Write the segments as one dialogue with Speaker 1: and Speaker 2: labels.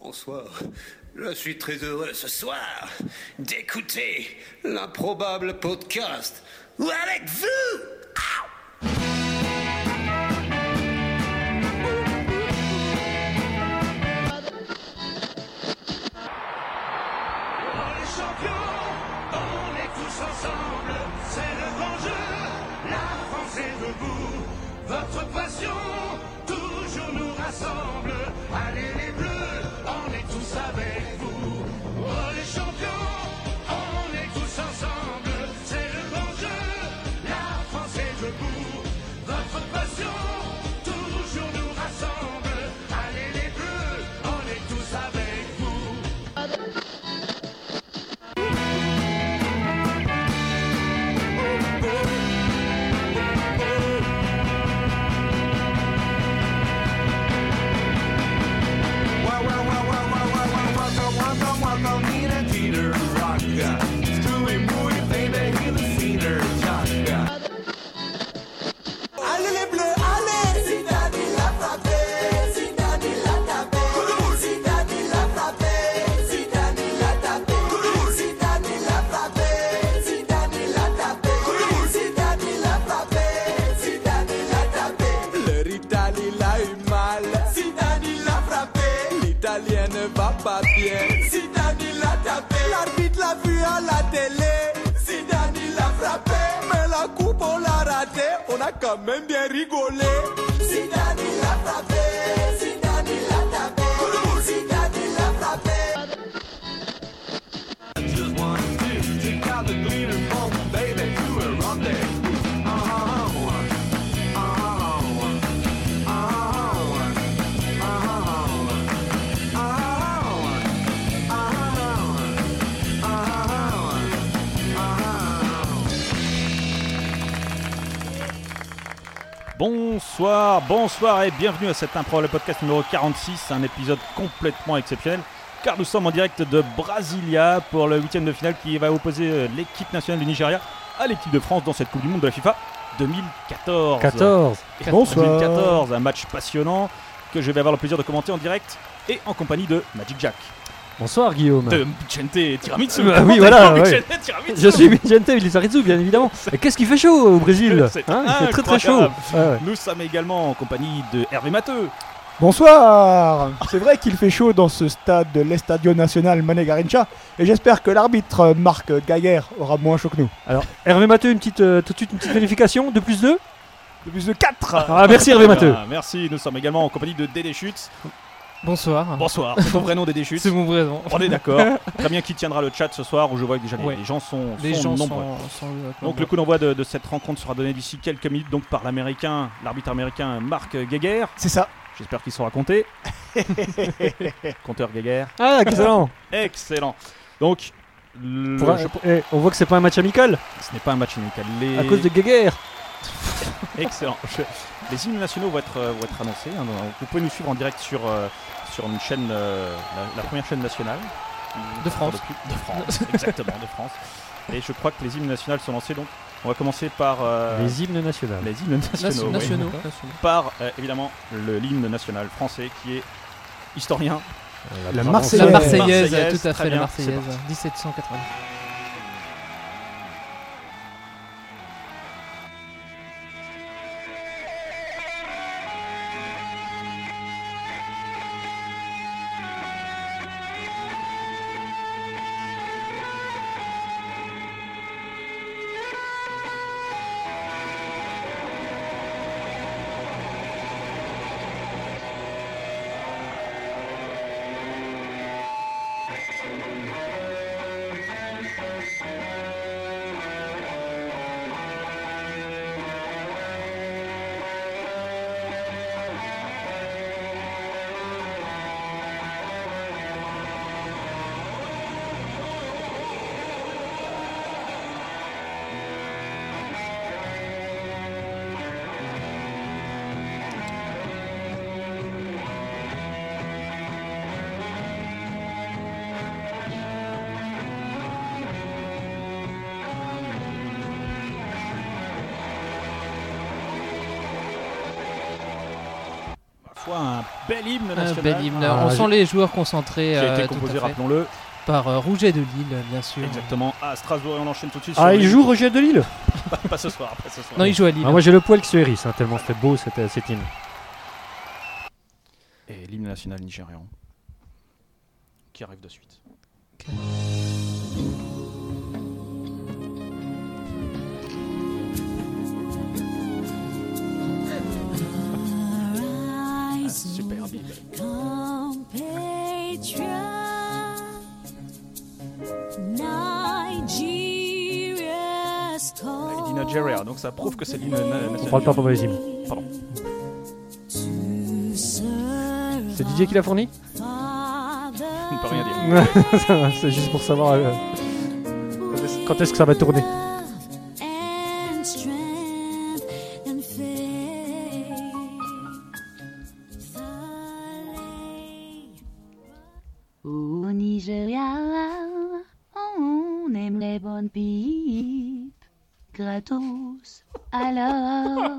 Speaker 1: Bonsoir. Je suis très heureux ce soir d'écouter l'improbable podcast Ou avec vous.
Speaker 2: On est champions, on est tous ensemble, c'est le grand jeu, la France est debout. Votre passion toujours nous rassemble, allez les bleus, on est tous avec vous. On est champions, on est tous ensemble, c'est le grand jeu, la France est debout. Votre passion toujours nous rassemble, allez les bleus, on est tous avec vous. Welcome, welcome, welcome in a theater rock. To a movie, baby, in the theater rock.
Speaker 3: Allez les bleus, allez Zidane l'a frappé, Zidane l'a tapé Zidane l'a frappé, Zidane l'a tapé Zidane l'a frappé, Zidane l'a tapé Zidane l'a frappé, Zidane l'a tapé
Speaker 4: Leur Italie l'a eu mal,
Speaker 3: Zidane l'a frappé,
Speaker 4: l'Italien ne va pas bien.
Speaker 3: Zidane l'a tapé
Speaker 4: L'arbitre l'a vu à la télé,
Speaker 3: Zidane l'a frappé,
Speaker 4: mais la coupe on l'a ratée, on a quand même bien rigolé.
Speaker 3: Zidane l'a frappé, Zidane l'a tapé Zidane l'a frappé
Speaker 2: Just one, two, take out the glitter bomb, baby, to a rendezvous. Uh-huh,
Speaker 5: Bonsoir, bonsoir et bienvenue à cet improbable podcast numéro 46, un épisode complètement exceptionnel car nous sommes en direct de Brasilia pour le huitième de finale qui va opposer euh, l'équipe nationale du Nigeria à l'équipe de France dans cette Coupe du Monde de la FIFA 2014.
Speaker 6: 14. Bonsoir.
Speaker 5: 2014, un match passionnant que je vais avoir le plaisir de commenter en direct et en compagnie de Magic Jack,
Speaker 6: Bonsoir Guillaume.
Speaker 5: de Vicente Tiramisu.
Speaker 6: Bah oui,
Speaker 5: Comment
Speaker 6: voilà,
Speaker 5: t'as dit,
Speaker 6: ouais.
Speaker 5: Vicente Tiramisu
Speaker 6: Je suis Vicente Villisaritsu, bien évidemment. Mais qu'est-ce qui fait chaud au Brésil
Speaker 5: C'est
Speaker 6: hein Il fait très très chaud.
Speaker 5: incroyable.
Speaker 6: Ouais, ouais.
Speaker 5: Nous sommes également en compagnie de Hervé Matteux.
Speaker 7: Bonsoir C'est vrai qu'il fait chaud dans ce stade de l'Estadio Nacional Mané Garrincha et j'espère que l'arbitre euh, Marc Gaguerre aura moins chaud que nous.
Speaker 6: Alors, Hervé Matteux, une petite, euh, tout de suite une petite vérification. De plus 2
Speaker 7: De plus de 4
Speaker 6: ah, Merci Hervé Matteux.
Speaker 5: Ah, merci, nous sommes également en compagnie de Dédé Chutes.
Speaker 8: Bonsoir.
Speaker 5: Bonsoir, c'est ton vrai nom Dédé Chutes.
Speaker 8: C'est mon vrai nom.
Speaker 5: On est d'accord. Très bien, qui tiendra le chat ce soir où je vois que déjà les-
Speaker 8: Ouais.
Speaker 5: les gens sont,
Speaker 8: Les
Speaker 5: sont
Speaker 8: gens sont,
Speaker 5: nombreux.
Speaker 8: sont, euh,
Speaker 5: Donc le coup d'envoi de, de cette rencontre sera donné d'ici quelques minutes donc par l'américain, l'arbitre américain Marc Geiger.
Speaker 7: C'est ça
Speaker 5: J'espère qu'ils saura compter. Compteur Geiger.
Speaker 6: Ah, excellent.
Speaker 5: Excellent. Donc le-
Speaker 6: Pour un-
Speaker 5: je-
Speaker 6: eh, on voit que c'est pas un match amical
Speaker 5: ce n'est pas un match amical. Les-
Speaker 6: à cause de Guéguerre.
Speaker 5: Excellent. Je- Les hymnes nationaux vont être, euh, vont être annoncés. hein. Donc, Vous pouvez nous suivre en direct sur, euh, sur une chaîne, euh, la, la première chaîne nationale.
Speaker 8: De France.
Speaker 5: De France, exactement, de France. Et je crois que les hymnes nationales sont lancés. Donc, on va commencer par euh,
Speaker 6: Les hymnes nationaux.
Speaker 5: les hymnes nationaux.
Speaker 8: nationaux.
Speaker 5: oui.
Speaker 8: nationaux.
Speaker 5: Par euh, évidemment le l'hymne national français qui est historien.
Speaker 7: La
Speaker 8: La
Speaker 7: Marseillaise.
Speaker 8: Marseillaise,
Speaker 5: Marseillaise,
Speaker 8: tout à
Speaker 5: très
Speaker 8: fait,
Speaker 5: bien,
Speaker 8: la Marseillaise, 1780.
Speaker 2: Allez les bleus, allez
Speaker 5: foi un bel hymne
Speaker 8: Un
Speaker 5: national.
Speaker 8: bel hymne.
Speaker 6: Ah,
Speaker 8: on
Speaker 6: j'ai-
Speaker 8: sent les joueurs concentrés
Speaker 5: Qui a
Speaker 8: euh,
Speaker 5: été
Speaker 8: tout à
Speaker 5: composé,
Speaker 8: fait,
Speaker 5: rappelons-le,
Speaker 8: par euh, Rouget de Lille, bien sûr.
Speaker 5: exactement à Strasbourg et on enchaîne tout de suite.
Speaker 6: Ah,
Speaker 5: sur
Speaker 6: il
Speaker 5: les-
Speaker 6: joue Roger de Lille
Speaker 5: Pas ce soir, pas ce soir.
Speaker 8: Non, il joue à Lille.
Speaker 6: Ah, Moi j'ai le poil qui se hérisse, hein, tellement c'était beau cette, cette hymne.
Speaker 5: Et l'hymne national nigérian qui arrive de suite. Ah,
Speaker 6: Mmh.
Speaker 5: Super Bill. Lady Nigeria, donc ça prouve que c'est l'hymne na- national.
Speaker 6: On parle pas pour les hymnes.
Speaker 5: Pardon.
Speaker 6: C'est Didier qui l'a fourni
Speaker 5: On ne peut rien dire.
Speaker 6: C'est juste pour savoir euh, quand est-ce que ça va tourner.
Speaker 9: and strength and faith. Au Nigeria, on aime les bonnes pipes gratos. Alors,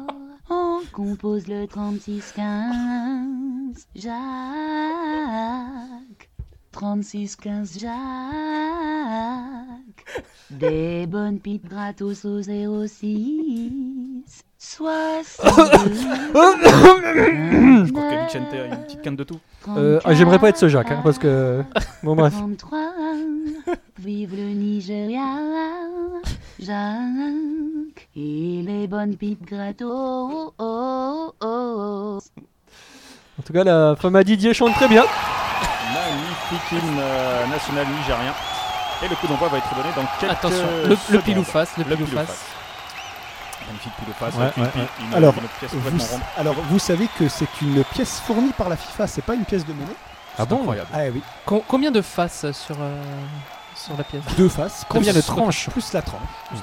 Speaker 9: on compose le 36-15 Jacques. 36-15 Jacques. Des bonnes pipes gratos au 06 62
Speaker 5: Je crois que Vicente a hein. une petite quinte de tout.
Speaker 6: Euh, ah, J'aimerais pas être ce Jacques, hein, parce que. Bon, bref.
Speaker 9: 33, vive le Nigeria, Jacques, et les bonnes pipes gratos.
Speaker 6: En tout cas, la femme à Didier chante très bien.
Speaker 5: Magnifique hymne euh, national nigérien. Et le coup d'envoi va être donné dans quelques
Speaker 8: Attention, le, le
Speaker 5: secondes.
Speaker 8: pilou face, le,
Speaker 5: Le
Speaker 8: pilou
Speaker 5: pilou
Speaker 8: face.
Speaker 5: face. Magnifique pilou face.
Speaker 7: Ouais,
Speaker 5: avec une
Speaker 7: ouais,
Speaker 5: pi-
Speaker 7: ouais.
Speaker 5: une-
Speaker 7: Alors,
Speaker 5: une pièce
Speaker 7: Vous,
Speaker 5: complètement ronde.
Speaker 7: alors, vous savez que c'est une pièce fournie par la FIFA, c'est pas une pièce de monnaie
Speaker 6: Ah bon
Speaker 7: Ah oui,
Speaker 8: Com- combien de faces sur, euh, sur la pièce
Speaker 7: deux faces.
Speaker 6: Combien de
Speaker 7: plus-
Speaker 6: tranches
Speaker 7: Plus la tranche.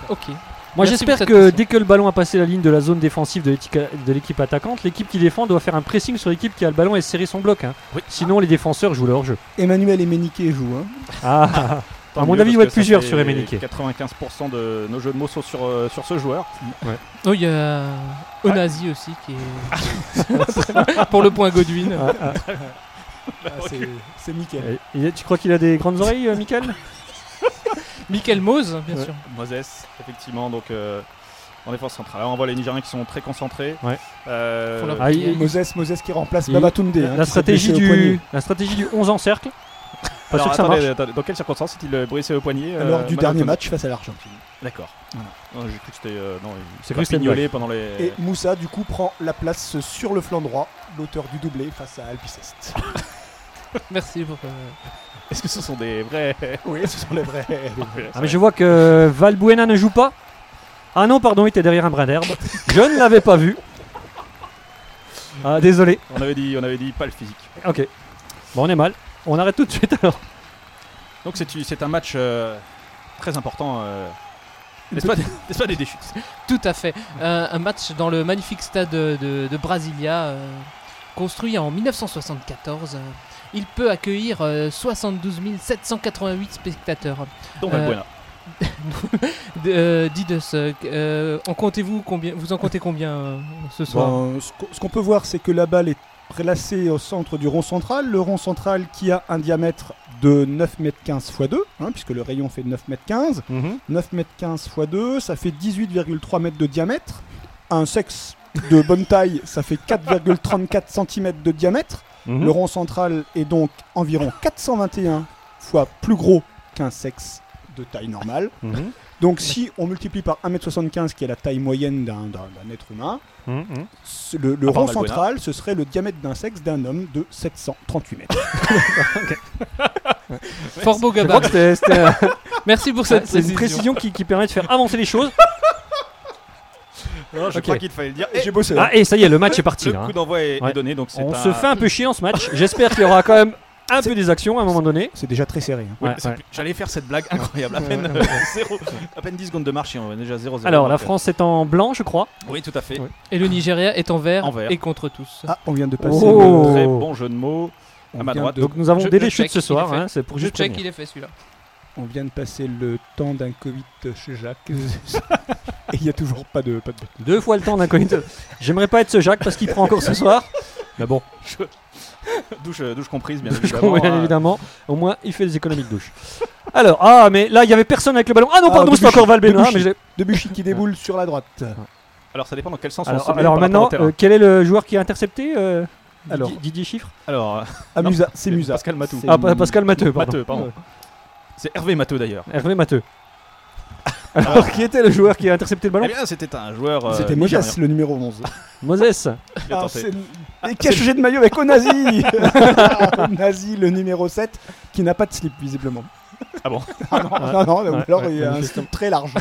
Speaker 8: Ok.
Speaker 6: Moi
Speaker 8: Merci
Speaker 6: j'espère
Speaker 8: pour cette
Speaker 6: que
Speaker 8: question.
Speaker 6: dès que le ballon a passé la ligne de la zone défensive de l'équipe- de l'équipe attaquante, l'équipe qui défend doit faire un pressing sur l'équipe qui a le ballon et serrer son bloc. hein.
Speaker 5: Oui.
Speaker 6: Sinon les défenseurs jouent leur jeu.
Speaker 7: Emmanuel Emenike joue. Hein.
Speaker 6: Ah,
Speaker 5: Tant
Speaker 6: À mon
Speaker 5: mieux,
Speaker 6: avis, il
Speaker 5: parce
Speaker 6: va être
Speaker 5: que ça
Speaker 6: plusieurs
Speaker 5: fait
Speaker 6: sur Emenike.
Speaker 5: 95% de nos jeux de mots sont sur, euh, sur ce joueur.
Speaker 6: Mm.
Speaker 8: Oh, il y a
Speaker 5: Ah.
Speaker 8: Onazi aussi qui est. pour le point Godwin.
Speaker 7: Ah, c'est- c'est nickel.
Speaker 6: Et- et tu crois qu'il a des grandes oreilles, euh, Michael
Speaker 8: Michael Mose, bien
Speaker 6: Ouais.
Speaker 8: sûr.
Speaker 5: Moses, effectivement, donc euh, en défense centrale. Alors, on voit les Nigériens qui sont très concentrés.
Speaker 6: Ouais.
Speaker 5: Euh,
Speaker 8: Pour leur-
Speaker 6: Ah, il-
Speaker 7: Moses, Moses qui remplace
Speaker 6: Il-
Speaker 7: Babatunde. hein,
Speaker 6: la,
Speaker 7: qui s'est
Speaker 6: stratégie
Speaker 7: blessé au
Speaker 6: du,
Speaker 7: poignet.
Speaker 6: la stratégie du 11 en cercle. Pas
Speaker 5: Alors,
Speaker 6: sûr que ça
Speaker 5: attendez,
Speaker 6: marche.
Speaker 5: attendez, dans quelles circonstances est-il euh, brisé au poignet euh,
Speaker 7: Lors du
Speaker 5: Manu
Speaker 7: dernier
Speaker 5: Antonio
Speaker 7: match face à l'Argentine.
Speaker 5: D'accord. Non, J'ai cru que c'était. euh, non, il
Speaker 6: C'est
Speaker 5: s'est pas
Speaker 6: Christian
Speaker 5: pignolé pendant les.
Speaker 7: Et Moussa, du coup, prend la place sur le flanc droit, l'auteur du doublé face à Alpiceste.
Speaker 8: Merci pour. euh,
Speaker 5: Est-ce que ce sont des vrais.
Speaker 7: oui, ce sont les vrais.
Speaker 5: euh,
Speaker 6: Ah, mais je vois que Valbuena ne joue pas. Ah non, pardon, il était derrière un brin d'herbe. je ne l'avais pas vu. Ah, désolé.
Speaker 5: on, avait dit, on avait dit pas le physique.
Speaker 6: Ok. Bon, on est mal. On arrête tout de suite alors.
Speaker 5: Donc c'est c'est un match euh, très important. euh, N'est-ce pas, n'est-ce pas des déchutes
Speaker 8: Tout à fait. Euh, Un- un match dans le magnifique stade de, de Brasilia, euh, construit en 1974. euh, il peut accueillir euh, 72 788 spectateurs.
Speaker 5: Donc
Speaker 8: Euh,
Speaker 5: Valbuena.
Speaker 8: De- euh, Dides, euh, euh, en comptez-vous combien Vous en comptez combien euh, ce soir
Speaker 7: Bon, ce qu'on- ce qu'on peut voir, c'est que la balle est placée au centre du rond central. Le rond central qui a un diamètre de 9 m 15 x 2, hein, puisque le rayon fait 9 m 15.
Speaker 6: mm-hmm,
Speaker 7: 9 m 15 x 2, ça fait 18,3 m de diamètre. Un sexe de bonne taille, ça fait 4,34 cm de diamètre.
Speaker 5: Mmh.
Speaker 6: Mhm.
Speaker 7: Le rond central est donc environ 421 fois plus gros qu'un sexe de taille normale.
Speaker 6: Mhm.
Speaker 7: Donc si on multiplie par 1m75, qui est la taille moyenne d'un d'un- d'un être humain,
Speaker 6: Mhm, mhm.
Speaker 7: ce- le, le
Speaker 5: À part
Speaker 7: rang
Speaker 5: Valbuena.
Speaker 7: central, ce serait le diamètre d'un sexe d'un homme de 738 mètres.
Speaker 8: Fort beau
Speaker 6: Je crois
Speaker 8: gabarit.
Speaker 6: que c'était- c'était euh,
Speaker 8: Merci pour cette
Speaker 6: c'est une
Speaker 8: précision.
Speaker 6: précision qui, qui permet de faire avancer les choses.
Speaker 5: Non, je
Speaker 6: ok.
Speaker 5: crois qu'il fallait le dire. Et
Speaker 7: J'ai bossé. hein.
Speaker 6: Ah, et ça y est, le match est parti.
Speaker 5: le
Speaker 6: là, hein.
Speaker 5: coup d'envoi est, est
Speaker 6: Ouais.
Speaker 5: donné. Donc c'est
Speaker 6: On
Speaker 5: un-
Speaker 6: se fait un peu chier en ce match. J'espère qu'il y aura quand même un peu des actions à un moment donné.
Speaker 7: C'est déjà très serré. hein.
Speaker 5: Oui,
Speaker 6: Ouais,
Speaker 5: c'est
Speaker 6: ouais.
Speaker 5: plus- J'allais faire cette blague incroyable. À peine, zéro- à peine 10 secondes de marche et on est déjà 0-0.
Speaker 6: Alors, la
Speaker 5: Donc, euh,
Speaker 6: France est en blanc, je crois.
Speaker 5: Oui, tout à fait.
Speaker 6: Ouais.
Speaker 8: Et le Nigeria est en vert,
Speaker 5: En vert.
Speaker 8: et contre tous.
Speaker 7: Ah, on vient de passer.
Speaker 6: Oh.
Speaker 5: Très bon jeu de mots.
Speaker 7: le,
Speaker 5: à
Speaker 7: on
Speaker 5: ma
Speaker 7: vient
Speaker 5: droite.
Speaker 7: de-
Speaker 6: Donc, nous avons
Speaker 8: Je-
Speaker 6: des
Speaker 8: je
Speaker 6: déchutes
Speaker 8: check,
Speaker 6: ce
Speaker 8: il
Speaker 6: soir.
Speaker 8: est fait.
Speaker 6: hein, c'est pour
Speaker 8: je
Speaker 6: juste
Speaker 8: check,
Speaker 6: prévenir.
Speaker 8: il est fait celui-là.
Speaker 7: on vient de passer le temps d'un Covid chez Jacques. et il n'y a toujours pas de, pas de but.
Speaker 6: Deux fois le temps d'un Covid. J'aimerais pas être ce Jacques parce qu'il prend encore ce soir. Mais bon,
Speaker 5: douche, euh, douche comprise, bien
Speaker 6: douche
Speaker 5: évidemment.
Speaker 6: bien
Speaker 5: hein.
Speaker 6: évidemment. Au moins, il fait des économies de douche. Alors, ah, mais là, il y avait personne avec le ballon. Ah non,
Speaker 7: Ah,
Speaker 6: pardon, c'est
Speaker 7: Debuchy,
Speaker 6: encore Valbena.
Speaker 7: Debuchy.
Speaker 6: mais j'ai-
Speaker 7: Debuchy qui déboule sur la droite.
Speaker 5: Alors, ça dépend dans quel sens on
Speaker 6: Alors,
Speaker 5: se met
Speaker 6: alors
Speaker 5: par rapport
Speaker 6: maintenant,
Speaker 5: au terrain.
Speaker 6: euh, quel est le joueur qui a intercepté euh, Didi-
Speaker 7: Alors.
Speaker 6: Didier Chiffre
Speaker 5: Alors, euh,
Speaker 7: Ah,
Speaker 5: Non,
Speaker 7: Musa, c'est Musa.
Speaker 5: Pascal Matou.
Speaker 7: C'est-
Speaker 6: Ah, pa- Pascal Matteux, pardon.
Speaker 5: Matteux, pardon. C'est Hervé Matteux d'ailleurs.
Speaker 6: Hervé Matteux. Alors, qui était le joueur qui a intercepté le
Speaker 5: Eh
Speaker 6: ballon
Speaker 5: bien, c'était un joueur. euh,
Speaker 7: C'était
Speaker 5: nigérien.
Speaker 7: Moses, le numéro 11.
Speaker 6: Moses.
Speaker 5: Il a
Speaker 7: Ah,
Speaker 5: tenté.
Speaker 7: c'est- Et qui a changé de maillot avec Onazi Onazi, le numéro 7, qui n'a pas de slip, visiblement.
Speaker 5: Ah bon
Speaker 7: Ah non, non, non, ou
Speaker 6: Ouais,
Speaker 7: alors
Speaker 6: ouais,
Speaker 7: il y a un
Speaker 6: manifestement.
Speaker 7: slip très large.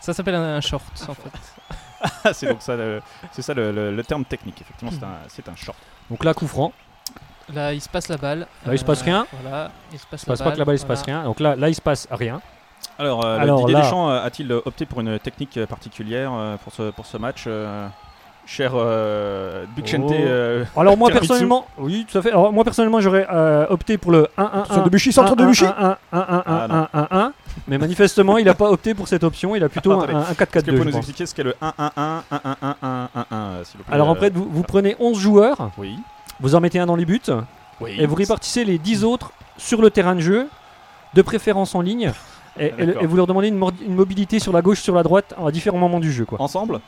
Speaker 8: Ça s'appelle un, un short, en fait.
Speaker 5: Ah, c'est donc ça, le, c'est ça le, le- le terme technique. Effectivement, c'est un, c'est un short.
Speaker 6: Donc là, coup franc.
Speaker 8: Là, il se passe la balle. Euh,
Speaker 6: Là, il se passe rien.
Speaker 8: Voilà, il se passe,
Speaker 6: Il se passe pas que là-bas, il se passe rien. Donc là, là, il se passe rien.
Speaker 5: Alors, euh,
Speaker 6: Alors,
Speaker 5: Didier
Speaker 6: là-
Speaker 5: Deschamps euh, a-t-il opté pour une technique euh, particulière euh, pour ce, pour ce match euh, Cher euh, Bukchente,
Speaker 6: Oh.
Speaker 5: euh,
Speaker 6: Alors moi
Speaker 5: Tiramisu.
Speaker 6: personnellement, oui, tout à fait. Alors moi personnellement, j'aurais euh, opté pour le 1 1
Speaker 7: Centre Debuchy, centre Debuchy.
Speaker 6: 1 1
Speaker 5: Ah,
Speaker 6: 1
Speaker 5: non.
Speaker 6: 1 1 1 mais manifestement, il a pas opté pour cette option, il a plutôt
Speaker 5: Attendez.
Speaker 6: un, un
Speaker 5: est-ce que vous
Speaker 6: 4-4-2.
Speaker 5: pouvez
Speaker 6: je
Speaker 5: nous
Speaker 6: pense.
Speaker 5: expliquer ce qu'est le 1-1-1, 1-1-1-1-1-1, s'il vous plaît
Speaker 6: Alors en
Speaker 5: euh,
Speaker 6: fait, vous, vous prenez 11 joueurs,
Speaker 5: Oui.
Speaker 6: vous en mettez un dans les buts
Speaker 5: oui.
Speaker 6: et vous répartissez les 10 autres sur le terrain de jeu, de préférence en ligne. Et,
Speaker 5: Ah, d'accord.
Speaker 6: et vous leur demandez une, mor- une mobilité sur la gauche, sur la droite, à différents moments du jeu. Quoi.
Speaker 5: Ensemble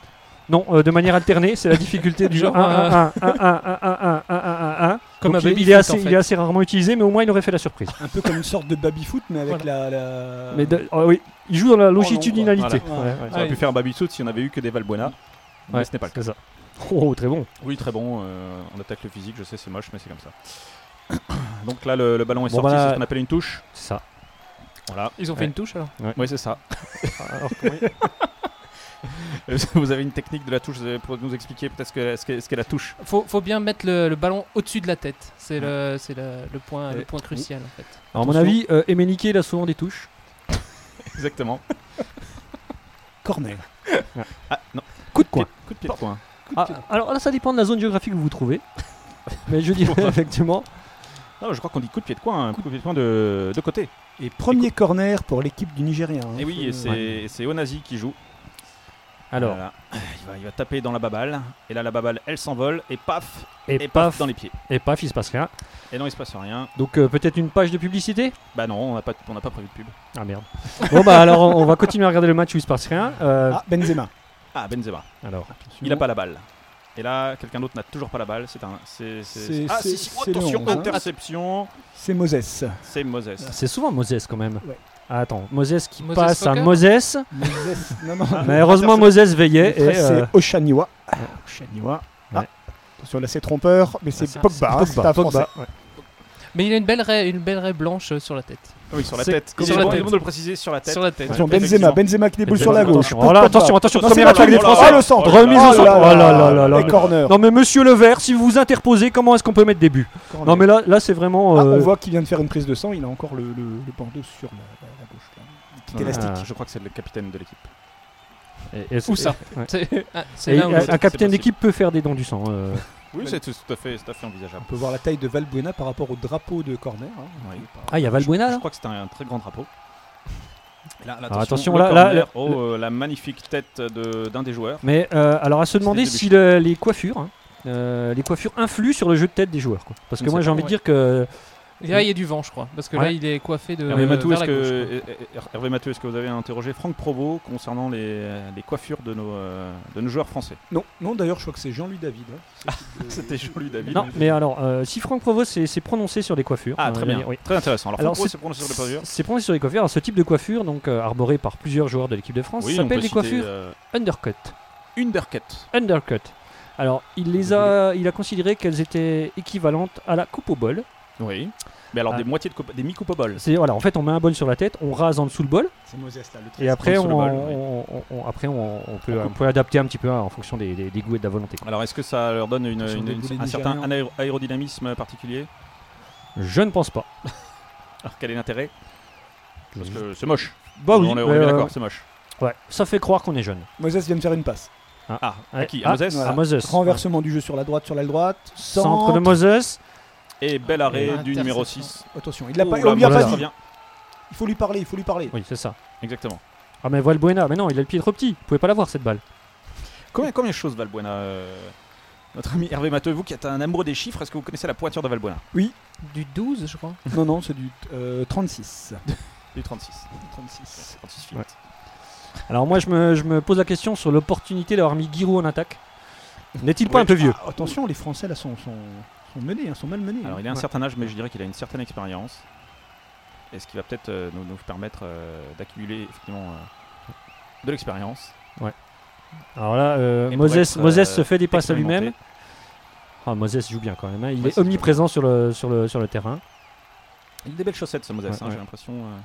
Speaker 6: Non, euh, de manière alternée, c'est la difficulté du jeu. 1
Speaker 8: Genre,
Speaker 6: 1 1 1 1 1 1 1 1
Speaker 8: Comme
Speaker 6: euh, Comme
Speaker 8: un
Speaker 6: il,
Speaker 8: baby
Speaker 6: il est
Speaker 8: foot,
Speaker 6: assez,
Speaker 8: en fait.
Speaker 6: il est assez rarement utilisé, mais au moins il aurait fait la surprise.
Speaker 7: Un peu comme une sorte de baby-foot, mais avec la, la-
Speaker 6: Mais de- ah oui, il joue dans la
Speaker 7: quoi.
Speaker 6: longitudinalité.
Speaker 7: Voilà.
Speaker 6: Ouais, ouais.
Speaker 5: Ça aurait pu faire un baby si on avait eu que des Valbuena.
Speaker 6: Ah Ouais,
Speaker 5: Mais ce n'est pas le cas.
Speaker 6: c'est ça. Oh, très bon.
Speaker 5: Oui, très bon. euh, on attaque le physique. Je sais, c'est moche, mais c'est comme ça. Donc là, le, le ballon est
Speaker 6: Bon,
Speaker 5: sorti.
Speaker 6: bah là-
Speaker 5: C'est ce qu'on appelle une touche.
Speaker 6: C'est ça.
Speaker 5: Voilà.
Speaker 8: Ils ont fait
Speaker 5: Ouais.
Speaker 8: une touche alors
Speaker 5: Oui, c'est ça.
Speaker 6: Alors, comment il-
Speaker 5: Vous avez une technique de la touche. Vous allez pouvoir nous expliquer peut-être ce qu'est ce qu'est- ce qu'est la touche.
Speaker 8: faut, faut bien mettre le, le ballon au-dessus de la tête. C'est le, c'est le, le point, le
Speaker 5: Et-
Speaker 8: point crucial en fait.
Speaker 6: Alors, à mon avis, euh, Emenike, il a souvent des touches.
Speaker 5: Exactement.
Speaker 7: corner.
Speaker 5: Ah non.
Speaker 6: Coup de coin.
Speaker 5: Pied- Coup de pied de coin.
Speaker 6: Ah, alors là, ça dépend de la zone géographique où vous vous trouvez. Mais je dirais effectivement.
Speaker 5: Non, je crois qu'on dit coup de pied de coin. hein, Coup de pied de coin de, de côté.
Speaker 7: Et premier corner pour l'équipe du Nigérien. hein.
Speaker 6: Eh
Speaker 5: Et oui, et c'est c'est Onazi qui joue.
Speaker 6: Alors,
Speaker 5: Voilà. Il va, il va taper dans la baballe. Et là, la baballe, elle s'envole. Et paf.
Speaker 6: et,
Speaker 5: Et
Speaker 6: paf,
Speaker 5: paf dans les pieds.
Speaker 6: et paf, il se passe rien.
Speaker 5: Et non, il se passe rien.
Speaker 6: Donc, euh, peut-être une page de publicité
Speaker 5: Bah non, on n'a pas, on n'a pas prévu de pub.
Speaker 6: Ah merde. bon, bah alors, on on va continuer à regarder le match où il se passe rien. Euh,
Speaker 7: Ah, Benzema.
Speaker 5: Ah, Benzema.
Speaker 6: Alors,
Speaker 5: Il n'a pas la balle. Et là, quelqu'un d'autre n'a toujours pas la balle. C'est un. c'est- c'est-
Speaker 7: C'est-
Speaker 5: Ah,
Speaker 7: c'est-
Speaker 5: si, si,
Speaker 7: c'est
Speaker 5: attention,
Speaker 7: le onze, hein.
Speaker 5: interception.
Speaker 7: C'est Moses.
Speaker 5: C'est Moses.
Speaker 6: c'est souvent Moses quand même.
Speaker 7: Ouais. Ah,
Speaker 6: Ah, attends, Moses qui
Speaker 8: Moses
Speaker 6: passe à
Speaker 8: Soccer
Speaker 6: Moses. Ah.
Speaker 7: Moses. Non, non.
Speaker 6: Mais heureusement, Moses veillait.
Speaker 7: Après,
Speaker 6: Et, euh,
Speaker 7: C'est Oshaniwa. Oshaniwa.
Speaker 6: Ouais.
Speaker 7: Ah, attention, là c'est trompeur, mais c'est
Speaker 6: Ah, c'est-
Speaker 7: Pogba. hein,
Speaker 6: Pogba,
Speaker 7: C'est un
Speaker 6: Pogba,
Speaker 7: Français.
Speaker 8: Mais il a une belle raie, une belle raie blanche euh, sur la tête.
Speaker 5: Ah Oui, sur la
Speaker 6: c'est-
Speaker 5: tête.
Speaker 8: sur
Speaker 5: Il est
Speaker 8: la
Speaker 5: bon il est
Speaker 8: tête.
Speaker 5: bon de le préciser sur la tête.
Speaker 8: Sur la tête.
Speaker 5: Ouais.
Speaker 7: Attention, Benzema.
Speaker 5: Effectivement.
Speaker 7: Benzema qui déboule sur la
Speaker 6: Attention,
Speaker 7: gauche.
Speaker 6: Oh là,
Speaker 7: Pogba.
Speaker 6: attention, attention,
Speaker 7: Non,
Speaker 6: première
Speaker 7: c'est
Speaker 6: attaque des
Speaker 7: pas le
Speaker 6: Français.
Speaker 7: Oh, le centre.
Speaker 5: Oh là
Speaker 6: Remise au
Speaker 7: Oh
Speaker 6: centre.
Speaker 7: là
Speaker 6: Oh là là là là.
Speaker 7: Les corners.
Speaker 6: Non mais monsieur le vert, si vous interposez, comment est-ce qu'on peut mettre des buts Non mais là, là c'est vraiment.
Speaker 7: Ah,
Speaker 6: euh,
Speaker 7: on voit qu'il vient de faire une prise de sang, il a encore le, le, le bandeau sur la, la- la gauche. là.
Speaker 5: Non,
Speaker 7: Petit élastique.
Speaker 5: ah, Je crois que c'est le capitaine de l'équipe.
Speaker 6: et- et-
Speaker 8: Ou ça.
Speaker 6: ouais.
Speaker 8: C'est ah, c'est
Speaker 6: Et
Speaker 8: là où
Speaker 6: un,
Speaker 5: c'est
Speaker 6: capitaine
Speaker 5: possible.
Speaker 6: d'équipe peut faire des dons du sang. euh.
Speaker 5: Oui, c'est tout, tout à fait, tout à fait envisageable.
Speaker 7: On peut voir la taille de Valbuena par rapport au drapeau de corner. hein.
Speaker 5: Oui.
Speaker 6: Ah, il y a Valbuena
Speaker 5: Je
Speaker 6: là
Speaker 5: crois que c'est un, un très grand drapeau. Et Là, là,
Speaker 6: Alors, attention,
Speaker 5: le
Speaker 6: là, là,
Speaker 5: corner.
Speaker 6: le-
Speaker 5: Oh, euh, la magnifique tête de- d'un des joueurs.
Speaker 6: Mais euh, alors à se demander
Speaker 5: C'est le
Speaker 6: si le- les coiffures, hein, euh, les coiffures influent sur le jeu de tête des joueurs. quoi. Parce
Speaker 5: Je
Speaker 6: que
Speaker 5: ne
Speaker 6: moi
Speaker 5: sais
Speaker 6: j'ai
Speaker 5: pas,
Speaker 6: envie de
Speaker 8: ouais.
Speaker 6: dire que
Speaker 8: Là, il y a du vent, je crois. Parce que là,
Speaker 6: Ouais.
Speaker 8: il est coiffé
Speaker 6: Euh,
Speaker 8: de.
Speaker 5: Hervé Matou,
Speaker 8: vers
Speaker 5: est-ce
Speaker 8: la gauche, je crois.
Speaker 5: que, euh, Hervé Matou, est-ce que vous avez interrogé Franck Provost concernant les, les coiffures de nos, euh, de nos joueurs français
Speaker 7: Non, non d'ailleurs, je crois que c'est Jean-Louis David. hein. C'est-
Speaker 5: C'était joli, David.
Speaker 6: non. Mais alors, euh, si Franck Provost s'est s'est prononcé sur les coiffures.
Speaker 5: Ah,
Speaker 6: euh,
Speaker 5: très
Speaker 6: l'année-
Speaker 5: bien.
Speaker 6: oui.
Speaker 5: Très intéressant. Alors,
Speaker 6: Alors,
Speaker 5: Franck Provost
Speaker 6: c'est-
Speaker 5: s'est prononcé sur les coiffures.
Speaker 6: S'est prononcé sur les coiffures. Alors, ce type de coiffure, donc euh, arboré par plusieurs joueurs de l'équipe de France,
Speaker 5: Oui, on
Speaker 6: s'appelle
Speaker 5: peut
Speaker 6: les
Speaker 5: citer,
Speaker 6: coiffures
Speaker 5: euh,
Speaker 6: undercut.
Speaker 5: Undercut.
Speaker 6: undercut. Alors, il les a, il a considéré qu'elles étaient équivalentes à la coupe au bol.
Speaker 5: Oui. Mais alors
Speaker 6: Ah.
Speaker 5: des moitiés de coupe- des mi-coupes au bol.
Speaker 6: C'est voilà, en fait, on met un bol sur la tête, on rase en dessous le bol,
Speaker 7: C'est Moses là, le
Speaker 6: et après
Speaker 5: dessous
Speaker 6: on,
Speaker 5: le bol,
Speaker 6: on- on- après on, on peut,
Speaker 5: On
Speaker 6: on
Speaker 5: coupe.
Speaker 6: peut adapter un petit peu hein, en fonction des, des- des goûts et de la volonté. quoi.
Speaker 5: Alors est-ce que ça leur donne une,
Speaker 7: Attention,
Speaker 5: une-
Speaker 7: des
Speaker 5: une-
Speaker 7: boulets
Speaker 5: un certain
Speaker 7: nigérians.
Speaker 5: aéro- aérodynamisme particulier
Speaker 6: Je ne pense pas.
Speaker 5: Alors quel est l'intérêt Parce que c'est moche.
Speaker 6: Bah
Speaker 5: On
Speaker 6: oui,
Speaker 5: est- on est,
Speaker 6: mais, euh,
Speaker 5: d'accord, c'est moche.
Speaker 6: ouais, ça fait croire qu'on est jeune.
Speaker 7: Moses vient de faire une passe.
Speaker 5: Ah, à
Speaker 6: Ouais.
Speaker 5: qui À
Speaker 6: Ah,
Speaker 5: Moses
Speaker 6: À Moses.
Speaker 7: Renversement du jeu sur la droite, sur la droite.
Speaker 6: Ouais. Centre de Moses.
Speaker 5: Et bel
Speaker 6: Ah,
Speaker 5: arrêt du
Speaker 8: Interception.
Speaker 5: numéro 6.
Speaker 7: Attention, il l'a pas,
Speaker 5: Ouh
Speaker 7: on
Speaker 5: là,
Speaker 7: lui
Speaker 6: voilà.
Speaker 7: a pas
Speaker 5: Moses
Speaker 7: dit.
Speaker 5: revient.
Speaker 7: Il faut lui parler, il faut lui parler.
Speaker 6: Oui, c'est ça.
Speaker 5: Exactement.
Speaker 6: Ah mais Valbuena, mais non, il a le pied trop petit. Vous pouvez pas l'avoir cette balle.
Speaker 5: Combien, combien de choses Valbuena euh, Notre ami Hervé Matteux, vous qui êtes un amoureux des chiffres, est-ce que vous connaissez la pointure de Valbuena
Speaker 8: Du 12, je crois.
Speaker 7: Non, non, c'est du euh, 36.
Speaker 5: Du 36. 36. 36 feet.
Speaker 6: Ouais. Alors moi, je me, je me pose la question sur l'opportunité d'avoir mis Giroud en attaque. N'est-il pas
Speaker 5: Oui.
Speaker 6: un peu vieux
Speaker 7: Ah, attention, les Français là sont, sont, sont menés, hein, sont malmenés.
Speaker 5: Alors il a un certain âge, mais je dirais qu'il a une certaine expérience. Et ce qui va peut-être euh, nous, nous permettre euh, d'accumuler effectivement euh, de l'expérience.
Speaker 6: Alors là, euh,
Speaker 5: Ah. Et pour
Speaker 6: Moses,
Speaker 5: être,
Speaker 6: Moses
Speaker 5: euh,
Speaker 6: se fait des passes à lui-même.
Speaker 5: expérimenté.
Speaker 6: Ah, Moses joue bien quand même. hein. Il
Speaker 5: Ouais,
Speaker 6: est
Speaker 5: c'est-
Speaker 6: omniprésent sur le, sur, le, sur le terrain.
Speaker 5: Il a des belles chaussettes ce Moses,
Speaker 6: Ouais,
Speaker 5: hein,
Speaker 6: ouais.
Speaker 5: j'ai l'impression. euh,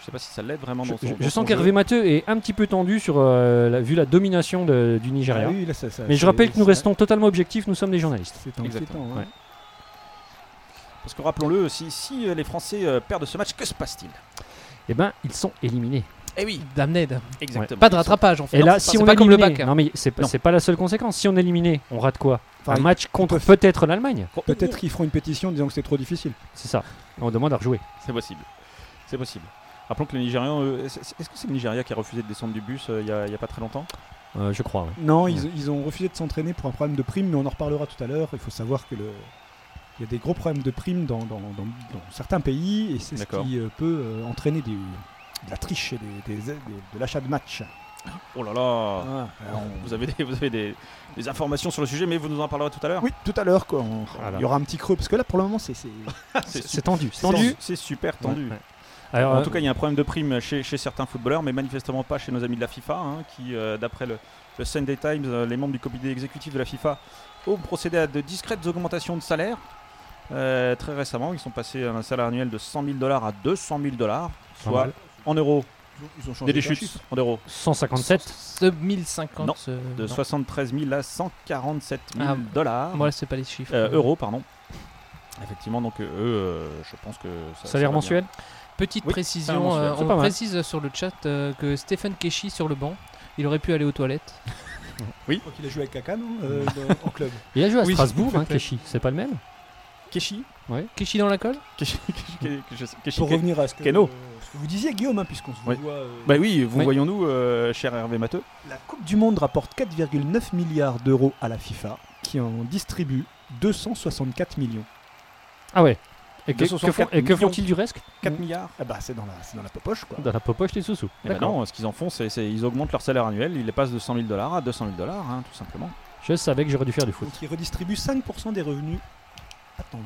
Speaker 5: je sais pas si ça l'aide vraiment
Speaker 6: Je,
Speaker 5: dans son
Speaker 6: je- je
Speaker 5: dans son
Speaker 6: sens
Speaker 5: jeu.
Speaker 6: qu'Hervé Matteux est un petit peu tendu sur, euh, la- vu la domination de- du Nigeria.
Speaker 7: Ah oui, là, ça- ça-
Speaker 6: Mais je
Speaker 7: c'est-
Speaker 6: rappelle que nous
Speaker 7: c'est-
Speaker 6: restons totalement objectifs, nous sommes des journalistes.
Speaker 7: C'est inquiétant.
Speaker 5: Exactement,
Speaker 7: hein.
Speaker 6: ouais.
Speaker 5: Parce que rappelons-le, si, si euh, les Français euh, perdent ce match, que se passe-t-il
Speaker 6: Eh ben, ils sont éliminés.
Speaker 5: Eh oui,
Speaker 8: Damned.
Speaker 5: exactement.
Speaker 8: Pas de rattrapage en fait.
Speaker 6: Et
Speaker 8: Non,
Speaker 6: là,
Speaker 8: c'est
Speaker 6: si
Speaker 8: pas-
Speaker 6: on
Speaker 8: c'est pas
Speaker 6: est
Speaker 8: comme le
Speaker 6: éliminé-
Speaker 8: bac. hein.
Speaker 6: non mais c'est pas,
Speaker 5: Non.
Speaker 6: c'est pas la seule conséquence. Si on est éliminé, on rate quoi
Speaker 7: Enfin,
Speaker 6: Un match contre
Speaker 7: peuvent-
Speaker 6: peut-être l'Allemagne.
Speaker 8: Oh.
Speaker 7: Peut-être qu'ils feront une pétition disant que c'est trop difficile.
Speaker 6: C'est ça. On demande à rejouer.
Speaker 5: C'est possible. C'est possible. Rappelons que le Nigérian. euh, c'est- c'est- Est-ce que c'est le Nigeria qui a refusé de descendre du bus euh, il y a- il y a pas très longtemps
Speaker 6: Euh, je crois. ouais.
Speaker 7: Non, ils, ils ont refusé de s'entraîner pour un problème de prime, mais on en reparlera tout à l'heure. Il faut savoir que le il y a des gros problèmes de primes dans, dans- dans- dans certains pays et c'est ce
Speaker 5: D'accord.
Speaker 7: qui euh, peut euh, entraîner des- de la triche et des, des- des- de l'achat de matchs.
Speaker 5: Oh là là
Speaker 6: Ah.
Speaker 7: Voilà. Alors, on-
Speaker 5: Vous avez, des, vous avez des, des informations sur le sujet, mais vous nous en parlerez tout à l'heure.
Speaker 7: Oui, tout à l'heure, quoi. On-
Speaker 6: Voilà.
Speaker 7: il y aura un petit creux parce que là, pour le moment, c'est c'est-
Speaker 5: Ah c'est
Speaker 6: C'est tendu. C'est
Speaker 5: C'est
Speaker 6: tendu.
Speaker 5: tendu. C'est super tendu.
Speaker 6: Ouais, ouais. Alors,
Speaker 5: en
Speaker 6: euh,
Speaker 5: tout cas, il y a un problème de prime chez, chez certains footballeurs, mais manifestement pas chez nos amis de la FIFA, hein, qui, euh, d'après le, le Sunday Times, euh, les membres du comité exécutif de la FIFA ont procédé à de discrètes augmentations de salaire. Euh, très récemment, ils sont passés à un salaire annuel de 100 000 dollars à 200 000 dollars, soit
Speaker 6: mal.
Speaker 5: en euros,
Speaker 7: Ils ont changé
Speaker 5: des
Speaker 7: de
Speaker 5: déchutes
Speaker 7: chiffre.
Speaker 5: en euros,
Speaker 6: 157.
Speaker 8: Ce 1050.
Speaker 5: Non,
Speaker 8: euh,
Speaker 5: de
Speaker 8: non.
Speaker 5: 73 000 à 147 000
Speaker 8: Ah,
Speaker 5: dollars.
Speaker 8: Moi, c'est pas les chiffres.
Speaker 5: Euh, euros, pardon. Effectivement, donc euh, eux, euh, je pense que ça, ça va
Speaker 6: Salaire
Speaker 5: bien.
Speaker 6: mensuel
Speaker 5: Oui, c'est
Speaker 8: Petite
Speaker 5: un
Speaker 8: précision,
Speaker 5: mensuel,
Speaker 8: euh,
Speaker 5: c'est
Speaker 6: pas
Speaker 8: on
Speaker 6: mal.
Speaker 8: précise sur le chat euh, que Stéphane Keshi sur le banc, il aurait pu aller aux toilettes.
Speaker 7: Je crois qu'il a joué avec Kaka, non euh, dans- En club.
Speaker 6: Il a joué à
Speaker 5: Oui,
Speaker 6: Strasbourg,
Speaker 5: tout à
Speaker 6: hein,
Speaker 5: fait.
Speaker 6: Keshi. C'est pas le même
Speaker 5: Keshi
Speaker 8: Keshi dans la colle
Speaker 5: Keshi, Keshi, Keshi, Keshi, Keshi,
Speaker 7: Pour
Speaker 5: Keshi.
Speaker 7: revenir à ce que,
Speaker 5: Keno.
Speaker 7: euh, ce que vous disiez, Guillaume, hein, puisqu'on se
Speaker 5: Oui.
Speaker 7: voit. euh,
Speaker 5: Bah oui, vous
Speaker 6: Oui.
Speaker 5: voyons-nous, euh, cher Hervé Matteux.
Speaker 7: La Coupe du Monde rapporte 4,9 milliards d'euros à la FIFA, qui en distribue 264 millions.
Speaker 6: Ah ouais. Et que,
Speaker 5: 264
Speaker 6: que font- et que
Speaker 5: millions.
Speaker 6: font-ils du reste
Speaker 5: 4 milliards
Speaker 7: Ah bah c'est dans la, c'est dans la popoche quoi.
Speaker 6: Dans la popoche des sous-sous.
Speaker 5: Bah. Eh ben non, ce qu'ils en font, c'est c'est- ils augmentent leur salaire annuel, ils les passent de 100 000 dollars à 200 000 dollars, hein, tout simplement.
Speaker 6: Je savais que j'aurais dû faire du foot.
Speaker 7: Donc ils redistribuent 5% des revenus attendus.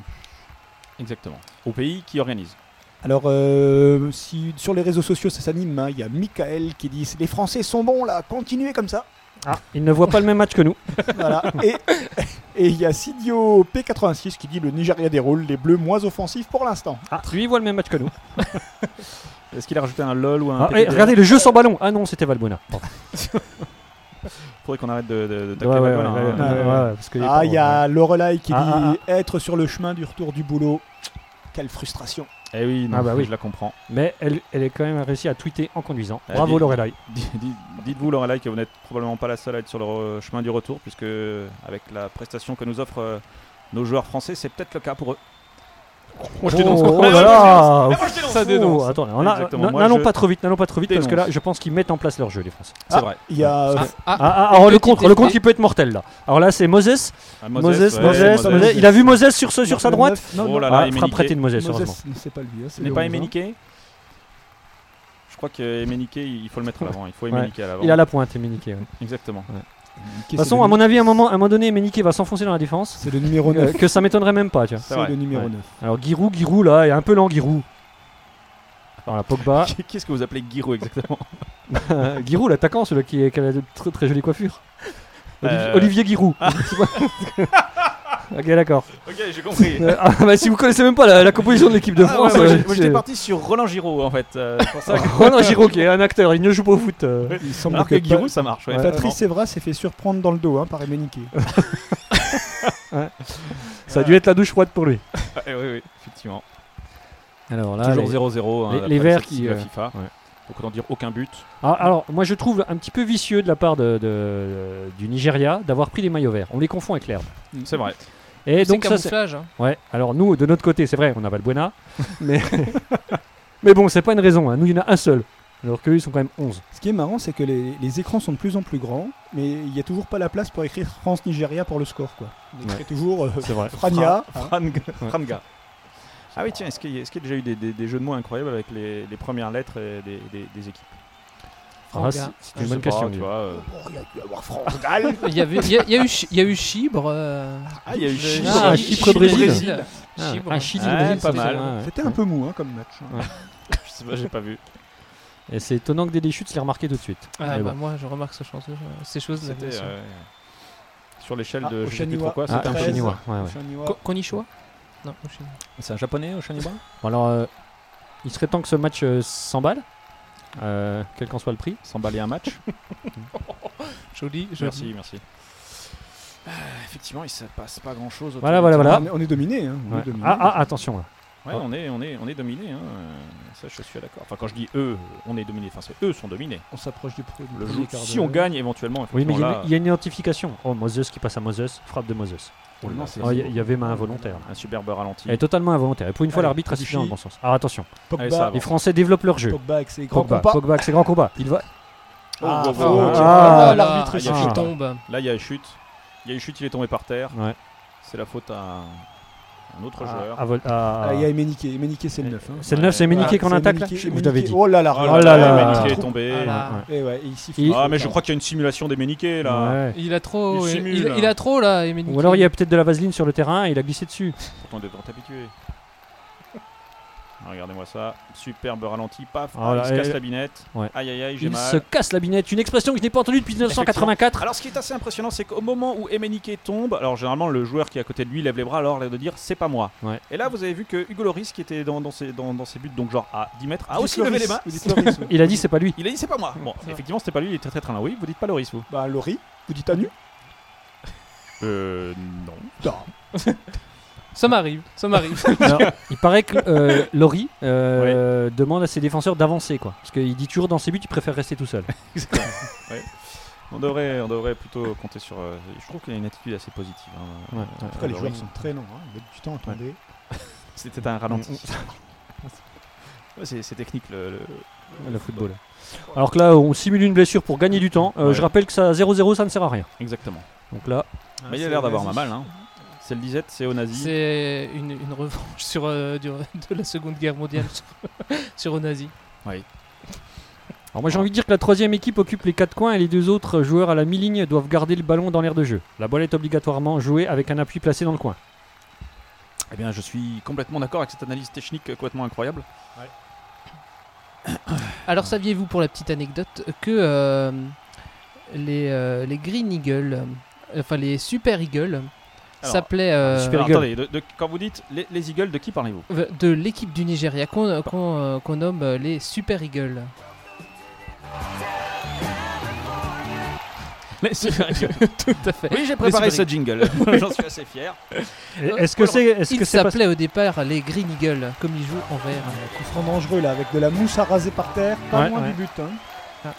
Speaker 5: Exactement. Au pays qui organise.
Speaker 7: Alors euh, si, sur les réseaux sociaux ça s'anime, hein, il y a Michael qui dit les Français sont bons là, continuez comme ça.
Speaker 6: Ah, ils ne voient pas le même match que nous.
Speaker 7: Voilà. et et il y a Sidio P86 qui dit le Nigeria déroule les Bleus moins offensifs pour l'instant.
Speaker 6: Ah, lui, il voit le même match que nous.
Speaker 5: Est-ce qu'il a rajouté un LOL ou un.
Speaker 6: Ah, et
Speaker 5: PTDR?
Speaker 6: regardez le jeu sans ballon. Ah non, c'était Valbuena. Bon.
Speaker 5: Faudrait qu'on arrête de, de, de
Speaker 6: Ouais,
Speaker 5: tacler
Speaker 6: ouais,
Speaker 5: Valbuena,
Speaker 6: ouais, ouais,
Speaker 5: hein.
Speaker 6: ouais, ouais, parce que-
Speaker 7: Ah il y a Lorelai qui
Speaker 6: Ah, ah,
Speaker 7: dit être sur le chemin du retour du boulot. Quelle frustration.
Speaker 5: Eh oui, non,
Speaker 6: Ah bah oui.
Speaker 5: je la comprends.
Speaker 6: Mais elle, elle est quand même réussi à tweeter en conduisant.
Speaker 5: Ah,
Speaker 6: Bravo
Speaker 5: bien.
Speaker 6: Lorelai.
Speaker 5: Dites- dites- Dites-vous, Lorelai, que vous n'êtes probablement pas la seule à être sur le re- chemin du retour, puisque euh, avec la prestation que nous offrent euh, nos joueurs français, c'est peut-être le cas pour eux.
Speaker 6: Moi
Speaker 5: je dénonce.
Speaker 6: Oh,
Speaker 5: Ah,
Speaker 6: là là
Speaker 5: Ça dénonce.
Speaker 6: Oh, attends, on a-
Speaker 5: Exactement,
Speaker 6: n'a-
Speaker 5: moi,
Speaker 6: n'allons
Speaker 5: je
Speaker 6: pas trop vite, n'allons pas trop vite, parce que
Speaker 5: dénonce.
Speaker 6: là, je pense qu'ils mettent en place leur jeu, les Français.
Speaker 5: C'est
Speaker 7: Ah,
Speaker 5: vrai.
Speaker 7: Il y a euh,
Speaker 6: Ah, ah, alors le
Speaker 8: petite
Speaker 6: contre, le contre,
Speaker 8: effet.
Speaker 6: il peut être mortel là. Alors là, c'est Moses.
Speaker 5: Ah,
Speaker 6: Moses,
Speaker 5: ouais,
Speaker 6: Moses,
Speaker 5: Moses.
Speaker 6: Moses. Il a vu Moses sur, ce- sur sa droite.
Speaker 7: Non, non,
Speaker 5: Oh là là,
Speaker 6: Ah,
Speaker 5: il est
Speaker 6: frappe
Speaker 5: niqué.
Speaker 6: ratée de Moses, heureusement.
Speaker 7: Moses, c'est pas lui. hein, c'est
Speaker 5: Ce n'est
Speaker 7: le
Speaker 5: pas
Speaker 7: onze, hein.
Speaker 5: Emenike Je crois que Emenike, il faut le mettre à l'avant. Il faut Emenike à l'avant.
Speaker 6: Il a la pointe, Méniqué. De
Speaker 5: Exactement.
Speaker 7: Emenike,
Speaker 6: toute
Speaker 7: c'est
Speaker 6: façon,
Speaker 7: le
Speaker 6: à
Speaker 7: nu-
Speaker 6: mon avis, à un moment, à un moment donné, Méniqué va s'enfoncer dans la défense.
Speaker 7: C'est le numéro
Speaker 6: euh,
Speaker 7: 9.
Speaker 6: que ça m'étonnerait même pas, tu vois.
Speaker 5: c'est
Speaker 7: C'est
Speaker 5: vrai,
Speaker 7: le numéro
Speaker 5: ouais.
Speaker 7: 9.
Speaker 6: Alors Giroud, Giroud là, est un peu lent Giroud. Alors la Pogba,
Speaker 5: Qu'est-ce que vous appelez Guiro exactement
Speaker 6: Euh, Giroud l'attaquant, celui qui, est- qui a de très, très jolie coiffure. Olivier,
Speaker 5: Euh.
Speaker 6: Olivier Giroud. ok d'accord.
Speaker 5: Ok, j'ai compris. Ah,
Speaker 6: Euh, ah, bah, si vous connaissez même pas la, la composition de l'équipe de
Speaker 8: Ah,
Speaker 6: France, euh,
Speaker 5: J'étais
Speaker 6: c'est-
Speaker 5: parti sur Roland Giraud en fait. euh, c'est pour ça que-
Speaker 6: Roland Giroud qui est un acteur, il ne joue pas au foot. euh.
Speaker 7: Il semble
Speaker 5: Alors que
Speaker 7: que
Speaker 5: Guiro, ça marche. ouais,
Speaker 7: Pa-
Speaker 5: vraiment.
Speaker 7: Ah, Patrice Evra s'est fait surprendre dans le dos hein, par Emenike.
Speaker 6: Ça a dû être la douche froide pour lui.
Speaker 5: Ah, Ouais, oui, oui, effectivement.
Speaker 6: Alors là,
Speaker 5: Toujours
Speaker 6: Ah, les-
Speaker 5: 0-0. hein,
Speaker 6: les-
Speaker 5: d'après
Speaker 6: les
Speaker 5: le
Speaker 6: Verts
Speaker 5: statistique
Speaker 6: qui,
Speaker 5: de la
Speaker 6: euh,
Speaker 5: FIFA.
Speaker 6: ouais.
Speaker 5: Donc autant dire aucun but.
Speaker 6: Ah, alors, moi je trouve un petit peu vicieux de la part de, de- du Nigeria d'avoir pris les maillots verts. On les confond avec l'herbe.
Speaker 5: C'est vrai.
Speaker 6: Et
Speaker 8: C'est
Speaker 6: donc ça, c'est-
Speaker 8: camouflage. hein.
Speaker 6: ouais. Alors nous, de notre côté, c'est vrai, on a Valbuena, mais mais bon, c'est pas une raison. hein. Nous, il y en a un seul. Alors qu'eux, ils sont quand même 11.
Speaker 7: Ce qui est marrant, c'est que les, les écrans sont de plus en plus grands, mais il n'y a toujours pas la place pour écrire France-Nigeria pour le score. Quoi. On écrit toujours euh,
Speaker 6: C'est vrai.
Speaker 7: Frania. Hein.
Speaker 5: Framga. Framga. Ah oui, tiens, est-ce qu'il y, a- est-ce qu'il y a déjà eu des, des- des jeux de mots incroyables avec les, les premières lettres et des, des- des équipes
Speaker 6: Ah, c'est c'est
Speaker 5: Je
Speaker 6: une
Speaker 5: sais
Speaker 6: bonne
Speaker 5: pas,
Speaker 6: question.
Speaker 5: tu
Speaker 6: dis.
Speaker 5: vois. euh.
Speaker 7: Ah,
Speaker 8: Il y, avait- il y a, il y a eu Chi- il y a eu Chibre. euh,
Speaker 5: Ah, il y a eu
Speaker 8: le-
Speaker 5: Chypre.
Speaker 6: Ah, Chypre-Brésil. Ah,
Speaker 8: Chypre.
Speaker 6: Un Chili
Speaker 5: Ouais,
Speaker 6: Brésil,
Speaker 5: pas
Speaker 6: c'est
Speaker 5: mal.
Speaker 6: ça, ouais.
Speaker 7: C'était un peu mou hein, comme match. hein.
Speaker 5: Je sais pas, j'ai pas vu.
Speaker 6: hein. Et c'est étonnant que Dédé Chute se l'ait remarqué tout de suite.
Speaker 8: Ah,
Speaker 6: Mais
Speaker 8: bah,
Speaker 6: Eh bon.
Speaker 8: Moi, je remarque ce chanson, euh, ces choses. là, bien
Speaker 5: C'était
Speaker 8: sûr.
Speaker 5: euh, sur l'échelle
Speaker 7: Ah,
Speaker 5: de je sais plus
Speaker 7: Oshaniwa.
Speaker 5: trop quoi.
Speaker 6: Ah,
Speaker 5: C'était un
Speaker 6: un
Speaker 7: treize.
Speaker 5: chinois.
Speaker 6: chinois. ouais, ouais.
Speaker 7: Chaniwa.
Speaker 8: Ko- Konnichiwa Non, Oshin.
Speaker 5: C'est un japonais, Oshaniwa
Speaker 6: Bon, alors, euh, il serait temps que ce match euh, s'emballe, euh, quel qu'en soit le prix.
Speaker 5: 100 balles et un match.
Speaker 8: Joli, joli.
Speaker 5: merci, merci. Ah, effectivement, il se passe pas grand chose.
Speaker 6: Voilà, voilà, voilà.
Speaker 7: On est- On est dominé. hein, on est
Speaker 6: Ouais.
Speaker 7: dominé.
Speaker 6: Ah, ah, attention là.
Speaker 5: Ouais, on est, on est, on est dominé. Hein. euh, Ça, je suis d'accord. Enfin, quand je dis eux, on est dominé. Enfin, c'est eux sont dominés.
Speaker 7: On s'approche du pro- du
Speaker 5: Le
Speaker 7: premier
Speaker 5: jeu,
Speaker 7: quart
Speaker 5: si
Speaker 7: d'heure.
Speaker 5: on gagne éventuellement,
Speaker 6: Oui, mais il y, a
Speaker 5: effectivement,
Speaker 6: une- il y a une identification. Oh, Moses qui passe à Moses, frappe de Moses.
Speaker 5: là,
Speaker 7: Non,
Speaker 5: oh là,
Speaker 7: c'est-
Speaker 6: Oh, Il y, il y avait main involontaire.
Speaker 5: un superbe ralenti.
Speaker 6: Elle est totalement involontaire. Et pour une fois,
Speaker 7: Allez,
Speaker 6: l'arbitre a sifflé dans le
Speaker 7: Debuchy.
Speaker 6: bon sens. Alors attention,
Speaker 5: Allez, ça
Speaker 7: Pogba,
Speaker 5: avance.
Speaker 6: les Français développent leur jeu.
Speaker 7: Pogba avec ses grands
Speaker 6: Pogba,
Speaker 7: compas.
Speaker 6: Pogba, c'est grand combat. Il va.
Speaker 7: Ah,
Speaker 5: Oh,
Speaker 7: bravo.
Speaker 5: bravo.
Speaker 7: Ok.
Speaker 6: Ah,
Speaker 7: Ah, l'arbitre
Speaker 5: il y a
Speaker 8: qui
Speaker 6: Ah.
Speaker 8: tombe.
Speaker 5: Là, il y a une chute. Il y a une chute. Il est tombé par terre.
Speaker 6: Ouais.
Speaker 5: C'est la faute à un autre
Speaker 6: à-
Speaker 5: joueur.
Speaker 6: à vol- à-
Speaker 7: Ah, il y a Emenike. Emenike, c'est le 9. hein.
Speaker 6: C'est le 9, c'est Méniqué qu'on attaque là Je vous l'avais dit.
Speaker 7: Oh là là,
Speaker 5: Oh
Speaker 6: ah, là là.
Speaker 5: Méniquet
Speaker 6: là.
Speaker 5: est tombé.
Speaker 8: Ah là.
Speaker 6: Ouais.
Speaker 7: Et ouais, et il siffle.
Speaker 6: Il-
Speaker 5: Ah, mais je crois qu'il y a une simulation des Méniquets là.
Speaker 6: Ouais.
Speaker 8: Il a trop.
Speaker 5: Il
Speaker 8: Il,
Speaker 5: simule,
Speaker 8: il-
Speaker 5: là.
Speaker 8: il a trop là, Emenike.
Speaker 6: Ou alors il y a peut-être de la vaseline sur le terrain et il a glissé dessus.
Speaker 5: Pourtant, ils devraient t'habituer. Ah, Regardez-moi ça. Superbe ralenti. Paf.
Speaker 6: Ah,
Speaker 5: ah,
Speaker 6: là,
Speaker 5: il se casse
Speaker 6: et-
Speaker 5: la binette.
Speaker 6: Ouais.
Speaker 5: Aïe, aïe, aï, j'ai
Speaker 6: Il
Speaker 5: mal.
Speaker 6: se casse la binette, une expression que je n'ai pas entendue depuis 1984.
Speaker 5: Alors, ce qui est assez impressionnant, c'est qu'au moment où Emenike tombe, alors généralement le joueur qui est à côté de lui lève les bras, alors l'air de dire c'est pas moi.
Speaker 6: Ouais.
Speaker 5: Et là, vous avez vu que Hugo Loris, qui était dans, dans ses, dans, dans ses buts, donc genre à 10 mètres, a
Speaker 7: Dites
Speaker 5: Ah, aussi
Speaker 7: Loris.
Speaker 5: levé les mains.
Speaker 7: Vous dites Loris, ouais.
Speaker 6: Il a dit c'est pas lui.
Speaker 5: Il a dit c'est pas moi. Bon, effectivement, c'était pas lui, il était très très loin. Oui, vous dites pas Loris, vous
Speaker 7: Bah, Laurie, vous dites à nu
Speaker 5: Euh, non.
Speaker 8: Ça m'arrive, ça m'arrive.
Speaker 6: Il paraît que euh, Laurie euh, demande à ses défenseurs d'avancer, quoi. Parce qu'il dit toujours dans ses buts, il préfère rester tout seul.
Speaker 5: On devrait, on devrait plutôt compter sur. euh, je trouve qu'il a une attitude assez positive. hein.
Speaker 6: Ouais.
Speaker 5: Euh,
Speaker 7: En tout cas, les
Speaker 5: Loris.
Speaker 7: joueurs sont très lents. hein. Ils mettent du temps à tomber.
Speaker 5: C'était un ralenti. Ouais, c'est c'est technique le. le-
Speaker 6: Le football. Alors que là, on simule une blessure pour gagner du temps. Euh,
Speaker 5: Ouais.
Speaker 6: Je rappelle que ça 0-0, ça ne sert à rien.
Speaker 5: Exactement.
Speaker 6: Donc là,
Speaker 5: Mais il a l'air d'avoir ma mal. Hein. C'est le 17, c'est au nazi.
Speaker 8: C'est une, une revanche sur euh, du- de la Seconde Guerre mondiale sur- sur aux nazis.
Speaker 6: alors moi j'ai envie de dire que la troisième équipe occupe les quatre coins et les deux autres joueurs à la mi-ligne doivent garder le ballon dans l'air de jeu. La balle est obligatoirement jouée avec un appui placé dans le coin.
Speaker 5: Eh bien, je suis complètement d'accord avec cette analyse technique complètement incroyable.
Speaker 8: Alors saviez-vous pour la petite anecdote que euh, les, euh, les Green Eagles, euh, enfin les Super Eagles,
Speaker 5: Alors,
Speaker 8: s'appelaient euh,
Speaker 6: les Super
Speaker 5: Alors,
Speaker 6: Eagles.
Speaker 5: attendez, de- de- quand vous dites les, les Eagles, de qui parlez-vous
Speaker 8: euh, de l'équipe du Nigeria qu'on qu'on, euh, qu'on nomme euh, les Super Eagles.
Speaker 5: Les Super Eagles.
Speaker 8: Tout à fait.
Speaker 5: Oui, j'ai préparé
Speaker 8: Les
Speaker 5: ce
Speaker 8: Super
Speaker 5: jingle. J'en suis assez fier.
Speaker 8: Euh,
Speaker 6: Est-ce que c'est est -ce que
Speaker 8: Ils
Speaker 6: c'est pas-
Speaker 8: s'appelaient au départ les Green Eagles, comme ils jouent en vert.
Speaker 7: Coup franc dangereux là, avec de la mousse à raser par terre, pas
Speaker 6: Ouais,
Speaker 7: loin
Speaker 6: ouais.
Speaker 7: du but. hein.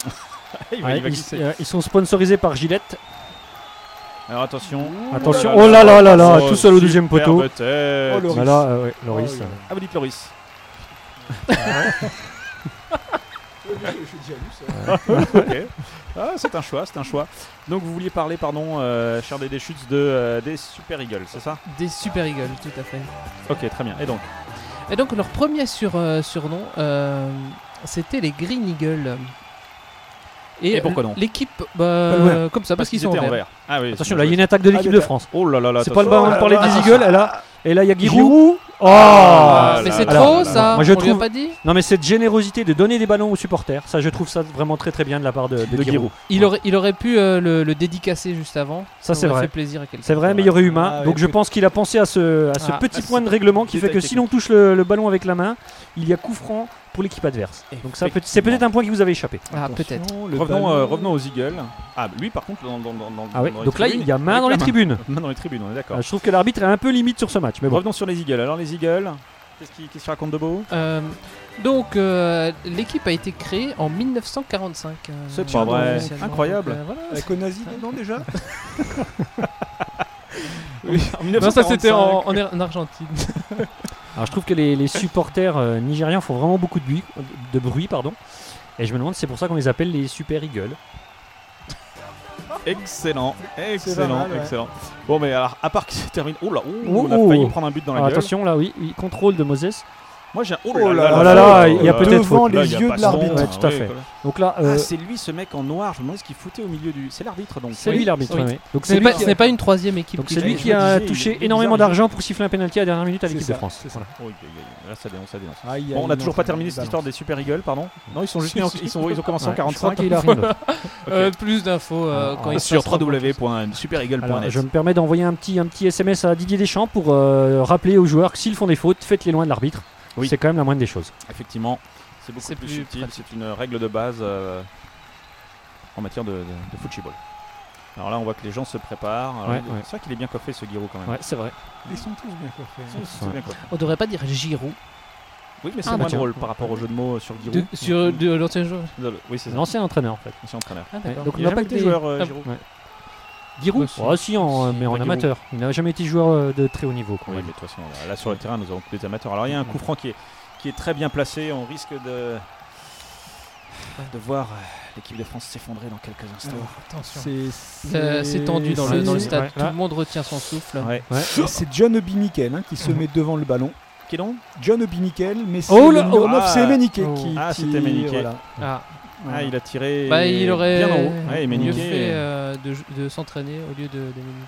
Speaker 5: Il va-
Speaker 6: Ouais,
Speaker 5: il va
Speaker 6: ils,
Speaker 5: glisser.
Speaker 6: euh, ils sont sponsorisés par Gillette.
Speaker 5: Alors attention.
Speaker 6: Attention. Oh euh, là là là là, tout seul au deuxième
Speaker 5: superbe
Speaker 6: poteau.
Speaker 5: tête.
Speaker 7: Oh, Loris.
Speaker 6: Voilà, euh, ouais, Loris.
Speaker 7: Oh, oui.
Speaker 6: euh,
Speaker 5: Ah, vous dites Loris. Ok. Ah, c'est un choix, c'est un choix. Donc vous vouliez parler, pardon, euh, cher Dédé Schutz, de, euh, des Super Eagles, c'est ça
Speaker 8: Des Super Eagles, tout à fait.
Speaker 5: Ok, très bien. Et donc
Speaker 8: Et donc leur premier sur, euh, surnom, euh, c'était les Green Eagles.
Speaker 5: Et pourquoi non
Speaker 8: L'équipe, bah,
Speaker 7: le vert.
Speaker 8: comme ça, parce, qu'ils sont en
Speaker 5: étaient en
Speaker 8: vert.
Speaker 5: vert. Ah oui.
Speaker 6: Attention,
Speaker 5: c'est
Speaker 6: là, il y a
Speaker 5: bien
Speaker 6: une attaque de
Speaker 7: Ah,
Speaker 6: l'équipe de
Speaker 7: d'accord.
Speaker 6: France.
Speaker 5: joué. Oh là là là.
Speaker 6: C'est pas le moment
Speaker 7: là
Speaker 6: de parler
Speaker 7: là.
Speaker 6: des Eagles, et là, et là il y a Giroud.
Speaker 7: Giroud
Speaker 6: Oh
Speaker 5: Ah,
Speaker 8: mais
Speaker 5: là,
Speaker 8: c'est
Speaker 5: là,
Speaker 8: trop
Speaker 5: là, là,
Speaker 8: ça
Speaker 5: là.
Speaker 6: Moi, je
Speaker 8: On lui a
Speaker 6: trouve-
Speaker 8: pas dit
Speaker 6: Non mais cette générosité de donner des ballons aux supporters, ça je trouve ça vraiment très très bien de la part de, de
Speaker 5: De Giroud.
Speaker 6: Giroud.
Speaker 8: il aurait, il aurait pu euh, le, le dédicacer juste avant.
Speaker 6: Ça, c'est
Speaker 8: aurait
Speaker 6: vrai.
Speaker 8: fait plaisir à quelqu'un.
Speaker 6: C'est vrai, mais
Speaker 5: Ouais.
Speaker 6: il y aurait eu main.
Speaker 7: Ah,
Speaker 6: Donc je
Speaker 7: écoute.
Speaker 6: pense qu'il a pensé à ce, à ce
Speaker 8: Ah,
Speaker 6: petit
Speaker 5: ah,
Speaker 6: point de règlement qui fait
Speaker 5: détail
Speaker 6: que si l'on touche le, le ballon avec la main, il y a coup franc pour l'équipe adverse.
Speaker 5: Eh,
Speaker 6: Donc ça peut- c'est peut-être un point qui vous avait échappé.
Speaker 8: Ah, peut-être.
Speaker 7: Le
Speaker 5: Revenons,
Speaker 7: ballon.
Speaker 5: euh, revenons aux Eagles. Ah, lui par contre, dans, dans, dans, dans-
Speaker 6: Ah oui.
Speaker 5: dans les
Speaker 6: Donc là
Speaker 5: tribunes,
Speaker 6: il y a main
Speaker 5: avec
Speaker 6: dans
Speaker 5: la
Speaker 6: les tribunes.
Speaker 5: Main dans les tribunes, on est d'accord.
Speaker 6: Ah, je trouve que l'arbitre est un peu limite sur ce match, mais bon.
Speaker 5: Revenons sur les Eagles. Alors les Eagles, qu'est-ce qu'ils qu'est-ce qu'ils racontent de beau
Speaker 8: Euh, donc, euh, l'équipe a été créée en 1945. euh,
Speaker 5: C'est pas vrai.
Speaker 8: officiellement.
Speaker 5: Incroyable.
Speaker 8: Donc, euh, voilà.
Speaker 7: Avec Onazi dedans déjà
Speaker 8: Non, ça c'était en, en Ar- en Argentine.
Speaker 6: Alors je trouve que les, les supporters euh, nigérians font vraiment beaucoup de bruit, de bruit pardon. Et je me demande si c'est pour ça qu'on les appelle les Super Eagles.
Speaker 5: Excellent,
Speaker 7: pas
Speaker 5: excellent,
Speaker 7: mal, ouais.
Speaker 5: excellent. Bon, mais alors, à part qu'il se termine. Oh là, ouh,
Speaker 6: Oh,
Speaker 5: on a
Speaker 6: oh.
Speaker 5: failli prendre un but dans la
Speaker 6: Ah,
Speaker 5: gueule.
Speaker 6: attention là, oui, oui, contrôle de Moses.
Speaker 5: Moi, j'ai un. Oh là
Speaker 7: Oh là
Speaker 5: là
Speaker 7: là
Speaker 5: là
Speaker 7: là,
Speaker 5: là,
Speaker 6: il y a
Speaker 5: là,
Speaker 6: peut-être
Speaker 7: devant
Speaker 5: faute. Là,
Speaker 7: les
Speaker 5: il y a
Speaker 7: yeux
Speaker 5: pas
Speaker 7: de
Speaker 5: son-
Speaker 7: l'arbitre.
Speaker 6: Ouais, tout à
Speaker 5: oui,
Speaker 6: fait.
Speaker 5: quand même.
Speaker 6: Donc là, euh,
Speaker 5: Ah, c'est lui ce mec en noir. Je me demande ce qu'il foutait au milieu du. C'est l'arbitre donc.
Speaker 6: c'est
Speaker 5: Oui.
Speaker 6: lui l'arbitre.
Speaker 8: oui.
Speaker 6: ouais, ouais. Donc
Speaker 8: Ce n'est
Speaker 6: c'est
Speaker 8: pas,
Speaker 6: lui
Speaker 8: ce
Speaker 6: qui-
Speaker 8: n'est pas une troisième équipe.
Speaker 6: donc
Speaker 8: qui
Speaker 6: c'est lui
Speaker 8: joue.
Speaker 6: qui a
Speaker 5: disais, il est
Speaker 6: touché
Speaker 5: bizarre,
Speaker 6: énormément
Speaker 5: il-
Speaker 6: d'argent pour siffler un penalty à la dernière minute à
Speaker 7: C'est
Speaker 6: l'équipe de
Speaker 7: ça,
Speaker 6: France. Voilà.
Speaker 5: Oh, il- il- il- Là, ça dénonce, ça dénonce.
Speaker 7: Aïe, aïe,
Speaker 5: Bon, on n'a
Speaker 7: aïe,
Speaker 5: toujours
Speaker 7: non,
Speaker 5: pas
Speaker 7: c'est
Speaker 5: terminé cette
Speaker 7: balance.
Speaker 5: histoire des Super Eagles, pardon. Non, ils sont juste mis en- ils, sont, ils ont commencé en
Speaker 6: Ouais, je crois
Speaker 5: 45.
Speaker 6: qu'il arrive.
Speaker 8: Euh, plus d'infos euh,
Speaker 6: Ah,
Speaker 8: quand il
Speaker 5: Sur
Speaker 8: sera-
Speaker 6: Alors,
Speaker 5: www.supereagle.net.
Speaker 6: je me permets d'envoyer un petit, un petit SMS à Didier Deschamps pour euh, rappeler aux joueurs que s'ils font des fautes, faites-les loin de l'arbitre.
Speaker 5: Oui.
Speaker 6: C'est quand même la moindre des choses.
Speaker 5: Effectivement, c'est beaucoup
Speaker 8: C'est
Speaker 5: plus,
Speaker 8: plus
Speaker 5: subtil.
Speaker 8: pratique.
Speaker 5: C'est une règle de base euh, en matière de, de, de football. Alors là, on voit que les gens se préparent. Alors,
Speaker 6: Ouais,
Speaker 5: il-
Speaker 6: ouais.
Speaker 5: C'est vrai qu'il est bien coiffé ce Giroud quand même.
Speaker 6: Ouais, c'est vrai.
Speaker 7: Ils sont tous bien coiffés.
Speaker 5: Ils sont bien coiffés.
Speaker 8: On devrait pas dire Giroud
Speaker 5: Oui, mais c'est
Speaker 8: Ah, bah
Speaker 5: moins
Speaker 6: tiens.
Speaker 5: drôle par rapport au jeu de mots sur Giroud.
Speaker 8: de, sur de l'ancien joueur.
Speaker 5: Le- Oui, c'est
Speaker 6: C'est
Speaker 5: ça.
Speaker 6: l'ancien entraîneur en fait.
Speaker 5: Ancien entraîneur.
Speaker 8: Ah,
Speaker 6: Ouais,
Speaker 8: d'accord.
Speaker 6: donc
Speaker 5: Il
Speaker 6: on n'a
Speaker 5: n'a
Speaker 6: pas
Speaker 5: pas
Speaker 6: que
Speaker 5: été
Speaker 6: des-
Speaker 5: joueur euh,
Speaker 8: Ah,
Speaker 5: Giroud.
Speaker 6: ouais. Giroud
Speaker 8: Bah, si.
Speaker 6: Ah, si, en, euh, mais en
Speaker 5: Giroud.
Speaker 6: amateur. Il n'a jamais été joueur euh, de très haut niveau. quand
Speaker 5: Ah Oui, mais
Speaker 6: même.
Speaker 5: de toute façon, là, là, sur le terrain, nous avons que des amateurs. Alors il y a un coup franc qui est, qui est très bien placé. On risque de, de voir euh, l'équipe de France s'effondrer dans quelques instants.
Speaker 8: Attention.
Speaker 7: C'est-
Speaker 8: Euh, C'est tendu dans le,
Speaker 7: c'est-
Speaker 8: dans le
Speaker 6: c'est-
Speaker 8: stade.
Speaker 6: ouais,
Speaker 8: Tout
Speaker 6: là.
Speaker 8: le monde retient son souffle.
Speaker 5: Ouais.
Speaker 7: Et C'est John Binikel qui se met devant le ballon.
Speaker 5: Qui donc Ah,
Speaker 7: John Binikel, mais c'est
Speaker 6: Oh
Speaker 7: le
Speaker 6: là,
Speaker 7: numéro
Speaker 5: oh.
Speaker 7: 9, c'est
Speaker 5: Ah.
Speaker 7: Emenike
Speaker 6: Oh.
Speaker 7: qui.
Speaker 5: Ah,
Speaker 7: qui-
Speaker 5: c'était Emenike.
Speaker 7: voilà.
Speaker 8: Ah,
Speaker 5: Ah, il a tiré
Speaker 8: bah, il aurait
Speaker 5: bien en haut. Ouais, il m'a
Speaker 8: mieux
Speaker 5: niqué.
Speaker 8: fait euh, de, de s'entraîner au lieu de, de Munich.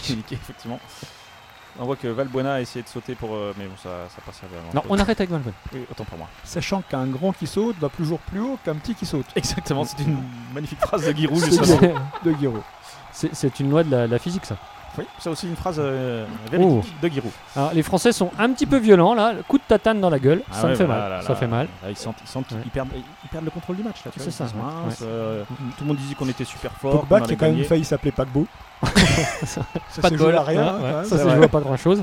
Speaker 5: Il m'a niqué, effectivement. On voit que Valbuena a essayé de sauter pour. euh, mais bon, ça, ça passe à
Speaker 6: Non, on arrête avec Valbuena.
Speaker 5: Oui, autant pour moi.
Speaker 7: Sachant qu'un grand qui saute va toujours plus haut qu'un petit qui saute
Speaker 5: Exactement, c'est une magnifique phrase de Giroud,
Speaker 7: C'est
Speaker 5: justement.
Speaker 7: Giroud. de Guiraud.
Speaker 6: C'est c'est une loi de la, la physique ça.
Speaker 5: Oui, c'est aussi une phrase euh, véridique de Giroud.
Speaker 6: Alors, les Français sont un petit peu violents là. Le coup de tatane dans la gueule,
Speaker 5: Ah
Speaker 6: ça me
Speaker 5: ouais,
Speaker 6: fait
Speaker 5: bah,
Speaker 6: mal.
Speaker 5: là, là,
Speaker 6: ça fait mal.
Speaker 5: là, ils sentent, ils sentent qu'ils
Speaker 6: Ouais.
Speaker 5: perdent, ils perdent le contrôle du match. là, tu vois,
Speaker 6: C'est ça,
Speaker 5: ils se disent,
Speaker 6: ouais,
Speaker 5: mince,
Speaker 6: ouais.
Speaker 5: euh, Tout le monde disait qu'on était super fort.
Speaker 7: Pogba
Speaker 5: qu'on
Speaker 7: qui
Speaker 5: allait
Speaker 7: a quand même
Speaker 5: gagner.
Speaker 7: failli s'appeler Paquebot.
Speaker 8: Pas de Ah, bol.
Speaker 7: à rien.
Speaker 6: Ouais,
Speaker 7: hein, quand même.
Speaker 6: ça,
Speaker 5: c'est
Speaker 6: ça se
Speaker 5: vrai.
Speaker 6: joue à pas grand chose.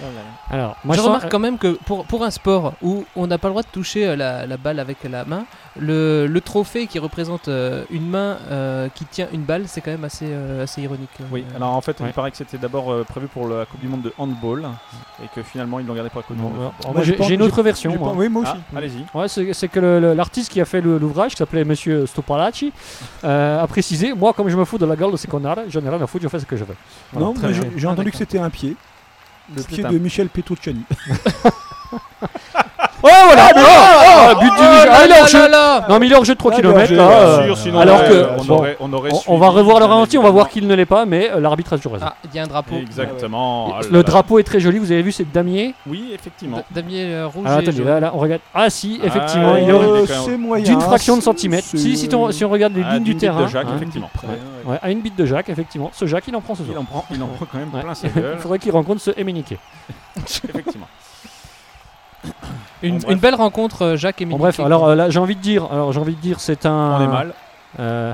Speaker 5: Ah, là, là.
Speaker 6: Alors, moi
Speaker 8: je
Speaker 6: sens-
Speaker 8: remarque quand même que pour, pour un sport où on n'a pas le droit de toucher euh, la, la balle avec la main, le, le trophée qui représente euh, une main euh, qui tient une balle, c'est quand même assez, euh, assez ironique.
Speaker 5: Oui,
Speaker 8: Euh,
Speaker 5: alors en fait,
Speaker 6: ouais.
Speaker 5: il paraît que c'était d'abord euh, prévu pour la Coupe du Monde de handball et que finalement ils l'ont gardé pour la Coupe du
Speaker 6: Non,
Speaker 5: Monde. de
Speaker 6: alors,
Speaker 5: football.
Speaker 6: moi,
Speaker 7: Moi, je
Speaker 6: j'ai
Speaker 7: pense-
Speaker 6: j'ai une autre version.
Speaker 7: Je
Speaker 6: moi.
Speaker 7: pense- Oui, moi
Speaker 5: Ah,
Speaker 7: aussi.
Speaker 5: allez-y.
Speaker 6: Ouais, c'est c'est que le- le- l'artiste qui a fait le- l'ouvrage, qui s'appelait Monsieur Stopalacci, euh, a précisé Moi, comme je me fous de la gueule de ces connards, j'en ai rien à foutre, je fais ce que je veux. Voilà,
Speaker 7: non,
Speaker 6: très
Speaker 7: mais
Speaker 6: bien.
Speaker 7: j'ai- j'ai
Speaker 8: Ah,
Speaker 7: entendu que
Speaker 8: d'accord.
Speaker 7: c'était un pied. Le
Speaker 5: C'était
Speaker 7: pied
Speaker 5: un-
Speaker 7: de Michel Petrucciani.
Speaker 6: Ouais, voilà Ah, but du
Speaker 8: Oh
Speaker 6: Niger. Ah,
Speaker 8: là
Speaker 6: il est hors
Speaker 8: là
Speaker 6: jeu.
Speaker 8: là là
Speaker 6: Non, mais il est hors jeu de 3
Speaker 7: Ah,
Speaker 6: km.
Speaker 7: bien
Speaker 6: là,
Speaker 7: joué,
Speaker 6: euh,
Speaker 7: bien sûr, sinon,
Speaker 6: alors
Speaker 7: euh,
Speaker 6: que,
Speaker 7: on
Speaker 6: bon,
Speaker 5: aurait- on, aurait
Speaker 6: on- on
Speaker 5: suivi,
Speaker 6: va revoir le
Speaker 5: bien
Speaker 6: ralenti, on va voir
Speaker 5: évidemment.
Speaker 6: qu'il ne l'est pas, mais euh, l'arbitre a toujours raison.
Speaker 8: Ah, il y a un drapeau.
Speaker 5: Exactement. Ah là
Speaker 6: le
Speaker 5: là.
Speaker 6: drapeau est très joli, vous avez vu, c'est damier.
Speaker 5: Oui,
Speaker 8: D-
Speaker 5: effectivement.
Speaker 8: Damier euh, rouge.
Speaker 6: Ah,
Speaker 8: et
Speaker 6: attendez,
Speaker 8: jaune.
Speaker 6: là, là, on regarde. Ah, si,
Speaker 5: Ah,
Speaker 6: effectivement,
Speaker 5: ouais,
Speaker 6: il est
Speaker 5: ouais,
Speaker 6: hors-
Speaker 5: ouais.
Speaker 7: Euh,
Speaker 5: quand même-
Speaker 7: c'est moyen.
Speaker 6: d'une fraction de centimètre.
Speaker 7: C'est-
Speaker 6: Si, si, ton- si on regarde les
Speaker 5: Ah, d'une
Speaker 6: lignes du
Speaker 5: bite
Speaker 6: terrain,
Speaker 5: de Jacques,
Speaker 6: hein,
Speaker 5: effectivement.
Speaker 7: Ouais, ouais.
Speaker 6: ouais, à une bite de Jacques, effectivement, ce Jacques, il en prend ce soir.
Speaker 5: Il en prend, il en prend quand même
Speaker 6: Ouais.
Speaker 5: plein sa
Speaker 6: Il
Speaker 5: gueule.
Speaker 6: faudrait qu'il rencontre ce Emenike.
Speaker 5: effectivement.
Speaker 8: Une,
Speaker 5: En bref.
Speaker 8: une belle rencontre, euh, Jacques et
Speaker 6: Bon,
Speaker 8: Milik.
Speaker 6: bref, alors euh, là j'ai envie de dire, alors j'ai envie de dire, c'est un,
Speaker 5: On est mal.
Speaker 6: euh,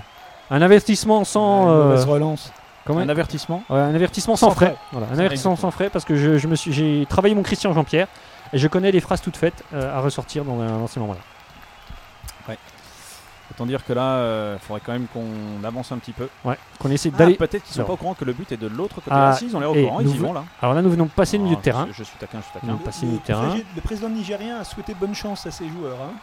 Speaker 6: un investissement sans,
Speaker 7: Une
Speaker 6: euh,
Speaker 7: mauvaise relance.
Speaker 6: comment-
Speaker 5: Un avertissement.
Speaker 6: ouais, un avertissement sans,
Speaker 7: Sans
Speaker 6: frais.
Speaker 7: frais.
Speaker 6: Voilà, un avertissement sans frais parce que je, je me suis, j'ai travaillé mon Christian Jean-Pierre et je connais les phrases toutes faites euh, à ressortir dans, dans ces moments-là.
Speaker 5: Autant dire que là, euh, faudrait quand même qu'on avance un petit peu.
Speaker 6: Ouais, qu'on essaie
Speaker 5: Ah,
Speaker 6: d'aller.
Speaker 5: Peut-être qu'ils sont
Speaker 6: Alors.
Speaker 5: pas au courant que le but est de l'autre côté.
Speaker 6: Ah,
Speaker 5: Ah, si, ils ont l'air au
Speaker 6: et
Speaker 5: courant, ils y
Speaker 6: nous-
Speaker 5: vont là.
Speaker 6: Alors là, nous venons de passer le milieu
Speaker 5: Ah,
Speaker 6: de terrain.
Speaker 5: Je, je suis taquin, je suis
Speaker 6: Nous
Speaker 5: taquin.
Speaker 6: venons de passer le milieu de terrain.
Speaker 7: Le président nigérien a souhaité bonne chance à ses joueurs. hein.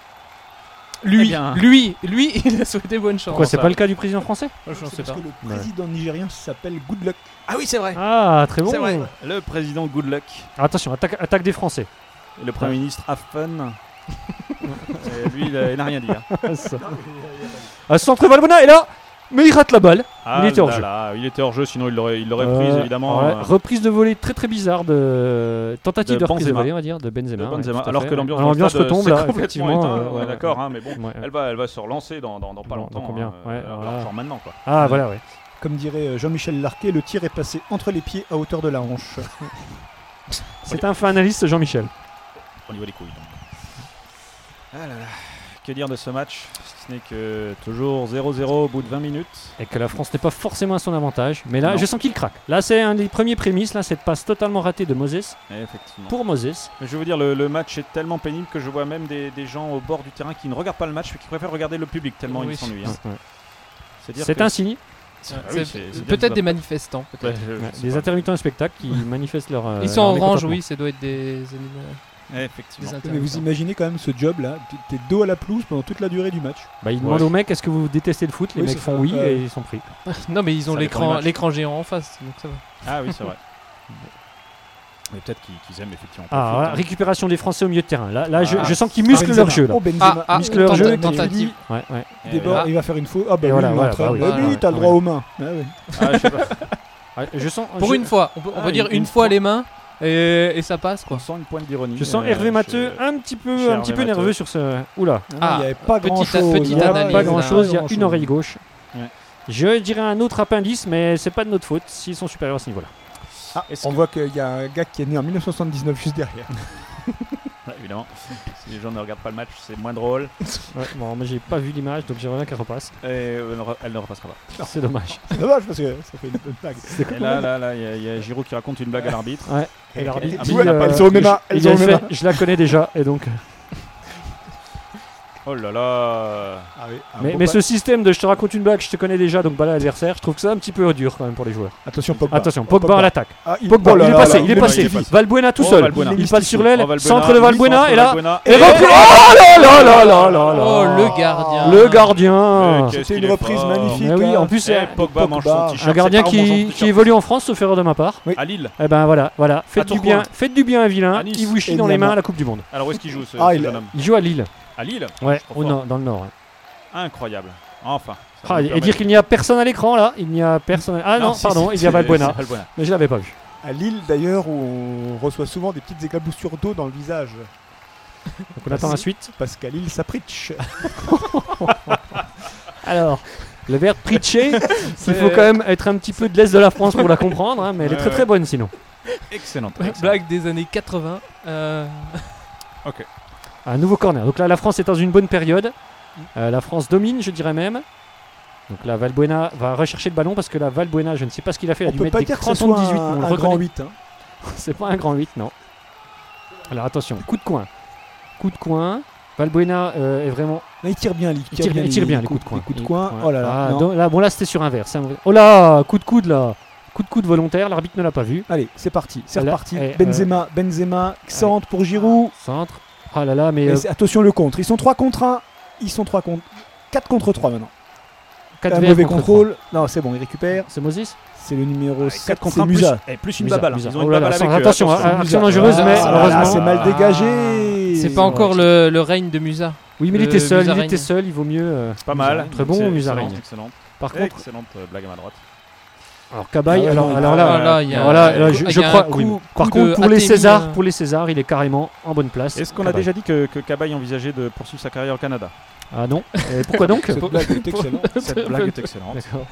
Speaker 5: Eh
Speaker 8: lui,
Speaker 5: bien.
Speaker 8: lui, lui, il a souhaité bonne chance.
Speaker 6: Quoi, c'est
Speaker 5: ça-
Speaker 6: pas le cas du président français
Speaker 8: Je n'en sais
Speaker 7: Parce
Speaker 8: pas.
Speaker 7: que le président nigérien s'appelle Good Luck.
Speaker 5: Ah oui, c'est vrai.
Speaker 6: Ah, très bon.
Speaker 5: C'est vrai. Le président Goodluck.
Speaker 6: Alors, attention, attaque, attaque des Français.
Speaker 5: Et le Premier ministre Have fun. Et lui, il a- il n'a rien dit. hein.
Speaker 6: Ah, centre Valbona et là, mais il rate la balle.
Speaker 5: Ah
Speaker 6: Il était hors
Speaker 5: là
Speaker 6: jeu.
Speaker 5: là, il était hors jeu, sinon il l'aurait il l'aurait
Speaker 6: Euh,
Speaker 5: prise évidemment.
Speaker 6: ouais,
Speaker 5: euh,
Speaker 6: reprise de volée très très bizarre de tentative
Speaker 5: de
Speaker 6: de, reprise de
Speaker 5: Benzema.
Speaker 6: volée, on va dire, de Benzema.
Speaker 5: de
Speaker 6: ouais,
Speaker 5: Benzema,
Speaker 6: tout à
Speaker 5: alors
Speaker 6: fait.
Speaker 5: que l'ambiance
Speaker 6: Alors,
Speaker 5: dans le stade,
Speaker 6: retombe
Speaker 5: c'est
Speaker 6: là,
Speaker 5: complètement
Speaker 6: effectivement.
Speaker 5: éteint,
Speaker 6: euh,
Speaker 5: on est
Speaker 6: ouais,
Speaker 5: d'accord,
Speaker 6: ouais.
Speaker 5: hein, mais bon,
Speaker 6: Ouais, ouais.
Speaker 5: elle va, elle va se relancer dans, dans, dans pas
Speaker 6: Dans- dans
Speaker 5: longtemps.
Speaker 6: combien
Speaker 5: hein,
Speaker 6: Ouais,
Speaker 5: euh,
Speaker 6: alors
Speaker 5: alors,
Speaker 6: là-
Speaker 5: genre maintenant quoi.
Speaker 6: Ah voilà, ouais.
Speaker 7: Comme dirait euh, Jean-Michel Larquet, le tir est passé entre les pieds à hauteur de la hanche.
Speaker 6: C'est un fin analyste Jean-Michel.
Speaker 5: Au niveau des couilles. donc. Ah là là. Que dire de ce match Si ce n'est que toujours 0-0 au bout de 20 minutes.
Speaker 6: Et que la France n'est pas forcément à son avantage. Mais là,
Speaker 5: Non.
Speaker 6: je sens qu'il craque. Là, c'est un des premiers prémices, là, cette passe totalement ratée de Moses
Speaker 5: Et effectivement.
Speaker 6: pour Moses.
Speaker 5: Mais je veux dire, le, le match est tellement pénible que je vois même des, des gens au bord du terrain qui ne regardent pas le match mais qui préfèrent regarder le public tellement
Speaker 8: Oui.
Speaker 5: ils s'ennuient. hein.
Speaker 6: Ouais.
Speaker 5: C'est-à-dire
Speaker 6: C'est
Speaker 5: que-
Speaker 6: un signe.
Speaker 5: Ah oui, c'est-
Speaker 8: C'est-
Speaker 5: c'est bien
Speaker 8: Peut-être
Speaker 5: bizarre.
Speaker 8: des manifestants.
Speaker 5: Ouais, je- je
Speaker 6: Ouais,
Speaker 5: sais
Speaker 6: Des
Speaker 5: pas.
Speaker 6: intermittents du spectacle qui manifestent leur. euh,
Speaker 8: Ils sont
Speaker 6: leur
Speaker 8: en orange,
Speaker 6: mécontentement.
Speaker 8: oui, ça doit être des.
Speaker 5: Effectivement.
Speaker 8: Des
Speaker 7: Mais vous imaginez quand même ce job là, t'es dos à la pelouse pendant toute la durée du match.
Speaker 6: Bah, ils
Speaker 5: Ouais.
Speaker 6: demandent aux mecs est-ce que vous détestez le foot Les
Speaker 7: Oui,
Speaker 6: mecs
Speaker 7: c'est
Speaker 6: font
Speaker 7: ça.
Speaker 6: oui
Speaker 7: Euh,
Speaker 6: et ils sont pris. Ah,
Speaker 8: Non, mais ils ont
Speaker 5: Ça dépend du
Speaker 8: l'écran
Speaker 5: match.
Speaker 8: l'écran géant en face, donc ça va.
Speaker 5: Ah oui, c'est vrai. Mais peut-être qu'ils qu'ils aiment effectivement.
Speaker 6: Ah,
Speaker 5: profiter,
Speaker 6: voilà,
Speaker 5: hein.
Speaker 6: récupération des Français au milieu de terrain. Là, là je,
Speaker 5: Ah.
Speaker 6: je sens qu'ils musclent leur jeu. Là.
Speaker 7: Oh Benzema,
Speaker 8: Ah, ah,
Speaker 7: muscle leur
Speaker 8: tenta-
Speaker 7: jeu, tentative.
Speaker 8: tentative.
Speaker 6: Ouais, ouais.
Speaker 5: Eh,
Speaker 7: Débord,
Speaker 8: Ah.
Speaker 7: il va faire une faute. Ah bah
Speaker 6: Et
Speaker 7: oui,
Speaker 6: voilà,
Speaker 7: il
Speaker 6: voilà,
Speaker 7: l'entraîne.
Speaker 6: bah oui,
Speaker 7: Bah oui,
Speaker 6: voilà.
Speaker 7: t'as le droit aux mains. Ah oui.
Speaker 5: ah, je sais pas.
Speaker 6: Ouais, Ah, Je sens,
Speaker 8: Pour
Speaker 6: je-
Speaker 8: une fois, on peut, on
Speaker 5: Ah,
Speaker 8: peut dire
Speaker 5: une-
Speaker 8: une,
Speaker 5: une
Speaker 8: fois
Speaker 5: fois.
Speaker 8: les mains et, et ça passe quoi.
Speaker 5: On sent une pointe d'ironie.
Speaker 6: je sens
Speaker 5: euh,
Speaker 6: Hervé
Speaker 5: chez-
Speaker 6: Matteux un
Speaker 5: chez
Speaker 6: petit peu, un petit
Speaker 5: Hervé
Speaker 6: peu nerveux
Speaker 5: Matteux.
Speaker 6: sur ce. Oula,
Speaker 7: Non,
Speaker 8: Ah,
Speaker 7: il n'y avait pas
Speaker 8: petite-
Speaker 7: grand chose.
Speaker 8: petite
Speaker 6: il n'y a
Speaker 8: analyse,
Speaker 6: pas
Speaker 8: là.
Speaker 6: grand chose. Il y a une oreille gauche.
Speaker 5: Ouais.
Speaker 6: Je dirais un autre appendice, mais c'est pas de notre faute s'ils sont supérieurs à ce niveau-là.
Speaker 5: Est-ce
Speaker 7: On
Speaker 5: que-
Speaker 7: Ah, voit qu'il y a un gars qui est né en 1979 juste derrière.
Speaker 5: Ouais, évidemment. Si les gens ne regardent pas le match, c'est moins drôle.
Speaker 6: Ouais, bon, mais j'ai pas vu l'image, donc j'aimerais bien qu'elle repasse.
Speaker 5: Et euh, elle ne re- elle ne repassera pas.
Speaker 6: C'est dommage.
Speaker 7: C'est dommage parce que ça fait une bonne blague.
Speaker 5: Et là, là, là, il y a- il y, a Giroud qui raconte une blague à l'arbitre.
Speaker 6: Et l'arbitre
Speaker 5: Ah,
Speaker 6: dit,
Speaker 5: ouais,
Speaker 6: euh,
Speaker 7: elles ont au même âge,
Speaker 6: il
Speaker 7: elles ont au
Speaker 6: a
Speaker 7: même
Speaker 6: fait, je la connais déjà, et donc.
Speaker 5: Oh là là.
Speaker 7: Ah oui, un
Speaker 6: mais
Speaker 7: beau
Speaker 6: mais
Speaker 7: pas-
Speaker 6: ce système de je te raconte une blague, je te connais déjà, donc balai l'adversaire, je trouve que c'est un petit peu dur quand même pour les joueurs.
Speaker 7: Attention Pogba.
Speaker 6: Attention, Pogba à l'attaque.
Speaker 7: Ah, il...
Speaker 6: Pogba,
Speaker 7: oh là
Speaker 6: il est
Speaker 7: là
Speaker 6: passé,
Speaker 7: là,
Speaker 6: il est
Speaker 7: mais-
Speaker 6: passé.
Speaker 5: il est passé.
Speaker 6: Valbuena tout
Speaker 5: Oh,
Speaker 6: seul.
Speaker 5: Valbuena.
Speaker 6: Il passe sur l'aile,
Speaker 5: Oh, Valbuena.
Speaker 6: centre de Valbuena, et là.
Speaker 5: Valbuena.
Speaker 6: Et repli- Oh là là là là là là
Speaker 8: Oh le gardien.
Speaker 6: Le gardien
Speaker 5: Mais qu'est-ce
Speaker 7: C'était
Speaker 5: qu'il
Speaker 7: une
Speaker 5: est
Speaker 7: reprise
Speaker 5: fort.
Speaker 7: magnifique.
Speaker 6: Mais oui,
Speaker 7: hein.
Speaker 6: en plus,
Speaker 5: Eh,
Speaker 6: c'est
Speaker 5: Pogba mange son t-shirt.
Speaker 6: un
Speaker 5: c'est
Speaker 6: gardien
Speaker 5: pas en mangeant
Speaker 6: qui,
Speaker 5: son
Speaker 6: qui
Speaker 5: t-shirt.
Speaker 6: évolue en France, sauf erreur de ma part.
Speaker 7: Oui.
Speaker 5: À Lille.
Speaker 6: Eh ben voilà, voilà. Faites du
Speaker 5: Tourcoing.
Speaker 6: bien, faites du bien à vilain.
Speaker 5: À Nice.
Speaker 6: Il vous chie
Speaker 7: Et
Speaker 6: dans les
Speaker 7: Niamey.
Speaker 6: mains à la Coupe du Monde.
Speaker 5: Alors où est-ce qu'il joue ce,
Speaker 7: Ah,
Speaker 5: ce
Speaker 7: il-
Speaker 5: jeune homme
Speaker 6: Il joue à Lille.
Speaker 5: À Lille
Speaker 6: Ouais,
Speaker 5: trop
Speaker 6: au
Speaker 5: fort.
Speaker 6: nord, dans le nord. ouais.
Speaker 5: Incroyable. Enfin. ça
Speaker 6: Ah,
Speaker 5: nous
Speaker 6: et
Speaker 5: permet-
Speaker 6: dire qu'il n'y a personne à l'écran là, il n'y a personne. Ah non,
Speaker 5: si,
Speaker 6: pardon,
Speaker 5: si,
Speaker 6: il y a
Speaker 5: c'est-
Speaker 6: Valbuena.
Speaker 5: c'est Valbuena.
Speaker 6: Mais je l'avais pas vu.
Speaker 7: À Lille d'ailleurs où on reçoit souvent des petites éclaboussures d'eau dans le visage
Speaker 6: Donc on attend la suite.
Speaker 7: parce qu'à Lille ça pritche.
Speaker 6: Alors, le verbe pritché, il
Speaker 8: C'est-
Speaker 6: faut quand même être un petit peu de l'Est de la France pour la comprendre, hein, mais elle est
Speaker 5: Ouais,
Speaker 6: très
Speaker 5: ouais.
Speaker 6: très bonne sinon.
Speaker 5: Excellente. excellente.
Speaker 8: Blague des années 80. euh,
Speaker 6: Un nouveau corner. Donc là, la France est dans une bonne période. Euh, la France domine, je dirais même. Donc là, Valbuena va rechercher le ballon parce que la Valbuena, je ne sais pas ce qu'il a fait. Il a
Speaker 7: On
Speaker 6: dû
Speaker 7: peut
Speaker 6: mettre
Speaker 7: pas
Speaker 6: des
Speaker 7: dire que ce
Speaker 6: crantons de
Speaker 7: soit
Speaker 6: 18, mais on
Speaker 7: un,
Speaker 6: le
Speaker 7: un grand
Speaker 6: reconnaît.
Speaker 7: 8. hein.
Speaker 6: C'est pas un grand 8, non. Alors attention, coup de coin. Coup de coin. Valbuena euh, est vraiment.
Speaker 7: Mais il tire bien, Lille.
Speaker 6: Il tire, bien, il tire bien les coups de coin.
Speaker 7: Les coups de
Speaker 6: Les
Speaker 7: coin. Oh là là.
Speaker 6: Ah,
Speaker 7: non.
Speaker 6: donc là, bon, là c'était sur un verre. c'est un mauvais- Oh là Coup de coude là Coup de coude volontaire, l'arbitre ne l'a pas vu.
Speaker 7: Allez, c'est parti. C'est
Speaker 6: Là,
Speaker 7: reparti.
Speaker 6: eh,
Speaker 7: Benzema, Benzema, centre pour Giroud.
Speaker 6: Centre. Ah là là, mais
Speaker 7: Mais c'est- attention le contre. Ils sont 3 contre 1. Ils sont 3 contre 4 contre 3 maintenant.
Speaker 6: 4
Speaker 7: Un
Speaker 6: verres.
Speaker 7: mauvais
Speaker 6: contre
Speaker 7: contrôle. Non, c'est bon, il récupère.
Speaker 6: trois. C'est Moses
Speaker 7: C'est le numéro
Speaker 5: Avec
Speaker 7: 7,
Speaker 5: quatre contre
Speaker 7: c'est
Speaker 5: un, plus,
Speaker 7: Musa.
Speaker 5: eh, plus une
Speaker 6: Musa,
Speaker 5: baballe.
Speaker 6: Musa.
Speaker 5: Ils ont une
Speaker 6: Oh là là,
Speaker 5: baballe
Speaker 6: sans-
Speaker 5: avec eux,
Speaker 6: attention, hein,
Speaker 5: attention.
Speaker 6: action
Speaker 7: Musa.
Speaker 6: dangereuse,
Speaker 7: Ah,
Speaker 6: mais
Speaker 7: là, là,
Speaker 6: heureusement.
Speaker 7: C'est mal dégagé.
Speaker 6: Ah,
Speaker 8: C'est pas encore le, le règne de Musa.
Speaker 6: Oui, mais il
Speaker 8: Le
Speaker 6: était seul, il
Speaker 8: Musaraigne.
Speaker 6: était seul, il vaut mieux. euh,
Speaker 5: Pas mal.
Speaker 6: Très bon,
Speaker 5: C'est-
Speaker 6: Musarin.
Speaker 5: excellente, Excellente.
Speaker 6: Par contre,
Speaker 5: Excellente euh, blague à ma droite.
Speaker 6: alors Cabaye,
Speaker 7: Ah ouais,
Speaker 6: alors,
Speaker 7: non,
Speaker 6: alors
Speaker 5: Ah,
Speaker 6: là,
Speaker 8: il y a-
Speaker 6: alors là,
Speaker 5: euh,
Speaker 6: là, je,
Speaker 8: il
Speaker 6: je
Speaker 8: y a un
Speaker 6: crois.
Speaker 8: coup-
Speaker 6: oui, mais- par
Speaker 8: coup de
Speaker 6: contre, pour les
Speaker 8: Atemi,
Speaker 6: Césars,
Speaker 8: euh,
Speaker 6: pour les Césars, il est carrément en bonne place. Ah bah.
Speaker 5: Est-ce qu'on a
Speaker 6: Cabaye.
Speaker 5: déjà dit que, que Cabaye envisageait de poursuivre sa carrière au Canada
Speaker 6: Ah non. Et pourquoi donc
Speaker 7: Cette blague est excellente.
Speaker 5: Cette blague est excellente.
Speaker 6: D'accord.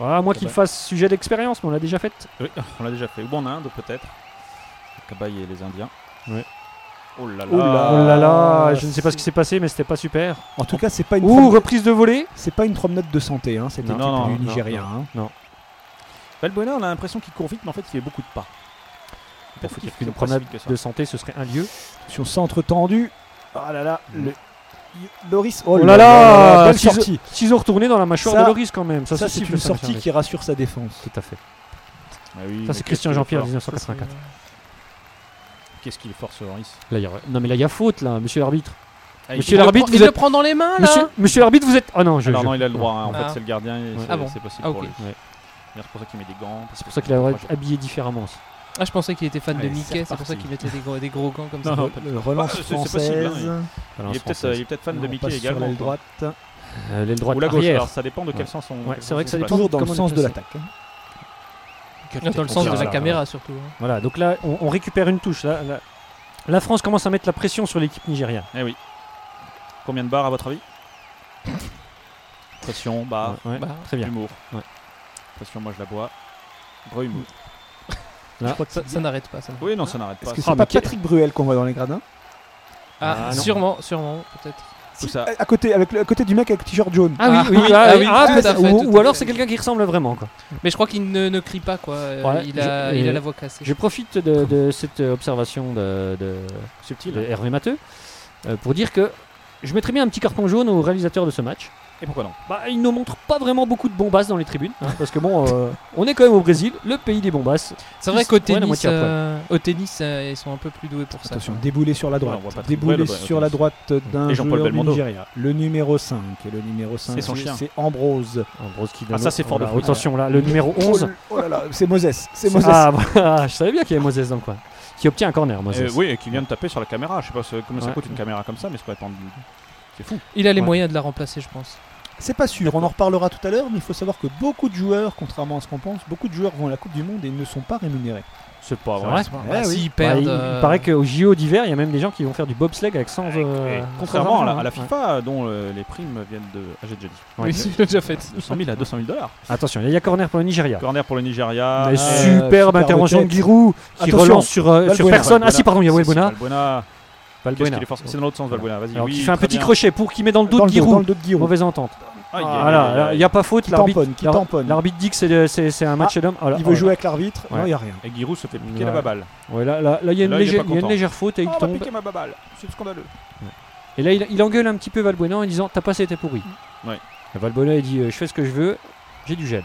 Speaker 6: Ah, moi qu'il
Speaker 5: Cabaye.
Speaker 6: fasse sujet d'expérience, mais on l'a déjà faite.
Speaker 5: Oui, on l'a déjà fait. Ou en Inde, peut-être. Cabaye et les Indiens.
Speaker 6: Ouais.
Speaker 5: Oh là là.
Speaker 7: Oh là.
Speaker 6: Oh là là,
Speaker 7: Ah,
Speaker 6: je ne sais pas ce qui s'est passé, mais c'était pas super.
Speaker 7: En tout cas, c'est pas une
Speaker 6: Ouh,
Speaker 7: prom-
Speaker 6: reprise de volée
Speaker 7: c'est pas une promenade de santé, hein, cette
Speaker 5: Non,
Speaker 7: équipe
Speaker 5: non,
Speaker 7: du
Speaker 5: non,
Speaker 7: Nigérien. hein.
Speaker 5: Valbuena, on a l'impression qu'il court vite, mais en fait, il fait beaucoup de pas.
Speaker 6: Pour
Speaker 5: Peut-être qu'il
Speaker 6: dire qu'une
Speaker 5: fait pas si
Speaker 6: promenade
Speaker 5: vite que ça.
Speaker 6: de santé, ce serait un lieu.
Speaker 7: Sur centre tendu. Oh là là,
Speaker 5: Mm.
Speaker 7: le... Loris. Oh,
Speaker 6: Oh là là,
Speaker 7: belle
Speaker 6: six-
Speaker 7: sortie.
Speaker 6: S'ils ont retourné dans la mâchoire
Speaker 7: Ça-
Speaker 6: de Loris quand même, ça,
Speaker 7: Ça,
Speaker 6: ça
Speaker 7: c'est
Speaker 6: siffle,
Speaker 7: une
Speaker 6: ça me
Speaker 7: sortie
Speaker 6: semble.
Speaker 7: qui rassure sa défense.
Speaker 6: Tout à fait.
Speaker 5: Ah oui,
Speaker 6: Ça
Speaker 5: mais
Speaker 6: c'est
Speaker 5: qu'est-ce
Speaker 6: Christian
Speaker 5: qu'il est
Speaker 6: Jean-Pierre
Speaker 5: fort.
Speaker 6: 1984.
Speaker 5: Qu'est-ce qu'il est fort, ce Loris
Speaker 6: Là, il y a- Non mais là il y a faute là, monsieur l'arbitre.
Speaker 5: Ah, il-
Speaker 6: Ah, Monsieur
Speaker 8: Il le
Speaker 6: l'arbitre,
Speaker 8: prend-
Speaker 6: vous
Speaker 8: il le
Speaker 6: êtes
Speaker 8: prend dans les mains là.
Speaker 6: Monsieur, monsieur l'arbitre, vous êtes Ah non, je
Speaker 5: Alors
Speaker 6: je-
Speaker 5: non, il a le droit. hein. En
Speaker 8: Ah.
Speaker 5: fait, c'est le gardien. et
Speaker 6: Ouais.
Speaker 5: c'est-
Speaker 8: Ah bon.
Speaker 5: C'est possible
Speaker 8: Ah,
Speaker 5: pour
Speaker 8: ok.
Speaker 5: lui. C'est pour ça qu'il met des gants.
Speaker 6: C'est pour ça qu'il a
Speaker 5: Moi, je-
Speaker 6: habillé différemment. aussi.
Speaker 8: Ah, je pensais qu'il était fan de
Speaker 5: Allez, c'est
Speaker 8: Mickey, c'est pour
Speaker 5: reparti.
Speaker 8: ça qu'il mettait des gros, des gros gants comme ça.
Speaker 5: Non, non,
Speaker 7: Le relance
Speaker 5: Ah, c'est- c'est
Speaker 7: française.
Speaker 5: possible, hein,
Speaker 6: Voilà,
Speaker 5: Il est
Speaker 6: en
Speaker 5: peut-être
Speaker 6: français.
Speaker 5: euh, il est peut-être fan de
Speaker 7: On
Speaker 5: Mickey
Speaker 7: passe sur
Speaker 5: également.
Speaker 7: l'aile droite.
Speaker 6: Euh, l'aile droite
Speaker 5: Ou la gauche,
Speaker 6: arrière.
Speaker 5: alors ça dépend de quel sens on.
Speaker 6: Ouais,
Speaker 5: quel
Speaker 6: c'est
Speaker 5: sens
Speaker 6: vrai que
Speaker 5: on
Speaker 6: ça
Speaker 5: se
Speaker 6: dépend.
Speaker 5: passe.
Speaker 7: Toujours dans le
Speaker 6: Comment on
Speaker 7: sens de
Speaker 6: appelle ça
Speaker 7: l'attaque. hein.
Speaker 8: Dans le sens de
Speaker 6: Ah,
Speaker 8: la
Speaker 6: là,
Speaker 8: caméra surtout. hein.
Speaker 6: Voilà, donc là on, on récupère une touche là, là. La France commence à mettre la pression sur l'équipe nigériane.
Speaker 5: Eh oui. Combien de barres à votre avis Pression, barre,
Speaker 6: Ouais, ouais.
Speaker 8: Bah,
Speaker 6: Très bien.
Speaker 5: humour.
Speaker 6: Ouais.
Speaker 5: Pression, moi je la bois. Gros humour.
Speaker 6: Ah,
Speaker 8: je crois que ça, ça n'arrête pas. Ça n'arrête
Speaker 5: Oui, non, ça n'arrête pas.
Speaker 7: Est-ce que
Speaker 5: ça.
Speaker 7: c'est
Speaker 6: Ah,
Speaker 7: pas
Speaker 6: mais quel-
Speaker 7: Patrick Bruel qu'on voit dans les gradins
Speaker 8: pas. Ah,
Speaker 6: Ah, non.
Speaker 8: sûrement, sûrement, peut-être.
Speaker 5: Tout ça.
Speaker 7: À à côté, avec le- à côté du mec avec le t-shirt jaune.
Speaker 6: Ah oui, oui,
Speaker 8: ah
Speaker 6: ah,
Speaker 8: oui,
Speaker 6: ah,
Speaker 8: tout à
Speaker 6: peut-être.
Speaker 8: fait,
Speaker 6: ou,
Speaker 8: tout
Speaker 6: ou
Speaker 8: à
Speaker 6: alors
Speaker 8: fait.
Speaker 6: c'est quelqu'un qui ressemble vraiment. Quoi.
Speaker 8: Mais je crois qu'il ne, ne crie pas quoi. euh,
Speaker 6: Voilà,
Speaker 8: il, a,
Speaker 6: je-
Speaker 8: il a
Speaker 6: et-
Speaker 8: la voix cassée.
Speaker 6: Je profite de, de cette observation de, de, de Hervé Matteux euh, pour dire que je mettrais bien un petit carton jaune au réalisateur de ce match.
Speaker 5: Et pourquoi non
Speaker 6: Bah, ils ne montrent pas vraiment beaucoup de bombasses dans les tribunes, hein, parce que bon, euh, on est quand même au Brésil, le pays des bombasses.
Speaker 8: C'est vrai
Speaker 6: Ils-
Speaker 8: qu'au
Speaker 6: ouais, la
Speaker 8: tennis,
Speaker 6: moitié après.
Speaker 8: euh, au tennis euh, ils sont un peu plus doués pour ça.
Speaker 7: Attention,
Speaker 8: quoi.
Speaker 7: déboulé sur la
Speaker 5: Ouais, on voit pas
Speaker 7: droite.
Speaker 5: très
Speaker 7: Déboulé
Speaker 5: bien, le-
Speaker 7: sur la droite d'un
Speaker 5: Et Jean-Paul
Speaker 7: joueur du
Speaker 5: Belmondo.
Speaker 7: Nigeria. Le numéro 5. Et le numéro 5,
Speaker 5: son chien.
Speaker 7: c'est Ambrose.
Speaker 6: Ambrose Kidano.
Speaker 5: Ah, ça, c'est fort de
Speaker 6: Voilà,
Speaker 5: foot.
Speaker 6: Attention, là, hein. le numéro 11.
Speaker 7: Oh, là là, c'est Moses. C'est Moses.
Speaker 6: Ah, voilà, je savais bien qu'il y avait Moses dans le coin. Qui obtient un corner, Moses.
Speaker 5: Euh, Oui, et qui vient de taper sur la caméra. Je sais pas ce- combien ça
Speaker 6: Ouais.
Speaker 5: coûte une caméra comme ça, mais c'est pas étendu. C'est fou.
Speaker 8: Il a les
Speaker 6: Ouais.
Speaker 8: moyens de la remplacer, je pense.
Speaker 7: C'est pas sûr, on en reparlera tout à l'heure, mais il faut savoir que beaucoup de joueurs, contrairement à ce qu'on pense, beaucoup de joueurs vont à la Coupe du Monde et ne sont pas rémunérés.
Speaker 5: C'est pas
Speaker 6: C'est
Speaker 5: vrai.
Speaker 6: vrai.
Speaker 5: c'est pas
Speaker 7: Eh
Speaker 8: Bah,
Speaker 7: oui.
Speaker 8: S'ils
Speaker 6: Bah,
Speaker 8: perdent.
Speaker 6: il, il
Speaker 8: euh,
Speaker 6: paraît qu'au JO d'hiver, il y a même des gens qui vont faire du bobsleigh avec sans.
Speaker 5: Et
Speaker 6: euh,
Speaker 5: contrairement à la,
Speaker 6: argent,
Speaker 5: à la
Speaker 6: hein.
Speaker 5: FIFA, dont euh, les primes viennent de. Ah, j'ai déjà dit.
Speaker 6: Ouais.
Speaker 8: Oui,
Speaker 6: Ouais.
Speaker 8: il l'a déjà fait.
Speaker 5: De 100 000 à 200 000 dollars.
Speaker 6: Attention, il y a corner pour le Nigeria.
Speaker 5: Corner pour le Nigeria.
Speaker 6: Mais
Speaker 5: Euh,
Speaker 6: superbe
Speaker 7: superbe
Speaker 6: intervention de
Speaker 7: tête.
Speaker 6: Giroud qui
Speaker 7: Attention,
Speaker 6: relance sur, euh, sur
Speaker 7: Valbuena.
Speaker 6: personne. Ah si, pardon, il y a
Speaker 5: C'est- c'est
Speaker 6: Valbuena.
Speaker 5: Valbuena. Qu'est-ce
Speaker 6: Valbuena.
Speaker 5: qu'il est fort C'est dans l'autre sens, Valbuena. Vas-y.
Speaker 6: Alors,
Speaker 5: oui,
Speaker 6: qui fait un
Speaker 5: très
Speaker 6: petit
Speaker 5: bien.
Speaker 6: crochet pour qui met dans le dos
Speaker 7: dans,
Speaker 6: de
Speaker 7: le dos, dans le
Speaker 6: Giroud.
Speaker 7: dos de Giroud.
Speaker 6: Mauvaise entente.
Speaker 5: Aïe, aïe, aïe,
Speaker 6: Voilà,
Speaker 5: aïe,
Speaker 6: il n'y a pas faute.
Speaker 7: Qui
Speaker 6: L'arbitre
Speaker 7: tamponne, qui
Speaker 6: l'ar-
Speaker 7: tamponne.
Speaker 6: l'arbitre dit que c'est de- c'est c'est un match d'homme. Oh là,
Speaker 7: Il
Speaker 6: oh
Speaker 7: veut
Speaker 6: là.
Speaker 7: jouer avec l'arbitre,
Speaker 6: Ouais.
Speaker 7: non, il n'y a rien.
Speaker 5: Et Giroud se fait piquer
Speaker 6: Ouais.
Speaker 5: la baballe.
Speaker 6: Ouais, là, là, là, il y a une
Speaker 5: Là, il est
Speaker 6: légère-
Speaker 5: pas
Speaker 6: il y a une
Speaker 5: content.
Speaker 6: légère faute et il
Speaker 5: Oh, on va
Speaker 6: tombe.
Speaker 5: piquer ma baballe. C'est scandaleux.
Speaker 6: Et là, il, il engueule un petit peu Valbuena en disant T'as passé, t'es pourri.
Speaker 5: Ouais.
Speaker 6: Et Valbuena, il dit euh, Je fais ce que je veux, j'ai du gel.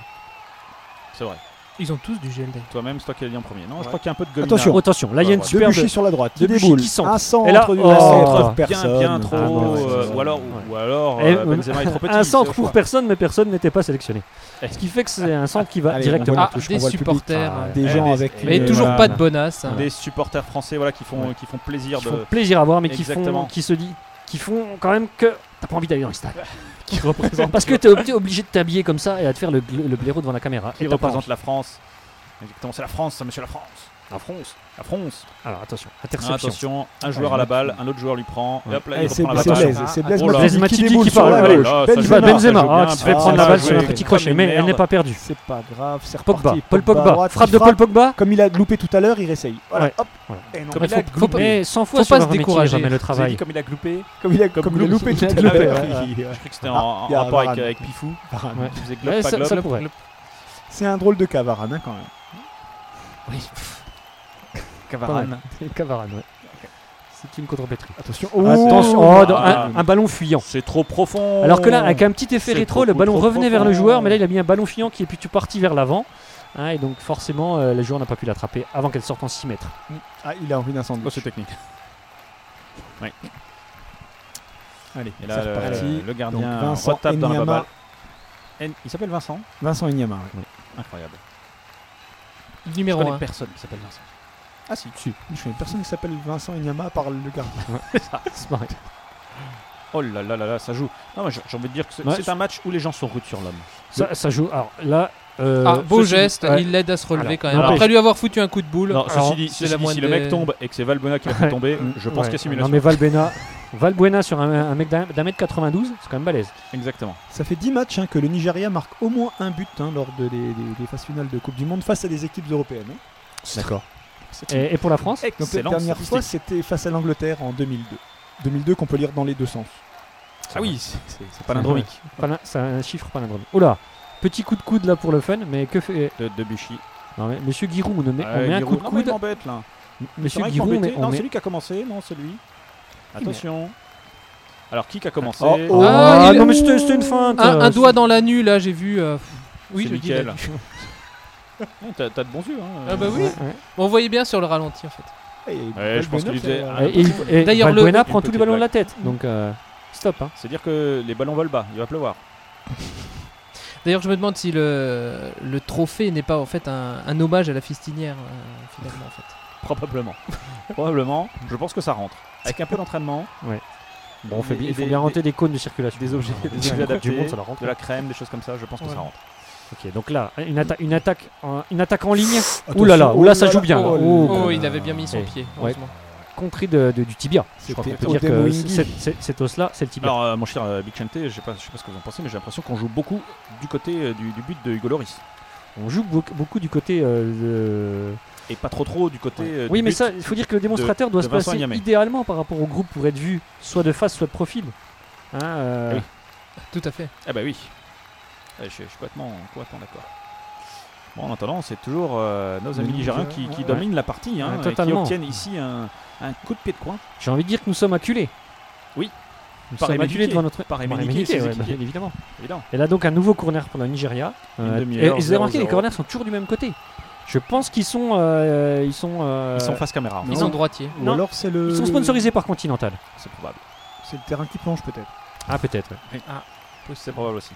Speaker 5: C'est vrai.
Speaker 8: Ils ont tous du gel d'ailleurs.
Speaker 5: Toi-même, c'est toi qui l'as dit en premier. Non, je crois qu'il y a un peu de Gomina.
Speaker 7: Attention.
Speaker 6: Oh, attention, là, il y a une
Speaker 5: Ouais, ouais.
Speaker 7: Deux
Speaker 6: superbe.
Speaker 7: buchis sur la droite,
Speaker 6: De
Speaker 7: il
Speaker 6: Buchy
Speaker 7: déboule.
Speaker 6: qui centre.
Speaker 7: Un centre
Speaker 6: Et là,
Speaker 7: du
Speaker 6: oh,
Speaker 7: centre,
Speaker 6: bien,
Speaker 5: oh, Bien,
Speaker 7: personne.
Speaker 5: bien trop.
Speaker 6: Ah, non,
Speaker 5: euh,
Speaker 6: c'est-
Speaker 5: ou alors,
Speaker 6: ouais.
Speaker 5: ou alors
Speaker 6: Et,
Speaker 5: euh, Benzema est trop petit.
Speaker 6: Eh, un
Speaker 5: c'est
Speaker 6: centre
Speaker 5: au
Speaker 6: pour
Speaker 5: choix.
Speaker 6: personne, mais personne n'était pas sélectionné.
Speaker 5: Eh.
Speaker 6: Ce qui fait que c'est un centre qui va
Speaker 7: Allez,
Speaker 6: directement
Speaker 7: on
Speaker 6: en
Speaker 7: voit-
Speaker 8: Ah,
Speaker 6: touche.
Speaker 7: on
Speaker 8: des
Speaker 7: voit le public.
Speaker 8: supporters.
Speaker 6: Ah,
Speaker 8: euh,
Speaker 7: Des
Speaker 5: Eh,
Speaker 7: gens
Speaker 5: des-
Speaker 7: avec
Speaker 5: eh,
Speaker 8: Mais
Speaker 5: Et
Speaker 7: les-
Speaker 8: toujours
Speaker 5: voilà.
Speaker 8: pas de bonasse. hein.
Speaker 5: Des supporters français voilà, qui, font,
Speaker 6: Ouais.
Speaker 5: qui font plaisir
Speaker 6: qui
Speaker 5: de.
Speaker 6: font plaisir à voir, mais qui font,
Speaker 5: Exactement.
Speaker 6: qui se dit, qui font quand même que t'as pas envie d'aller dans le stade.
Speaker 5: qui représentent,
Speaker 6: Parce que t'es ob- t'es obligé de t'habiller comme ça et à te faire le, gl- le blaireau devant la caméra.
Speaker 5: qui
Speaker 6: Et t'as pas
Speaker 5: représentent la France. Exactement, c'est la France, ça, monsieur la France. La France. La France.
Speaker 6: envie. Alors attention,
Speaker 5: Ah,
Speaker 6: interception.
Speaker 5: attention, un joueur à la balle, un autre joueur lui prend. Et hop là,
Speaker 7: Eh,
Speaker 5: il
Speaker 7: C'est
Speaker 5: reprend la
Speaker 7: c'est
Speaker 5: balle.
Speaker 7: Blaise, c'est Blaise
Speaker 5: Oh là.
Speaker 7: Matuidi
Speaker 6: Blaise
Speaker 7: qui
Speaker 6: Matuidi
Speaker 7: déboule
Speaker 6: qui
Speaker 7: sur
Speaker 6: part,
Speaker 7: la
Speaker 6: ouais,
Speaker 7: gauche.
Speaker 5: là, ça
Speaker 6: Tu vois,
Speaker 5: joue bien, ça
Speaker 7: Benzema.
Speaker 5: joue
Speaker 6: Benzema,
Speaker 5: bien.
Speaker 6: ah, qui se fait
Speaker 7: Ah,
Speaker 6: prendre la
Speaker 7: ça
Speaker 6: balle
Speaker 7: joue
Speaker 6: sur un
Speaker 7: comme
Speaker 6: petit crochet,
Speaker 5: une
Speaker 6: mais elle
Speaker 5: merde.
Speaker 6: n'est pas perdue.
Speaker 7: C'est pas grave, c'est reparti.
Speaker 6: Pogba, Paul
Speaker 7: à
Speaker 6: Pogba,
Speaker 7: droite,
Speaker 6: frappe
Speaker 7: il
Speaker 6: de Paul Pogba.
Speaker 7: Comme il a loupé tout à l'heure, il réessaye. Voilà,
Speaker 6: Ouais.
Speaker 7: hop.
Speaker 6: Voilà.
Speaker 7: Eh non,
Speaker 8: Comme
Speaker 6: Mais
Speaker 8: il a
Speaker 6: faut-
Speaker 8: gloupé.
Speaker 6: mais 100 fois
Speaker 8: Faut
Speaker 6: sur
Speaker 8: pas
Speaker 6: leur
Speaker 8: se
Speaker 6: métier,
Speaker 8: décourager.
Speaker 6: jamais le
Speaker 5: Vous avez dit
Speaker 6: travail.
Speaker 5: comme il a gloupé.
Speaker 7: Comme il a
Speaker 5: Comme
Speaker 7: comme il a
Speaker 5: Glou-
Speaker 7: loupé tout à
Speaker 6: Glou-
Speaker 7: l'heure.
Speaker 5: Je crois que c'était en,
Speaker 7: Ah,
Speaker 5: en
Speaker 7: il y a
Speaker 5: rapport avec,
Speaker 7: Varane.
Speaker 5: avec Pifou.
Speaker 7: Varane.
Speaker 6: Ouais.
Speaker 5: Il faisait globe,
Speaker 6: Ouais,
Speaker 5: pas
Speaker 6: ça,
Speaker 5: globe.
Speaker 6: ça pourrait.
Speaker 7: C'est un drôle de cavarane hein, quand même.
Speaker 5: Cavarane.
Speaker 6: Cavara, ouais. C'est une contre-pétrie.
Speaker 7: Attention.
Speaker 6: Attention,
Speaker 7: Oh,
Speaker 6: oh, dans-
Speaker 5: ah.
Speaker 6: un, un ballon fuyant.
Speaker 5: C'est trop profond.
Speaker 6: Alors que là, avec un petit effet
Speaker 5: Oh. C'est
Speaker 6: rétro, le
Speaker 5: beaucoup
Speaker 6: ballon
Speaker 5: trop
Speaker 6: revenait vers
Speaker 5: profond.
Speaker 6: le joueur, mais là, il a mis un ballon fuyant qui est plutôt parti vers l'avant. Hein, et donc, forcément, euh, le joueur n'a pas pu l'attraper avant qu'elle sorte en 6 mètres.
Speaker 7: Ah, il a envie d'un
Speaker 5: Oh,
Speaker 7: sandwich.
Speaker 5: c'est technique.
Speaker 7: Allez,
Speaker 5: Et
Speaker 7: c'est
Speaker 5: là, le-
Speaker 7: reparti.
Speaker 5: le gardien
Speaker 7: Donc, Vincent
Speaker 5: retape dans la
Speaker 7: Wanyama.
Speaker 5: baballe. En- Il s'appelle Vincent
Speaker 7: Vincent Inyama. ouais.
Speaker 5: Incroyable. Je
Speaker 8: Numéro
Speaker 5: connais
Speaker 8: 1.
Speaker 5: personne qui s'appelle Vincent.
Speaker 7: Ah si, tu. Je connais personne qui s'appelle Vincent Inyama par le gardien.
Speaker 6: C'est pareil.
Speaker 5: Oh là là là là, ça joue. Non, mais j'ai j'ai envie de dire que c'est
Speaker 6: Ouais.
Speaker 5: c'est un match où les gens sont rudes sur l'homme.
Speaker 6: Ça, ça joue. Alors là. euh,
Speaker 8: Ah, beau
Speaker 6: ceci dit-
Speaker 8: geste,
Speaker 6: ouais.
Speaker 8: il l'aide à se relever
Speaker 6: Alors,
Speaker 8: quand même.
Speaker 5: n'empêche-
Speaker 8: Après lui avoir foutu un coup de boule,
Speaker 5: Non,
Speaker 8: alors,
Speaker 5: ceci dit,
Speaker 8: c'est
Speaker 5: ceci
Speaker 8: la
Speaker 5: dit, si
Speaker 8: moindre
Speaker 5: le mec
Speaker 8: des-
Speaker 5: tombe et que c'est Valbuena qui l'a fait tomber, je pense
Speaker 6: Mm, Ouais.
Speaker 5: qu'il y a simulation.
Speaker 6: Non, mais Valbuena. Valbuena sur un, un mec d'un d'un mètre 92, c'est quand même balèze.
Speaker 5: Exactement.
Speaker 7: Ça fait 10 matchs hein, que le Nigeria marque au moins un but hein, lors de les, des- des phases finales de Coupe du Monde face à des équipes européennes. hein.
Speaker 5: D'accord.
Speaker 6: Et, et pour la France
Speaker 7: Donc la
Speaker 5: Excellent.
Speaker 7: dernière fois, c'était face à l'Angleterre en 2002. 2002 qu'on peut lire dans les deux sens.
Speaker 5: Ah oui, c'est- c'est c'est palindromique.
Speaker 6: Palin- C'est un chiffre palindrome. Oula, petit coup de coude là pour le fun, mais que fait.
Speaker 5: De, euh, de Buchy.
Speaker 6: Non, mais Monsieur Giroud, on, met, on
Speaker 5: Euh,
Speaker 6: met un
Speaker 5: Giroud.
Speaker 6: coup de
Speaker 5: Non, mais il
Speaker 6: coude.
Speaker 5: m'embête, là. C'est
Speaker 6: Monsieur
Speaker 5: vrai qu'il
Speaker 6: Giroud, on
Speaker 5: m'embêtait.
Speaker 6: met-
Speaker 5: Non,
Speaker 6: on
Speaker 5: c'est
Speaker 6: met.
Speaker 5: lui qui a commencé. Non, c'est lui. Attention. Alors, qui qui a commencé
Speaker 7: Oh, oh.
Speaker 8: Ah,
Speaker 6: Ah,
Speaker 8: il-
Speaker 6: non, mais c'était c'était une feinte.
Speaker 8: Un,
Speaker 6: euh,
Speaker 8: un doigt dans la nu, là, j'ai vu. euh, pff, Oui,
Speaker 5: C'est
Speaker 8: je dis.
Speaker 5: Mickaël.
Speaker 8: la nu.
Speaker 5: Non, Ah, T'as t'as de bons yeux. Hein.
Speaker 8: Ah bah oui.
Speaker 6: Ouais, ouais.
Speaker 8: On voyait bien sur le ralenti en fait.
Speaker 7: Eh, il y a eu
Speaker 5: Ouais, je
Speaker 7: Valbuena,
Speaker 5: pense qu'il
Speaker 7: c'est-
Speaker 5: faisait
Speaker 7: euh,
Speaker 5: un-
Speaker 6: Et, et- et
Speaker 8: D'ailleurs, le-
Speaker 6: Valbuena
Speaker 5: une
Speaker 6: prend tous les
Speaker 5: petite
Speaker 6: ballons de la
Speaker 5: blague.
Speaker 6: tête. Donc, euh, stop. hein.
Speaker 5: C'est-à-dire que les ballons volent bas. Il va pleuvoir.
Speaker 8: D'ailleurs, je me demande si le, le trophée n'est pas en fait un, un hommage à la fistinière euh, finalement en fait.
Speaker 5: Probablement. Probablement. Je pense que ça rentre. Avec un peu d'entraînement,
Speaker 6: Bon, on fait
Speaker 5: Des-
Speaker 6: bien- il faut
Speaker 5: des-
Speaker 6: bien
Speaker 5: des-
Speaker 6: rentrer des cônes de circulation.
Speaker 5: des objets, des objets
Speaker 6: Coupe
Speaker 5: adaptés,
Speaker 6: du monde, ça la rentre.
Speaker 5: de la crème, des choses comme ça. Je pense que ça
Speaker 8: Voilà.
Speaker 5: rentre.
Speaker 6: Ok, donc là, une, atta- une, attaque, en- une attaque en ligne,
Speaker 7: attention,
Speaker 6: Ouh là là, ouh là, ça
Speaker 7: là
Speaker 6: joue
Speaker 7: là,
Speaker 6: bien, là.
Speaker 7: oh là
Speaker 6: Oh,
Speaker 7: là.
Speaker 8: Oh, il avait bien mis son
Speaker 6: Eh,
Speaker 8: pied,
Speaker 6: ouais.
Speaker 8: heureusement.
Speaker 6: contrée de, de- du tibia. Je crois qu'on
Speaker 7: C'était
Speaker 6: peut dire que
Speaker 7: Odemwingie.
Speaker 6: cette, cette- cette os-là, c'est le tibia.
Speaker 5: Alors, euh, mon cher euh, Big Chante, je sais pas, je sais pas ce que vous en pensez, mais j'ai l'impression qu'on joue beaucoup du côté euh, du, du but de Hugo Loris.
Speaker 6: on joue beaucoup, beaucoup du côté euh, de...
Speaker 5: Et pas trop trop du côté. euh,
Speaker 6: Oui,
Speaker 5: du
Speaker 6: mais
Speaker 5: but.
Speaker 6: ça, il faut dire que le démonstrateur doit
Speaker 5: de
Speaker 6: se
Speaker 5: Vincent
Speaker 6: placer
Speaker 5: Niamey.
Speaker 6: idéalement par rapport au groupe pour être vu soit de face, soit de profil. Hein, euh,
Speaker 5: Ah Oui.
Speaker 8: Tout à fait.
Speaker 5: Ah bah oui. Ouais, je, suis- je suis complètement, complètement d'accord. Bon, en attendant, c'est toujours euh, nos amis
Speaker 7: Nous,
Speaker 5: nigériens
Speaker 7: euh,
Speaker 5: qui, qui
Speaker 7: ouais.
Speaker 5: dominent la partie, hein,
Speaker 6: Ouais,
Speaker 5: et qui
Speaker 6: totalement.
Speaker 5: obtiennent ici un, un coup de pied de coin.
Speaker 6: J'ai envie de dire que nous sommes acculés.
Speaker 5: Oui.
Speaker 6: Nous
Speaker 5: Par
Speaker 6: sommes
Speaker 5: Rémi
Speaker 6: acculés
Speaker 5: Diquet.
Speaker 6: devant notre.
Speaker 5: Par Rémi
Speaker 6: Rémi
Speaker 5: Diquet,
Speaker 6: Diquet,
Speaker 5: c'est
Speaker 6: ouais,
Speaker 5: qui
Speaker 6: bah,
Speaker 5: qui est-
Speaker 6: bien évidemment.
Speaker 5: évidemment.
Speaker 6: Et là donc un nouveau corner pour le Nigeria.
Speaker 5: Une
Speaker 6: Euh,
Speaker 5: demi-heure,
Speaker 6: et vous avez remarqué
Speaker 5: 0-0.
Speaker 6: les corners sont toujours du même côté. Je pense qu'ils sont euh, ils sont euh,
Speaker 5: Ils sont face caméra, hein.
Speaker 8: Ils
Speaker 7: Non.
Speaker 8: sont droitiers.
Speaker 7: Ou
Speaker 6: Non.
Speaker 7: alors c'est le.
Speaker 6: ils sont sponsorisés par Continental.
Speaker 5: c'est probable.
Speaker 7: C'est le terrain qui plonge peut-être.
Speaker 6: Ah peut-être. ouais.
Speaker 5: C'est probable aussi.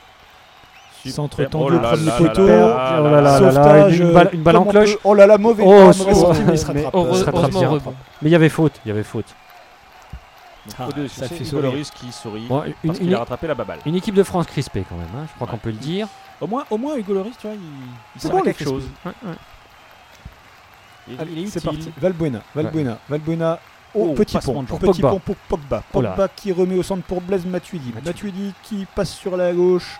Speaker 7: Centre-temps
Speaker 5: Oh
Speaker 7: de
Speaker 5: là là
Speaker 7: premier
Speaker 5: là
Speaker 7: poteau.
Speaker 5: là là
Speaker 6: Oh
Speaker 5: là
Speaker 6: là là.
Speaker 7: Sauvetage, euh,
Speaker 6: une balle- une balle en
Speaker 7: comment on
Speaker 6: cloche.
Speaker 7: peut- Oh là là, mauvais.
Speaker 6: Oh,
Speaker 7: pas,
Speaker 6: c'est-
Speaker 7: mauvaise sortie, mais il se
Speaker 6: mais heureux-
Speaker 7: rattrape. euh,
Speaker 8: Heureuse-
Speaker 6: se rattrape
Speaker 8: Heureusement,
Speaker 6: bien.
Speaker 8: au rebond.
Speaker 6: Mais il y avait faute, il y avait faute.
Speaker 5: Ah,
Speaker 7: ça
Speaker 5: ça
Speaker 7: fait
Speaker 5: fait
Speaker 7: sourire.
Speaker 5: Loris qui sourit
Speaker 6: Bon, une,
Speaker 5: parce
Speaker 6: une-
Speaker 5: qu'il a rattrapé la baballe.
Speaker 6: une équipe de France crispée quand même. hein, Je crois qu'on peut le dire.
Speaker 5: Au moins, au moins Hugo Loris, tu vois, il, il sert
Speaker 7: bon,
Speaker 5: à quelque
Speaker 7: les Crispés.
Speaker 5: chose. Il, il est
Speaker 7: Allez,
Speaker 5: utile.
Speaker 7: c'est parti. Valbuena, Valbuena, Valbuena. Au
Speaker 5: Oh,
Speaker 7: petit
Speaker 5: passement
Speaker 7: pont,
Speaker 5: de jambe.
Speaker 7: petit
Speaker 6: Pogba.
Speaker 7: pont pour Pogba.
Speaker 6: Oh là.
Speaker 7: Pogba qui remet au centre pour Blaise Matuidi.
Speaker 6: Matuidi.
Speaker 7: Matuidi qui passe sur la gauche.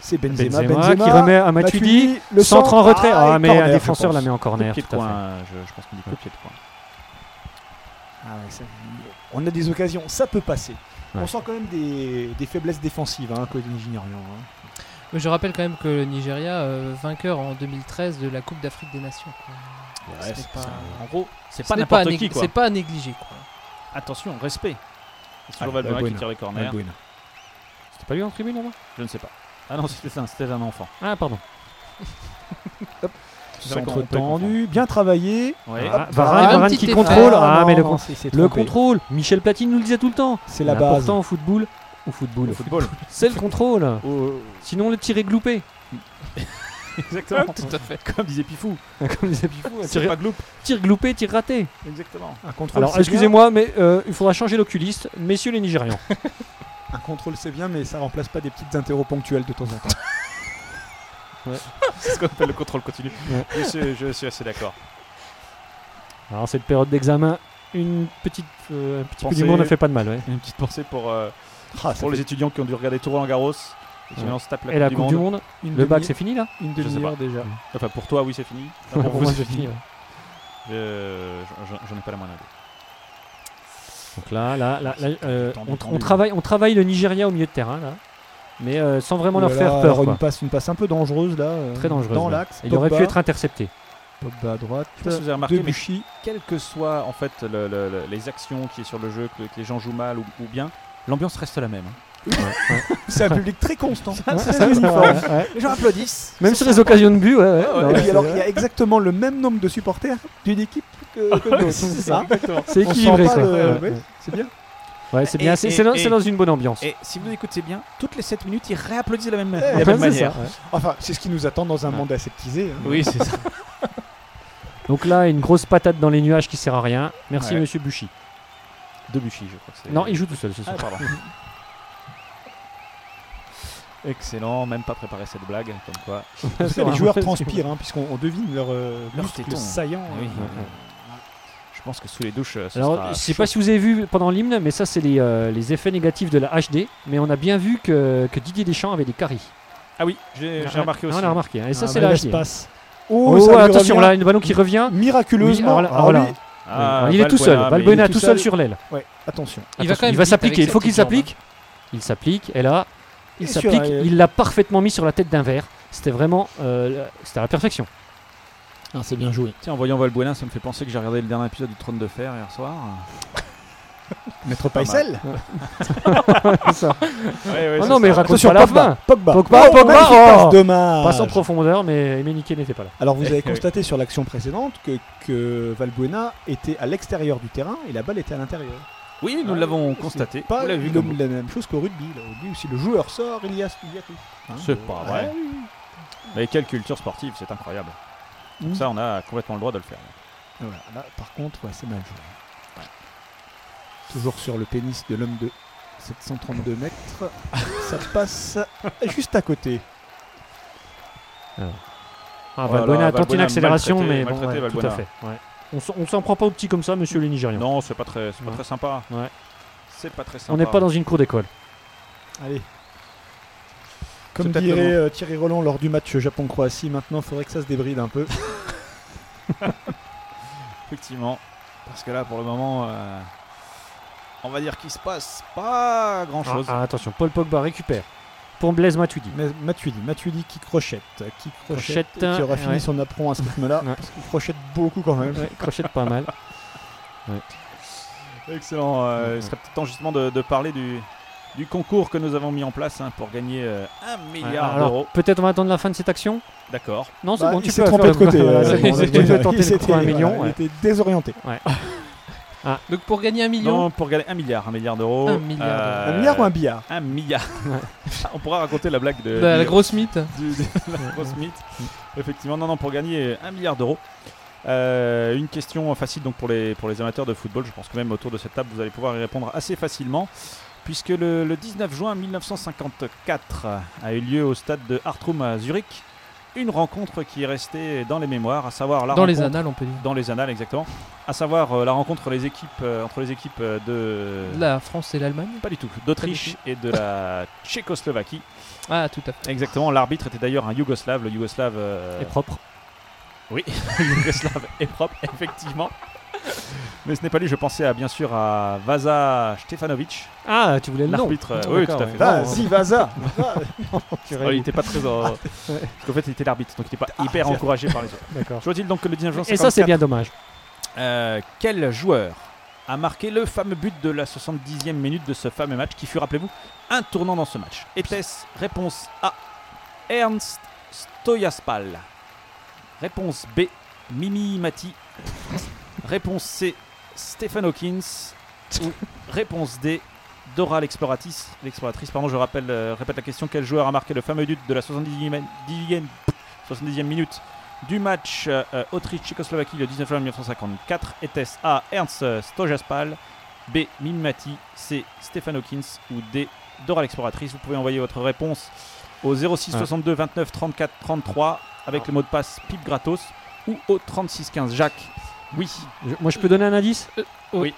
Speaker 7: C'est Benzema,
Speaker 6: Benzema,
Speaker 7: Benzema,
Speaker 6: qui remet à Matuidi.
Speaker 7: le
Speaker 6: centre en retrait. Ah,
Speaker 7: et
Speaker 6: mais
Speaker 7: corner,
Speaker 6: un
Speaker 7: je
Speaker 6: défenseur
Speaker 7: pense.
Speaker 6: la met en
Speaker 5: Coup de
Speaker 6: corner.
Speaker 5: pied de
Speaker 6: tout à fait.
Speaker 5: coin, je, je pense qu'on dit coup de pied de coin.
Speaker 7: Ah ouais, ça- On a des occasions, ça peut passer. On
Speaker 6: Ouais.
Speaker 7: sent quand même des, des faiblesses défensives hein, côté nigérian. hein.
Speaker 8: Mais je rappelle quand même que le Nigeria, euh, vainqueur en 2013 de la Coupe d'Afrique des Nations. quoi. Ce n'est
Speaker 5: c'est-
Speaker 8: pas-
Speaker 5: c'est- en gros, c'est
Speaker 8: Ce
Speaker 5: pas
Speaker 8: n'est pas à
Speaker 5: n'importe
Speaker 8: nég-
Speaker 5: qui quoi.
Speaker 8: C'est pas à négliger. quoi.
Speaker 5: Attention, respect. C'est toujours
Speaker 7: Allez,
Speaker 5: Valbuena qui
Speaker 7: Valbuena.
Speaker 5: tire les corners.
Speaker 7: Valbuena.
Speaker 6: C'était pas lui en tribune là-bas
Speaker 5: Je ne sais pas. Ah non, c'était un, c'était un enfant.
Speaker 6: Ah pardon.
Speaker 5: C'est vrai qu'on
Speaker 7: Centre
Speaker 5: peut comprendre.
Speaker 7: tendu, bien travaillé.
Speaker 5: Ouais.
Speaker 6: Ah,
Speaker 7: Varane,
Speaker 6: Varane, Varane
Speaker 8: petit
Speaker 6: qui
Speaker 8: effort.
Speaker 6: contrôle. Ah, mais le,
Speaker 7: non,
Speaker 6: con-
Speaker 7: c'est- c'est
Speaker 6: le
Speaker 7: trompé.
Speaker 6: contrôle. Michel Platine nous le disait tout le temps.
Speaker 7: C'est la base.
Speaker 6: L'important au football, au football,
Speaker 5: Au football. Oh,
Speaker 6: c'est le contrôle. Sinon le tir est gloupé.
Speaker 5: Exactement.
Speaker 8: Tout à fait.
Speaker 5: Comme disait Pifou.
Speaker 6: Comme les habits fous, hein,
Speaker 5: C'est
Speaker 6: tir,
Speaker 5: pas gloup.
Speaker 6: tir gloupé, tir raté.
Speaker 5: Exactement.
Speaker 7: Un contrôle,
Speaker 6: Alors
Speaker 7: c'est
Speaker 6: excusez-moi, mais euh, il faudra changer l'oculiste, messieurs les Nigérians.
Speaker 7: bien. Un contrôle, c'est bien, mais ça remplace pas des petites interros ponctuelles de temps en temps.
Speaker 5: C'est ce qu'on appelle le contrôle continu.
Speaker 6: Ouais.
Speaker 5: Je suis- je suis assez d'accord.
Speaker 6: Alors cette période d'examen, une petite, euh, un petit peu
Speaker 5: Pensez-
Speaker 6: d'humour ne fait pas de mal. ouais.
Speaker 5: Une petite pensée pour, euh,
Speaker 7: Ah, ça
Speaker 5: pour les étudiants qui ont dû regarder Roland Garros. Et qui
Speaker 6: Ouais.
Speaker 5: maintenant se tapent la
Speaker 6: Et
Speaker 5: Coupe
Speaker 6: la
Speaker 5: du
Speaker 6: Coupe
Speaker 5: Monde.
Speaker 6: du Monde,
Speaker 7: fait une
Speaker 6: le bac
Speaker 7: demi-
Speaker 6: c'est fini là
Speaker 7: une
Speaker 5: je sais
Speaker 7: demi-heure déjà.
Speaker 5: Enfin, pour toi, oui, c'est fini. Enfin,
Speaker 6: Pour moi,
Speaker 5: vous,
Speaker 6: c'est fini, ouais. Euh,
Speaker 5: Euh, j'en- J'en ai pas la moindre idée.
Speaker 6: Donc là, là, là, là, euh,
Speaker 7: Tendu,
Speaker 6: on,
Speaker 7: tendu.
Speaker 6: on travaille, on travaille le Nigeria au milieu de terrain là, mais euh, sans vraiment leur
Speaker 7: Ouh là
Speaker 6: faire
Speaker 7: là,
Speaker 6: peur.
Speaker 7: alors
Speaker 6: quoi.
Speaker 7: Une passe, une passe un peu dangereuse là. euh,
Speaker 6: Très dangereuse.
Speaker 7: Dans
Speaker 6: ouais.
Speaker 7: l'axe.
Speaker 6: Il aurait pu
Speaker 7: Pogba.
Speaker 6: être intercepté.
Speaker 7: Pogba à droite.
Speaker 5: Je sais pas si vous avez remarqué, mais
Speaker 7: Debuchy.
Speaker 5: quelles que soient en fait le- le- le- les actions qui est sur le jeu, que, que les gens jouent mal ou, ou bien, l'ambiance reste la même. hein.
Speaker 7: C'est un public très constant.
Speaker 6: Ouais,
Speaker 7: Très
Speaker 6: ouais,
Speaker 7: uniforme.
Speaker 6: ouais, ouais.
Speaker 7: Les gens applaudissent.
Speaker 6: Même sur les occasions de but, ouais, ouais,
Speaker 5: Ah
Speaker 6: non,
Speaker 7: Et puis
Speaker 6: c'est-
Speaker 7: alors, il y a exactement le même nombre de supporters d'une équipe que, que d'autres.
Speaker 6: c'est ça.
Speaker 7: Exactement.
Speaker 6: c'est
Speaker 7: On sent
Speaker 6: équilibré.
Speaker 7: pas
Speaker 6: quoi.
Speaker 7: le-
Speaker 6: Ouais,
Speaker 7: ouais,
Speaker 6: ouais.
Speaker 7: C'est bien.
Speaker 6: Ouais, c'est
Speaker 5: Et-
Speaker 6: bien, c'est
Speaker 5: et-
Speaker 6: c'est dans
Speaker 5: et-
Speaker 6: c'est dans une bonne ambiance.
Speaker 5: Et si vous écoutez bien, toutes les 7 minutes, ils réapplaudissent de la même, de
Speaker 7: Eh,
Speaker 5: la même
Speaker 6: Ouais, c'est ça,
Speaker 5: manière.
Speaker 6: ouais.
Speaker 7: Enfin, c'est ce qui nous attend dans un monde aseptisé. hein.
Speaker 5: Oui, c'est ça.
Speaker 6: Donc là, une grosse patate dans les nuages qui sert à rien. Merci,
Speaker 5: Ouais.
Speaker 6: monsieur Buchy.
Speaker 5: Debuchy, je crois que c'est.
Speaker 6: Non, il joue tout seul ce soir.
Speaker 5: Ah, pardon. Excellent, même pas préparé cette blague, comme quoi.
Speaker 7: En tout cas, les joueurs transpirent, hein, puisqu'on on devine leur, euh,
Speaker 5: Leurs
Speaker 7: muscles
Speaker 5: tétons.
Speaker 7: saillants.
Speaker 5: Oui.
Speaker 7: euh.
Speaker 5: Je pense que sous les douches, euh, ce
Speaker 6: Alors,
Speaker 5: sera
Speaker 6: je sais pas si vous avez vu pendant l'hymne, mais ça, c'est les, euh, les effets négatifs de la HD. Mais on a bien vu que, que Didier Deschamps avait des caries.
Speaker 5: Ah oui, j'ai j'ai
Speaker 6: Ah,
Speaker 5: remarqué aussi.
Speaker 6: On a remarqué. hein. Et ça,
Speaker 7: Ah,
Speaker 6: c'est
Speaker 7: bah,
Speaker 6: la
Speaker 7: laisse
Speaker 6: HD.
Speaker 7: passe.
Speaker 6: Oh,
Speaker 7: ça lui
Speaker 6: attention,
Speaker 7: revient
Speaker 6: là, une ballon qui revient. Oui,
Speaker 7: Miraculeusement.
Speaker 6: alors là-
Speaker 7: Alors
Speaker 6: alors
Speaker 7: lui-
Speaker 5: Ah,
Speaker 6: il est tout seul.
Speaker 5: Valbuena, mais il
Speaker 6: Valbuena
Speaker 5: est
Speaker 6: tout seul sur l'aile.
Speaker 7: ouais, attention.
Speaker 8: Il va
Speaker 6: Attention,
Speaker 8: quand même
Speaker 6: il va
Speaker 8: vite
Speaker 6: s'appliquer.
Speaker 8: avec
Speaker 6: Il faut
Speaker 8: sa
Speaker 6: qu'il
Speaker 8: petite jambe, hein.
Speaker 6: s'applique. Il s'applique. Et là, il
Speaker 7: Et sur
Speaker 6: s'applique.
Speaker 7: elle.
Speaker 6: Il l'a parfaitement mis sur la tête d'un verre. C'était vraiment. euh, C'était à la perfection. Ah,
Speaker 7: c'est bien joué.
Speaker 5: Tiens, en voyant Valbuena, ça me fait penser que j'ai regardé le dernier épisode du Trône de Fer hier soir.
Speaker 7: Maître Paisel.
Speaker 6: Oh non, mais raconte
Speaker 7: Attention,
Speaker 6: pas la
Speaker 7: Pogba. Ah,
Speaker 6: fin.
Speaker 7: Pogba.
Speaker 6: Pogba,
Speaker 7: Oh,
Speaker 6: Pogba,
Speaker 7: magnifique
Speaker 6: oh.
Speaker 7: passe, dommage.
Speaker 6: Passe en profondeur, mais Emenike n'était pas là.
Speaker 7: Alors vous avez constaté sur l'action précédente que, que Valbuena était à l'extérieur du terrain et la balle était à l'intérieur.
Speaker 5: Oui, nous
Speaker 7: Ah,
Speaker 5: l'avons constaté.
Speaker 7: C'est Pas
Speaker 5: Vous l'avez vu
Speaker 7: le-
Speaker 5: comme
Speaker 7: la même chose qu'au rugby. Là. Au rugby, si le joueur sort, il y a, il y a tout. Hein.
Speaker 5: C'est pas
Speaker 7: Ah,
Speaker 5: vrai.
Speaker 7: oui.
Speaker 5: Mais quelle culture sportive, c'est incroyable. Comme
Speaker 7: Mm.
Speaker 5: ça, on a complètement le droit de le faire.
Speaker 7: Ah, voilà. Là, par contre, ouais, c'est mal joué. Toujours sur le pénis de l'homme de 732 mètres. ça passe juste à côté.
Speaker 6: Ah,
Speaker 5: Oh là
Speaker 6: Valbuena
Speaker 5: là,
Speaker 6: tente une
Speaker 5: Valbuena,
Speaker 6: accélération,
Speaker 5: maltraité,
Speaker 6: mais bon,
Speaker 5: maltraité,
Speaker 6: ouais, tout à
Speaker 5: Valbuena.
Speaker 6: fait. ouais. On s'en- On s'en prend pas au petit comme ça, monsieur le Nigérian.
Speaker 5: Non, c'est pas très, c'est pas
Speaker 6: Ouais.
Speaker 5: très sympa.
Speaker 6: Ouais.
Speaker 5: C'est pas très sympa.
Speaker 6: on n'est pas dans une cour d'école.
Speaker 7: Allez. Comme
Speaker 5: C'est peut-être le
Speaker 7: dirait
Speaker 5: moment.
Speaker 7: euh, Thierry Roland lors du match Japon-Croatie, maintenant il faudrait que ça se débride un peu.
Speaker 5: Effectivement. Parce que là, pour le moment, euh, on va dire qu'il se passe pas grand
Speaker 6: Ah,
Speaker 5: chose.
Speaker 6: ah, attention, Paul Pogba récupère. Pour Blaise Matuidi.
Speaker 7: Mais Matuidi, Matuidi qui crochette, qui crochette,
Speaker 6: Crochette,
Speaker 7: et qui aura
Speaker 6: ouais.
Speaker 7: fini son apron à ce rythme-là,
Speaker 6: Ouais.
Speaker 7: parce qu'il crochette beaucoup quand même.
Speaker 6: Ouais, crochette pas mal. ah.
Speaker 5: Excellent. euh, Il serait peut-être temps justement de, de parler du, du concours que nous avons mis en place hein, pour gagner euh, un milliard
Speaker 6: Alors,
Speaker 5: d'euros.
Speaker 6: peut-être on va attendre la fin de cette action
Speaker 5: D'accord.
Speaker 6: Non, c'est
Speaker 7: Bah,
Speaker 6: bon,
Speaker 7: il
Speaker 6: tu
Speaker 7: s'est
Speaker 6: peux la
Speaker 7: trompé
Speaker 6: faire,
Speaker 7: de
Speaker 6: la-
Speaker 7: côté.
Speaker 6: voilà,
Speaker 7: euh,
Speaker 6: c'est bon,
Speaker 7: il
Speaker 6: j'ai
Speaker 7: s'est-
Speaker 6: tenté de
Speaker 7: il s'était-
Speaker 6: trouver un million.
Speaker 7: voilà,
Speaker 6: ouais.
Speaker 7: Il était désorienté.
Speaker 8: Donc pour gagner un million,
Speaker 5: Non, pour gagner un milliard, un milliard d'euros.
Speaker 8: Un milliard
Speaker 5: euh,
Speaker 7: Un milliard ou un billard
Speaker 5: un milliard. On pourra raconter la blague de,
Speaker 8: bah, la
Speaker 5: du-
Speaker 8: grosse mythe.
Speaker 5: du- de la grosse mythe. Effectivement, non, non, pour gagner un milliard d'euros. Euh, une question facile donc pour les, pour les amateurs de football. Je pense que même autour de cette table, vous allez pouvoir y répondre assez facilement. Puisque le, le 19 juin 1954 a eu lieu au stade de Hartrum à Zurich, une rencontre qui est restée dans les mémoires, à savoir la
Speaker 8: Dans les
Speaker 5: rencontre-
Speaker 8: annales, on peut dire.
Speaker 5: dans les annales exactement, à savoir euh, la rencontre les équipes, euh, entre les équipes euh, de...
Speaker 8: La France et l'Allemagne.
Speaker 5: Pas du tout, d'Autriche et de la Tchécoslovaquie.
Speaker 8: Ah, tout à fait.
Speaker 5: Exactement, l'arbitre était d'ailleurs un Yougoslave, le Yougoslave, euh,
Speaker 6: Et propre.
Speaker 5: Yougoslave est propre, effectivement. Mais ce n'est pas lui, je pensais à, bien sûr à Vaza Stefanovic,
Speaker 6: Ah, tu voulais le nom
Speaker 5: l'arbitre. euh,
Speaker 6: Oh,
Speaker 5: oui, tout
Speaker 6: d'accord,
Speaker 5: à fait.
Speaker 6: ouais.
Speaker 7: Vas-y, vas-y.
Speaker 5: Oh, il était pas très. en- Parce qu'en fait, il était l'arbitre, donc il n'était pas hyper encouragé par les autres.
Speaker 6: D'accord.
Speaker 5: Je vois-t-il donc que le 19 juin
Speaker 6: Et ça, c'est
Speaker 5: 54,
Speaker 6: bien dommage.
Speaker 5: Euh, quel joueur a marqué le fameux but de la 70e minute de ce fameux match qui fut, rappelez-vous, un tournant dans ce match Était-ce réponse A Ernst Stoyaspal Réponse B Mimi Mati Réponse C Stephen Hawkins Ou réponse D Dora l'exploratrice, l'exploratrice pardon, je rappelle, euh, répète la question, quel joueur a marqué le fameux but de la 70e, 70e minute du match euh, euh, Autriche-Tchécoslovaquie le 19 juin 1954 était-ce A. Ernst Stojaspal, B. Mimati, C. Stéphane Hawkins ou D. Dora l'exploratrice Vous pouvez envoyer votre réponse au 06
Speaker 6: Ah.
Speaker 5: 62 29 34 33 avec le mot de passe pipe gratos ou au 36 15 Jacques. Oui,
Speaker 6: Je- moi, je peux donner un indice
Speaker 5: Euh, oui.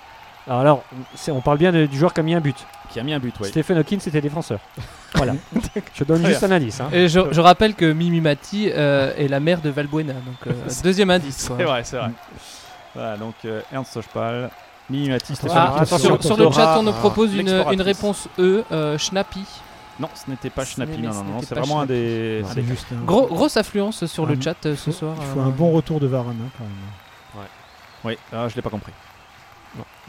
Speaker 6: Alors, alors, c'est- on parle bien de- du joueur qui a mis un but.
Speaker 5: qui a mis un but, oui.
Speaker 6: Stephen Hawking, c'était défenseur. Voilà. je donne
Speaker 5: Très
Speaker 6: juste un indice. hein.
Speaker 8: Et je, je rappelle que Mimi Mati euh, est la mère de Valbuena. Donc, euh, deuxième indice. quoi.
Speaker 5: C'est vrai, c'est vrai. Mm. Voilà, donc euh, Ernst Stojaspal, Mimati, Stéphane
Speaker 8: Ah,
Speaker 5: Hawkins.
Speaker 6: attention,
Speaker 8: sur, sur le
Speaker 5: Dora,
Speaker 8: chat, on nous propose une,
Speaker 5: euh, l'exploratrice.
Speaker 8: une réponse E, euh, Schnappi.
Speaker 5: Non, ce n'était pas
Speaker 8: Ce
Speaker 5: Schnappi,
Speaker 8: n'est-
Speaker 5: non,
Speaker 8: ce
Speaker 5: non, non,
Speaker 8: n'était
Speaker 5: c'est
Speaker 8: pas
Speaker 5: vraiment un des.
Speaker 7: Ah,
Speaker 5: un
Speaker 7: c'est
Speaker 5: des-
Speaker 7: juste un-
Speaker 8: Gros- grosse affluence sur le
Speaker 7: Ah,
Speaker 8: chat euh, ce
Speaker 7: il faut-
Speaker 8: soir.
Speaker 7: Il faut
Speaker 8: euh,
Speaker 7: un bon retour de Varane hein, quand même.
Speaker 5: Oui, ah, je l'ai pas compris.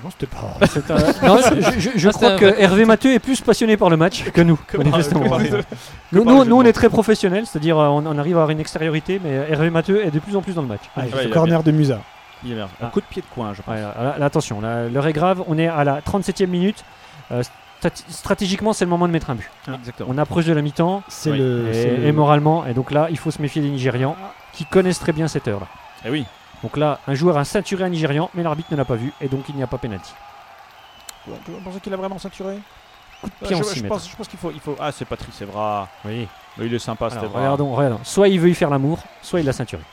Speaker 7: Non, c'était pas.
Speaker 6: C'est un- non, je je- je
Speaker 8: Ah, c'est
Speaker 6: crois
Speaker 8: un
Speaker 6: que
Speaker 8: vrai-
Speaker 6: Hervé Mathieu est plus passionné par le match que nous,
Speaker 5: par-
Speaker 6: manifestement.
Speaker 5: que par les-
Speaker 6: Nous,
Speaker 5: par
Speaker 6: nous-
Speaker 5: les jeux
Speaker 6: nous,
Speaker 5: de
Speaker 6: on
Speaker 5: mots.
Speaker 6: est très professionnels, c'est-à-dire euh, on, on arrive à avoir une extériorité, mais Hervé Mathieu est de plus en plus dans le match.
Speaker 5: Ouais, il
Speaker 7: Ah, le
Speaker 5: a
Speaker 7: corner de Musa.
Speaker 5: Il est merde.
Speaker 6: Ah.
Speaker 5: Un coup de pied de coin, je pense.
Speaker 6: Ouais, là, là, attention, là, l'heure est grave, on est à la 37e minute. Euh, stati- stratégiquement, c'est le moment de mettre un but.
Speaker 5: Exactement.
Speaker 6: On approche de la mi-temps,
Speaker 7: C'est
Speaker 5: Eh Oui.
Speaker 7: le. c'est le-
Speaker 6: et, et Euh, moralement, et donc là, il faut se méfier des Nigérians qui connaissent très bien cette heure-là.
Speaker 5: Eh oui.
Speaker 6: Donc là, un joueur a ceinturé un Nigérian, mais l'arbitre ne l'a pas vu, et donc il n'y a pas pénalty.
Speaker 5: Tu penses qu'il a vraiment ceinturé
Speaker 6: Coup de
Speaker 5: Je,
Speaker 6: pied en
Speaker 5: je
Speaker 6: 6 mètres.
Speaker 5: pense, je pense qu'il faut, il faut. Ah, c'est Patrice Evra.
Speaker 6: Oui.
Speaker 5: Mais Il est sympa,
Speaker 6: Alors,
Speaker 5: cet Evra.
Speaker 6: regardons, regardons. Soit il veut y faire l'amour, soit il l'a ceinturé.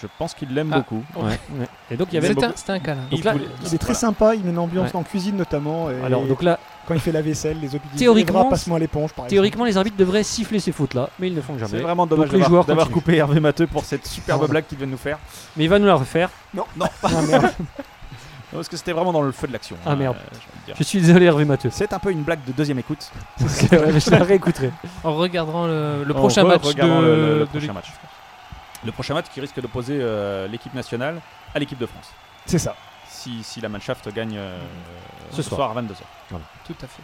Speaker 5: Je pense qu'il l'aime
Speaker 8: Ah.
Speaker 5: beaucoup.
Speaker 8: Ouais.
Speaker 6: Ouais. Et donc il y avait.
Speaker 8: C'était un, c'était un câlin.
Speaker 6: Donc là,
Speaker 5: voulait-
Speaker 7: Il est très
Speaker 5: voilà.
Speaker 7: sympa, il met une ambiance
Speaker 6: Ouais.
Speaker 7: en cuisine notamment. Et
Speaker 6: Alors donc là,
Speaker 7: quand il fait la vaisselle, les hôpitaux.
Speaker 6: Théoriquement,
Speaker 7: passe-moi l'éponge par exemple.
Speaker 6: théoriquement, les arbitres devraient siffler ces fautes là, mais ils ne le font
Speaker 5: C'est
Speaker 6: jamais.
Speaker 5: vraiment dommage
Speaker 6: Donc, les
Speaker 5: d'avoir
Speaker 6: joueurs
Speaker 5: d'avoir
Speaker 6: continuent.
Speaker 5: coupé Hervé Matteux pour cette superbe
Speaker 6: Pardon.
Speaker 5: blague qu'il vient de nous faire.
Speaker 6: Mais il va nous la refaire.
Speaker 5: Non, non.
Speaker 6: Ah, merde.
Speaker 5: Non, Parce que c'était vraiment dans le feu de l'action.
Speaker 6: Ah,
Speaker 5: hein,
Speaker 6: merde.
Speaker 5: euh, j'ai envie de dire.
Speaker 6: Je suis désolé, Hervé Mathieu.
Speaker 5: C'est un peu une blague de deuxième écoute.
Speaker 6: C'est vrai, mais je la réécouterai.
Speaker 8: En regarderant le, le
Speaker 5: En
Speaker 8: prochain match de,
Speaker 5: re-regardant le, le- le
Speaker 8: de
Speaker 5: prochain match. Le prochain match qui risque d'opposer euh, l'équipe nationale à l'équipe de France.
Speaker 7: C'est ça.
Speaker 5: Si, si la Mannschaft gagne euh,
Speaker 6: Ce soir.
Speaker 5: à 22h.
Speaker 8: l'équipe. Tout à fait.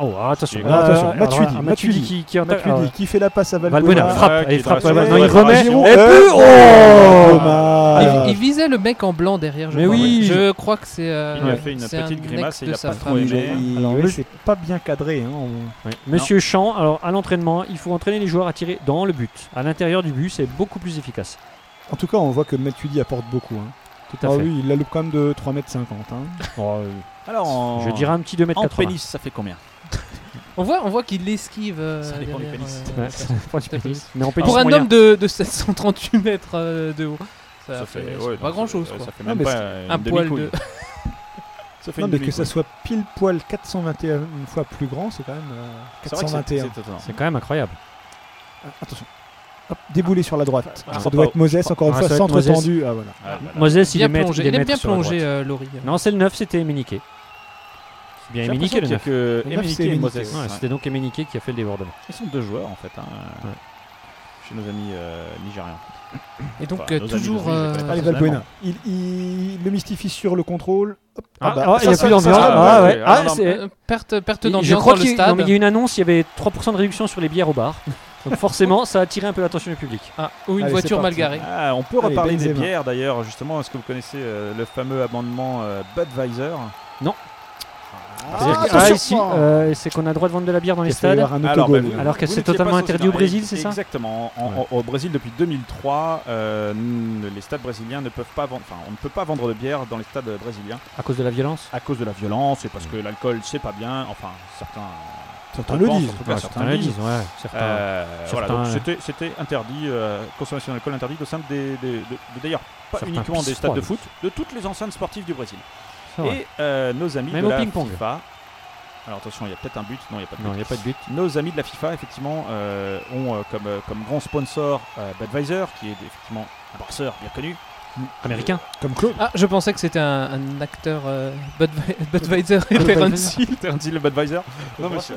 Speaker 6: Oh, ah, attention.
Speaker 5: C'est-
Speaker 6: Ah,
Speaker 7: attention,
Speaker 6: alors,
Speaker 7: Matuidi,
Speaker 6: alors, Matuidi
Speaker 7: Matuidi.
Speaker 6: qui, qui attaque.
Speaker 7: Matuidi
Speaker 6: ah,
Speaker 7: qui fait la passe à
Speaker 6: Valbuena,
Speaker 7: Valbuena. Euh,
Speaker 6: frappe,
Speaker 5: Ouais,
Speaker 6: allez,
Speaker 5: qui
Speaker 6: frappe,
Speaker 5: est dans la
Speaker 6: Valbuena,
Speaker 5: zone
Speaker 6: il
Speaker 5: de
Speaker 6: remet,
Speaker 5: réparation.
Speaker 6: et but,
Speaker 7: Oh,
Speaker 6: oh
Speaker 8: il, il
Speaker 7: dommage.
Speaker 8: visait le mec en blanc derrière. Je
Speaker 6: Mais
Speaker 8: crois.
Speaker 6: oui.
Speaker 8: Je crois que c'est. euh,
Speaker 5: Il a fait une
Speaker 8: c'est un
Speaker 5: petite grimace
Speaker 8: ex
Speaker 5: et
Speaker 8: de
Speaker 5: il a
Speaker 8: sa
Speaker 5: pas trop
Speaker 8: femme.
Speaker 5: aimé.
Speaker 7: Il-
Speaker 6: Alors,
Speaker 7: oui,
Speaker 6: le-
Speaker 7: c'est pas bien cadré. hein, on-
Speaker 6: Ouais. Monsieur Champ, alors à l'entraînement, il faut entraîner les joueurs à tirer dans le but. À l'intérieur du but, c'est beaucoup plus efficace.
Speaker 7: En tout cas, on voit que Matuidi apporte beaucoup. hein.
Speaker 6: Tout à
Speaker 7: Ah
Speaker 6: fait.
Speaker 7: oui, il a le quand même de 3m50. hein.
Speaker 6: Oh, euh,
Speaker 5: Alors, en-
Speaker 6: Je dirais un petit 2 m
Speaker 5: en
Speaker 6: 80.
Speaker 5: pénis, ça fait combien
Speaker 8: On voit, on voit qu'il l'esquive. euh,
Speaker 5: Ça dépend du
Speaker 8: derrière,
Speaker 5: pénis.
Speaker 8: euh,
Speaker 6: Ouais, ça dépend du
Speaker 8: Tout à fait.
Speaker 6: pénis. Mais en pénis
Speaker 8: Pour un
Speaker 6: moyen.
Speaker 8: homme de, de 738 mètres euh, de haut, ça, fait, c'est
Speaker 5: ouais,
Speaker 8: pas
Speaker 5: donc,
Speaker 8: grand chose.
Speaker 5: euh,
Speaker 8: Quoi.
Speaker 5: Ça fait
Speaker 7: Non,
Speaker 5: même
Speaker 7: mais
Speaker 5: pas
Speaker 7: c'est
Speaker 5: euh,
Speaker 8: un
Speaker 5: une
Speaker 8: poil
Speaker 5: demi-couille.
Speaker 8: de-
Speaker 5: Ça fait
Speaker 7: Non,
Speaker 5: une
Speaker 7: mais que
Speaker 5: demi-couille.
Speaker 7: ça soit pile poil 421 fois plus grand, c'est quand même euh,
Speaker 5: C'est vrai que c'est-
Speaker 7: 421.
Speaker 5: c'est étonnant.
Speaker 6: C'est quand même incroyable.
Speaker 7: Attention. Hop, déboulé sur la droite.
Speaker 5: Ah,
Speaker 7: ça
Speaker 5: ça
Speaker 7: doit
Speaker 5: pas-
Speaker 7: être Moses, encore une
Speaker 6: Ah,
Speaker 7: fois,
Speaker 6: ça doit être
Speaker 7: centre
Speaker 6: Moses.
Speaker 7: tendu. Ah, voilà.
Speaker 5: Ah, voilà.
Speaker 6: Moses, il est
Speaker 8: Bien
Speaker 6: maître.
Speaker 8: plongé,
Speaker 6: il est
Speaker 8: il aime
Speaker 6: maître
Speaker 8: bien
Speaker 6: sur la
Speaker 8: plonger,
Speaker 6: droite.
Speaker 8: euh, Laurie.
Speaker 6: Non, c'est le 9, c'était Emenike. C'est bien
Speaker 5: J'ai
Speaker 6: Emenike
Speaker 5: l'impression
Speaker 6: le
Speaker 5: qu'il y a
Speaker 6: 9.
Speaker 5: que
Speaker 7: Le neuf,
Speaker 5: Emenike
Speaker 7: c'est
Speaker 5: et
Speaker 7: Emenike,
Speaker 5: Moses.
Speaker 7: ouais.
Speaker 6: Ouais,
Speaker 5: Ouais.
Speaker 6: C'était donc Emenike qui a fait le débordement.
Speaker 5: Ils sont deux joueurs en fait. hein, euh,
Speaker 6: Ouais.
Speaker 5: Chez nos amis euh, nigérians.
Speaker 8: Et donc,
Speaker 5: Enfin,
Speaker 8: euh,
Speaker 5: nos amis,
Speaker 8: toujours.
Speaker 5: nos
Speaker 6: Ah,
Speaker 5: amis, je les
Speaker 8: euh,
Speaker 5: connais pas.
Speaker 7: Allez,
Speaker 5: Personnellement.
Speaker 7: Valbuena. Il, il le mystifie sur le contrôle. Hop, Ah bah,
Speaker 6: ah, il n'y a
Speaker 7: ça,
Speaker 6: plus
Speaker 7: ça, ça,
Speaker 6: d'ambiance.
Speaker 7: ça,
Speaker 6: Ah
Speaker 5: ouais,
Speaker 6: ouais,
Speaker 5: ouais,
Speaker 6: ah,
Speaker 5: non,
Speaker 6: c'est-
Speaker 8: Euh, Perte, perte
Speaker 6: Je
Speaker 8: d'ambiance dans
Speaker 6: crois
Speaker 8: le
Speaker 6: qu'il y a- non,
Speaker 8: stade.
Speaker 6: mais il y a une annonce, il y avait 3% de réduction sur les bières au bar. Donc forcément, ça a attiré un peu l'attention du public.
Speaker 8: Ah, ou une
Speaker 7: Allez,
Speaker 8: voiture
Speaker 7: c'est
Speaker 8: mal
Speaker 7: parti.
Speaker 8: garée.
Speaker 5: Ah, on peut
Speaker 7: Allez,
Speaker 5: reparler des
Speaker 7: Benzema.
Speaker 5: bières d'ailleurs, justement. Est-ce que vous connaissez euh, le fameux amendement euh, Budweiser
Speaker 6: C'est-à-dire que- ah, ici, euh, c'est qu'on a le droit de vendre de la bière dans les
Speaker 7: Il y a fallu
Speaker 6: stades.
Speaker 7: avoir un
Speaker 5: Alors,
Speaker 7: autogol.
Speaker 5: bah, vous-
Speaker 6: alors que
Speaker 5: vous
Speaker 6: c'est
Speaker 5: n'étiez
Speaker 6: totalement
Speaker 5: pas
Speaker 6: interdit au
Speaker 5: Sénat.
Speaker 6: Brésil, c'est ça
Speaker 5: Exactement. En- en-
Speaker 6: Ouais.
Speaker 5: Au Brésil, depuis 2003, euh, n- les stades brésiliens ne peuvent pas vendre. Enfin, on ne peut pas vendre de bière dans les stades brésiliens
Speaker 6: À cause de la violence
Speaker 5: à cause de la violence et parce que l'alcool, c'est pas bien. Enfin, certains.
Speaker 7: Certains le
Speaker 5: pensent,
Speaker 7: disent.
Speaker 5: en tout cas,
Speaker 6: Ouais,
Speaker 5: certains
Speaker 6: Certains
Speaker 5: le
Speaker 6: le
Speaker 5: disent.
Speaker 6: disent, ouais. certains.
Speaker 5: Euh, voilà, donc
Speaker 6: certains-
Speaker 5: c'était- c'était interdit, euh, consommation d'alcool interdite au sein des. des- de- D'ailleurs, pas
Speaker 6: Certains
Speaker 5: uniquement des
Speaker 6: pissent
Speaker 5: stades de
Speaker 6: froid.
Speaker 5: foot, de toutes les enceintes sportives du Brésil.
Speaker 6: Ça, Ah ouais.
Speaker 5: Et euh, nos amis
Speaker 6: Même
Speaker 5: de
Speaker 6: au
Speaker 5: la
Speaker 6: ping-pong.
Speaker 5: FIFA. Alors attention, il y a peut-être un but. Non, il n'y a pas de but.
Speaker 6: Non, il n'y a pas de but.
Speaker 5: Nos amis de la FIFA, effectivement, euh, ont euh, comme, euh, comme grand sponsor euh, Budweiser, qui est effectivement un brasseur bien connu.
Speaker 6: Américain.
Speaker 7: Comme Claude.
Speaker 8: Ah, je pensais que c'était un, un acteur euh, Budwe- Budweiser et
Speaker 6: Budweiser.
Speaker 8: Terence Hill.
Speaker 5: Terence Hill, le Budweiser. Non, monsieur.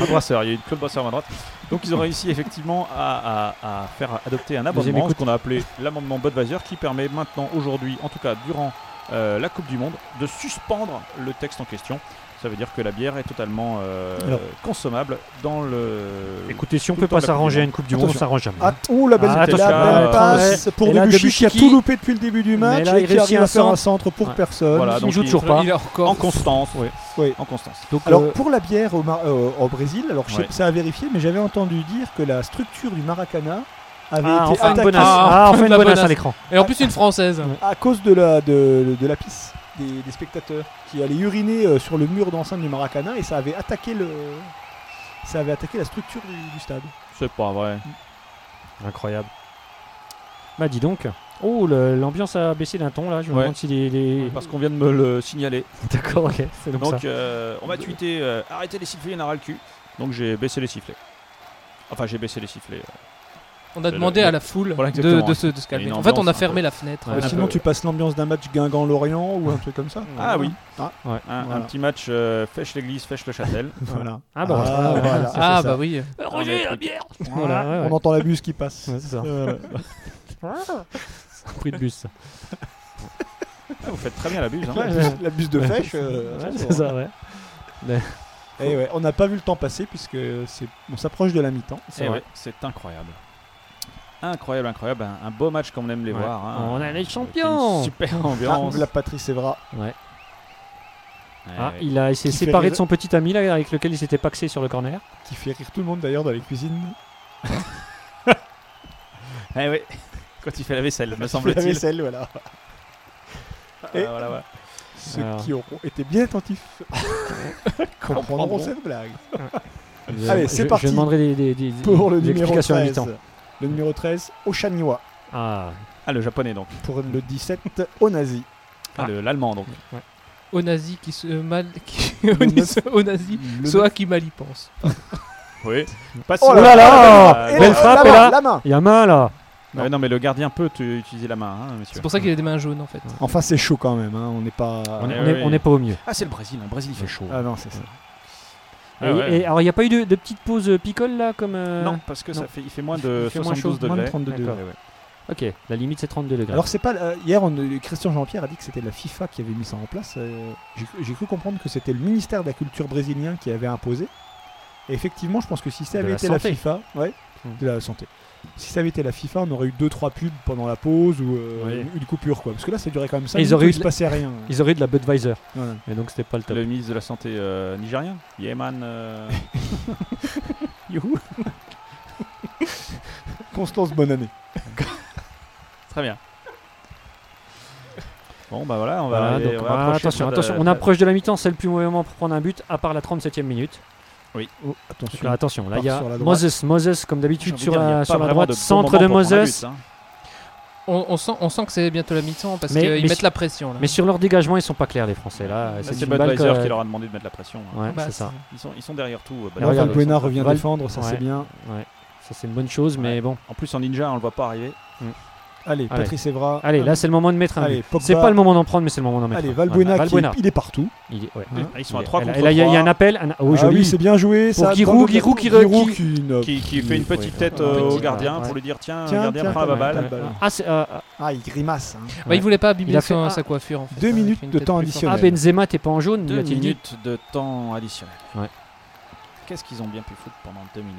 Speaker 5: Un brasseur, il y a eu Claude Brasseur à ma droite. Donc ils ont réussi effectivement à, à- à faire adopter un amendement, ce
Speaker 6: écoute.
Speaker 5: qu'on a appelé l'amendement Budweiser, qui permet maintenant, aujourd'hui, en tout cas durant euh, la Coupe du Monde, de suspendre le texte en question. Ça veut dire que la bière est totalement euh,
Speaker 7: Alors.
Speaker 5: consommable dans le.
Speaker 6: Écoutez, si on
Speaker 5: Tout
Speaker 6: peut
Speaker 5: le temps
Speaker 6: pas
Speaker 5: la Coupe du
Speaker 6: s'arranger à
Speaker 5: Monde.
Speaker 6: une Coupe du Monde, on
Speaker 7: Attention.
Speaker 6: s'arrange jamais.
Speaker 7: Ah, oh, la belle,
Speaker 6: Ah,
Speaker 7: la
Speaker 5: attention,
Speaker 7: belle
Speaker 5: euh,
Speaker 7: passe
Speaker 6: ouais.
Speaker 7: pour
Speaker 6: Et là,
Speaker 7: Debuchy qui a
Speaker 6: Debuchy.
Speaker 7: tout loupé depuis le début du match
Speaker 6: là,
Speaker 7: et
Speaker 6: il
Speaker 7: qui
Speaker 6: réussit
Speaker 7: arrive
Speaker 6: un
Speaker 7: à faire un
Speaker 6: centre.
Speaker 7: centre pour
Speaker 6: Ouais.
Speaker 7: personne.
Speaker 5: Voilà,
Speaker 6: Il
Speaker 5: donc
Speaker 6: joue
Speaker 5: il-
Speaker 6: toujours pas.
Speaker 8: Il a
Speaker 5: En
Speaker 8: encore.
Speaker 5: Constance.
Speaker 6: Oui.
Speaker 7: Oui.
Speaker 5: En Constance.
Speaker 6: Donc,
Speaker 7: Alors
Speaker 6: euh,
Speaker 7: pour la bière au, Mar- euh, au Brésil, alors je sais-
Speaker 5: Ouais.
Speaker 7: c'est à vérifier, mais j'avais entendu dire que la structure du Maracana avait
Speaker 6: ah,
Speaker 7: été
Speaker 6: enfin une
Speaker 7: attaquée
Speaker 6: bonasse.
Speaker 8: Ah,
Speaker 6: Ah, enfin
Speaker 8: de la
Speaker 6: une bonasse à
Speaker 8: bonasse.
Speaker 6: l'écran.
Speaker 8: Et en plus, une française.
Speaker 7: à cause de la de, de la pisse des, des spectateurs qui allaient uriner euh, sur le mur d'enceinte du Maracana et ça avait attaqué le ça avait attaqué la structure du, du stade.
Speaker 5: C'est pas vrai.
Speaker 6: Incroyable. Bah, dis donc. Oh, le- l'ambiance a baissé d'un ton là. Je me
Speaker 5: Ouais.
Speaker 6: demande si les. les-
Speaker 5: Parce qu'on vient de me le signaler.
Speaker 6: D'accord, ok. C'est donc,
Speaker 5: Donc
Speaker 6: ça.
Speaker 5: euh, on m'a tweeté euh, arrêtez les sifflets, il y en aura le cul. Donc j'ai baissé les sifflets. Enfin j'ai baissé les sifflets. euh.
Speaker 8: On a
Speaker 5: Le-
Speaker 8: demandé
Speaker 5: le-
Speaker 8: à la foule
Speaker 5: Voilà,
Speaker 8: de- de,
Speaker 5: exactement.
Speaker 8: se, de se
Speaker 5: Il hein. y
Speaker 8: calmer.
Speaker 5: a une
Speaker 8: En fait, on a
Speaker 5: ambiance un
Speaker 8: fermé
Speaker 5: peu.
Speaker 8: la fenêtre.
Speaker 6: Ouais,
Speaker 8: un
Speaker 6: Ah,
Speaker 7: sinon
Speaker 8: peu.
Speaker 7: tu passes l'ambiance d'un match Guingamp-Lorient ou un truc comme ça.
Speaker 5: Ah oui.
Speaker 7: Ah,
Speaker 5: Un, un
Speaker 7: Voilà.
Speaker 5: petit match euh, fêche l'église, fêche le châtel.
Speaker 7: Voilà.
Speaker 6: Ah, bah, voilà.
Speaker 7: voilà, c'est
Speaker 8: Ah,
Speaker 7: ça.
Speaker 8: bah oui.
Speaker 5: euh, Roger, la bière
Speaker 6: Voilà, ouais, ouais.
Speaker 7: On entend la buse qui passe.
Speaker 6: Ouais, c'est ça.
Speaker 7: Euh,
Speaker 6: Un prix de bus. ça.
Speaker 5: Vous faites très bien la buse. hein.
Speaker 7: la, buse, la buse de fèche. euh,
Speaker 6: Ouais, c'est ça, ouais.
Speaker 7: Et ouais, on n'a pas vu le temps passer puisque c'est on s'approche de la mi-temps.
Speaker 5: Eh ouais, C'est incroyable. Incroyable, incroyable. Un, un beau match comme on aime les
Speaker 6: Ouais. Oh,
Speaker 5: voir. hein.
Speaker 6: On a les
Speaker 5: Avec une
Speaker 6: champions.
Speaker 5: Super
Speaker 7: Ah,
Speaker 5: ambiance. Eh
Speaker 7: la Patrice Evra.
Speaker 5: Ouais,
Speaker 6: Ah,
Speaker 5: ouais.
Speaker 6: il a s'est
Speaker 7: Qui fait
Speaker 6: séparé
Speaker 7: rire.
Speaker 6: de son petit ami là, avec lequel il s'était paxé sur le corner.
Speaker 7: qui fait rire tout le monde d'ailleurs dans les cuisines.
Speaker 5: Eh ouais. Quand il fait la vaisselle, me
Speaker 7: La
Speaker 5: semble-t-il.
Speaker 7: vaisselle, voilà.
Speaker 5: Ah, voilà, ouais.
Speaker 7: Ceux
Speaker 6: Alors.
Speaker 7: qui auront été bien attentifs comprendront
Speaker 5: Comprendront.
Speaker 7: cette blague.
Speaker 6: Je-
Speaker 7: Allez, c'est
Speaker 6: je-
Speaker 7: parti
Speaker 6: Je demanderai des, des, des-
Speaker 7: Pour le
Speaker 6: des
Speaker 7: numéro
Speaker 6: explications à
Speaker 7: 13.
Speaker 6: mi-temps.
Speaker 7: Le numéro 13, Oshaniwa.
Speaker 6: Ah,
Speaker 5: Ah, le japonais donc.
Speaker 7: Pour le 17, Onazi.
Speaker 5: Ah, le- L'allemand donc.
Speaker 8: Au nazi qui se mal. Qui...
Speaker 7: neuf-
Speaker 8: Au nazi. Soit qui mal y pense.
Speaker 5: Oui. Pas
Speaker 7: Oh
Speaker 5: sûr.
Speaker 7: là
Speaker 6: là
Speaker 5: Euh,
Speaker 6: Belle
Speaker 7: oh,
Speaker 6: Ah, frappe,
Speaker 7: la
Speaker 6: et
Speaker 7: main,
Speaker 6: là-
Speaker 7: La main
Speaker 6: il y a main là.
Speaker 5: Non, mais non, mais le gardien peut te- utiliser la main, hein, monsieur.
Speaker 8: C'est pour ça qu'il a des mains jaunes en fait.
Speaker 7: Enfin, c'est chaud quand même, hein, on n'est pas.
Speaker 6: On
Speaker 5: est-
Speaker 6: on est- on n'est pas au mieux.
Speaker 5: Ah, c'est le Brésil. hein. Le Brésil, il fait chaud.
Speaker 7: Ah non, c'est ça.
Speaker 5: Ah
Speaker 6: Et-
Speaker 5: ouais.
Speaker 6: et alors, il n'y a pas eu de, de petite pause euh, picole là comme. euh,
Speaker 5: Non, parce que ça fait, il fait moins de
Speaker 6: Il fait moins
Speaker 5: 72
Speaker 6: chaud,
Speaker 7: moins de
Speaker 5: degrés.
Speaker 7: 32
Speaker 5: D'accord.
Speaker 7: degrés.
Speaker 5: Ouais, ouais.
Speaker 6: Ok, la limite c'est 32 degrés.
Speaker 7: Alors, c'est pas. euh, hier, on, euh, Christian Jean-Pierre a dit que c'était la FIFA qui avait mis ça en place. euh, j'ai cru- J'ai cru comprendre que c'était le ministère de la Culture brésilien qui avait imposé. Et effectivement, je pense que si ça
Speaker 6: De
Speaker 7: avait
Speaker 6: la
Speaker 7: été
Speaker 6: santé.
Speaker 7: la FIFA, ouais,
Speaker 6: Hmm.
Speaker 7: de la santé. Si ça avait été la FIFA, on aurait eu 2-3 pubs pendant la pause ou euh,
Speaker 6: Oui.
Speaker 7: une- une coupure, quoi. Parce que là, ça durait quand même ça.
Speaker 6: Et ils auraient eu
Speaker 7: se
Speaker 6: de-
Speaker 7: passait rien.
Speaker 6: Ils auraient eu de la Budweiser,
Speaker 7: Voilà.
Speaker 6: mais donc c'était pas le top.
Speaker 5: Le ministre de la Santé euh, nigérien, Yeman. euh, Youhou.
Speaker 7: Constance, bonne année.
Speaker 5: Très bien. Bon, bah voilà, on va.
Speaker 6: Voilà,
Speaker 5: aller-
Speaker 6: donc,
Speaker 5: on va
Speaker 6: ah,
Speaker 5: approcher
Speaker 6: attention,
Speaker 5: de-
Speaker 6: attention, on approche de la mi-temps, c'est le plus mauvais moment pour prendre un but, à part la 37e minute.
Speaker 7: Oh,
Speaker 6: Donc
Speaker 7: attention.
Speaker 6: là, attention, là il y a
Speaker 7: Sur la droite.
Speaker 6: Moses, Moses comme
Speaker 5: J'ai
Speaker 6: d'habitude
Speaker 5: envie
Speaker 6: sur
Speaker 5: de dire, il y a
Speaker 6: la,
Speaker 5: pas
Speaker 6: sur la
Speaker 5: vraiment
Speaker 6: droite,
Speaker 5: de bon
Speaker 6: centre de
Speaker 5: moment pour prendre un
Speaker 6: Moses.
Speaker 5: but, hein.
Speaker 8: On, on sent, on sent que c'est bientôt la mi-temps parce
Speaker 6: Mais-
Speaker 8: qu'ils
Speaker 6: mais
Speaker 8: mettent
Speaker 6: si-
Speaker 8: la pression là.
Speaker 6: Mais sur leur dégagement, ils sont pas clairs les Français là.
Speaker 5: Là, C'est
Speaker 6: une balle
Speaker 5: Budweiser
Speaker 6: que-
Speaker 5: qui leur a demandé de mettre la pression. hein.
Speaker 6: Ouais,
Speaker 8: Bah,
Speaker 6: c'est ça.
Speaker 5: Ils, sont, ils sont derrière tout. euh,
Speaker 6: Là,
Speaker 7: Là,
Speaker 5: Budweiser.
Speaker 6: regarde,
Speaker 7: Valbuena revient
Speaker 6: Val-
Speaker 7: défendre, ça
Speaker 6: Ouais.
Speaker 7: c'est bien.
Speaker 6: Ça c'est une bonne chose, mais bon.
Speaker 5: En plus, en ninja, on le voit pas arriver.
Speaker 6: Mm.
Speaker 7: Allez, Patrice Evra.
Speaker 6: Allez, là, c'est le moment de mettre un
Speaker 7: Allez,
Speaker 6: but.
Speaker 7: Pogba.
Speaker 6: C'est pas le moment d'en prendre, mais c'est le moment d'en mettre
Speaker 7: Allez,
Speaker 6: un.
Speaker 7: Valbuena,
Speaker 6: Voilà,
Speaker 7: qui est- il est partout.
Speaker 6: il est- ouais.
Speaker 7: Hein
Speaker 5: Ils sont à
Speaker 6: Il est-
Speaker 5: 3
Speaker 6: et là,
Speaker 5: contre
Speaker 6: et là, il y a- il y a un
Speaker 5: 3,
Speaker 6: appel. un- oh,
Speaker 7: Ah oui,
Speaker 6: joli.
Speaker 7: c'est bien joué.
Speaker 6: Pour
Speaker 7: ça,
Speaker 6: Giroud,
Speaker 7: dans le-
Speaker 6: Giroud qui-
Speaker 7: Giroud
Speaker 6: qui-
Speaker 7: ne-
Speaker 5: qui, qui fait une petite
Speaker 6: Ouais,
Speaker 5: tête
Speaker 6: ouais,
Speaker 5: euh, au
Speaker 6: petite,
Speaker 5: gardien
Speaker 6: ouais,
Speaker 5: pour
Speaker 6: ouais.
Speaker 5: lui dire tiens,
Speaker 7: Tiens,
Speaker 5: le gardien
Speaker 7: tiens,
Speaker 5: prend la
Speaker 7: tiens,
Speaker 5: balle.
Speaker 7: tiens, tiens.
Speaker 6: Ah, c'est, euh, ah,
Speaker 7: Ah, il grimace. hein.
Speaker 8: Bah, il voulait pas abîmer
Speaker 6: Il a
Speaker 8: sa-
Speaker 6: fait un-
Speaker 8: sa coiffure. En fait.
Speaker 7: Deux
Speaker 8: Ouais, il
Speaker 7: minutes
Speaker 8: fait une
Speaker 7: de
Speaker 8: tête
Speaker 7: temps
Speaker 8: plus
Speaker 7: additionnel.
Speaker 6: ah,
Speaker 8: forte.
Speaker 6: Benzema, t'es pas en jaune,
Speaker 10: Deux
Speaker 6: a-t-il dit.
Speaker 10: minutes de temps additionnel.
Speaker 6: Ouais.
Speaker 10: Qu'est-ce qu'ils ont bien pu foutre pendant deux minutes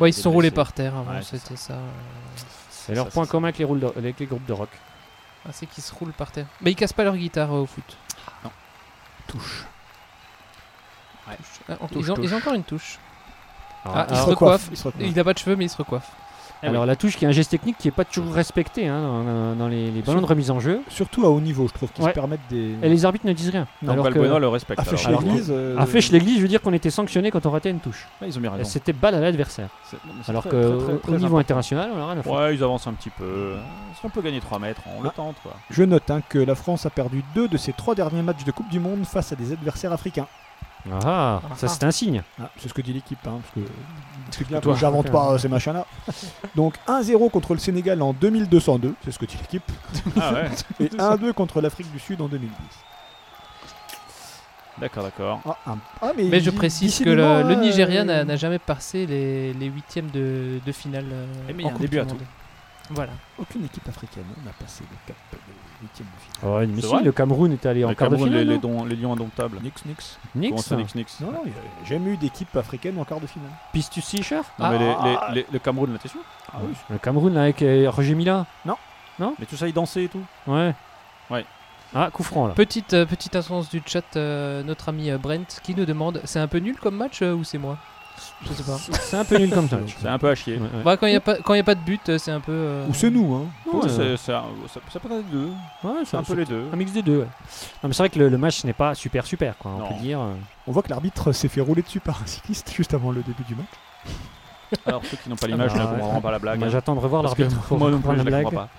Speaker 8: Ouais, ils se sont roulés
Speaker 10: blessés.
Speaker 8: par terre avant,
Speaker 10: Ouais, c'est
Speaker 8: c'était ça.
Speaker 6: C'est leur
Speaker 10: Ça,
Speaker 6: point
Speaker 10: ça.
Speaker 6: commun avec les, roules de- avec les groupes de rock.
Speaker 8: Ah, c'est qu'ils se roulent par terre. Mais ils cassent pas leur guitare euh, au foot.
Speaker 10: Ouais.
Speaker 8: Ah, en-
Speaker 6: Touche,
Speaker 8: ils, ont, ils
Speaker 6: touche.
Speaker 8: ont encore une touche.
Speaker 6: Alors,
Speaker 8: Ah, il se
Speaker 6: alors-
Speaker 8: recoiffe.
Speaker 7: Il se recoiffe.
Speaker 8: Il n'a pas de cheveux, mais il se recoiffe.
Speaker 5: ah
Speaker 6: alors, la touche qui est un geste technique qui est pas toujours respecté hein, dans, dans- dans les, les ballons de remise en jeu.
Speaker 7: Surtout à haut niveau, je trouve, qu'ils
Speaker 6: Ouais.
Speaker 7: se permettent des.
Speaker 6: Et les arbitres ne disent rien.
Speaker 5: Donc
Speaker 6: alors que,
Speaker 5: Valbuena le respecte.
Speaker 7: Affiche
Speaker 5: alors.
Speaker 6: alors-
Speaker 7: l'église. euh,
Speaker 6: à Fèche l'église, je veux dire qu'on était sanctionné quand on ratait une touche.
Speaker 10: Ouais,
Speaker 5: Ah
Speaker 10: Ils ont bien
Speaker 6: Et
Speaker 10: raison.
Speaker 6: C'était balle à l'adversaire.
Speaker 10: C'est- non, mais c'est
Speaker 6: Alors
Speaker 10: très,
Speaker 6: que
Speaker 10: très, très,
Speaker 6: au-
Speaker 10: très
Speaker 6: au niveau
Speaker 10: important.
Speaker 6: international, on a rien à faire.
Speaker 5: Ouais, ils avancent un petit peu. Si on peut gagner 3 mètres, on
Speaker 6: Ah.
Speaker 5: le tente quoi.
Speaker 7: Je note hein, que la France a perdu deux de ses trois derniers matchs de Coupe du Monde face à des adversaires africains.
Speaker 6: Ah,
Speaker 8: Ah.
Speaker 6: ça c'est un signe.
Speaker 7: Ah, c'est ce que dit l'équipe, hein, parce que c'est bien
Speaker 6: toi.
Speaker 7: que j'invente pas euh, ces machins-là. Donc 1-0 contre le Sénégal en 2202, c'est ce que dit l'équipe,
Speaker 5: Ah ouais,
Speaker 7: et 1-2 contre l'Afrique du Sud en 2010.
Speaker 5: d'accord, d'accord.
Speaker 7: Ah, un- ah, mais,
Speaker 8: Mais je
Speaker 7: dis-
Speaker 8: précise que
Speaker 7: décidément,
Speaker 8: le, le
Speaker 7: hein,
Speaker 8: Nigeria n'a
Speaker 7: euh,
Speaker 8: n'a jamais passé les, les huitièmes de, de finale. euh,
Speaker 10: Eh, mais il y
Speaker 8: en
Speaker 10: a un
Speaker 8: Coupe
Speaker 10: début
Speaker 8: du
Speaker 10: à
Speaker 8: Monde. Voilà.
Speaker 7: Aucune équipe africaine n'a passé le cap de huitième de finale.
Speaker 6: Ouais, mais si,
Speaker 5: vrai
Speaker 6: le Cameroun était allé en
Speaker 5: Le
Speaker 6: quart de
Speaker 5: Cameroun, les,
Speaker 6: finale.
Speaker 5: les
Speaker 6: non
Speaker 5: dons- les lions indomptables.
Speaker 7: Nix, nix.
Speaker 6: Nix,
Speaker 5: Comment ça,
Speaker 6: hein.
Speaker 5: Nix, Nix
Speaker 7: Non, non, il y a jamais eu d'équipe africaine en quart de finale.
Speaker 6: Pistus Seacher
Speaker 5: Non, mais les- les- les- le Cameroun, là, t'es sûr
Speaker 7: Ah oui,
Speaker 6: Ah, Le Cameroun là avec euh, Roger Mila.
Speaker 5: Mais tout ça, ils dansaient et tout.
Speaker 6: Ouais.
Speaker 5: Ouais.
Speaker 6: Ah, coup franc là.
Speaker 8: Petite, euh, petite instance du chat, euh, notre ami euh, Brent qui nous demande c'est un peu nul comme match euh, ou c'est moi Je sais pas.
Speaker 6: C'est un peu nul comme ça. tu
Speaker 5: C'est
Speaker 6: vois.
Speaker 5: un peu à chier.
Speaker 6: Ouais, ouais.
Speaker 8: Bah, quand il n'y a, pas- quand il y a pas de but, euh, c'est un peu. euh,
Speaker 7: Ou c'est nous, hein.
Speaker 6: Ouais,
Speaker 5: Ouais,
Speaker 6: ouais.
Speaker 5: c'est- c'est un- ça, ça peut être les deux.
Speaker 6: Ouais, c'est
Speaker 5: C'est un peu les deux.
Speaker 6: un mix des deux. ouais. Non, mais c'est vrai que le, le match n'est pas super super quoi. On
Speaker 5: Non.
Speaker 6: peut dire. euh,
Speaker 7: On voit que l'arbitre s'est fait rouler dessus par un cycliste juste avant le début du match.
Speaker 5: Alors, ceux qui n'ont pas l'image
Speaker 6: Ah,
Speaker 5: ne
Speaker 6: ouais.
Speaker 5: comprendront pas la blague.
Speaker 6: bah, J'attends de revoir
Speaker 5: Parce que
Speaker 6: l'arbitre pour
Speaker 5: moi non plus,
Speaker 6: comprendre
Speaker 5: je
Speaker 6: la
Speaker 5: la
Speaker 6: blague.
Speaker 5: comprends pas.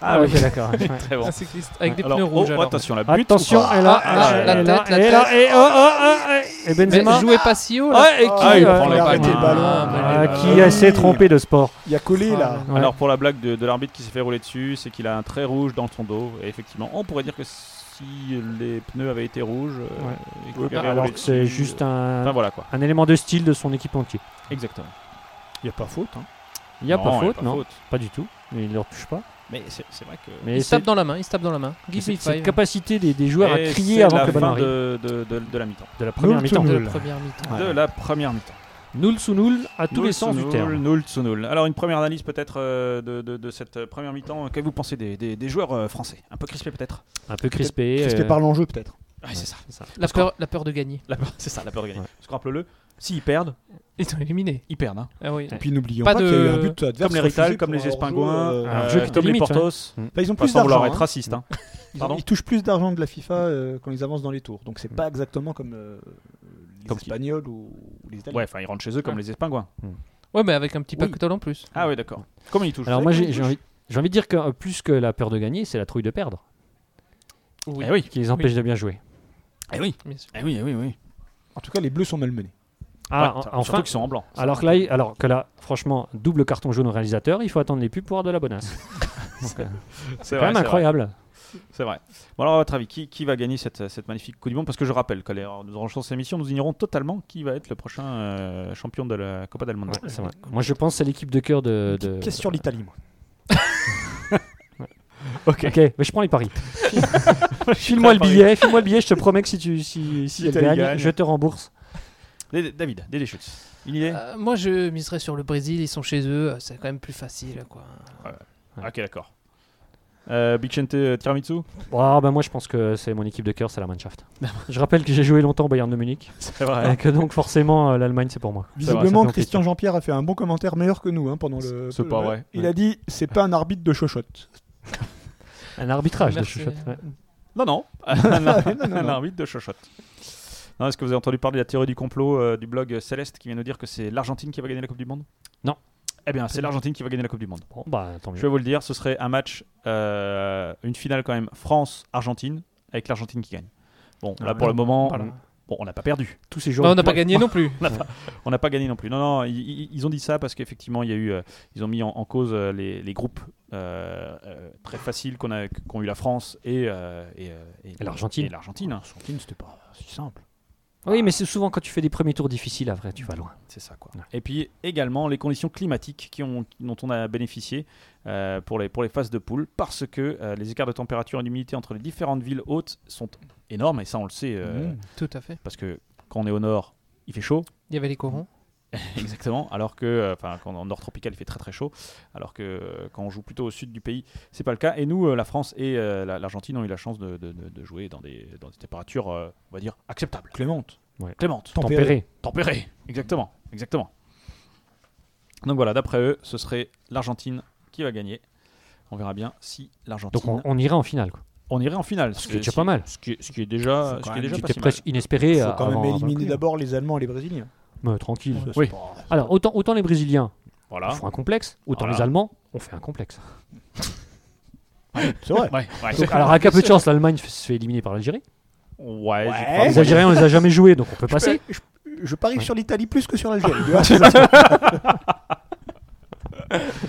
Speaker 6: Ah, ok, d'accord. Ouais.
Speaker 5: Très bon.
Speaker 8: Un cycliste avec des
Speaker 5: Alors,
Speaker 8: pneus rouges.
Speaker 5: oh,
Speaker 8: alors.
Speaker 5: attention, la butte.
Speaker 6: Attention, et là,
Speaker 8: Ah,
Speaker 6: et
Speaker 8: la
Speaker 6: là,
Speaker 8: tête, la
Speaker 6: et là, et oh, oh, oh, oh, et
Speaker 8: Mais
Speaker 6: Benzema.
Speaker 8: jouez pas si haut là.
Speaker 6: Ouais, et qui
Speaker 7: Ah, il
Speaker 6: euh,
Speaker 5: prend le
Speaker 6: ah,
Speaker 5: ballon.
Speaker 6: qui-
Speaker 8: Ah,
Speaker 6: ah,
Speaker 5: bah,
Speaker 6: qui
Speaker 7: oui.
Speaker 6: s'est trompé de sport.
Speaker 7: Il a collé là.
Speaker 6: Ouais.
Speaker 5: Alors, pour la blague de, de l'arbitre qui s'est fait rouler dessus, c'est qu'il a un trait rouge dans son dos. Et effectivement, on pourrait dire que si les pneus avaient été rouges, euh,
Speaker 6: Ouais.
Speaker 5: et qu'il avait
Speaker 6: bah, alors
Speaker 5: roulé
Speaker 6: que c'est
Speaker 5: dessus,
Speaker 6: juste
Speaker 5: euh, Enfin,
Speaker 6: un,
Speaker 5: voilà quoi.
Speaker 6: un élément de style de son équipe entier.
Speaker 5: Exactement.
Speaker 7: Il n'y a pas faute. Hein.
Speaker 6: Il n'y a pas
Speaker 5: Non, il y
Speaker 6: faute, non
Speaker 5: faute.
Speaker 6: Pas du tout. Mais il ne leur touche pas.
Speaker 5: Mais c'est c'est vrai que.
Speaker 6: Mais
Speaker 8: Il se
Speaker 6: c'est
Speaker 8: tape dans la main, il se tape dans la main. Give me
Speaker 6: c'est- cette
Speaker 8: five.
Speaker 6: capacité des, des joueurs
Speaker 5: Et
Speaker 6: à crier
Speaker 5: c'est
Speaker 6: avant
Speaker 5: la
Speaker 6: que le ballon
Speaker 5: fin
Speaker 6: arrive.
Speaker 5: de, de, de- de la mi-temps.
Speaker 6: De la première
Speaker 7: Nul
Speaker 6: mi-temps.
Speaker 8: de
Speaker 7: nul.
Speaker 8: la première mi-temps.
Speaker 5: De la première mi-temps.
Speaker 6: Nul sous nul à tous les sens du
Speaker 5: Null,
Speaker 6: terme.
Speaker 5: null sous null. Alors, une première analyse peut-être euh, de, de- de cette première mi-temps. Qu'avez-vous pensé des, des- des joueurs euh, français Un peu crispés peut-être
Speaker 6: Un peu crispé.
Speaker 7: Qu'est-ce qui
Speaker 6: euh,
Speaker 7: par l'enjeu peut-être
Speaker 5: Ouais, c'est ça.
Speaker 8: La peur, la peur de gagner.
Speaker 5: La peur- C'est ça, Ah, la peur de gagner.
Speaker 6: Ouais.
Speaker 5: Scrample-le. S'ils perdent,
Speaker 8: Ils sont éliminés.
Speaker 5: ils perdent. hein.
Speaker 8: Ah oui.
Speaker 7: Et puis n'oublions
Speaker 8: Pas
Speaker 7: pas, qu'il y a eu
Speaker 8: de-
Speaker 7: un but adverse.
Speaker 5: Comme les
Speaker 7: refusé
Speaker 5: Rital,
Speaker 7: pour
Speaker 5: comme les
Speaker 7: hors-jeu,
Speaker 5: Espingouins,
Speaker 7: euh,
Speaker 6: Un
Speaker 5: euh,
Speaker 6: jeu qui
Speaker 5: comme les
Speaker 6: limite, ouais.
Speaker 5: Portos.
Speaker 7: bah, ils ont
Speaker 5: Pas
Speaker 7: plus
Speaker 5: sans vouloir
Speaker 7: d'argent.
Speaker 5: être
Speaker 7: hein.
Speaker 5: raciste. hein.
Speaker 7: Ils, ont-
Speaker 5: Pardon Mm.
Speaker 7: ils touchent plus d'argent de la FIFA euh, quand ils avancent dans les tours. Donc c'est pas exactement comme euh, les
Speaker 5: Comme qui
Speaker 7: Espagnols ou, ou les Italiens.
Speaker 5: Ouais, enfin, ils rentrent chez eux comme les Espingouins.
Speaker 8: Ouais, mais avec un petit
Speaker 5: Oui.
Speaker 8: pactole en plus.
Speaker 5: Ah, oui, d'accord. Comment ils touchent
Speaker 6: Alors moi j'ai j'ai envie, j'ai envie de dire que euh, plus que la peur de gagner, c'est la trouille de perdre
Speaker 5: Oui. Eh oui.
Speaker 6: qui les empêche de bien jouer.
Speaker 5: Eh oui.
Speaker 8: Bien sûr.
Speaker 5: Eh oui, eh oui, oui.
Speaker 7: En tout cas, les Bleus sont malmenés.
Speaker 6: Ah,
Speaker 5: Ouais,
Speaker 6: en-
Speaker 5: surtout
Speaker 6: enfin.
Speaker 5: qu'ils sont en blanc.
Speaker 6: Alors que là, il- alors que là, franchement, double carton jaune au réalisateur, il faut attendre les pubs pour avoir de la bonasse. Donc, euh,
Speaker 5: C'est
Speaker 6: quand même
Speaker 5: vrai, c'est vrai.
Speaker 6: incroyable.
Speaker 5: C'est vrai. Bon, alors, à votre avis, qui, qui va gagner cette, cette magnifique Coupe du Monde Parce que je rappelle que les- nous enregistrons cette émission, nous ignorons totalement qui va être le prochain euh, champion de la Copa del Mundo.
Speaker 6: Ouais, c'est vrai. Moi je pense à l'équipe de cœur de. de-
Speaker 7: Qu'est-ce sur l'Italie, moi
Speaker 5: Ok.
Speaker 6: Ok, mais je prends les paris. file-moi le
Speaker 5: paris.
Speaker 6: billet, file-moi le billet. Je te promets que si tu si, si elle
Speaker 5: l'Italie
Speaker 6: gagne,
Speaker 5: gagne.
Speaker 6: je te rembourse.
Speaker 5: Des- David, des chutes. Il y est
Speaker 8: Euh, moi, je miserais sur le Brésil. Ils sont chez eux. euh, C'est quand même plus facile, quoi.
Speaker 6: Ah.
Speaker 5: Ok, d'accord. Euh, Bicente euh, Tiramitsu
Speaker 6: Bon, alors, ben moi je pense que c'est mon équipe de cœur, c'est la Mannschaft. je rappelle que j'ai joué longtemps au Bayern de Munich
Speaker 5: C'est
Speaker 7: Ah.
Speaker 6: et que donc forcément euh, l'Allemagne c'est pour moi.
Speaker 5: vrai,
Speaker 7: Visiblement,
Speaker 6: ça fait
Speaker 7: Christian Jean-Pierre a fait un bon commentaire meilleur que nous hein, pendant le.
Speaker 5: C'est
Speaker 7: le-
Speaker 5: pas vrai.
Speaker 7: Il a dit c'est pas un arbitre de chochotte.
Speaker 6: Un arbitrage
Speaker 8: Merci.
Speaker 6: de chuchote. ouais.
Speaker 5: Non, non. un ar-
Speaker 7: non, non,
Speaker 5: un
Speaker 7: non.
Speaker 5: arbitre de chochotte. Non, Est-ce que vous avez entendu parler de la théorie du complot euh, du blog Céleste qui vient nous dire que c'est l'Argentine qui va gagner la Coupe du Monde
Speaker 6: Non.
Speaker 5: Eh bien, c'est l'Argentine qui va gagner la Coupe du Monde.
Speaker 6: Bon bah tant mieux.
Speaker 5: Je vais vous le dire, ce serait un match, euh, une finale quand même France-Argentine, avec l'Argentine qui gagne. Bon, là pour le moment,
Speaker 6: Ah, Voilà.
Speaker 5: Bon, on n'a pas perdu.
Speaker 6: Tous ces jours.
Speaker 8: Bah, on n'a pas gagné non plus.
Speaker 5: On n'a pas, on n'a pas gagné non plus. Non, non, ils- ils, ils ont dit ça parce qu'effectivement, il y a eu, euh, ils ont mis en, en cause euh, les, les groupes euh, euh, très faciles qu'on a, qu'ont eu la France et, euh, et, euh, et-
Speaker 6: Et l'Argentine.
Speaker 5: Et l'Argentine. L'Argentine, c'était pas si simple.
Speaker 6: Oui, mais c'est souvent quand tu fais des premiers tours difficiles, à vrai, tu vas loin.
Speaker 5: C'est ça quoi.
Speaker 6: Ouais.
Speaker 5: Et puis également les conditions climatiques qui ont, dont on a bénéficié euh, pour, les, pour les phases de poule parce que euh, les écarts de température et d'humidité entre les différentes villes hautes sont énormes et ça on le sait euh,
Speaker 8: Tout à fait.
Speaker 5: parce que quand on est au nord il fait chaud
Speaker 8: Il y avait les corons.
Speaker 5: exactement alors que euh, enfin quand on est en nord tropical il fait très très chaud alors que euh, quand on joue plutôt au sud du pays c'est pas le cas et nous euh, la France et euh, la- l'Argentine ont eu la chance de, de- de- de jouer dans des, dans des températures euh, on va dire acceptables
Speaker 7: Clémente.
Speaker 5: clémentes
Speaker 7: Tempéré.
Speaker 6: Tempéré.
Speaker 5: Tempéré, exactement, exactement. Donc voilà, d'après eux, ce serait l'Argentine qui va gagner. On verra bien si l'Argentine.
Speaker 6: Donc on, on ira en finale. quoi.
Speaker 5: on irait en finale,
Speaker 6: Ce
Speaker 5: ce
Speaker 6: qui est déjà
Speaker 5: ce
Speaker 6: pas mal.
Speaker 5: Ce qui, est- ce qui est déjà,
Speaker 7: Faut
Speaker 5: ce
Speaker 7: quand
Speaker 5: qui est
Speaker 7: même
Speaker 5: déjà pas
Speaker 6: J'étais
Speaker 5: si mal.
Speaker 6: presque inespéré. euh,
Speaker 7: Faut quand
Speaker 6: avant-
Speaker 7: même éliminer
Speaker 6: avant-
Speaker 7: d'abord les Allemands et les Brésiliens.
Speaker 6: Mais tranquille.
Speaker 7: Ça, c'est
Speaker 6: Oui.
Speaker 7: pas-
Speaker 6: Alors autant, autant les Brésiliens
Speaker 5: Voilà.
Speaker 6: font un complexe, autant
Speaker 5: Voilà.
Speaker 6: les Allemands on fait un complexe.
Speaker 7: C'est vrai.
Speaker 5: Ouais, ouais.
Speaker 6: Donc, alors avec un peu de chance, l'Allemagne f- se fait éliminer par l'Algérie.
Speaker 5: Ouais, j'ai pas
Speaker 7: Ouais.
Speaker 6: Les
Speaker 5: moyen.
Speaker 6: Algériens on les a jamais joués, donc on peut passer.
Speaker 7: Je, je parie
Speaker 6: Ouais.
Speaker 7: sur l'Italie plus que sur l'Algérie. tu vois, c'est ça.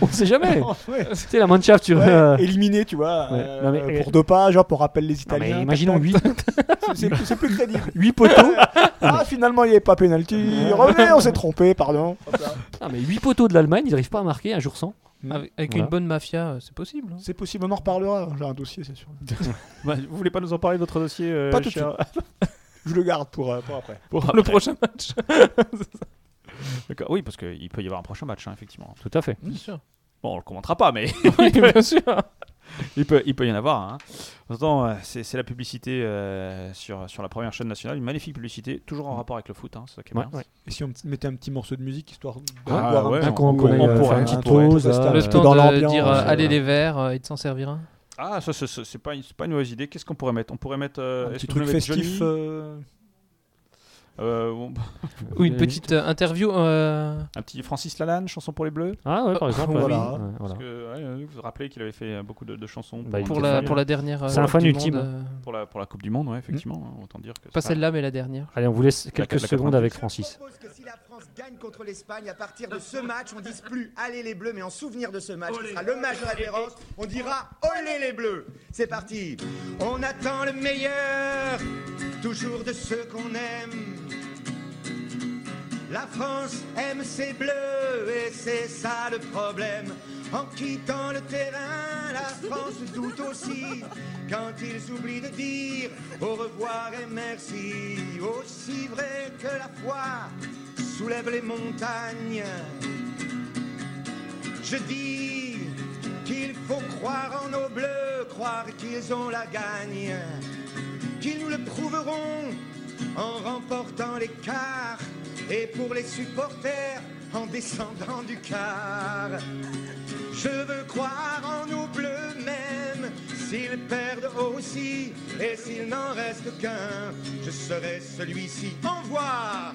Speaker 6: On sait jamais.
Speaker 7: Ouais.
Speaker 6: tu sais la Mannschaft sur.
Speaker 7: Ouais,
Speaker 6: euh,
Speaker 7: éliminé, tu vois,
Speaker 6: Ouais.
Speaker 7: euh,
Speaker 6: Non, mais-
Speaker 7: pour dopage, hein, pour rappel les
Speaker 6: non, mais
Speaker 7: Italiens.
Speaker 6: imaginons 8,
Speaker 7: C'est- C'est c'est plus crédible. 8 poteaux. ah, finalement, il n'y avait pas pénalty. Revenez, on s'est trompé, pardon.
Speaker 6: mais huit poteaux de l'Allemagne, ils n'arrivent pas à marquer un jour sans.
Speaker 8: Avec, avec
Speaker 6: Voilà.
Speaker 8: une bonne mafia, euh, c'est possible. hein.
Speaker 7: C'est possible, on en reparlera. J'ai un dossier, c'est sûr.
Speaker 5: Bah, vous voulez pas nous en parler de votre dossier euh,
Speaker 7: Pas tout de
Speaker 5: cher-
Speaker 7: Je le garde pour, euh, pour après.
Speaker 5: pour
Speaker 8: Le
Speaker 5: après
Speaker 8: prochain match.
Speaker 5: D'accord. Oui, parce qu'il peut y avoir un prochain match, hein, effectivement.
Speaker 6: Tout à fait.
Speaker 8: Bien sûr.
Speaker 5: Bon, on le commentera pas, mais
Speaker 8: Oui, bien sûr.
Speaker 5: il peut, il peut y en avoir. Hein. En même temps, euh, c'est c'est la publicité euh, sur, sur la première chaîne nationale, une magnifique publicité, toujours en rapport avec le foot. Hein, c'est ça qui est
Speaker 6: Ouais,
Speaker 5: bien.
Speaker 6: ouais.
Speaker 7: Et si on mettait un petit morceau de musique histoire de
Speaker 5: Ah,
Speaker 7: boire un
Speaker 5: ouais,
Speaker 7: petit
Speaker 5: on-
Speaker 7: coup,
Speaker 6: on pourrait,
Speaker 7: euh,
Speaker 6: euh,
Speaker 7: faire
Speaker 6: faire
Speaker 7: un
Speaker 6: une petite
Speaker 7: tour,
Speaker 6: pause,
Speaker 7: rester
Speaker 6: euh,
Speaker 7: un
Speaker 6: Le
Speaker 7: petit peu
Speaker 6: temps
Speaker 7: dans
Speaker 8: de
Speaker 7: l'ambiance.
Speaker 8: dire euh,
Speaker 6: euh,
Speaker 8: allez
Speaker 6: voilà.
Speaker 8: les verts, euh, il s'en servira.
Speaker 5: Ah, ça, ça, ça, c'est pas, une- c'est pas une mauvaise idée. Qu'est-ce qu'on pourrait mettre On pourrait mettre. euh,
Speaker 7: un
Speaker 5: est-ce
Speaker 7: petit
Speaker 5: que vous
Speaker 7: truc
Speaker 5: voulez mettre
Speaker 7: festif.
Speaker 5: Johnny
Speaker 7: euh,
Speaker 5: Euh, bon, bah,
Speaker 8: Ou une petite euh, interview. euh,
Speaker 5: Un petit Francis Lalanne, chanson pour les Bleus.
Speaker 6: Ah ouais, par exemple.
Speaker 7: Voilà.
Speaker 6: ouais, ouais, voilà.
Speaker 5: Parce que, ouais, euh, vous vous rappelez qu'il avait fait euh, beaucoup de, de chansons
Speaker 6: Bah, il
Speaker 8: pour,
Speaker 6: était
Speaker 8: la,
Speaker 6: fan.
Speaker 8: pour la dernière. euh,
Speaker 6: C'est un
Speaker 8: Coupe
Speaker 6: fan
Speaker 8: du
Speaker 6: ultime.
Speaker 8: Monde, euh,
Speaker 5: pour, la, pour la Coupe du Monde, ouais, effectivement. hein, Autant dire que.
Speaker 8: Pas
Speaker 5: c'est
Speaker 8: celle-là, mais la dernière.
Speaker 6: Allez, on vous laisse quelques
Speaker 5: la
Speaker 6: secondes
Speaker 5: 90.
Speaker 6: avec Francis.
Speaker 2: propose que si la France gagne contre l'Espagne, à partir de ce match, on dise plus allez les bleus, mais en souvenir de ce match, ce sera le match de référence, on dira olé les bleus. C'est parti. On attend le meilleur, toujours de ceux qu'on aime. La France aime ses bleus et c'est ça le problème. En quittant le terrain, la France doute aussi quand ils oublient de dire au revoir et merci. Aussi vrai que la foi soulève les montagnes. Je dis qu'il faut croire en nos bleus, croire qu'ils ont la gagne, qu'ils nous le prouveront en remportant l'écart et pour les supporters en descendant du car. Je veux croire en nos bleus même s'ils perdent aussi et s'il n'en reste qu'un, je serai celui-ci. Au revoir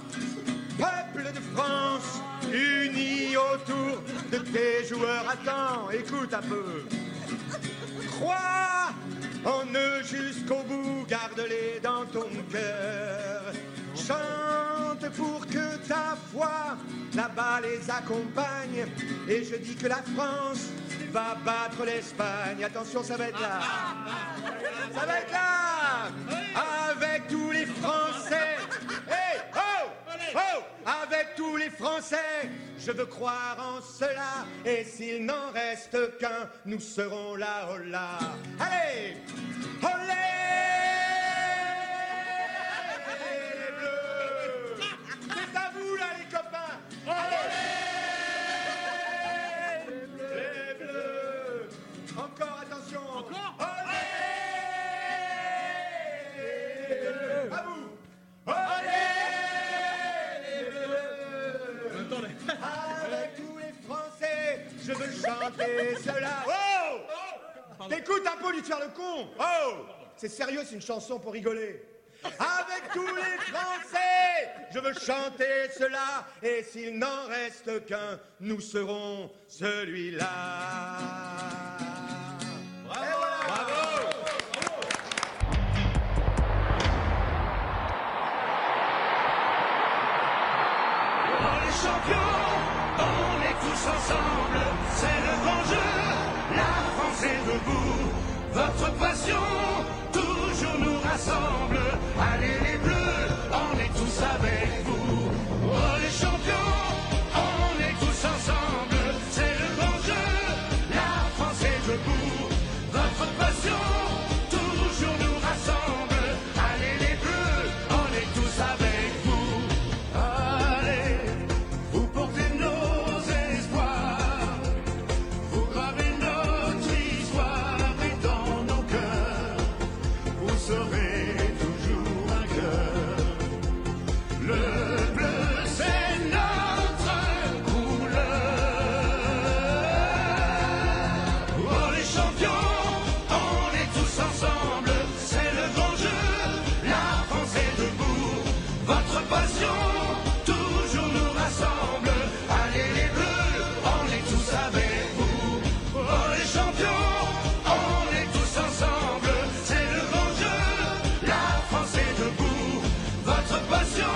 Speaker 2: Peuple de France, unis autour de tes joueurs. Attends, écoute un peu. Crois en eux Oh, jusqu'au bout, garde-les dans ton cœur. Chante pour que ta foi là-bas les accompagne. Et je dis que la France va battre l'Espagne. Attention, ça va être là. Ça va être là Avec tous les Français Hey, oh, oh Avec tous les Français Je veux croire en cela Et s'il n'en reste qu'un Nous serons là, oh là Allez Olé Les Bleus C'est à vous là les copains Allez Les Bleus Encore, attention Encore Avec tous les Français, je veux chanter cela. Oh T'écoutes un peu lui faire le con. Oh C'est sérieux, c'est une chanson pour rigoler. Avec tous les Français, je veux chanter cela. Et s'il n'en reste qu'un, nous serons celui-là. Bravo, Bravo Oh serez toujours vainqueurs. Le bleu, c'est notre couleur. Oh, les champions, on est tous ensemble. C'est le grand jeu, la France est debout. Votre passion toujours nous rassemble. Allez, les bleus, on est tous avec vous. Oh, les champions, on est tous ensemble. C'est le grand jeu, la France est debout. Votre passion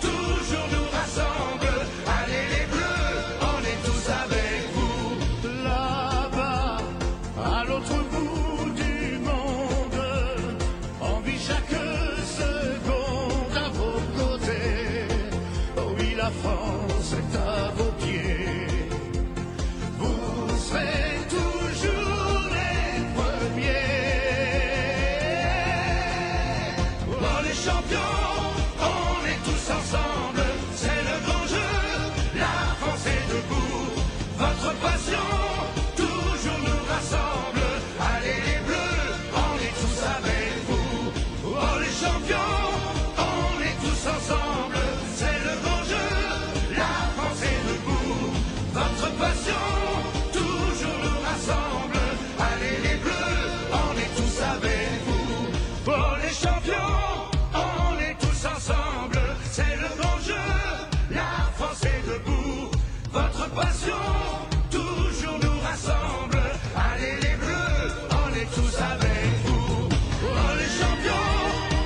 Speaker 2: toujours nous rassemble. Allez les bleus, on est tous avec vous. Là-bas, à l'autre bout du monde, on vit chaque seconde à vos côtés. Oh oui, la France est à vos pieds. Vous serez toujours les premiers. Oh les champions, on est tous ensemble. C'est le grand jeu, la France est debout. Votre passion toujours nous rassemble. Allez les bleus, on est tous avec vous. Oh les champions, on est tous ensemble. C'est le grand jeu, la France est debout. Votre passion toujours nous rassemble. Allez les bleus, on est tous avec vous. Pour les champions, on est tous ensemble. C'est le bon jeu, la France est debout. Votre passion toujours nous rassemble. Allez les bleus, on est tous avec vous. Oh les champions,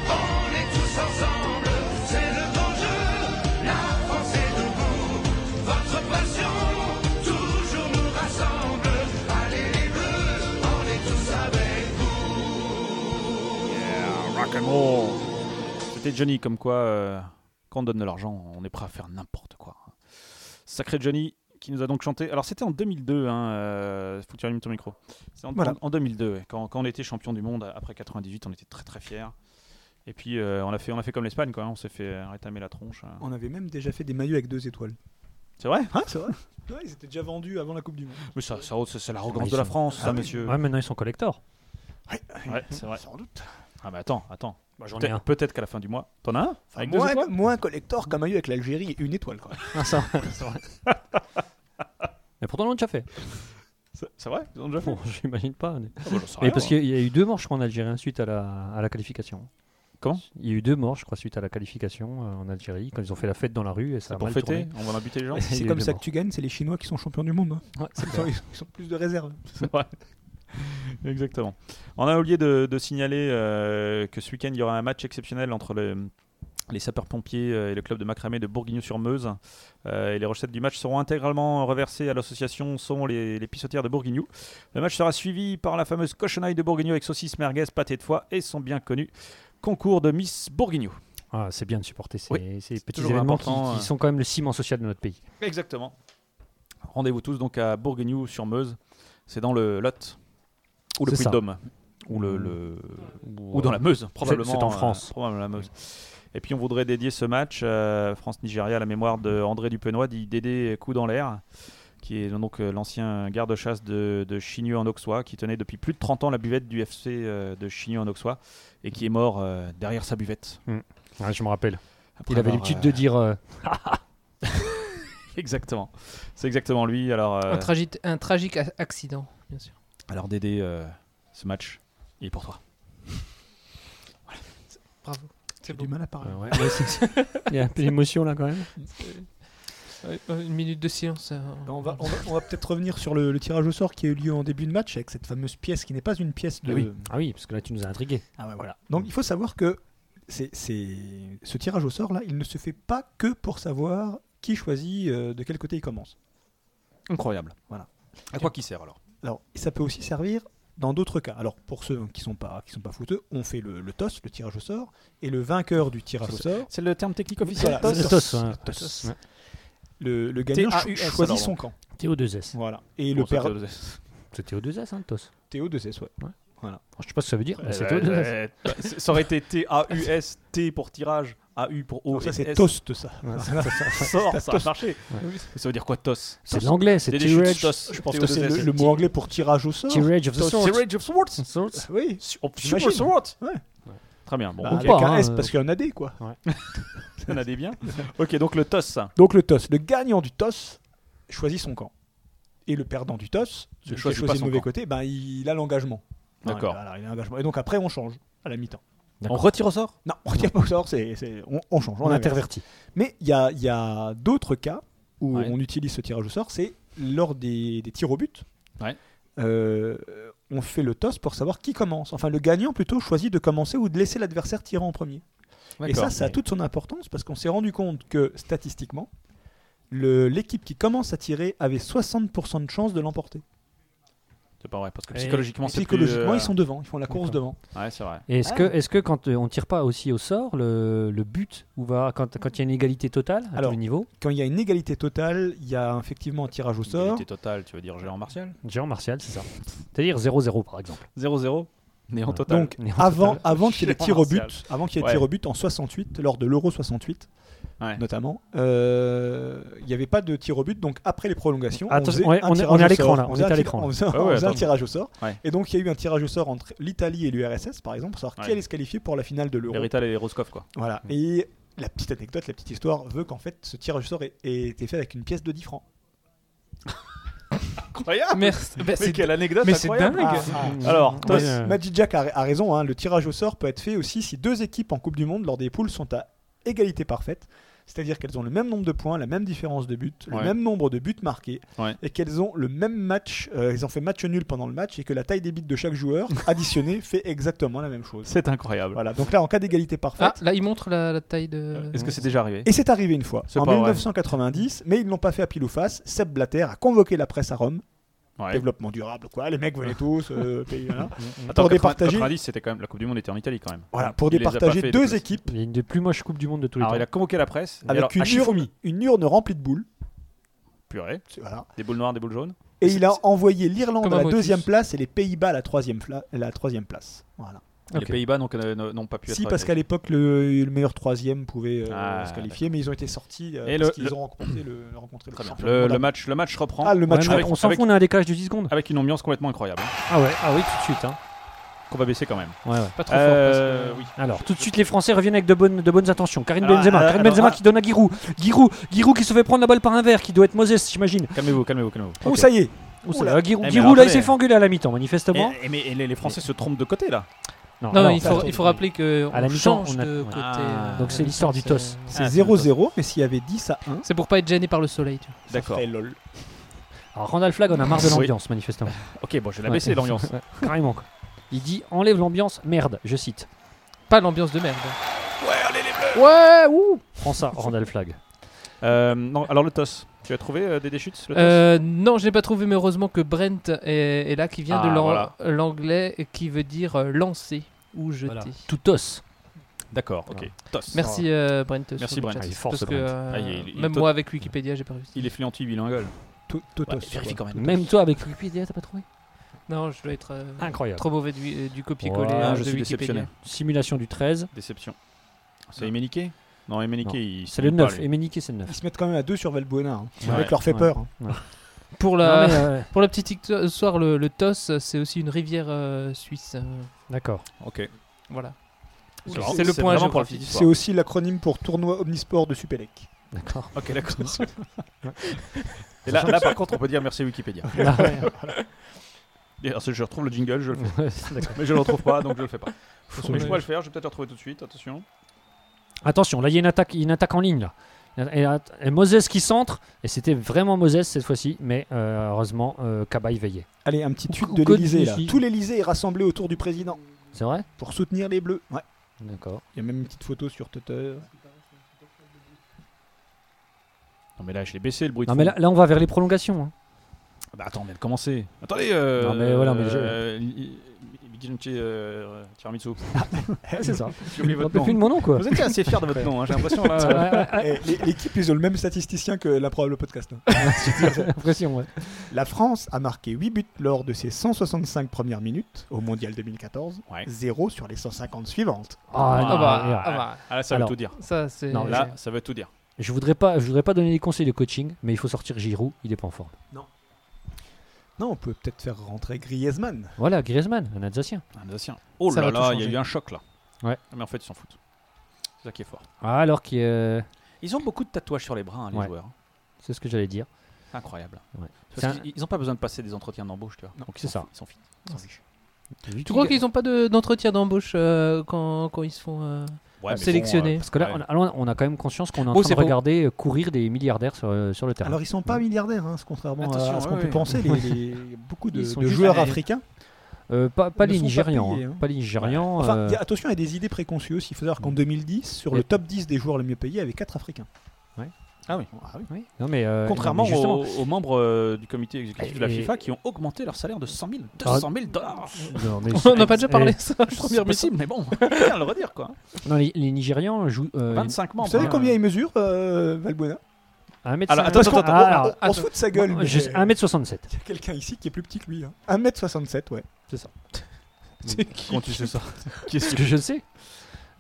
Speaker 2: on est tous ensemble. C'est le bon jeu, la France est debout. Votre passion toujours nous rassemble. Allez les bleus, on est tous avec vous.
Speaker 5: Oh. C'était Johnny, comme quoi, euh, quand on donne de l'argent, on est prêt à faire n'importe quoi. Sacré Johnny qui nous a donc chanté. Alors c'était en 2002, hein, euh, faut que tu allumes ton micro. C'est en,
Speaker 7: Voilà.
Speaker 5: en 2002, ouais, quand, quand on était champion du monde après 98, on était très très fiers. Et puis euh, on a fait on a fait comme l'Espagne quoi, hein, on s'est fait euh, rétamer la tronche. hein.
Speaker 7: On avait même déjà fait des maillots avec deux étoiles.
Speaker 5: C'est vrai
Speaker 7: Hein, c'est vrai Ouais, ils étaient déjà vendus avant la Coupe du Monde.
Speaker 5: Mais ça, ça, ça, c'est l'arrogance
Speaker 6: Ah, ils
Speaker 5: de la
Speaker 6: sont-
Speaker 5: France,
Speaker 6: ah
Speaker 5: ça,
Speaker 6: oui.
Speaker 5: monsieur.
Speaker 6: Ouais, maintenant ils sont collectors.
Speaker 5: Ouais, c'est vrai. Sans doute. Ah, mais attends, attends.
Speaker 6: j'en ai
Speaker 5: Peut-être-
Speaker 6: un.
Speaker 5: Peut-être qu'à la fin du mois. T'en as un Avec deux
Speaker 7: moins,
Speaker 5: étoiles
Speaker 7: moins collector qu'un maillot avec l'Algérie et une étoile. Quoi.
Speaker 6: Mais pourtant, on l'a déjà fait.
Speaker 5: C'est c'est vrai Ils ont déjà fait
Speaker 6: Bon, j'imagine pas. Mais,
Speaker 5: bah, j'en sais
Speaker 6: Mais
Speaker 5: rien,
Speaker 6: parce
Speaker 5: moi.
Speaker 6: qu'il y a eu deux morts, je crois, en Algérie, hein, suite à la, à la qualification.
Speaker 5: Comment
Speaker 6: Il y a eu deux morts, je crois, suite à la qualification euh, en Algérie, quand ils ont fait la fête dans la rue. Et ça a
Speaker 5: Pour
Speaker 6: mal
Speaker 5: fêter,
Speaker 6: tourné.
Speaker 5: on va en buter les gens.
Speaker 6: Ouais, il y
Speaker 7: C'est
Speaker 6: a eu
Speaker 7: comme
Speaker 6: deux
Speaker 7: ça que
Speaker 6: morts.
Speaker 7: tu gagnes, c'est les Chinois qui sont champions du monde. hein.
Speaker 6: Ouais, c'est
Speaker 7: Ils
Speaker 6: clair.
Speaker 7: sont- ils sont plus de réserve.
Speaker 5: C'est vrai. Exactement. On a oublié de, de signaler euh, que ce week-end, il y aura un match exceptionnel entre le- les sapeurs-pompiers euh, et le club de macramé de Bourguignon-sur-Meuse. Euh, et les recettes du match seront intégralement reversées à l'association Sont les, les pissotières de Bourguignon. Le match sera suivi par la fameuse cochonaille de Bourguignon avec saucisses, merguez, pâté de foie et son bien connu concours de Miss Bourguignon.
Speaker 6: Ah, c'est bien de supporter ces,
Speaker 5: Oui,
Speaker 6: ces petits
Speaker 5: toujours
Speaker 6: événements qui,
Speaker 5: important,
Speaker 6: qui
Speaker 5: euh.
Speaker 6: sont quand même le ciment social de notre pays.
Speaker 5: Exactement. Rendez-vous tous donc à Bourguignon-sur-Meuse. C'est dans le Lot ou le
Speaker 6: C'est ça. Mmh.
Speaker 5: Puy-de-Dôme ou le, le-
Speaker 6: Ou,
Speaker 5: ou dans
Speaker 6: euh,
Speaker 5: la Meuse probablement.
Speaker 6: c'est en
Speaker 5: euh,
Speaker 6: France.
Speaker 5: probablement la Meuse. Et puis on voudrait dédier ce match euh, France-Nigeria à la mémoire de André Dupenois, dit Dédé Coup dans l'air, qui est donc euh, l'ancien garde-chasse de, de Chigneux en Auxois, qui tenait depuis plus de 30 ans la buvette du FC euh, de Chigneux en Auxois et qui est mort euh, derrière sa buvette.
Speaker 6: Ouais, je me rappelle.
Speaker 5: Après
Speaker 6: il avait
Speaker 5: avoir,
Speaker 6: l'habitude
Speaker 5: euh,
Speaker 6: de dire. euh,
Speaker 5: Exactement. C'est exactement lui. Alors. euh,
Speaker 8: Un, tragique, un tragique a- accident, bien sûr.
Speaker 5: Alors Dédé, euh, ce match, il est pour toi.
Speaker 8: Bravo. C'est
Speaker 7: J'ai
Speaker 8: bon.
Speaker 7: du mal à parler.
Speaker 6: ouais, ouais, c'est- il y a un peu d'émotion là quand même.
Speaker 5: Ah
Speaker 8: Ouais, euh, Une minute de silence. euh,
Speaker 7: On va, on va- on va peut-être revenir sur le, le tirage au sort qui a eu lieu en début de match avec cette fameuse pièce qui n'est pas une pièce de.
Speaker 6: Ah oui, parce que là tu nous as intrigué.
Speaker 7: Ah ouais, voilà. Donc il faut savoir que c'est- c'est- ce tirage au sort là, il ne se fait pas que pour savoir qui choisit euh, de quel côté il commence.
Speaker 5: Incroyable.
Speaker 7: Voilà.
Speaker 5: À quoi qui sert alors
Speaker 7: Alors ça peut aussi servir dans d'autres cas. Alors pour ceux qui sont pas qui sont pas fouteux, on fait le, le toss, le tirage au sort, et le vainqueur du tirage au sort,
Speaker 5: C'est le terme technique
Speaker 7: officiel. Ah,
Speaker 6: Le
Speaker 7: Voilà. Tos.
Speaker 6: Tos, hein.
Speaker 7: Tos.
Speaker 6: Tos. Ouais.
Speaker 7: le, le gagnant cho-
Speaker 5: TAUS,
Speaker 7: choisit
Speaker 5: alors,
Speaker 7: son camp.
Speaker 6: TO2S.
Speaker 7: Voilà. Et le père
Speaker 6: C'est TO2S, hein, le Tos.
Speaker 7: Théo de Cesse, ouais.
Speaker 6: Je sais pas ce que ça veut dire, mais c'est
Speaker 5: Euh,
Speaker 6: TO2S.
Speaker 5: euh, ça aurait été T-A-U-S, T pour tirage, A-U pour O.
Speaker 7: Donc ça
Speaker 5: et
Speaker 7: c'est
Speaker 5: S.
Speaker 7: toast ça.
Speaker 5: Sort, ça a
Speaker 7: Toss.
Speaker 5: marché. Ça veut dire quoi, TOS
Speaker 6: C'est de l'anglais, c'est
Speaker 5: Des des chutes,
Speaker 6: Tirage
Speaker 5: TOS.
Speaker 7: Je pense que c'est le, le mot anglais pour tirage au sort.
Speaker 6: tirage of the
Speaker 5: Tirage of Swords.
Speaker 6: Swords.
Speaker 7: Oui.
Speaker 5: Sur-
Speaker 7: J'imagine.
Speaker 5: sur Swords.
Speaker 7: Ouais.
Speaker 6: Ouais.
Speaker 5: Très bien. Bon, hein.
Speaker 7: Bah,
Speaker 5: ok.
Speaker 7: avec un S, parce qu'il y a un AD, quoi.
Speaker 5: Ça en a des biens. Ok, donc le TOS.
Speaker 7: Donc le TOS, le gagnant du TOS choisit son camp. Et le perdant du TOS,
Speaker 5: Ne
Speaker 7: celui qui a
Speaker 5: choisit pas
Speaker 7: choisi
Speaker 5: son
Speaker 7: le mauvais
Speaker 5: camp.
Speaker 7: côté, ben, il a l'engagement.
Speaker 5: Ah, D'accord.
Speaker 7: Voilà, il a l'engagement. Et donc après, on change à la mi-temps.
Speaker 5: On retire au sort
Speaker 7: Non, on retire pas au sort, c'est, c'est- on, on change, on,
Speaker 6: On
Speaker 7: inverse.
Speaker 6: intervertit.
Speaker 7: Mais il y a, il y a d'autres cas où
Speaker 5: Ouais.
Speaker 7: on utilise ce tirage au sort, c'est lors des, des tirs au but.
Speaker 5: Ouais.
Speaker 7: Euh, on fait le toss pour savoir qui commence. Enfin, le gagnant plutôt choisit de commencer ou de laisser l'adversaire tirer en premier. Et
Speaker 5: D'accord.
Speaker 7: ça, ça a toute son importance parce qu'on s'est rendu compte que statistiquement, le- l'équipe qui commence à tirer avait 60% de chances de l'emporter.
Speaker 5: C'est pas vrai, parce que
Speaker 7: Et-
Speaker 5: psychologiquement, c'est
Speaker 7: psychologiquement,
Speaker 5: plus, euh,
Speaker 7: ils sont devant, ils font la course devant.
Speaker 5: Ouais, c'est vrai.
Speaker 6: Et est-ce que, est-ce que quand euh, on tire pas aussi au sort, le, le but, où va, quand quand il y a une égalité totale à
Speaker 7: Alors,
Speaker 6: tous les niveaux
Speaker 7: Quand il y a une égalité totale, il y a effectivement un tirage au sort.
Speaker 5: Égalité totale, tu veux dire géant martial
Speaker 6: Géant martial, c'est ça. C'est-à-dire 0-0 par exemple.
Speaker 5: 0-0 Néant
Speaker 6: Voilà. ah,
Speaker 5: total.
Speaker 7: Donc
Speaker 6: Néant total.
Speaker 7: avant, avant qu'il y ait des
Speaker 5: Géant
Speaker 7: tirs au
Speaker 5: martial.
Speaker 7: but, avant qu'il y ait des
Speaker 5: Ouais.
Speaker 7: tirs au but en 68, lors de l'Euro 68
Speaker 5: Ouais.
Speaker 7: notamment, euh, il n'y avait pas de tirs au but. Donc après les prolongations,
Speaker 6: Attends,
Speaker 7: on, faisait
Speaker 6: ouais,
Speaker 7: un
Speaker 6: on est-
Speaker 7: tirage
Speaker 6: on est à
Speaker 7: au
Speaker 6: l'écran,
Speaker 7: sort.
Speaker 6: là, on est
Speaker 7: faisait un
Speaker 6: à
Speaker 7: tir-
Speaker 6: l'écran, là.
Speaker 7: On faisait,
Speaker 5: Ouais,
Speaker 7: on
Speaker 5: ouais,
Speaker 7: faisait un
Speaker 5: attends.
Speaker 7: tirage au sort.
Speaker 5: Ouais.
Speaker 7: Et donc il y a eu un tirage au sort entre l'Italie et l'URSS par exemple pour savoir qui
Speaker 5: Ouais. Mm.
Speaker 7: allait se qualifier pour la finale de l'Euro.
Speaker 5: L'héritage et Roscoff, quoi.
Speaker 7: Voilà. Et la petite anecdote, la petite histoire veut qu'en fait ce tirage au sort ait, ait été fait avec une pièce de 10 francs.
Speaker 5: Incroyable
Speaker 8: Merci. Bah,
Speaker 5: Mais
Speaker 8: c'est-
Speaker 5: quelle anecdote
Speaker 8: mais c'est
Speaker 5: incroyable. Ah,
Speaker 8: dingue.
Speaker 5: Alors,
Speaker 6: Ouais,
Speaker 5: Tos,
Speaker 6: euh,
Speaker 7: Magic Jack a, a raison, hein, le tirage au sort peut être fait aussi si deux équipes en Coupe du Monde lors des poules sont à égalité parfaite, c'est-à-dire qu'elles ont le même nombre de points, la même différence de buts,
Speaker 5: Ouais.
Speaker 7: le même nombre de buts marqués,
Speaker 5: Ouais.
Speaker 7: et qu'elles ont le même match, euh, elles ont fait match nul pendant le match, et que la taille des bits de chaque joueur additionné fait exactement la même chose.
Speaker 5: c'est incroyable.
Speaker 7: Voilà, donc là en cas d'égalité
Speaker 8: Ah,
Speaker 7: parfaite,
Speaker 8: là, il montre la, la taille de.
Speaker 5: Est-ce que c'est déjà arrivé
Speaker 7: et c'est arrivé une fois,
Speaker 5: Ah. C'est
Speaker 7: en
Speaker 5: pas vrai.
Speaker 7: 1990, mais ils ne l'ont pas fait à pile ou face, Seb Blatter a convoqué la presse à Rome,
Speaker 5: Ouais.
Speaker 7: développement durable, quoi, les mecs venaient tous, euh, pays, voilà.
Speaker 5: Attends,
Speaker 7: Pour
Speaker 5: 80- 90,
Speaker 7: départager-
Speaker 5: 90, c'était quand même la Coupe du Monde était en Italie quand même.
Speaker 7: Voilà, pour
Speaker 5: Il les a pas
Speaker 7: départager
Speaker 5: fait,
Speaker 7: deux
Speaker 5: les
Speaker 7: équipes.
Speaker 6: Il y a une des plus moches coupes du monde de tous les
Speaker 5: Alors Ah, il a
Speaker 6: temps.
Speaker 5: convoqué la presse Et
Speaker 7: avec
Speaker 5: alors,
Speaker 7: une,
Speaker 5: à Shifumi,
Speaker 7: urne, une urne remplie de boules.
Speaker 5: purée,
Speaker 7: C'est- voilà.
Speaker 5: des boules noires, des boules jaunes.
Speaker 7: Et il a envoyé l'Irlande
Speaker 8: Comme
Speaker 7: à
Speaker 8: un
Speaker 7: la
Speaker 8: motus.
Speaker 7: deuxième place et les Pays-Bas à la troisième, fla- la troisième place. Voilà.
Speaker 5: Et
Speaker 6: Ok.
Speaker 5: Les Pays-Bas n'ont que- n'ont n'ont pas pu
Speaker 7: Si,
Speaker 5: être
Speaker 7: parce qu'à l'époque, le, le meilleur troisième pouvait euh,
Speaker 5: Ah,
Speaker 7: se qualifier, mais ils ont été sortis euh,
Speaker 5: Et
Speaker 7: parce
Speaker 5: le-
Speaker 7: qu'ils
Speaker 5: le-
Speaker 7: ont rencontré le, rencontré le
Speaker 5: Très bien.
Speaker 7: champion.
Speaker 5: Le,
Speaker 7: Voilà.
Speaker 5: le match, le match reprend
Speaker 7: Ah, le
Speaker 6: Ouais,
Speaker 7: match
Speaker 6: mais
Speaker 5: avec-
Speaker 6: on s'en
Speaker 5: avec-
Speaker 6: fout, on a un décalage de 10 secondes.
Speaker 5: avec une ambiance complètement incroyable. hein,
Speaker 6: Ah ouais, ah oui, tout de suite. hein.
Speaker 5: Qu'on va baisser quand même.
Speaker 6: Ouais, ouais.
Speaker 8: Pas trop
Speaker 5: Euh,
Speaker 8: fort.
Speaker 5: oui.
Speaker 6: Alors, tout de suite, les Français reviennent avec de bonnes, de bonnes intentions. Karine
Speaker 5: Alors,
Speaker 6: Benzema,
Speaker 5: alors,
Speaker 6: Karine Benzema
Speaker 5: alors,
Speaker 6: qui donne à Giroud. Giroud, Giroud qui se fait prendre la balle par un verre, qui doit être Moses, j'imagine.
Speaker 5: Calmez-vous, calmez-vous, calmez-vous.
Speaker 7: Oh, ça y est
Speaker 6: Où ça,
Speaker 7: Oula.
Speaker 6: là, Giroud,
Speaker 5: Eh, mais
Speaker 6: Giroud,
Speaker 5: alors,
Speaker 6: là, il s'est
Speaker 5: attendez. Eh,
Speaker 6: fait enguler à la mi-temps, manifestement.
Speaker 5: Et, et- mais et les, les Français se trompent de côté là.
Speaker 8: parce que- Non,
Speaker 6: alors,
Speaker 8: il, faut,
Speaker 6: attends.
Speaker 8: il faut rappeler que
Speaker 6: À la
Speaker 8: on
Speaker 6: mi-temps,
Speaker 8: change
Speaker 6: on a-
Speaker 8: de
Speaker 6: ouais.
Speaker 8: côté.
Speaker 5: Ah.
Speaker 8: euh,
Speaker 6: Donc, c'est
Speaker 8: à la
Speaker 6: l'histoire
Speaker 8: mi-temps,
Speaker 6: du toss.
Speaker 8: c'est-
Speaker 7: C'est
Speaker 8: euh,
Speaker 5: Ah,
Speaker 7: 0-0, mais s'il y avait 10 à 1,
Speaker 8: C'est pour pas être gêné par le soleil. tu vois.
Speaker 5: D'accord.
Speaker 7: c'est lol.
Speaker 6: Alors, Randall Flagg en a marre de
Speaker 5: Oui.
Speaker 6: l'ambiance, manifestement.
Speaker 5: Ok, bon, je vais la
Speaker 6: Ouais.
Speaker 5: baisser l'ambiance.
Speaker 6: Ouais, Carrément. quoi. Il dit enlève l'ambiance, merde, je cite.
Speaker 8: Pas l'ambiance de merde.
Speaker 6: Ouais, ouh Prends ça, Randall Flagg.
Speaker 5: Euh, non, alors le TOS. Tu as trouvé euh, des déchutes le TOS
Speaker 8: Euh, non, je n'ai pas trouvé, mais heureusement que Brent est, est là, qui vient de
Speaker 5: Ah,
Speaker 8: l'an-
Speaker 5: voilà.
Speaker 8: l'anglais, qui veut dire euh, lancer ou jeter.
Speaker 6: Voilà. Tout toss.
Speaker 5: D'accord, ok. TOS.
Speaker 8: Merci euh, Brent. sur
Speaker 5: Merci,
Speaker 8: le
Speaker 5: Brent.
Speaker 8: chat.
Speaker 5: Ah, il est
Speaker 6: fort,
Speaker 8: Parce
Speaker 6: ce
Speaker 8: que
Speaker 6: Brent.
Speaker 8: euh,
Speaker 5: Ah, il est- il est
Speaker 8: même
Speaker 5: tot-
Speaker 8: moi avec Wikipédia, j'ai pas réussi.
Speaker 5: Il est fluent bilingue.
Speaker 7: Tout- tout os, quoi.
Speaker 5: quand
Speaker 6: Même toi avec Wikipédia, t'as pas trouvé
Speaker 8: Non, je dois être euh,
Speaker 6: Incroyable.
Speaker 8: trop mauvais du, euh, du copier-coller
Speaker 6: Voilà,
Speaker 8: euh,
Speaker 5: Ah, je
Speaker 8: de
Speaker 5: suis
Speaker 8: Wikipédia.
Speaker 5: déceptionné.
Speaker 6: Simulation du 13.
Speaker 5: Déception. C'est Emenike Non, Emenike,
Speaker 6: Non.
Speaker 5: il.
Speaker 6: C'est le
Speaker 5: il parle,
Speaker 6: 9.
Speaker 5: lui.
Speaker 6: Emenike, c'est le 9.
Speaker 7: Ils se mettent quand même à 2 sur Valbuena. hein. Le
Speaker 5: Ouais.
Speaker 7: mec leur fait
Speaker 6: Ouais.
Speaker 7: peur. hein.
Speaker 8: Pour la,
Speaker 6: Non, mais, euh,
Speaker 8: pour la petite histo- histoire, le, le Tos, c'est aussi une rivière euh, suisse. euh,
Speaker 6: D'accord.
Speaker 5: Ok.
Speaker 8: voilà.
Speaker 5: C'est
Speaker 8: C'est le point
Speaker 5: vraiment pour la
Speaker 8: géographique.
Speaker 5: petite
Speaker 7: C'est
Speaker 5: histoire.
Speaker 7: aussi l'acronyme pour tournoi omnisport de Supélec.
Speaker 6: D'accord.
Speaker 5: Ok, d'accord. Et là, là, par contre, on peut dire merci Wikipédia.
Speaker 6: Ah ouais.
Speaker 5: Et alors, je retrouve le jingle, je le fais.
Speaker 6: Ouais, c'est d'accord.
Speaker 5: Mais je le retrouve pas, donc je le fais pas.
Speaker 6: se
Speaker 5: Mais je
Speaker 6: mettre.
Speaker 5: pourrais le faire, je vais peut-être le retrouver tout de suite, attention.
Speaker 6: Attention, là il y a une attaque, une attaque en ligne là. Et, et Moses qui centre, et c'était vraiment Moses cette fois-ci, mais euh, heureusement euh, Cabaye veillait.
Speaker 7: Allez, un petit tweet
Speaker 6: Ou-
Speaker 7: de
Speaker 6: ou Code
Speaker 7: l'Elysée là.
Speaker 6: Michi.
Speaker 7: Tout l'Elysée est rassemblé autour du président
Speaker 6: C'est vrai
Speaker 7: pour soutenir les Bleus. Ouais.
Speaker 6: D'accord.
Speaker 7: Il y a même une petite photo sur Twitter.
Speaker 5: Non, mais là, je l'ai baissé le bruit. de
Speaker 6: Non mais
Speaker 5: fond.
Speaker 6: là, là, on va vers les prolongations. hein.
Speaker 5: Ah Bah attends, on vient de commencer. Attendez. Euh,
Speaker 6: Non, mais voilà, mais je-
Speaker 5: euh, li- Bikinchi, euh, Tiramisu.
Speaker 6: c'est ça.
Speaker 5: J'ai oublié
Speaker 6: On
Speaker 5: votre
Speaker 6: peut
Speaker 5: nom.
Speaker 6: plus de mon nom quoi.
Speaker 5: Vous étiez assez fier de votre nom, hein, j'ai l'impression.
Speaker 6: Ouais,
Speaker 5: Là,
Speaker 6: ouais, ouais,
Speaker 7: Eh, l'é- L'équipe, ils ont le même statisticien que l'improbable podcast. hein.
Speaker 6: Impression, ouais.
Speaker 7: La France a marqué 8 buts lors de ses 165 premières minutes au Mondial 2014.
Speaker 5: Ouais.
Speaker 7: 0 sur les 150 suivantes.
Speaker 6: Ah, non,
Speaker 8: Ah bah,
Speaker 6: regarde.
Speaker 8: ah bah,
Speaker 5: ah, là, ça
Speaker 6: Alors.
Speaker 5: veut tout dire.
Speaker 8: ça c'est.
Speaker 6: Non,
Speaker 5: Là, ça veut tout dire.
Speaker 6: Je voudrais pas, je voudrais pas donner des conseils de coaching, mais il faut sortir Giroud, il est pas en forme.
Speaker 7: Non, on peut peut-être faire rentrer Griezmann.
Speaker 6: Voilà, Griezmann, un Alsacien.
Speaker 5: Un Alsacien. Oh
Speaker 8: Ça
Speaker 5: là
Speaker 8: va tout
Speaker 5: là, il y a
Speaker 8: changer.
Speaker 5: eu un choc là. Ah,
Speaker 6: Ouais.
Speaker 5: Mais en fait, ils s'en foutent. C'est ça qui est fort.
Speaker 6: Ah, alors qu'il. euh,
Speaker 5: Ils ont beaucoup de tatouages sur les bras, hein, les
Speaker 6: Ouais.
Speaker 5: joueurs. hein.
Speaker 6: C'est ce que j'allais dire.
Speaker 5: C'est Incroyable.
Speaker 6: Ouais. C'est
Speaker 5: Parce qu'ils- Ils n'ont pas besoin de passer des entretiens d'embauche, tu vois. Donc, ils
Speaker 6: c'est
Speaker 5: s'en
Speaker 6: ça.
Speaker 5: foutent, Ils s'en fichent. Ils s'en fichent.
Speaker 6: Vu
Speaker 8: Tu crois qu'ils n'ont pas de- d'entretien d'embauche euh, quand, quand ils se font euh,
Speaker 5: Ouais, mais bon,
Speaker 8: sélectionner
Speaker 5: euh,
Speaker 6: Parce que là, on, a, alors, on a quand même conscience qu'on est en
Speaker 8: Bon,
Speaker 6: train
Speaker 8: c'est
Speaker 6: de
Speaker 8: bon.
Speaker 6: regarder euh, courir des milliardaires sur, euh, sur le terrain.
Speaker 7: Alors, ils sont pas milliardaires, hein, c'est contrairement à-
Speaker 5: Attention,
Speaker 7: à ce
Speaker 5: ouais,
Speaker 7: qu'on
Speaker 5: ouais.
Speaker 7: peut penser. les- les- beaucoup de,
Speaker 6: Ils sont
Speaker 7: de
Speaker 6: juste
Speaker 7: joueurs
Speaker 6: à la-
Speaker 7: africains.
Speaker 6: Euh, pas, pas
Speaker 7: ne
Speaker 6: les
Speaker 7: sont pas
Speaker 6: Nigérians.
Speaker 7: payés,
Speaker 6: hein.
Speaker 7: hein.
Speaker 6: Pas les Nigérians.
Speaker 7: Enfin,
Speaker 6: euh,
Speaker 7: il y a- attention, il y a des idées préconçues aussi. Il faut savoir qu'en 2010, sur
Speaker 6: Et-
Speaker 7: le top 10 des joueurs les mieux payés, il y avait 4 africains.
Speaker 5: Ah oui.
Speaker 6: oui. Non, mais, euh,
Speaker 5: Contrairement
Speaker 6: non, mais justement,
Speaker 5: aux, aux membres euh, du comité exécutif de la
Speaker 6: Et-
Speaker 5: FIFA qui ont augmenté leur salaire de 100 000, 200 000 dollars.
Speaker 6: non, mais-
Speaker 8: On n'a pas déjà parlé
Speaker 6: Eh,
Speaker 8: de ça, la
Speaker 5: C'est
Speaker 8: première mission.
Speaker 5: possible, mais bon, on va le redire quoi.
Speaker 6: non, les, les Nigérians jouent. euh,
Speaker 5: 25 membres.
Speaker 7: Vous savez
Speaker 5: hein.
Speaker 7: combien ils mesurent, euh, Valbuena
Speaker 6: un mètre
Speaker 5: Alors,
Speaker 6: cin-
Speaker 5: attends,
Speaker 6: parce
Speaker 5: attends,
Speaker 6: qu'on-
Speaker 5: attends,
Speaker 6: ah,
Speaker 7: on,
Speaker 6: alors,
Speaker 7: on- on se fout de sa gueule. mais
Speaker 6: je sais, 1m67.
Speaker 7: Il y a quelqu'un ici qui est plus petit que lui. hein. 1m67, ouais.
Speaker 5: Comment tu sais ça
Speaker 6: Qu'est-ce que je sais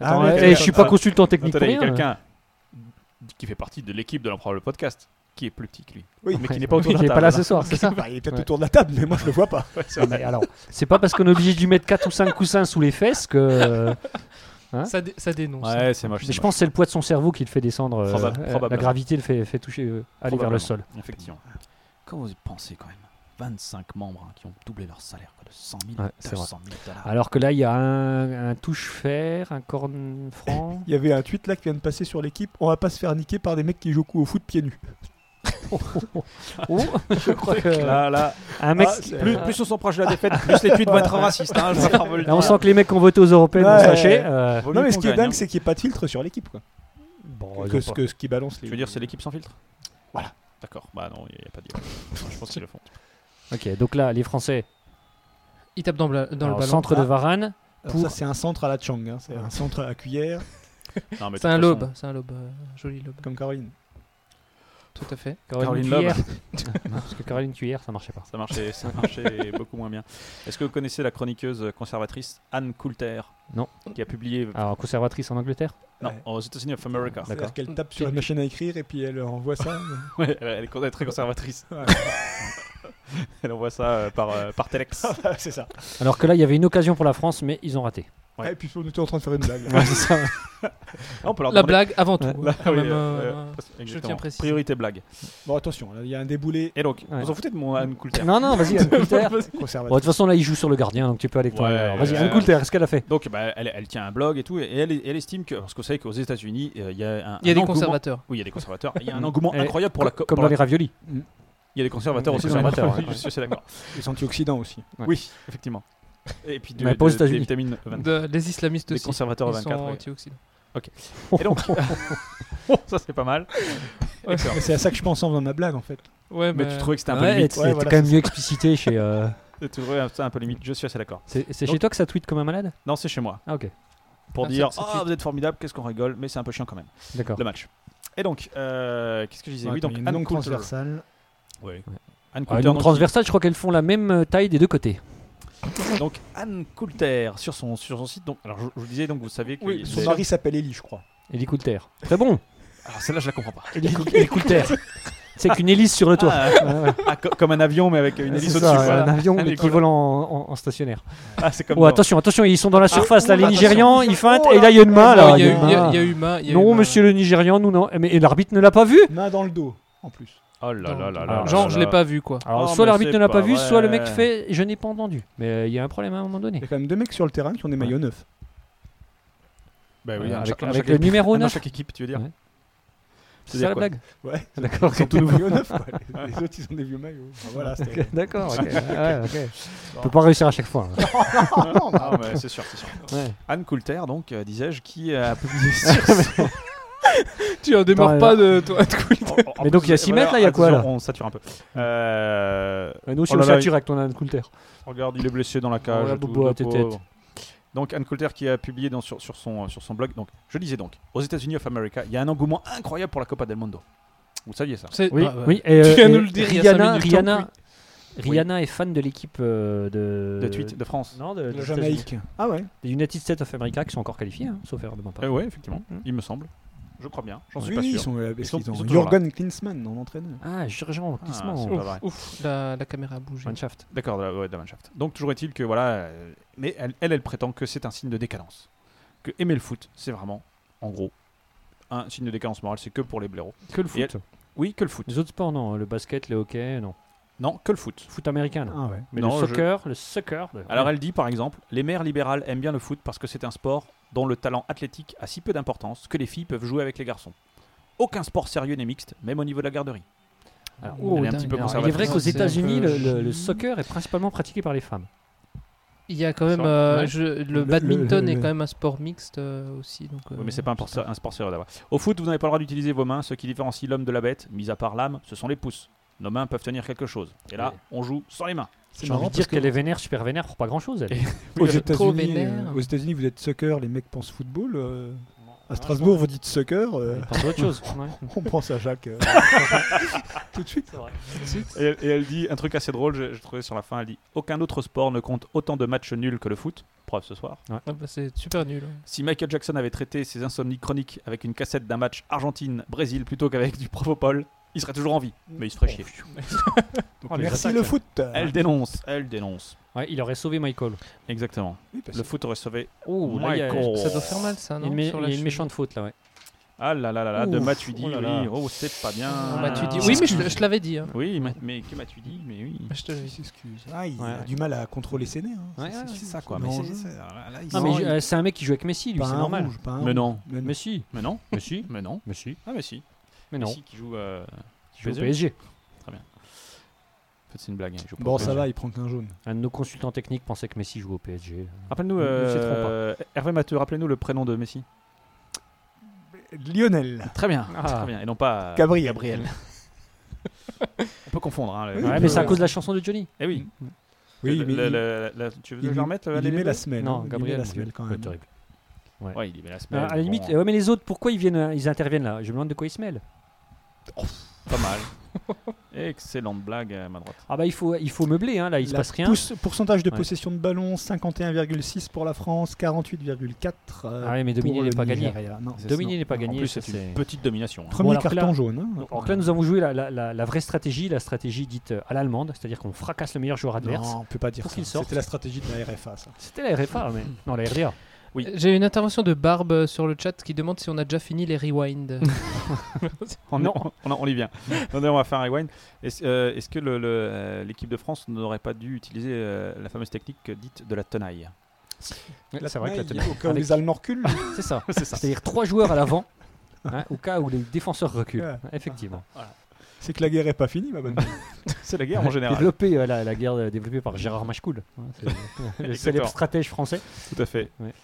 Speaker 7: Ah,
Speaker 6: Attends,
Speaker 7: mais
Speaker 6: eh,
Speaker 7: quelqu'un-
Speaker 6: Je suis pas
Speaker 5: Ah,
Speaker 6: consultant technique pour
Speaker 5: Attendez, il y a
Speaker 6: rien.
Speaker 5: quelqu'un qui fait partie de l'équipe de l'improbable podcast qui est plus petit que lui.
Speaker 7: Oui.
Speaker 5: mais qui
Speaker 6: Ouais.
Speaker 5: n'est pas autour
Speaker 6: Il
Speaker 5: de
Speaker 6: est
Speaker 5: la
Speaker 6: pas là
Speaker 5: table. hein.
Speaker 6: ce soir, c'est ça
Speaker 7: Bah, il est peut-être
Speaker 6: Ouais.
Speaker 7: autour de la table, mais moi je le vois pas.
Speaker 6: Mais alors, c'est pas parce qu'on oblige du mettre 4 ou 5 coussins sous les fesses que. euh,
Speaker 8: Ça, dé- ça dénonce.
Speaker 5: Hein Ouais, c'est moche. c'est
Speaker 6: je pense que c'est le poids de son cerveau qui le fait descendre. euh,
Speaker 5: Probable-
Speaker 6: euh, la
Speaker 5: probablement.
Speaker 6: gravité le fait, fait toucher, euh, aller vers le sol.
Speaker 5: moche. Effectivement. Comment vous y pensez quand même 25 membres hein, qui ont doublé leur salaire quoi, de 100 000,
Speaker 6: Ouais, c'est vrai.
Speaker 5: 200 000 dollars.
Speaker 6: Alors que là, il y a un, un touche-fer, un corne franc.
Speaker 7: Il y avait un tweet là qui vient de passer sur l'équipe. On va pas se faire niquer par des mecs qui jouent au foot pieds nus.
Speaker 6: Oh, je crois que.
Speaker 5: Là, là,
Speaker 6: un mec.
Speaker 7: Ah, c'est-
Speaker 5: plus, plus on s'approche de la défaite, plus les tweets vont être racistes. Hein, je préfère vous le
Speaker 6: Là, on
Speaker 5: dire.
Speaker 6: sent que les mecs qui ont voté aux européennes vont
Speaker 7: Ouais.
Speaker 6: se lâcher. euh,
Speaker 5: Vaut mieux
Speaker 7: non, mais ce
Speaker 5: qu'on
Speaker 7: qui est
Speaker 5: gagne,
Speaker 7: dingue,
Speaker 5: hein.
Speaker 7: c'est qu'il n'y ait pas de filtre sur l'équipe. quoi.
Speaker 6: bon, ils
Speaker 7: que,
Speaker 6: ont
Speaker 7: ce
Speaker 6: pas-
Speaker 7: que, ce qui balance les.
Speaker 5: Tu veux dire c'est l'équipe sans filtre
Speaker 7: Voilà.
Speaker 5: D'accord. Bah non, il n'y a pas de débat. Enfin, Je pense qu'ils le font.
Speaker 6: Ok, donc là, les Français,
Speaker 8: Il tape dans, le bla- dans
Speaker 6: alors,
Speaker 8: le ballon.
Speaker 6: centre de
Speaker 7: Ah.
Speaker 6: Varane.
Speaker 7: Alors
Speaker 6: pour-
Speaker 7: Ça, c'est un centre à la Chang. hein. C'est un centre à la cuillère,
Speaker 6: Bah,
Speaker 5: Non, mais de
Speaker 8: C'est
Speaker 5: toute
Speaker 8: un
Speaker 5: façon,
Speaker 8: lobe, c'est un lobe, euh, joli lobe,
Speaker 7: comme Caroline.
Speaker 8: tout à fait.
Speaker 5: Caroline
Speaker 6: Cuillère. Non, Parce que Caroline Cuillère, ça marchait pas.
Speaker 5: Ça marchait, ça marchait beaucoup moins bien. Est-ce que vous connaissez la chroniqueuse conservatrice Anne Coulter
Speaker 6: Non. Ah,
Speaker 5: Qui a publié
Speaker 6: Alors, conservatrice en Angleterre
Speaker 5: non,
Speaker 7: ouais.
Speaker 5: aux États-Unis of America.
Speaker 7: C'est-à-dire qu'elle tape
Speaker 8: Puis-
Speaker 7: sur une machine à écrire et puis elle envoie ça.
Speaker 5: Ouais, elle est con- elle est très conservatrice.
Speaker 7: Ouais.
Speaker 5: Elle envoie ça euh, par, euh, par Telex.
Speaker 7: c'est ça.
Speaker 6: Alors que là, il y avait une occasion pour la France, mais ils ont raté.
Speaker 5: Ouais.
Speaker 7: Et puis on était en train de faire une blague.
Speaker 6: c'est ça.
Speaker 5: Ah, on peut leur
Speaker 8: La
Speaker 5: demander-
Speaker 8: blague avant tout. hein,
Speaker 5: Là,
Speaker 8: quand
Speaker 5: oui,
Speaker 8: même,
Speaker 5: euh, euh,
Speaker 8: euh, euh,
Speaker 5: parce-
Speaker 8: tiens à
Speaker 5: exactement.
Speaker 8: préciser.
Speaker 5: Priorité blague.
Speaker 7: Bon, attention, là, il y a un déboulé
Speaker 5: Et donc,
Speaker 6: Ouais.
Speaker 5: vous en foutez de mon Anne Coulter
Speaker 6: Non, non, vas-y, Anne Coulter. Bon, de
Speaker 7: conservateur.
Speaker 6: toute façon, là, il joue sur le gardien, donc tu peux aller avec toi.
Speaker 5: Ouais,
Speaker 6: Alors, Vas-y,
Speaker 5: ouais.
Speaker 6: Anne Coulter, qu'est-ce qu'elle a fait
Speaker 5: Donc, bah, elle, elle tient un blog et tout, et elle, elle estime que, parce que vous savez qu'aux États-Unis, euh, il y a un,
Speaker 8: Il y a
Speaker 5: un
Speaker 8: des
Speaker 5: engouement-
Speaker 8: conservateurs.
Speaker 5: Oui, il y a des conservateurs. Il y a un engouement
Speaker 6: Et
Speaker 5: incroyable pour la co-
Speaker 6: Eh, Comme
Speaker 5: pour
Speaker 6: dans
Speaker 5: la-
Speaker 6: les raviolis.
Speaker 5: Il y a des conservateurs
Speaker 6: Des
Speaker 5: aussi.
Speaker 6: conservateurs,
Speaker 5: oui,
Speaker 6: ouais.
Speaker 5: je suis assez d'accord.
Speaker 7: Les antioxydants aussi.
Speaker 6: Ouais.
Speaker 5: Oui, effectivement. Et puis de,
Speaker 6: Mais pas aux
Speaker 5: de- des
Speaker 6: États-Unis.
Speaker 5: vitamines 24.
Speaker 8: De- les islamistes
Speaker 5: Des
Speaker 8: aussi.
Speaker 5: conservateurs
Speaker 8: Ils
Speaker 5: 24.
Speaker 8: sont
Speaker 5: ouais.
Speaker 8: antioxydants.
Speaker 5: Et donc, ça c'est pas mal. Excellent.
Speaker 7: Mais C'est à ça que je pense en faisant ma blague en fait.
Speaker 8: Ouais,
Speaker 5: Mais tu trouvais que c'était un peu
Speaker 6: Ouais,
Speaker 5: limite.
Speaker 6: C'était
Speaker 7: Ouais,
Speaker 6: quand
Speaker 7: voilà,
Speaker 6: même mieux explicité chez. euh,
Speaker 5: Tu trouvais ça un peu limite. Je suis assez d'accord.
Speaker 6: C'est c'est
Speaker 5: Donc-
Speaker 6: chez toi que ça tweet comme un malade
Speaker 5: Non, c'est chez moi.
Speaker 6: Ah, ok,
Speaker 5: Pour
Speaker 8: Ah,
Speaker 5: dire,
Speaker 8: c'est- c'est
Speaker 5: ah, vous êtes formidable, qu'est-ce qu'on rigole, mais c'est un peu chiant quand même.
Speaker 6: d'accord.
Speaker 5: Le match. Et donc, euh, qu'est-ce que je disais Oui,
Speaker 7: Attends,
Speaker 5: donc
Speaker 7: il y a une
Speaker 5: Anne
Speaker 7: langue
Speaker 5: Coulter.
Speaker 7: transversale.
Speaker 5: Ouais. Anne
Speaker 6: Ah,
Speaker 5: Coulter,
Speaker 6: Une langue
Speaker 5: donc,
Speaker 6: transversale, je crois qu'elles font la même euh, taille des deux côtés.
Speaker 5: donc, Anne Coulter sur son sur son site. Donc, alors je, je vous disais donc vous savez que
Speaker 7: Oui,
Speaker 5: il-
Speaker 7: son
Speaker 5: c'est-
Speaker 7: mari s'appelle Ellie, je crois.
Speaker 6: Ellie Coulter. Très bon
Speaker 5: Alors celle-là je la comprends pas.
Speaker 6: Ellie Cou- Ellie Coulter. C'est qu'une hélice sur le toit.
Speaker 5: Ah,
Speaker 6: Ouais, ouais.
Speaker 5: ah, co- comme un avion mais avec une
Speaker 6: C'est
Speaker 5: hélice au-dessus.
Speaker 6: ça,
Speaker 5: voilà.
Speaker 6: Un avion
Speaker 5: Allez,
Speaker 6: mais qui
Speaker 5: voilà.
Speaker 6: vole en, en- en stationnaire.
Speaker 5: Ah, c'est comme
Speaker 6: Oh,
Speaker 5: dans-
Speaker 6: attention, attention, ils sont dans la surface là,
Speaker 7: oh,
Speaker 6: les
Speaker 7: attention.
Speaker 6: Nigérians, ils feintent
Speaker 7: Oh
Speaker 6: et là il y a une main
Speaker 8: Ah, non,
Speaker 6: là.
Speaker 8: il y a eu-
Speaker 6: une
Speaker 8: il y a-
Speaker 6: main.
Speaker 8: il y a eu main. il y a eu
Speaker 6: Non,
Speaker 8: main.
Speaker 6: monsieur le Nigérian, nous non. Eh, Mais et l'arbitre ne l'a pas vu
Speaker 7: Main dans le dos, en plus.
Speaker 5: Oh là là là là.
Speaker 6: Alors,
Speaker 8: Genre,
Speaker 5: là
Speaker 8: je
Speaker 5: là.
Speaker 8: l'ai pas vu quoi.
Speaker 6: Alors,
Speaker 5: Oh,
Speaker 6: soit
Speaker 5: mais
Speaker 6: l'arbitre
Speaker 5: c'est
Speaker 6: ne l'a
Speaker 5: pas
Speaker 6: pas vu, soit le mec
Speaker 5: vrai.
Speaker 6: fait je n'ai pas entendu. Mais euh, il y a un problème à un moment donné.
Speaker 7: Il y a quand même deux mecs sur le terrain qui ont des maillots neufs.
Speaker 5: Bah oui,
Speaker 6: Euh,
Speaker 5: un
Speaker 6: avec
Speaker 5: chaque- un
Speaker 6: avec
Speaker 5: chaque
Speaker 6: le
Speaker 5: équipe.
Speaker 6: numéro
Speaker 5: Un dans
Speaker 6: 9,
Speaker 5: chaque équipe, tu veux dire
Speaker 6: Ouais. c'est
Speaker 5: C'est-à-dire
Speaker 6: ça la
Speaker 5: quoi
Speaker 6: blague
Speaker 7: Ouais.
Speaker 6: D'accord,
Speaker 7: Ils ont
Speaker 6: ok.
Speaker 7: tous des maillots neufs. quoi. Les les autres, ils ont des vieux maillots. Ah, Voilà, c'était-
Speaker 6: D'accord, ok. Ouais, ok. On peut pas réussir à chaque fois. hein.
Speaker 5: Ah, mais c'est sûr, c'est sûr.
Speaker 6: Ouais.
Speaker 5: Anne Coulter, donc, euh, disais-je, qui a publié sur son-
Speaker 8: Tu en démarres
Speaker 6: Attends,
Speaker 8: pas de toi.
Speaker 5: En- en- en
Speaker 6: Mais donc,
Speaker 5: plus,
Speaker 6: il y a six
Speaker 5: voilà,
Speaker 6: mètres, là, il y a quoi,
Speaker 5: attention,
Speaker 6: là
Speaker 5: On sature un peu. Euh,
Speaker 6: Mais Nous aussi,
Speaker 5: Oh
Speaker 6: on
Speaker 5: là là,
Speaker 6: sature avec ton Anne Coulter.
Speaker 5: regarde, il est blessé dans la cage.
Speaker 6: Oh, la
Speaker 5: et tout,
Speaker 6: bobo à
Speaker 5: le
Speaker 6: tes
Speaker 5: pauvre.
Speaker 6: têtes.
Speaker 5: Donc Anne Coulter qui a publié dans- sur, sur son, euh, sur son blog, donc je disais donc, aux États-Unis of America, il y a un engouement incroyable pour la Copa del Mundo. Vous saviez ça
Speaker 8: C'est-
Speaker 6: Oui,
Speaker 8: Ah, ouais.
Speaker 6: oui. et,
Speaker 8: Tu
Speaker 6: et
Speaker 8: viens de nous le dire il y a cinq
Speaker 6: Rihanna,
Speaker 8: minutes,
Speaker 6: Rihanna,
Speaker 5: oui.
Speaker 6: Rihanna est fan de l'équipe euh, de.
Speaker 5: De tweet de France.
Speaker 6: Non, de, des
Speaker 7: Le
Speaker 6: États-Unis.
Speaker 7: Jamaïque. Ah ouais.
Speaker 6: Des United States of America qui sont encore qualifiés, hein, sauf erreur de ma part.
Speaker 5: Euh, ouais, effectivement,
Speaker 6: Mhm.
Speaker 5: il me semble. Je crois bien, j'en suis
Speaker 7: Oui,
Speaker 5: pas
Speaker 7: oui,
Speaker 5: sûr.
Speaker 7: ils sont, euh, parce
Speaker 5: Ils sont-
Speaker 7: qu'ils ont
Speaker 5: ils sont toujours
Speaker 7: Jürgen Klinsmann dans l'entraîneur.
Speaker 6: Ah, Jurgen
Speaker 5: Ah,
Speaker 6: Klinsmann.
Speaker 5: c'est pas vrai.
Speaker 8: Ouf, la, la caméra a bougé.
Speaker 6: Mannschaft.
Speaker 5: D'accord, de la, ouais, de la Mannschaft. Donc toujours est-il que voilà, euh, mais elle, elle, elle prétend que c'est un signe de décadence, que aimer le foot, c'est vraiment, en gros, un signe de décadence morale, c'est que pour les blaireaux.
Speaker 6: Que le
Speaker 5: Et
Speaker 6: foot.
Speaker 5: elle- Oui, que le foot.
Speaker 6: Les autres sports, non. Le basket, le hockey, non.
Speaker 5: Non, que le foot.
Speaker 6: Foot américain, non.
Speaker 5: Ah ouais.
Speaker 6: Mais
Speaker 5: Non,
Speaker 6: le
Speaker 5: je-
Speaker 6: soccer, le soccer. d'ailleurs.
Speaker 5: Alors elle dit par exemple, les mères libérales aiment bien le foot parce que c'est un sport dont le talent athlétique a si peu d'importance que les filles peuvent jouer avec les garçons. Aucun sport sérieux n'est mixte, même au niveau de la garderie. Alors,
Speaker 6: Oh,
Speaker 5: elle est un
Speaker 6: dingue.
Speaker 5: petit peu
Speaker 6: Alors, il est vrai
Speaker 5: conservatrice.
Speaker 6: qu'aux États-Unis,
Speaker 8: peu-
Speaker 6: le, le- le soccer est principalement pratiqué par les femmes.
Speaker 8: Il y a quand même
Speaker 6: Sur-
Speaker 8: euh,
Speaker 6: ouais.
Speaker 8: je- le,
Speaker 6: Le-
Speaker 8: badminton
Speaker 6: le-
Speaker 8: est
Speaker 6: le-
Speaker 8: quand même un sport mixte euh, aussi. Donc,
Speaker 5: Oui, mais c'est pas un, porc- un sport sérieux d'abord. Au foot, vous n'avez pas le droit d'utiliser vos mains. Ce qui différencie l'homme de la bête, mis à part l'âme, ce sont les pouces. Nos mains peuvent tenir quelque chose. Et là, on joue sans les mains.
Speaker 6: J'ai envie de dire qu'elle est vénère, super vénère pour pas grand-chose. Elle.
Speaker 7: Aux États-Unis, euh, aux États-Unis, vous êtes soccer, les mecs pensent football. euh, à Strasbourg, vous dites soccer. euh,
Speaker 6: Ils pensent autre chose, ouais.
Speaker 7: On pense à Jacques. euh, tout de suite.
Speaker 5: Et, elle- et elle dit un truc assez drôle, je, je trouvais sur la fin, elle dit Aucun autre sport ne compte autant de matchs nuls que le foot. Preuve ce soir.
Speaker 8: Ah bah, c'est super nul.
Speaker 5: Si Michael Jackson avait traité ses insomnies chroniques avec une cassette d'un match Argentine-Brésil plutôt qu'avec du Provopol, il serait toujours en vie. Mais il se ferait chier.
Speaker 6: Oh, les Merci attaques, le là. foot.
Speaker 7: Ah
Speaker 5: Elle dénonce, elle dénonce.
Speaker 6: Ouais, il aurait sauvé Michael.
Speaker 5: Exactement.
Speaker 6: parce
Speaker 5: le foot aurait sauvé
Speaker 6: Oh, là, il y a-
Speaker 5: Michael.
Speaker 6: ça doit faire mal, ça, non, Il y a une mé- sur la il y a une cheville. méchante faute, là, ouais.
Speaker 5: Ah là là là là, de
Speaker 6: Ouf,
Speaker 5: Matuidi,
Speaker 6: oh là là.
Speaker 5: oui. Oh, c'est pas bien.
Speaker 8: Ah, Matuidi, oui, mais je te- je te l'avais dit, hein.
Speaker 5: Oui, ma- mais que Matuidi, mais oui.
Speaker 8: Je te l'avais dit.
Speaker 7: Ah, il a
Speaker 5: Ouais.
Speaker 7: du mal à contrôler ses nerfs. hein.
Speaker 5: Ouais, ouais, c'est ça, quoi.
Speaker 7: le
Speaker 5: Mais
Speaker 7: grand
Speaker 5: c'est-
Speaker 7: jeu.
Speaker 5: c'est- là, là, il
Speaker 6: Ah,
Speaker 5: sent-
Speaker 6: mais
Speaker 5: il-
Speaker 6: euh, c'est un mec qui joue avec Messi, lui,
Speaker 5: Pas
Speaker 6: c'est
Speaker 5: un
Speaker 6: normal.
Speaker 5: rouge, pas un Mais rouge. non. Mais non.
Speaker 6: si.
Speaker 5: Mais non.
Speaker 6: Mais si.
Speaker 5: Mais non.
Speaker 6: Mais si.
Speaker 5: Ah, mais si.
Speaker 6: Mais non.
Speaker 5: Messi qui joue, euh,
Speaker 6: Qui joue au PSG.
Speaker 5: Très bien. En fait, c'est une blague. hein, il joue pas au
Speaker 6: Bon,
Speaker 5: PSG.
Speaker 6: ça va,
Speaker 7: il prend qu'un jaune.
Speaker 6: Un de nos consultants techniques pensait que Messi joue au PSG.
Speaker 5: Rappelle-nous,
Speaker 6: Il- il
Speaker 5: euh,
Speaker 6: s'est trompé.
Speaker 5: Hervé Matteux, rappelez-nous le prénom de Messi.
Speaker 7: Lionel.
Speaker 5: Très bien,
Speaker 7: Ah.
Speaker 5: très bien. Et non pas euh,
Speaker 7: Gabriel.
Speaker 5: On peut confondre. Hein, le-
Speaker 6: Ouais, mais c'est à cause de la chanson de Johnny.
Speaker 5: Eh oui.
Speaker 7: Oui,
Speaker 5: Le-
Speaker 7: mais
Speaker 5: le-
Speaker 7: il-
Speaker 5: le- la- tu veux que
Speaker 7: il
Speaker 5: je
Speaker 7: lui-
Speaker 5: remette euh,
Speaker 7: il
Speaker 5: les
Speaker 7: lui met
Speaker 5: deux
Speaker 7: la semaine,
Speaker 6: Non,
Speaker 7: hein, il lui
Speaker 6: Gabriel,
Speaker 7: met la
Speaker 6: mon
Speaker 7: semaine,
Speaker 6: Dieu.
Speaker 7: quand
Speaker 6: Ouais,
Speaker 7: même.
Speaker 6: terrible.
Speaker 5: Ouais, il y met la semaine.
Speaker 6: Ah, à la
Speaker 5: bon.
Speaker 6: limite, euh, ouais, mais les autres, pourquoi ils viennent, euh, ils interviennent là Je me demande de quoi ils se mêlent. euh,
Speaker 5: Pas mal. Excellente blague à ma droite.
Speaker 6: Ah bah il faut, il faut meubler, hein, là, il se
Speaker 7: La
Speaker 6: passe rien.
Speaker 7: pousse- pourcentage de
Speaker 6: Ouais.
Speaker 7: possession de ballon 51,6 pour la France, 48,4. euh,
Speaker 6: Ah ouais, mais dominer
Speaker 7: pour
Speaker 6: n'est
Speaker 7: le
Speaker 6: pas gagné.
Speaker 7: Nigeria. Non.
Speaker 6: Dominer n'est pas gagné.
Speaker 5: En plus,
Speaker 6: ça,
Speaker 5: c'est une petite domination. hein.
Speaker 7: Premier
Speaker 6: Bon, alors que
Speaker 7: carton
Speaker 6: là-
Speaker 7: jaune, hein.
Speaker 6: Alors que là, nous avons joué la, la- la- la vraie stratégie, la stratégie dite euh, à l'allemande, c'est-à-dire qu'on fracasse le meilleur joueur adverse.
Speaker 7: Non, on peut pas dire
Speaker 6: pour
Speaker 7: ça.
Speaker 6: qu'il sorte.
Speaker 7: C'était la stratégie de la RFA, ça.
Speaker 6: C'était la RFA, mais non, la RDA.
Speaker 5: Oui.
Speaker 8: J'ai une intervention de Barbe euh, sur le chat qui demande si on a déjà fini les rewinds.
Speaker 5: On, on- on- on y vient. Non, non, on va faire un rewind. Est-ce euh, est-ce que le- le, euh, l'équipe de France n'aurait pas dû utiliser euh, la fameuse technique dite de la tenaille
Speaker 6: Ouais, C'est vrai que la
Speaker 7: tenaille,
Speaker 6: tenaille-
Speaker 7: Au cas où
Speaker 6: avec-
Speaker 7: les Allemands reculent.
Speaker 6: C'est ça.
Speaker 5: C'est ça.
Speaker 6: C'est-à-dire trois joueurs à l'avant, hein, au cas où les défenseurs reculent.
Speaker 7: Ouais.
Speaker 6: Effectivement.
Speaker 7: C'est que la guerre est pas finie, ma bonne.
Speaker 5: C'est la guerre en général.
Speaker 6: Développé, euh, la, la guerre euh, développée par Gérard Machecoul, hein, c'est- le
Speaker 5: Exactement.
Speaker 6: célèbre stratège français.
Speaker 5: Tout à fait.
Speaker 6: Ouais.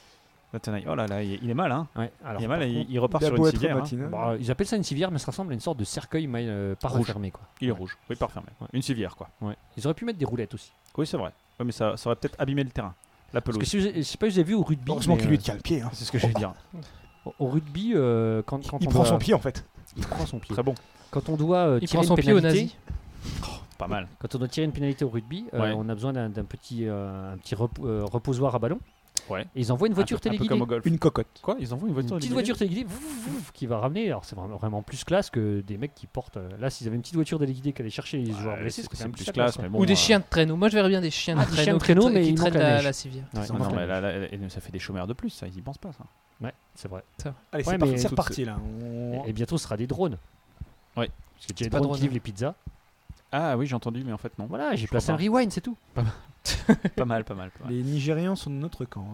Speaker 5: La tenaille. Oh là là, il est, il est mal, hein
Speaker 6: Ouais, alors,
Speaker 5: Il est mal,
Speaker 6: par
Speaker 5: il,
Speaker 6: contre,
Speaker 5: il repart
Speaker 7: il a
Speaker 5: sur
Speaker 7: beau
Speaker 5: une
Speaker 7: être
Speaker 5: civière. hein.
Speaker 7: matinal.
Speaker 6: bah, ils appellent ça une civière, mais ça ressemble à une sorte de cercueil mais, euh, pas
Speaker 5: Rouge.
Speaker 6: refermé. Quoi.
Speaker 5: Il est rouge. Oui, parfait. mais Une civière, quoi.
Speaker 6: Ouais. Ils auraient pu mettre des roulettes aussi.
Speaker 5: Oui, c'est vrai. Ouais, mais ça, ça aurait peut-être abîmé le terrain. La
Speaker 6: Parce que
Speaker 5: pelouse.
Speaker 6: si vous- je sais pas, vous avez vu au rugby.
Speaker 7: Heureusement
Speaker 6: mais,
Speaker 7: qu'il lui
Speaker 6: euh,
Speaker 7: tient le pied. hein.
Speaker 5: C'est ce que je vais dire.
Speaker 6: Au- Au rugby, euh, quand, quand
Speaker 7: Il
Speaker 6: on
Speaker 7: prend
Speaker 6: doit-
Speaker 7: son pied, en fait.
Speaker 6: il prend son pied.
Speaker 5: Très bon.
Speaker 6: Quand on doit euh,
Speaker 8: Il
Speaker 6: tirer
Speaker 8: prend son
Speaker 6: une
Speaker 8: pied au
Speaker 6: pénalité,
Speaker 8: nazi.
Speaker 5: Pas mal.
Speaker 6: quand on doit tirer une pénalité au rugby, euh,
Speaker 5: Ouais.
Speaker 6: on a besoin d'un d'un petit, euh, un petit repo- euh, reposoir à ballon.
Speaker 5: Ouais.
Speaker 6: Et ils envoient une voiture
Speaker 5: un peu, un peu
Speaker 6: téléguidée.
Speaker 5: comme au golf.
Speaker 7: Une cocotte.
Speaker 5: Quoi Ils envoient une voiture
Speaker 6: Une petite
Speaker 5: téléguidée
Speaker 6: voiture téléguidée vouf, vouf, qui va ramener. Alors c'est vraiment, vraiment plus classe que des mecs qui portent. euh, Là, s'ils avaient une petite voiture téléguidée qui allait chercher les joueurs
Speaker 5: Ouais,
Speaker 6: blessés,
Speaker 5: Ah, c'est-
Speaker 6: c'est
Speaker 5: c'est
Speaker 6: quand même
Speaker 5: plus
Speaker 6: la
Speaker 5: classe,
Speaker 6: quoi.
Speaker 5: mais bon.
Speaker 8: Ou des
Speaker 5: euh,
Speaker 8: chiens de traîneau. Moi, je verrais bien des chiens de
Speaker 6: bah. Ah, des
Speaker 8: traîneau,
Speaker 6: chiens de
Speaker 8: qui
Speaker 6: traîneau,
Speaker 8: tra-
Speaker 6: mais
Speaker 8: qui
Speaker 6: il manque
Speaker 8: traînent
Speaker 6: la
Speaker 8: la,
Speaker 6: neige.
Speaker 8: la civière.
Speaker 6: Ouais,
Speaker 5: Non, mais là, là, là, ça fait des chômeurs de plus, ça, ils y pensent pas, ça.
Speaker 6: Ouais, c'est vrai.
Speaker 7: Allez,
Speaker 6: Ouais,
Speaker 7: c'est parti,
Speaker 6: mais
Speaker 7: c'est
Speaker 6: tout-
Speaker 7: reparti, là. On-
Speaker 6: Et, et bientôt, ce sera des drones.
Speaker 5: Ouais.
Speaker 6: Parce que j'ai des
Speaker 8: pas
Speaker 6: drones
Speaker 8: drone.
Speaker 6: qui livrent les pizzas.
Speaker 5: Ah oui, j'ai entendu, mais en fait, non.
Speaker 6: Voilà,
Speaker 5: hein.
Speaker 6: j'ai
Speaker 5: Je crois
Speaker 6: placé un
Speaker 5: pas.
Speaker 6: rewind, c'est tout.
Speaker 5: Pas mal, pas mal. Pas mal.
Speaker 7: Les Nigérians sont de notre camp.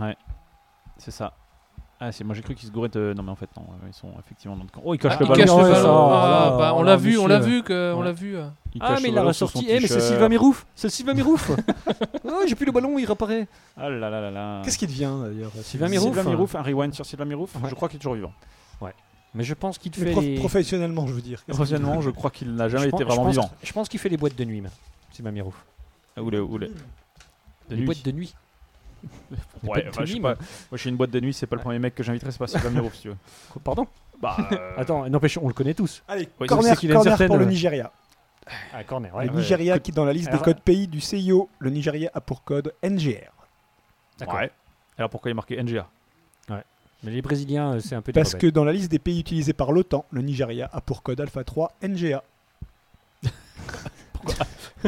Speaker 7: hein.
Speaker 5: Ouais, c'est ça. Ah, c'est moi j'ai cru qu'ils se gouraient de. Non, mais en fait, non, Euh, ils sont effectivement dans le camp. Oh, ils cachent
Speaker 8: Ah,
Speaker 5: le
Speaker 8: il
Speaker 5: ballon.
Speaker 8: cache
Speaker 6: Ouais,
Speaker 8: le
Speaker 6: ça,
Speaker 8: ballon. Ah,
Speaker 6: voilà,
Speaker 8: bah, on
Speaker 6: voilà,
Speaker 8: l'a vu, on l'a
Speaker 6: monsieur.
Speaker 8: vu que, on
Speaker 6: Ouais.
Speaker 8: l'a vu. euh.
Speaker 5: Ils
Speaker 6: Ah,
Speaker 5: cachent le
Speaker 6: mais il l'a
Speaker 5: ballon sous son
Speaker 6: ressorti. Eh, mais c'est
Speaker 5: t-shirt.
Speaker 6: Sylvain Mirouf C'est Sylvain Mirouf Oh, j'ai plus le ballon, il réapparaît.
Speaker 5: Ah là là là là.
Speaker 7: Qu'est-ce qui devient, d'ailleurs
Speaker 6: Sylvain Mirouf
Speaker 5: Sylvain
Speaker 6: hein.
Speaker 5: Mirouf, un rewind sur Sylvain Mirouf.
Speaker 6: Ouais.
Speaker 5: Je crois qu'il est toujours vivant.
Speaker 6: Mais je pense qu'il
Speaker 7: Mais
Speaker 6: fait
Speaker 7: prof-
Speaker 6: les...
Speaker 7: Professionnellement, je veux dire. Qu'est-ce qu'il
Speaker 5: Professionnellement,
Speaker 7: devient
Speaker 5: je crois qu'il n'a jamais
Speaker 6: je
Speaker 5: été
Speaker 6: pense-
Speaker 5: vraiment
Speaker 6: je pense-
Speaker 5: vivant.
Speaker 6: Je pense qu'il fait les boîtes de nuit, même. C'est ma Mirouf.
Speaker 5: Ah, Ou les. Ou les... De
Speaker 6: les
Speaker 5: nuit.
Speaker 6: boîtes de nuit. les
Speaker 5: Ouais,
Speaker 6: boîtes
Speaker 5: bah, je
Speaker 6: de
Speaker 5: sais
Speaker 6: nuit,
Speaker 5: pas. Moi, je suis une boîte de nuit, c'est pas le premier mec que j'inviterais, c'est pas Sylvain Mirouf, si tu veux.
Speaker 6: Quoi, Pardon
Speaker 5: Bah. euh,
Speaker 6: Attends, n'empêche, on le connaît tous.
Speaker 7: Allez,
Speaker 5: Ouais,
Speaker 6: donc
Speaker 7: corner,
Speaker 6: c'est qu'il a une
Speaker 7: corner
Speaker 6: certaine,
Speaker 7: pour le
Speaker 6: euh,
Speaker 7: Nigeria.
Speaker 6: Ah, corner,
Speaker 7: Le
Speaker 6: ouais.
Speaker 7: Nigeria qui, est dans la liste des
Speaker 6: Alors-
Speaker 7: codes pays du CIO, le Nigeria a pour code NGR.
Speaker 6: D'accord.
Speaker 5: Ouais. Alors pourquoi il est marqué NGA
Speaker 6: Mais les Brésiliens, euh, c'est un peu des
Speaker 7: Parce que
Speaker 6: rebelles.
Speaker 7: dans la liste des pays utilisés par l'OTAN, le Nigeria a pour code Alpha 3 NGA.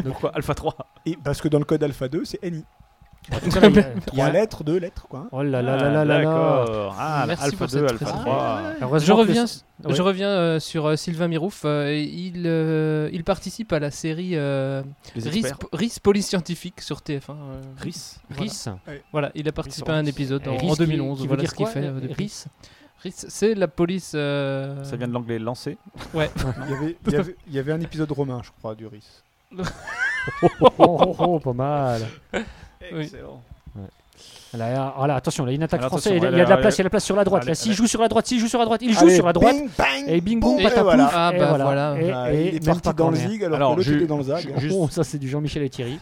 Speaker 5: Pourquoi Alpha 3
Speaker 7: Et parce que dans le code Alpha 2, c'est NI. Trois lettres, deux lettres, quoi.
Speaker 6: Oh là là là là là là.
Speaker 5: Ah, D'accord. Ah,
Speaker 8: Merci
Speaker 5: alpha
Speaker 8: pour
Speaker 5: 2,
Speaker 8: cette
Speaker 5: alpha
Speaker 8: précision.
Speaker 5: 3.
Speaker 8: Ah, ouais, ouais.
Speaker 6: Heureusement
Speaker 8: Je
Speaker 6: que
Speaker 8: reviens,
Speaker 6: le- Ouais.
Speaker 8: je reviens euh, sur euh, Sylvain Mirouf. euh, il, euh, il participe à la série euh,
Speaker 5: Les
Speaker 8: RIS,
Speaker 5: experts.
Speaker 8: RIS Police Scientifique sur TF1. euh,
Speaker 5: RIS.
Speaker 8: voilà.
Speaker 6: RIS.
Speaker 8: Voilà, il a participé à un
Speaker 6: Orange.
Speaker 8: épisode
Speaker 6: Et
Speaker 8: en,
Speaker 6: RIS
Speaker 8: en
Speaker 6: qui-
Speaker 8: 2011.
Speaker 6: qui veut
Speaker 8: voilà
Speaker 6: dire
Speaker 8: ce qu'il
Speaker 6: quoi,
Speaker 8: fait
Speaker 6: euh,
Speaker 8: euh, depuis.
Speaker 6: RIS?
Speaker 8: RIS, c'est la police. euh,
Speaker 5: Ça vient de l'anglais lancer.
Speaker 8: Ouais.
Speaker 7: Il y, avait, il, y avait, il y avait un épisode romain, je crois, du RIS.
Speaker 6: Oh, oh, oh, pas mal.
Speaker 8: Oui.
Speaker 6: Là, voilà, attention, là, une attaque
Speaker 5: Alors,
Speaker 6: française.
Speaker 5: attention,
Speaker 6: Il y a- il y a de la
Speaker 5: allez,
Speaker 6: place, il y a de la place sur la droite.
Speaker 5: allez,
Speaker 6: Là, s'il
Speaker 5: allez.
Speaker 6: joue sur la droite, s'il joue sur la droite, il joue
Speaker 7: Allez,
Speaker 6: sur la droite.
Speaker 7: bing, bang,
Speaker 6: Et bing boum,
Speaker 7: boum,
Speaker 6: patapouf.
Speaker 7: et voilà.
Speaker 8: Ah,
Speaker 6: et
Speaker 8: bah,
Speaker 6: voilà.
Speaker 8: voilà.
Speaker 6: Et-
Speaker 7: Ah,
Speaker 6: et
Speaker 7: il est
Speaker 6: même
Speaker 7: parti
Speaker 6: pas
Speaker 7: dans le
Speaker 6: corner.
Speaker 7: zig alors,
Speaker 5: Alors,
Speaker 7: que l'autre
Speaker 5: je-
Speaker 7: était dans le zag.
Speaker 5: je- juste-
Speaker 6: Oh, ça c'est du Jean-Michel Thierry.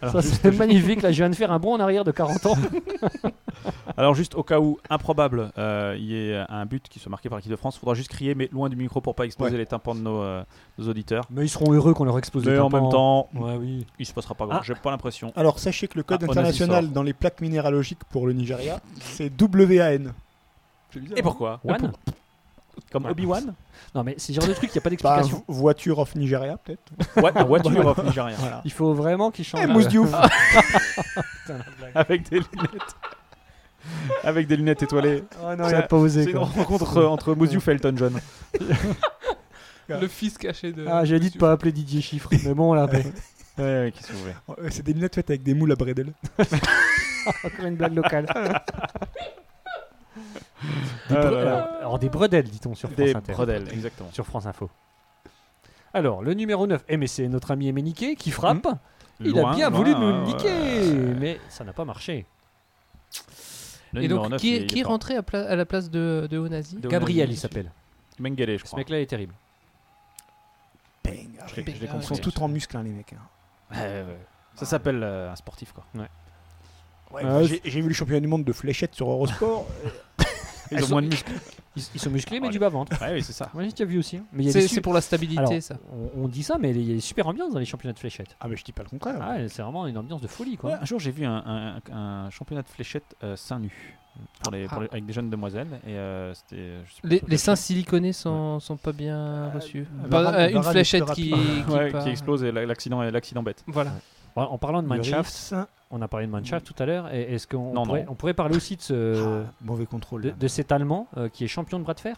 Speaker 5: Alors,
Speaker 6: ça
Speaker 5: juste-
Speaker 6: c'est magnifique. Là, je viens de faire un bond en arrière de 40 ans.
Speaker 5: Alors juste au cas où improbable, euh, il y ait un but qui soit marqué par l'équipe de France, faudra juste crier mais loin du micro pour pas exploser les tympans de nos, euh, nos auditeurs.
Speaker 6: Mais ils seront heureux qu'on leur expose
Speaker 5: Mais
Speaker 6: le
Speaker 5: en hein.
Speaker 6: tympan.
Speaker 5: même temps,
Speaker 6: Ouais, oui.
Speaker 5: il se passera pas grand.
Speaker 6: Ah.
Speaker 5: J'ai pas l'impression.
Speaker 7: Alors, sachez que le code
Speaker 5: Ah, on a dit
Speaker 7: international
Speaker 5: sort.
Speaker 7: dans les plaques minéralogiques pour le Nigeria, c'est WAN.
Speaker 5: Et pourquoi
Speaker 6: One
Speaker 5: Comme Obi Wan
Speaker 6: Non, mais c'est le genre de truc, il n'y a pas
Speaker 7: Bah,
Speaker 6: d'explication.
Speaker 7: vo- voiture of Nigeria, peut-être.
Speaker 5: Ouais, la voiture of Nigeria.
Speaker 7: Voilà.
Speaker 6: Il faut vraiment qu'ils changent.
Speaker 7: Eh, Mousse Diouf
Speaker 5: Avec des lunettes. Avec des lunettes étoilées.
Speaker 6: Oh non,
Speaker 5: Ça-
Speaker 6: il a pas osé.
Speaker 5: C'est une
Speaker 6: quoi.
Speaker 5: rencontre euh, entre Mousyouf et Elton John.
Speaker 8: Le fils caché de.
Speaker 6: Ah, j'ai dit de pas appeler Didier Chiffre. Mais bon, là, mais-
Speaker 5: Ouais, ouais, qu'est-ce que vous voulez
Speaker 7: Ouais, C'est des lunettes faites avec des moules à bredel.
Speaker 6: encore une blague locale. Des
Speaker 5: Ah
Speaker 6: bre-
Speaker 5: là là.
Speaker 6: alors, alors, des bredelles, dit-on sur
Speaker 5: Des
Speaker 6: France Inter.
Speaker 5: brodels, exactement.
Speaker 6: Sur France Info. Alors, le numéro 9. Eh, mais c'est notre ami Emenike qui frappe. Il
Speaker 5: Mmh. Loin,
Speaker 6: a bien
Speaker 5: loin, euh,
Speaker 6: voulu nous le
Speaker 5: ouais,
Speaker 6: niquer,
Speaker 5: ouais.
Speaker 6: mais ça n'a pas marché.
Speaker 5: Le
Speaker 8: Et
Speaker 5: numéro
Speaker 8: donc,
Speaker 5: neuf,
Speaker 8: qui,
Speaker 5: il
Speaker 8: est, qui est
Speaker 5: fort.
Speaker 8: rentré à, pla- à la place de, de Onazi
Speaker 5: De-
Speaker 6: Gabriel, il s'appelle.
Speaker 5: Mengele, je
Speaker 6: Ce
Speaker 5: crois.
Speaker 6: mec-là est terrible.
Speaker 7: Bang.
Speaker 5: Je l'ai- je l'ai
Speaker 8: Ah,
Speaker 7: Ils sont
Speaker 5: compris.
Speaker 7: tous en muscles, hein, les mecs. hein.
Speaker 5: Ouais, ouais. Ça s'appelle euh, un sportif quoi.
Speaker 7: Ouais,
Speaker 6: Ah,
Speaker 7: j'ai- J'ai vu le championnat du monde de fléchettes sur Eurosport.
Speaker 5: Ils
Speaker 6: Elles
Speaker 5: ont
Speaker 6: sont-
Speaker 5: moins de muscles.
Speaker 6: Ils, ils sont musclés, mais
Speaker 5: Oh,
Speaker 6: du bas-ventre.
Speaker 5: Ouais, oui, c'est ça.
Speaker 6: Moi, j'ai déjà vu aussi. hein. Mais il y a des
Speaker 8: C'est
Speaker 6: su-
Speaker 8: c'est pour la stabilité,
Speaker 6: Alors,
Speaker 8: ça.
Speaker 6: on, on dit ça, mais il y a des super ambiances dans les championnats de fléchettes.
Speaker 7: ah, mais je dis pas le contraire.
Speaker 6: Ah, c'est vraiment une ambiance de folie, quoi.
Speaker 5: Ouais, un jour, j'ai vu un, un- un championnat de fléchettes euh, seins nus pour les, pour les- avec des jeunes demoiselles. Et euh, c'était. je sais plus
Speaker 8: Les,
Speaker 5: sur
Speaker 8: les
Speaker 5: quel
Speaker 8: seins siliconés sont, sont pas bien reçus.
Speaker 7: le
Speaker 8: Pas-
Speaker 7: ram-
Speaker 8: euh,
Speaker 7: le
Speaker 8: une
Speaker 7: ram est
Speaker 8: fléchette
Speaker 7: plus
Speaker 8: qui, qui,
Speaker 5: champ- Ouais,
Speaker 8: part.
Speaker 5: qui explose et la- l'accident l'accident bête.
Speaker 8: Voilà.
Speaker 6: Bon, En parlant de
Speaker 7: Le
Speaker 6: Mineshaft,
Speaker 7: Ritz,
Speaker 6: on a parlé de Mineshaft tout à l'heure. et Est-ce qu'on
Speaker 5: Non,
Speaker 6: pourrait,
Speaker 5: non.
Speaker 6: on pourrait parler aussi de, ce,
Speaker 7: ah, mauvais contrôle.
Speaker 6: euh, de,
Speaker 7: là.
Speaker 6: de cet Allemand euh, qui est champion de bras de fer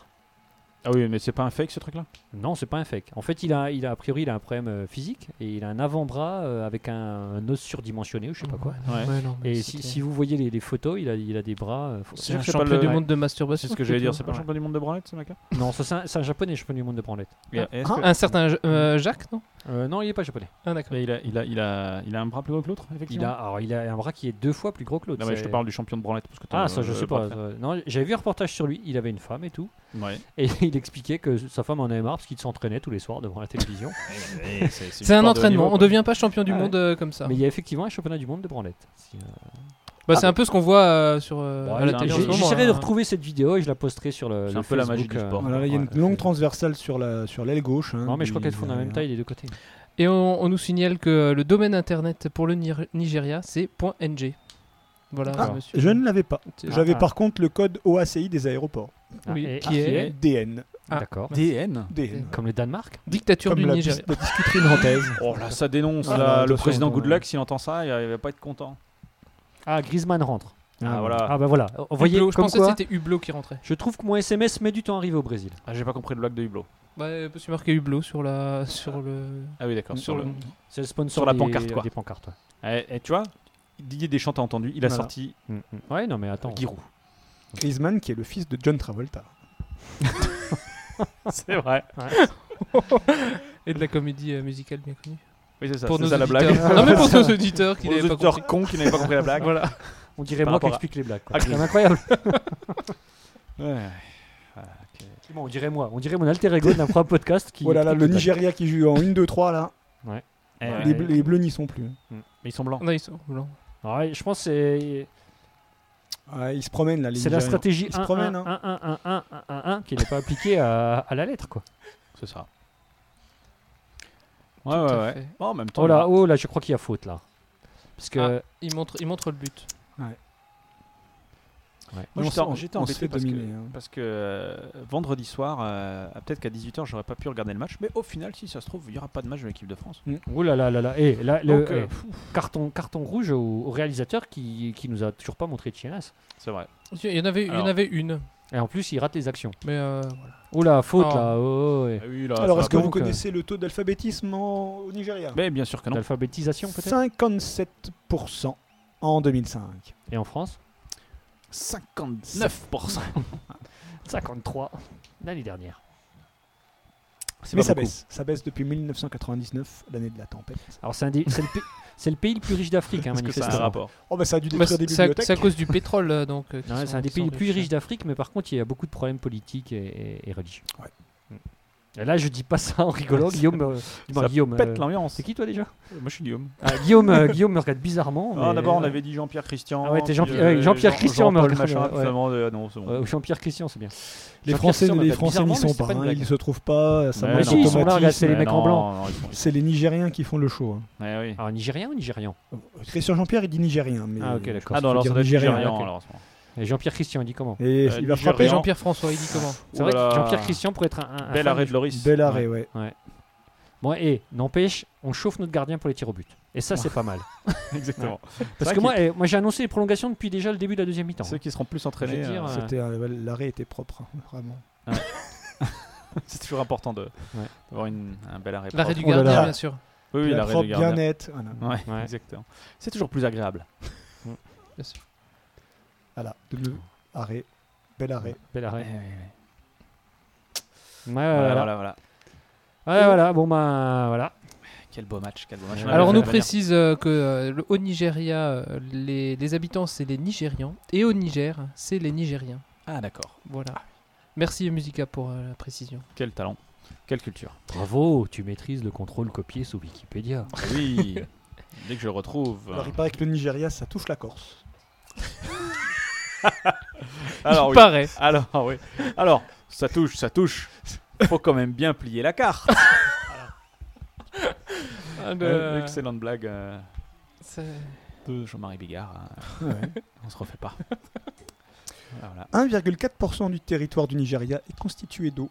Speaker 5: Ah oui, mais c'est pas un fake ce truc là
Speaker 6: Non, c'est pas un fake. En fait, il a, il a a priori, il a un problème euh, physique et il a un avant-bras euh, avec un, un os surdimensionné ou je sais pas quoi.
Speaker 5: Ouais.
Speaker 8: Ouais, non, mais
Speaker 6: Et
Speaker 8: c'était-
Speaker 6: si, si vous voyez les, les photos, il a, il a des bras. euh, faut-
Speaker 5: C'est
Speaker 6: c'est un
Speaker 5: un
Speaker 6: champion-
Speaker 8: Champion du
Speaker 5: Ouais.
Speaker 8: monde de masturbation. hein.
Speaker 5: C'est ce que j'allais dire.
Speaker 8: plutôt.
Speaker 5: C'est pas le
Speaker 8: Ouais.
Speaker 5: champion du monde de branlette ce mec là
Speaker 6: Non, ça, c'est un, c'est un japonais, champion du monde de branlette.
Speaker 8: Un certain euh, Jacques, non
Speaker 6: Euh, non, il est pas japonais.
Speaker 8: Ah, d'accord.
Speaker 5: il, a, il, a, il, a, il a un bras plus gros que l'autre
Speaker 6: Il
Speaker 5: effectivement
Speaker 6: a, alors, il a un bras qui est deux fois plus gros que l'autre.
Speaker 5: Non, mais je te
Speaker 6: C'est-
Speaker 5: parle du champion de branlette. Parce que t'as
Speaker 6: Ah,
Speaker 5: le-
Speaker 6: ça, je
Speaker 5: le
Speaker 6: sais
Speaker 5: bras
Speaker 6: pas.
Speaker 5: de fer.
Speaker 6: euh, non, j'avais vu un reportage sur lui. Il avait une femme et tout.
Speaker 5: Ouais.
Speaker 6: Et il expliquait que sa femme en avait marre parce qu'il s'entraînait tous les soirs devant la télévision.
Speaker 5: une
Speaker 8: C'est un
Speaker 5: histoire de haut
Speaker 8: entraînement.
Speaker 5: niveau,
Speaker 8: On
Speaker 5: quoi.
Speaker 8: devient pas champion du
Speaker 6: Ah,
Speaker 8: monde euh, comme ça.
Speaker 6: mais il y a effectivement un championnat du monde de branlette. Si, euh,
Speaker 8: Bah, c'est un peu ce qu'on voit euh, sur euh,
Speaker 5: Bon,
Speaker 8: à
Speaker 5: Bah, il
Speaker 8: la
Speaker 5: a un
Speaker 8: télé.
Speaker 5: peu Ah, ce
Speaker 8: en ce
Speaker 6: j'ai-
Speaker 5: moment,
Speaker 6: J'essaierai
Speaker 8: moment,
Speaker 6: de
Speaker 8: hein.
Speaker 6: retrouver cette vidéo et je la posterai sur le.
Speaker 5: C'est
Speaker 6: le
Speaker 5: un peu la magie
Speaker 6: Facebook,
Speaker 5: du
Speaker 6: euh,
Speaker 5: sport.
Speaker 7: Voilà, là, il y a
Speaker 6: ouais,
Speaker 7: une
Speaker 6: c'est-
Speaker 7: longue transversale sur la- sur l'aile gauche. hein,
Speaker 6: Non, mais je
Speaker 7: du
Speaker 6: crois qu'elles font la même
Speaker 7: Nigeria.
Speaker 6: taille des deux côtés.
Speaker 8: Et on, on nous signale que euh, le domaine internet pour le Nir- Nigeria, c'est .ng. Voilà,
Speaker 7: Ah,
Speaker 8: monsieur.
Speaker 7: je ne l'avais pas.
Speaker 8: C'est-
Speaker 7: J'avais
Speaker 6: ah.
Speaker 7: par contre le code OACI des aéroports.
Speaker 8: Oui,
Speaker 6: et-
Speaker 8: qui
Speaker 6: ah,
Speaker 8: est-
Speaker 7: DN.
Speaker 8: Ah.
Speaker 6: D'accord.
Speaker 5: DN
Speaker 7: DN.
Speaker 6: Comme le Danemark
Speaker 8: Dictature
Speaker 7: Comme
Speaker 8: du
Speaker 7: la
Speaker 8: Nigeria.
Speaker 7: piste de biscuiterie nantaise.
Speaker 5: Oh là, ça dénonce.
Speaker 7: Ah,
Speaker 5: là, le
Speaker 7: attention,
Speaker 5: président
Speaker 7: attends,
Speaker 5: Goodluck, s'il entend ça, il va- il va pas être content.
Speaker 6: Ah, Griezmann rentre.
Speaker 5: Ah,
Speaker 6: bon.
Speaker 5: voilà.
Speaker 6: Ah, bah voilà. Vous voyez,
Speaker 8: Hublot, je
Speaker 6: comme
Speaker 8: pensais que
Speaker 6: quoi,
Speaker 8: c'était Hublot qui rentrait.
Speaker 6: je trouve que mon SMS met du temps à arriver au Brésil.
Speaker 5: Ah, j'ai pas compris le blague de Hublot.
Speaker 8: Bah, euh, parce que marqué Hublot sur la sur le
Speaker 5: Ah oui, d'accord. Sur le.
Speaker 6: C'est le sponsor
Speaker 5: Sur la
Speaker 6: des-
Speaker 5: pancarte, quoi.
Speaker 6: Des pancartes, ouais.
Speaker 5: Eh, eh, tu vois, Didier Deschamps t'a entendu, il a
Speaker 7: Voilà.
Speaker 5: sorti
Speaker 6: Mm, mm. Ouais, non, mais attends.
Speaker 5: Giroud.
Speaker 7: Griezmann qui est le fils de John Travolta.
Speaker 5: C'est vrai.
Speaker 8: et de la comédie euh, musicale bien connue.
Speaker 5: Oui, c'est ça.
Speaker 8: pour
Speaker 5: c'est
Speaker 8: nos
Speaker 5: ça la
Speaker 8: auditeurs.
Speaker 5: blague.
Speaker 8: non mais pour nos auditeurs qui
Speaker 5: Pour les
Speaker 8: n'avaient pas
Speaker 5: auditeurs
Speaker 8: compris.
Speaker 5: cons qui n'avaient pas compris la blague.
Speaker 8: Voilà.
Speaker 6: On dirait
Speaker 5: Par
Speaker 6: moi qui
Speaker 5: rapport à-
Speaker 6: explique les blagues. quoi.
Speaker 5: à
Speaker 6: C'est
Speaker 5: Griezmann.
Speaker 6: incroyable.
Speaker 5: Ouais.
Speaker 6: Bon, on dirait moi. On dirait mon alter ego d'un propre podcast qui.
Speaker 7: Oh là là,
Speaker 6: explique
Speaker 7: le
Speaker 6: les blagues.
Speaker 7: Nigeria qui joue en 1-2-3 là.
Speaker 5: Eh,
Speaker 6: Ouais.
Speaker 5: ouais.
Speaker 7: Les, bleus- les bleus n'y sont plus.
Speaker 5: Mais ils sont blancs.
Speaker 8: Non, ils sont blancs.
Speaker 6: Ouais, je pense que c'est
Speaker 7: Ouais, ils se promènent là. les
Speaker 6: c'est la
Speaker 7: Nigérians.
Speaker 6: stratégie
Speaker 7: Ils se
Speaker 6: 1
Speaker 7: promènent, hein.
Speaker 6: 1 1 1 1 1 qui n'est pas appliquée à, à la lettre quoi.
Speaker 5: C'est ça.
Speaker 8: Tout
Speaker 5: Ouais, ouais,
Speaker 8: à
Speaker 5: ouais.
Speaker 8: fait.
Speaker 5: Bon, en même temps.
Speaker 6: Oh là, oh là, je crois qu'il y a faute là. Parce que
Speaker 8: Il montre il montre le but.
Speaker 5: Moi,
Speaker 7: Mais on
Speaker 5: j'étais en-
Speaker 7: s'en-
Speaker 5: j'étais
Speaker 7: on se
Speaker 5: embêté
Speaker 7: fait
Speaker 5: parce,
Speaker 7: dominer,
Speaker 5: que,
Speaker 7: hein.
Speaker 5: parce que, euh, vendredi soir, euh, peut-être qu'à 18h, j'aurais pas pu regarder le match. Mais au final, si ça se trouve, il n'y aura pas de match de l'équipe de France.
Speaker 6: Ouh là là là là. Et là, le
Speaker 5: Donc, euh,
Speaker 6: eh, carton, carton rouge au, au réalisateur qui, qui nous a toujours pas montré Chiras.
Speaker 5: C'est vrai.
Speaker 8: Il y en avait, il y en
Speaker 6: Alors.
Speaker 8: avait une.
Speaker 6: Et en plus, il rate les actions.
Speaker 8: Mais euh, voilà.
Speaker 6: Oula, faute
Speaker 8: Ah.
Speaker 6: là. oh, ouais.
Speaker 7: Alors, est-ce que vous
Speaker 6: Donc, euh,
Speaker 7: connaissez le taux d'alphabétisme en- au Nigeria
Speaker 5: Mais bien sûr que non.
Speaker 6: L'alphabétisation peut-être
Speaker 7: 57% en 2005.
Speaker 6: Et en France
Speaker 5: 59%.
Speaker 6: 53 l'année dernière.
Speaker 7: Mais ça baisse. Ça baisse depuis 1999, l'année de la tempête.
Speaker 6: Alors c'est un des- c'est le, pa- c'est le pays le plus riche d'Afrique, hein,
Speaker 7: Est-ce que ça a un
Speaker 6: manifestement.
Speaker 7: rapport Oh, bah, ça a dû
Speaker 8: Bah,
Speaker 7: détruire
Speaker 8: c'est-
Speaker 7: des
Speaker 8: c'est à-
Speaker 7: bibliothèques.
Speaker 8: C'est à cause du pétrole euh, donc. euh, qui
Speaker 6: Ouais,
Speaker 8: sont-
Speaker 6: c'est un des
Speaker 8: qui
Speaker 6: pays
Speaker 8: sont
Speaker 6: les plus
Speaker 8: riches.
Speaker 6: riches d'Afrique, mais par contre, il y a beaucoup de problèmes politiques et, et- et religieux. Mm. Et là, je dis pas ça en rigolant, Guillaume. euh, dis-moi,
Speaker 5: Ça
Speaker 6: Guillaume,
Speaker 5: pète
Speaker 6: euh,
Speaker 5: l'ambiance.
Speaker 6: C'est qui toi déjà
Speaker 5: Euh, Moi, je suis Guillaume.
Speaker 6: Ah, Guillaume, euh, Guillaume me regarde bizarrement.
Speaker 5: Ah,
Speaker 6: mais-
Speaker 5: D'abord, on avait dit Jean-Pierre Christian.
Speaker 6: Ah ouais, t'es
Speaker 5: puis,
Speaker 6: Jean-Pierre,
Speaker 5: euh,
Speaker 6: ouais, Jean-Pierre
Speaker 5: Jean-
Speaker 6: Christian, me
Speaker 5: Jean-Paul
Speaker 6: regarde,
Speaker 5: machin,
Speaker 6: ouais.
Speaker 5: puis finalement, euh, non, c'est bon.
Speaker 6: Ouais, ou Jean-Pierre Christian, c'est bien.
Speaker 7: Les
Speaker 6: Jean-Pierre
Speaker 7: Français,
Speaker 6: Christian, on
Speaker 7: les
Speaker 6: l'appelle
Speaker 7: Français n'y
Speaker 6: bizarrement, mais
Speaker 7: sont
Speaker 6: c'est
Speaker 7: pas.
Speaker 6: une
Speaker 7: hein,
Speaker 6: blague.
Speaker 7: ils se trouvent pas. Ça
Speaker 6: Mais
Speaker 7: manque
Speaker 6: non, ils sont là,
Speaker 7: d'automatisme.
Speaker 6: regarde, c'est les mecs en blanc.
Speaker 5: non, ils sont-
Speaker 7: C'est les Nigériens qui font le show. hein.
Speaker 6: Alors, Nigérien ou Nigérian
Speaker 7: Christian Jean-Pierre, il dit Nigérien. Mais
Speaker 6: Ah, ok,
Speaker 7: je
Speaker 6: d'accord.
Speaker 7: pense
Speaker 5: Ah non, alors
Speaker 7: qu'il
Speaker 5: ça
Speaker 7: dit
Speaker 5: doit être
Speaker 7: Nigérien.
Speaker 5: Nigérian,
Speaker 6: ok.
Speaker 5: alors, en ce moment.
Speaker 6: Et Jean-Pierre Christian, il dit comment
Speaker 7: Et
Speaker 5: Euh,
Speaker 7: il va
Speaker 5: Nigérian.
Speaker 7: frapper.
Speaker 8: Jean-Pierre François, il dit comment
Speaker 6: C'est vrai
Speaker 5: Oula.
Speaker 6: que Jean-Pierre Christian pourrait être un. un- un
Speaker 5: Bel
Speaker 6: fan
Speaker 5: arrêt
Speaker 6: du-
Speaker 5: de Loris.
Speaker 7: Bel arrêt, ouais.
Speaker 6: Ouais. Bon, et n'empêche, on chauffe notre gardien pour les tirs au but. Et ça, c'est pas mal.
Speaker 5: Exactement.
Speaker 6: Parce que moi, eh, moi j'ai annoncé les prolongations depuis déjà le début de la deuxième mi-temps. hein.
Speaker 5: ceux qui seront plus
Speaker 6: Je veux
Speaker 5: entraînés,
Speaker 6: dire,
Speaker 5: euh,
Speaker 6: euh,
Speaker 7: C'était un- L'arrêt était propre, hein, vraiment.
Speaker 5: c'est toujours important de-
Speaker 6: Ouais.
Speaker 5: d'avoir une- un bel arrêt.
Speaker 8: L'arrêt du
Speaker 7: Oh là
Speaker 8: gardien
Speaker 7: là.
Speaker 8: bien sûr.
Speaker 5: Oui, oui,
Speaker 7: bien
Speaker 5: l'arrêt
Speaker 7: propre,
Speaker 5: du gardien.
Speaker 7: bien net. voilà.
Speaker 5: Ouais,
Speaker 6: Ouais.
Speaker 5: exactement. C'est toujours plus agréable.
Speaker 8: Bien sûr.
Speaker 7: Voilà, double arrêt, bel arrêt.
Speaker 6: bel arrêt. Ouais,
Speaker 5: Voilà,
Speaker 6: voilà.
Speaker 5: voilà, voilà.
Speaker 6: Ouais, voilà, bon ben voilà.
Speaker 5: Quel beau match, quel beau match.
Speaker 6: Ouais.
Speaker 5: On avait
Speaker 6: Alors,
Speaker 8: Alors on
Speaker 5: fait
Speaker 8: nous
Speaker 5: la
Speaker 8: précise euh, que euh, le- au Nigeria, euh, les, les habitants c'est les Nigérians et au Niger c'est les Nigériens.
Speaker 5: manière. Ah d'accord.
Speaker 8: Voilà. Merci Musica pour euh, la précision.
Speaker 5: Quel talent, quelle culture.
Speaker 6: Bravo, tu maîtrises le contrôle copié sous Wikipédia.
Speaker 5: Ah oui. Dès que je le retrouve.
Speaker 7: Alors, il paraît que le Nigeria, ça touche la Corse.
Speaker 5: Ah, Alors oui.
Speaker 8: Pareil.
Speaker 5: Alors oui. Alors ça touche, ça touche. Faut quand même bien plier la carte. Euh, Excellente blague euh, de Jean-Marie Bigard. hein. On se refait pas. Ah, voilà.
Speaker 7: 1,4% du territoire du Nigeria est constitué d'eau.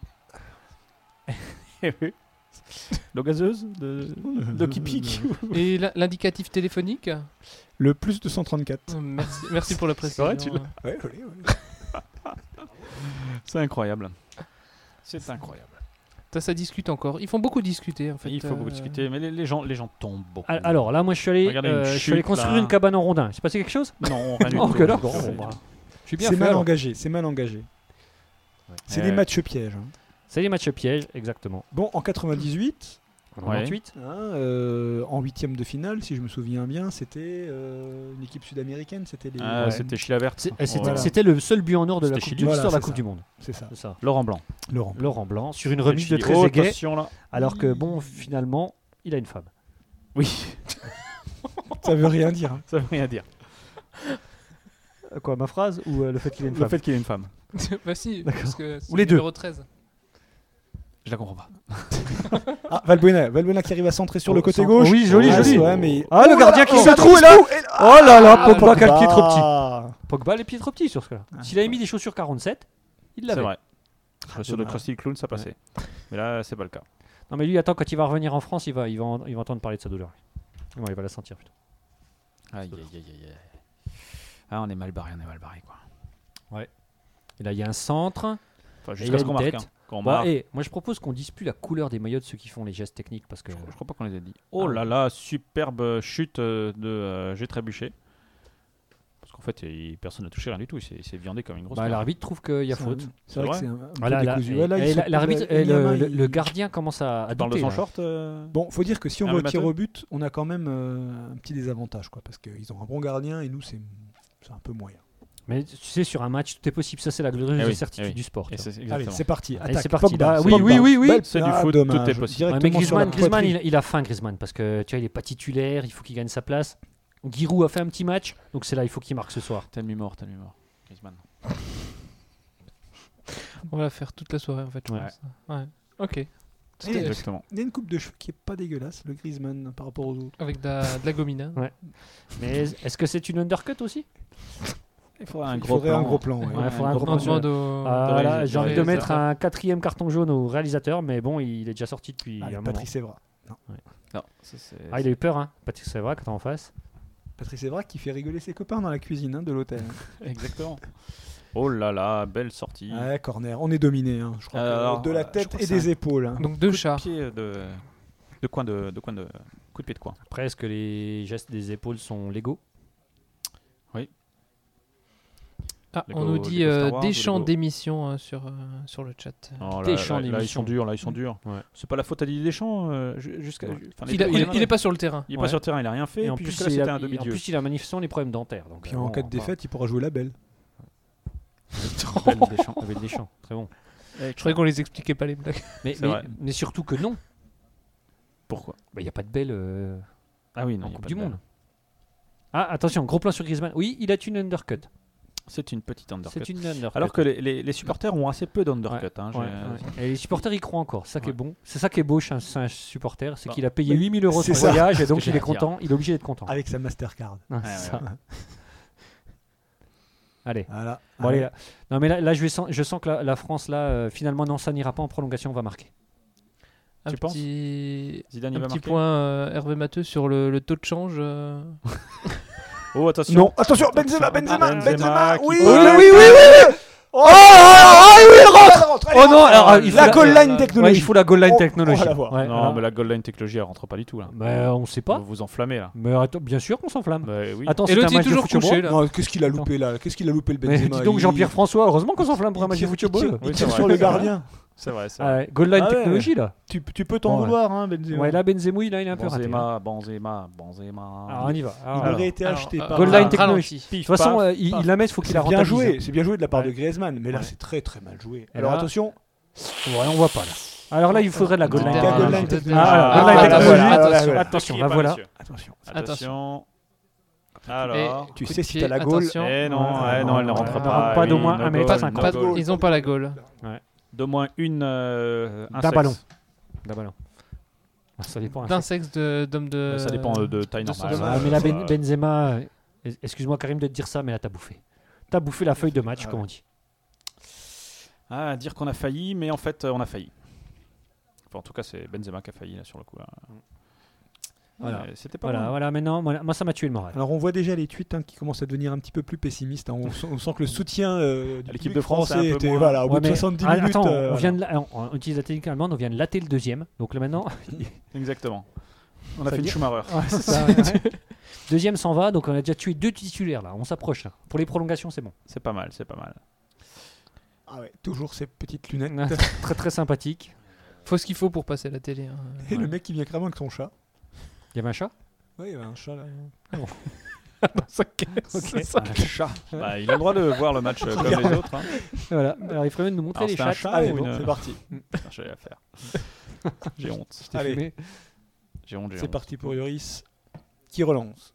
Speaker 6: Eh
Speaker 5: L'eau gazeuse de, de qui pique.
Speaker 8: Et l'in- l'indicatif téléphonique
Speaker 7: Le plus 234.
Speaker 8: Euh, Merci, merci pour la précision.
Speaker 5: vrai, tu l'as.
Speaker 7: Ouais, ouais, ouais.
Speaker 5: C'est incroyable. C'est incroyable.
Speaker 8: Ça, ça discute encore. Ils font beaucoup discuter en fait.
Speaker 5: Il faut beaucoup
Speaker 8: euh,
Speaker 5: discuter, mais les, les gens, les gens tombent beaucoup.
Speaker 6: Al- Ah, Alors là, moi je suis allé,
Speaker 5: Regardez une
Speaker 6: euh, je suis allé
Speaker 5: chute,
Speaker 6: construire
Speaker 5: là.
Speaker 6: une cabane en rondin. C'est passé quelque chose
Speaker 5: non, rien du
Speaker 6: Oh
Speaker 5: tout.
Speaker 6: que là,
Speaker 5: Rien du
Speaker 6: bon,
Speaker 5: tout.
Speaker 6: bah, je suis bien
Speaker 7: C'est
Speaker 6: fait,
Speaker 7: mal
Speaker 6: alors.
Speaker 7: engagé, c'est mal engagé. C'est
Speaker 5: Euh,
Speaker 7: des matchs pièges. hein.
Speaker 6: C'est les matchs pièges, exactement.
Speaker 7: Bon, en 98,
Speaker 6: En
Speaker 5: Ouais.
Speaker 6: 98,
Speaker 7: hein, euh, en huitième de finale, si je me souviens bien, c'était euh, une équipe sud-américaine, c'était les.
Speaker 5: Ah,
Speaker 7: Ouais.
Speaker 5: C'était Chilavert.
Speaker 6: c'est- euh, c'était
Speaker 5: Voilà.
Speaker 6: c'était le seul but en or de la
Speaker 5: C'était
Speaker 6: Coupe
Speaker 5: Chili.
Speaker 6: du- de l'histoire de la
Speaker 7: Voilà,
Speaker 6: Coupe
Speaker 7: c'est
Speaker 6: du Monde.
Speaker 7: C'est ça,
Speaker 6: C'est ça.
Speaker 5: Laurent Blanc.
Speaker 7: Laurent.
Speaker 6: Laurent Blanc sur une remise de
Speaker 5: Chili. Oh,
Speaker 6: Trezeguet,
Speaker 5: attention, là.
Speaker 6: alors que bon, finalement, il a une femme.
Speaker 5: Oui,
Speaker 7: Ça veut rien dire. hein.
Speaker 5: ça veut rien dire.
Speaker 6: Euh, Quoi, ma phrase ou euh, le fait qu'il ait une
Speaker 5: Le
Speaker 6: femme
Speaker 5: fait qu'il ait une femme.
Speaker 8: bah si,
Speaker 6: D'accord.
Speaker 8: parce que c'est
Speaker 6: les
Speaker 8: le
Speaker 6: deux.
Speaker 8: numéro 13.
Speaker 5: Je la comprends pas.
Speaker 7: Ah, Valbuena, Valbuena qui arrive à centrer sur le
Speaker 6: Oh,
Speaker 7: côté
Speaker 6: centre-
Speaker 7: gauche.
Speaker 6: oui, joli,
Speaker 7: Ah,
Speaker 6: joli.
Speaker 7: ouais, mais-
Speaker 6: Ah, le gardien qui se trouve là Oh là
Speaker 8: Ah,
Speaker 6: là, Pogba qui a le pied trop petit. Pogba, les pieds trop petits sur ce cas-là. S'il avait mis des chaussures 47, il
Speaker 5: Ah. C'est
Speaker 6: l'avait.
Speaker 5: vrai. Sur le
Speaker 6: dommage.
Speaker 5: Krusty le Clown, ça passait. Mais là, c'est pas le cas.
Speaker 6: Non, mais lui, attends, quand il va revenir en France, il va, il va, en- il va entendre parler de sa douleur. lui. Bon, il va la sentir plutôt.
Speaker 5: Aïe, aïe, aïe, aïe, aïe. Ah, on est mal barré, on est mal barré, quoi.
Speaker 6: Et là, il y a un centre.
Speaker 5: Enfin,
Speaker 6: il a
Speaker 5: jusqu'à ce
Speaker 6: une
Speaker 5: qu'on marque.
Speaker 6: tête.
Speaker 5: hein. Quand on
Speaker 6: Bah,
Speaker 5: marque.
Speaker 6: et moi, je propose qu'on dise plus la couleur des maillots de ceux qui font les gestes techniques parce que.
Speaker 5: Je crois pas qu'on les a dit. Oh
Speaker 6: Ah.
Speaker 5: là là, superbe chute euh, de euh, J'ai trébuché. Parce qu'en fait, il- personne n'a touché rien du tout. Il s'est il s'est viandé comme une grosse.
Speaker 6: Bah,
Speaker 5: merde.
Speaker 6: l'arbitre trouve qu'il y a faute.
Speaker 7: C'est vrai que
Speaker 5: vrai.
Speaker 7: c'est un- un peu
Speaker 6: Voilà, là,
Speaker 7: décousu.
Speaker 6: et-
Speaker 7: Ouais, là, il
Speaker 6: et
Speaker 7: se-
Speaker 6: la- l'arbitre,
Speaker 7: le-
Speaker 6: et le,
Speaker 7: Inyama,
Speaker 6: le- le
Speaker 7: il-
Speaker 6: gardien commence à, à
Speaker 5: Tu parles de
Speaker 6: douter,
Speaker 5: son
Speaker 6: là.
Speaker 5: short euh
Speaker 7: Bon, faut dire que si on
Speaker 5: Ah,
Speaker 7: va au
Speaker 5: mais
Speaker 7: tir
Speaker 5: Mathieu
Speaker 7: au but, on a quand même euh, un petit désavantage, quoi, parce qu'ils ont un bon gardien et nous, c'est c'est un peu moyen.
Speaker 6: Mais tu sais, sur un match, tout est possible. Ça, c'est la glorieuse
Speaker 5: Eh oui,
Speaker 6: certitude
Speaker 5: eh oui.
Speaker 6: du sport.
Speaker 5: Et
Speaker 6: tu vois.
Speaker 5: c'est
Speaker 7: Allez,
Speaker 5: exactement.
Speaker 7: c'est parti.
Speaker 6: Allez,
Speaker 7: attaque,
Speaker 6: c'est parti,
Speaker 7: Pogba,
Speaker 6: là.
Speaker 7: oui,
Speaker 6: Oui,
Speaker 7: Pogba.
Speaker 6: oui, oui, oui.
Speaker 7: Belle-
Speaker 5: C'est du
Speaker 7: Ah,
Speaker 5: foot, tout
Speaker 7: dommage.
Speaker 5: est possible.
Speaker 6: Ouais,
Speaker 7: Directement
Speaker 6: mais
Speaker 7: sur la
Speaker 6: Griezmann, Griezmann,
Speaker 7: poitrine.
Speaker 6: il, il a faim, Griezmann, parce que tu vois, il est pas titulaire. Il faut qu'il gagne sa place. Giroud a fait un petit match, donc c'est là, il faut qu'il marque ce soir.
Speaker 5: Tell me more, tell me more. Griezmann.
Speaker 8: On va la faire toute la soirée en fait. je
Speaker 5: Ouais.
Speaker 8: pense. Ouais. Ok.
Speaker 7: Et-
Speaker 8: C'était-
Speaker 5: Exactement.
Speaker 7: Il y a une coupe de cheveux qui est pas dégueulasse, le Griezmann, par rapport aux autres.
Speaker 8: hein. Avec de la, de la gomina.
Speaker 6: Mais est-ce que c'est une undercut aussi
Speaker 11: Il faudrait un
Speaker 7: Il
Speaker 11: gros
Speaker 7: faudrait
Speaker 11: plan.
Speaker 7: un gros plan, ouais.
Speaker 6: Ouais, faudra un gros plan. Ah, là, J'ai envie de mettre un quatrième carton jaune au réalisateur, mais bon, il est déjà sorti depuis.
Speaker 7: Ah,
Speaker 6: un moment.
Speaker 7: Patrice Evra. Non.
Speaker 6: Ouais.
Speaker 5: Non, ça, c'est-
Speaker 6: Ah, il a eu peur, hein, Patrick Sévrac, quand t'es en face.
Speaker 7: Patrice Evra qui fait rigoler ses copains dans la cuisine hein, de l'hôtel.
Speaker 5: Exactement. Ah, Oh là là, belle sortie.
Speaker 7: Ouais, corner, on est dominé, hein, je crois. que,
Speaker 5: Alors,
Speaker 7: de la
Speaker 5: euh, je
Speaker 7: tête
Speaker 5: crois
Speaker 7: et
Speaker 5: que c'est
Speaker 7: des
Speaker 5: un
Speaker 7: épaules. hein.
Speaker 8: Donc deux
Speaker 5: coup de
Speaker 8: chats.
Speaker 5: pied de, de coin de, de coin de coup de pied de coin.
Speaker 6: Après, est-ce que les gestes des épaules sont légaux
Speaker 8: Ah,
Speaker 5: Lego-
Speaker 8: on nous dit
Speaker 5: Lego
Speaker 8: euh,
Speaker 5: Star Wars,
Speaker 8: des
Speaker 5: ou
Speaker 8: champs
Speaker 5: Lego
Speaker 8: d'émission euh, sur, euh, sur le chat.
Speaker 5: Oh, là,
Speaker 6: Deschamps,
Speaker 5: là, là, ils
Speaker 6: l'émission. Mm.
Speaker 5: sont durs, là ils sont durs.
Speaker 6: Ouais.
Speaker 5: C'est pas la faute à Didier Deschamps euh, ju- jusqu'à.
Speaker 6: Ouais.
Speaker 5: enfin, les
Speaker 8: Il, a-
Speaker 5: deux,
Speaker 8: il-
Speaker 5: en a-
Speaker 8: il est pas sur le terrain.
Speaker 5: Il est
Speaker 6: Ouais.
Speaker 5: pas sur le terrain, il a rien fait.
Speaker 6: Et
Speaker 5: Et
Speaker 6: en
Speaker 5: puis
Speaker 6: plus,
Speaker 5: jusque-là,
Speaker 6: il
Speaker 5: c'était
Speaker 6: a,
Speaker 5: un
Speaker 6: il- en
Speaker 5: demi-dieu.
Speaker 6: plus, il a manifestant les problèmes dentaires. Donc,
Speaker 7: Puis
Speaker 6: euh,
Speaker 7: en
Speaker 6: bon,
Speaker 7: cas de
Speaker 6: enfin,
Speaker 7: défaite, il pourra jouer la belle.
Speaker 6: Abel Deschamps, Abel Deschamps, très bon.
Speaker 8: Je croyais qu'on les expliquait pas les blagues.
Speaker 6: Mais,
Speaker 5: C'est
Speaker 6: mais,
Speaker 5: vrai.
Speaker 6: mais surtout que non, Bah,
Speaker 5: Pourquoi
Speaker 6: il n'y a pas de belle euh,
Speaker 5: Ah oui, non,
Speaker 6: en
Speaker 5: il y a
Speaker 6: Coupe
Speaker 5: pas
Speaker 6: du
Speaker 5: de-
Speaker 6: Monde. Ah, attention, gros plan sur Griezmann. Oui, il a une undercut.
Speaker 5: C'est une petite undercut.
Speaker 6: C'est une undercut.
Speaker 5: Alors que les, les- les supporters ont assez peu d'undercut. hein, j'ai-
Speaker 6: Ouais, ouais. Et les supporters y croient encore, c'est ça qui est
Speaker 5: Ouais.
Speaker 6: bon. C'est ça qui est beau chez un, chez un supporter, c'est
Speaker 5: Bah,
Speaker 6: qu'il a payé 8000 euros
Speaker 7: c'est
Speaker 6: son
Speaker 7: ça.
Speaker 6: voyage et
Speaker 5: C'est ce
Speaker 6: donc
Speaker 5: que
Speaker 6: il est
Speaker 5: j'allais dire.
Speaker 6: content, il est obligé d'être content.
Speaker 7: Avec sa Mastercard.
Speaker 6: Ouais,
Speaker 5: ouais,
Speaker 6: c'est ça.
Speaker 7: ouais.
Speaker 6: Allez.
Speaker 7: Voilà.
Speaker 6: Bon, allez, là. Non, mais là, là, je, vais sens, je sens que la, la France, là, euh, finalement, non, ça n'ira pas en prolongation, on va marquer.
Speaker 8: Un
Speaker 5: Tu penses
Speaker 8: petit,
Speaker 5: Zidane,
Speaker 8: un
Speaker 5: il va
Speaker 8: petit
Speaker 5: marquer.
Speaker 8: point, euh, Hervé Matteux, sur le, le taux de change. euh.
Speaker 5: Oh, attention.
Speaker 7: Non, attention, Benzema, Benzema,
Speaker 5: Benzema
Speaker 7: Benzema,
Speaker 5: qui
Speaker 7: oui, oui,
Speaker 5: passe.
Speaker 7: oui, oui, oui. Oh, oh, oh, oui, il rentre, rentre, allez,
Speaker 6: Oh non,
Speaker 7: rentre.
Speaker 6: alors, euh, il faut
Speaker 7: la
Speaker 6: la-
Speaker 7: goal line
Speaker 8: euh,
Speaker 7: technologie.
Speaker 6: Ouais, il faut la goal line
Speaker 7: On-
Speaker 6: technologie.
Speaker 7: on va la voir.
Speaker 6: Ouais,
Speaker 5: Non,
Speaker 6: alors-
Speaker 5: mais la goal line technologie, elle rentre pas du tout là.
Speaker 6: Bah, on sait pas.
Speaker 5: Vous vous enflammez là.
Speaker 6: Mais attends, bien sûr qu'on s'enflamme.
Speaker 5: Bah, oui.
Speaker 6: Attends,
Speaker 8: Et
Speaker 6: c'est
Speaker 8: l'autre
Speaker 6: un
Speaker 8: il est
Speaker 6: match de
Speaker 8: toujours couché
Speaker 6: football.
Speaker 8: là.
Speaker 7: Non, qu'est-ce qu'il a loupé là Qu'est-ce qu'il a loupé le
Speaker 6: Mais
Speaker 7: Benzema
Speaker 6: dis donc,
Speaker 7: Il-
Speaker 6: Jean-Pierre François, heureusement qu'on s'enflamme pour un
Speaker 7: il
Speaker 6: match de
Speaker 7: tire- il
Speaker 6: football.
Speaker 7: tire-
Speaker 5: Oui,
Speaker 7: Il
Speaker 5: c'est
Speaker 7: tire
Speaker 5: vrai,
Speaker 7: sur
Speaker 5: c'est
Speaker 7: le
Speaker 5: vrai.
Speaker 7: gardien.
Speaker 5: C'est vrai, c'est vrai.
Speaker 6: Ah ouais, goal line
Speaker 5: Ah ouais,
Speaker 6: technologie là.
Speaker 7: Tu, tu peux
Speaker 6: t'en
Speaker 7: vouloir, hein, Benzema.
Speaker 6: Ouais, là Benzema, il a, il est un peu raté. hein.
Speaker 5: Benzema, Benzema, Benzema.
Speaker 6: Alors on y va.
Speaker 7: Il
Speaker 6: Alors,
Speaker 7: aurait été
Speaker 8: Alors,
Speaker 7: acheté
Speaker 8: euh,
Speaker 7: par.
Speaker 6: Goal line
Speaker 8: Ralenti.
Speaker 6: technologie. De toute façon, euh, il, il la met, il faut qu'il
Speaker 7: C'est
Speaker 6: la
Speaker 7: bien
Speaker 6: rentabilise.
Speaker 7: joué, c'est bien joué de la part de
Speaker 6: Ouais.
Speaker 7: Griezmann, mais là
Speaker 6: Ouais.
Speaker 7: c'est très très mal joué.
Speaker 6: Et
Speaker 7: Alors
Speaker 6: là-
Speaker 7: attention,
Speaker 6: Ouais, on voit pas là. Alors là, il faudrait de la goal
Speaker 5: Non,
Speaker 6: line.
Speaker 5: la goal
Speaker 7: line
Speaker 6: technologie.
Speaker 7: technologie.
Speaker 6: Ah,
Speaker 8: Ah,
Speaker 6: goal line
Speaker 8: voilà,
Speaker 6: technologie.
Speaker 8: voilà,
Speaker 6: Attention,
Speaker 7: voilà.
Speaker 6: Attention,
Speaker 5: Ne
Speaker 6: la
Speaker 5: criez pas,
Speaker 6: voilà.
Speaker 5: monsieur.
Speaker 7: attention.
Speaker 5: Attention. Alors.
Speaker 8: Et
Speaker 7: Tu
Speaker 8: coup de
Speaker 7: sais si
Speaker 8: pied,
Speaker 7: t'as la goal.
Speaker 8: attention.
Speaker 5: Eh non,
Speaker 6: Ouais,
Speaker 5: eh non, elle ne
Speaker 6: ouais,
Speaker 5: rentre
Speaker 6: elle
Speaker 5: pas.
Speaker 6: rentre pas d'au
Speaker 5: Oui,
Speaker 6: moins
Speaker 5: no
Speaker 6: 1m50.
Speaker 5: goal, no
Speaker 8: Pas de-
Speaker 5: goal.
Speaker 7: goal.
Speaker 8: Ils ont pas la goal.
Speaker 5: D'au moins une. euh, un
Speaker 6: D'un
Speaker 5: sexe.
Speaker 6: ballon. D'un ballon. Bah, Ah, Ça dépend. hein.
Speaker 8: D'un sexe de- d'homme de.
Speaker 5: Euh, Ça dépend euh, de taille
Speaker 8: de son
Speaker 5: normale.
Speaker 8: domaine.
Speaker 6: Ah, mais la Ben-
Speaker 5: Euh,
Speaker 6: Benzema, euh, excuse-moi Karim de te dire ça, mais là t'as bouffé. T'as bouffé la feuille de match,
Speaker 5: Ah
Speaker 6: comme on dit.
Speaker 5: Ah, dire qu'on a failli, mais en fait, euh, on a failli. Enfin, en tout cas, c'est Benzema qui a failli là sur le coup. là.
Speaker 6: Voilà.
Speaker 5: Mais C'était pas
Speaker 6: Voilà,
Speaker 5: mal.
Speaker 6: voilà, maintenant, voilà. moi ça m'a tué le moral.
Speaker 7: Alors on voit déjà les tweets hein, qui commencent à devenir un petit peu plus pessimistes. hein. On, sent, on sent que le soutien euh, du
Speaker 5: À l'équipe
Speaker 7: public
Speaker 5: de France, c'est un
Speaker 7: français
Speaker 5: peu
Speaker 7: était
Speaker 5: moins-
Speaker 7: voilà, au bout
Speaker 6: Ouais,
Speaker 7: de
Speaker 6: mais-
Speaker 7: 70
Speaker 6: ah,
Speaker 7: minutes.
Speaker 6: attends,
Speaker 7: euh,
Speaker 6: on, vient de, la- on, on utilise la technique allemande, on vient de latter le deuxième. Donc là maintenant,
Speaker 5: Exactement. On a
Speaker 6: Ça
Speaker 5: fait
Speaker 6: veut
Speaker 5: une
Speaker 6: dire-
Speaker 5: Schumacher.
Speaker 6: deuxième s'en va, donc on a déjà tué deux titulaires là, on s'approche. hein. Pour les prolongations, c'est bon.
Speaker 5: C'est pas mal, c'est pas mal.
Speaker 7: Ah ouais, toujours ces petites lunettes.
Speaker 6: très très sympathique.
Speaker 8: Faut ce qu'il faut pour passer la télé. hein.
Speaker 7: Et le mec qui vient clairement avec son chat.
Speaker 6: Il y avait un chat
Speaker 7: Oui, il y avait un chat là.
Speaker 6: Ok.
Speaker 7: Un chat.
Speaker 5: Bah, il a le droit de voir le match euh, comme les autres. hein.
Speaker 6: Voilà. Alors il faudrait même nous montrer
Speaker 5: Alors,
Speaker 6: les
Speaker 5: c'était un
Speaker 6: chats.
Speaker 5: chat
Speaker 6: Ah,
Speaker 7: Allez,
Speaker 5: ou
Speaker 7: bon,
Speaker 5: une-
Speaker 7: c'est parti.
Speaker 5: J'ai à faire. J'ai honte.
Speaker 6: T'es
Speaker 7: Allez.
Speaker 6: fumé.
Speaker 5: J'ai honte. j'ai
Speaker 7: C'est
Speaker 5: honte.
Speaker 7: parti pour Yoris qui relance.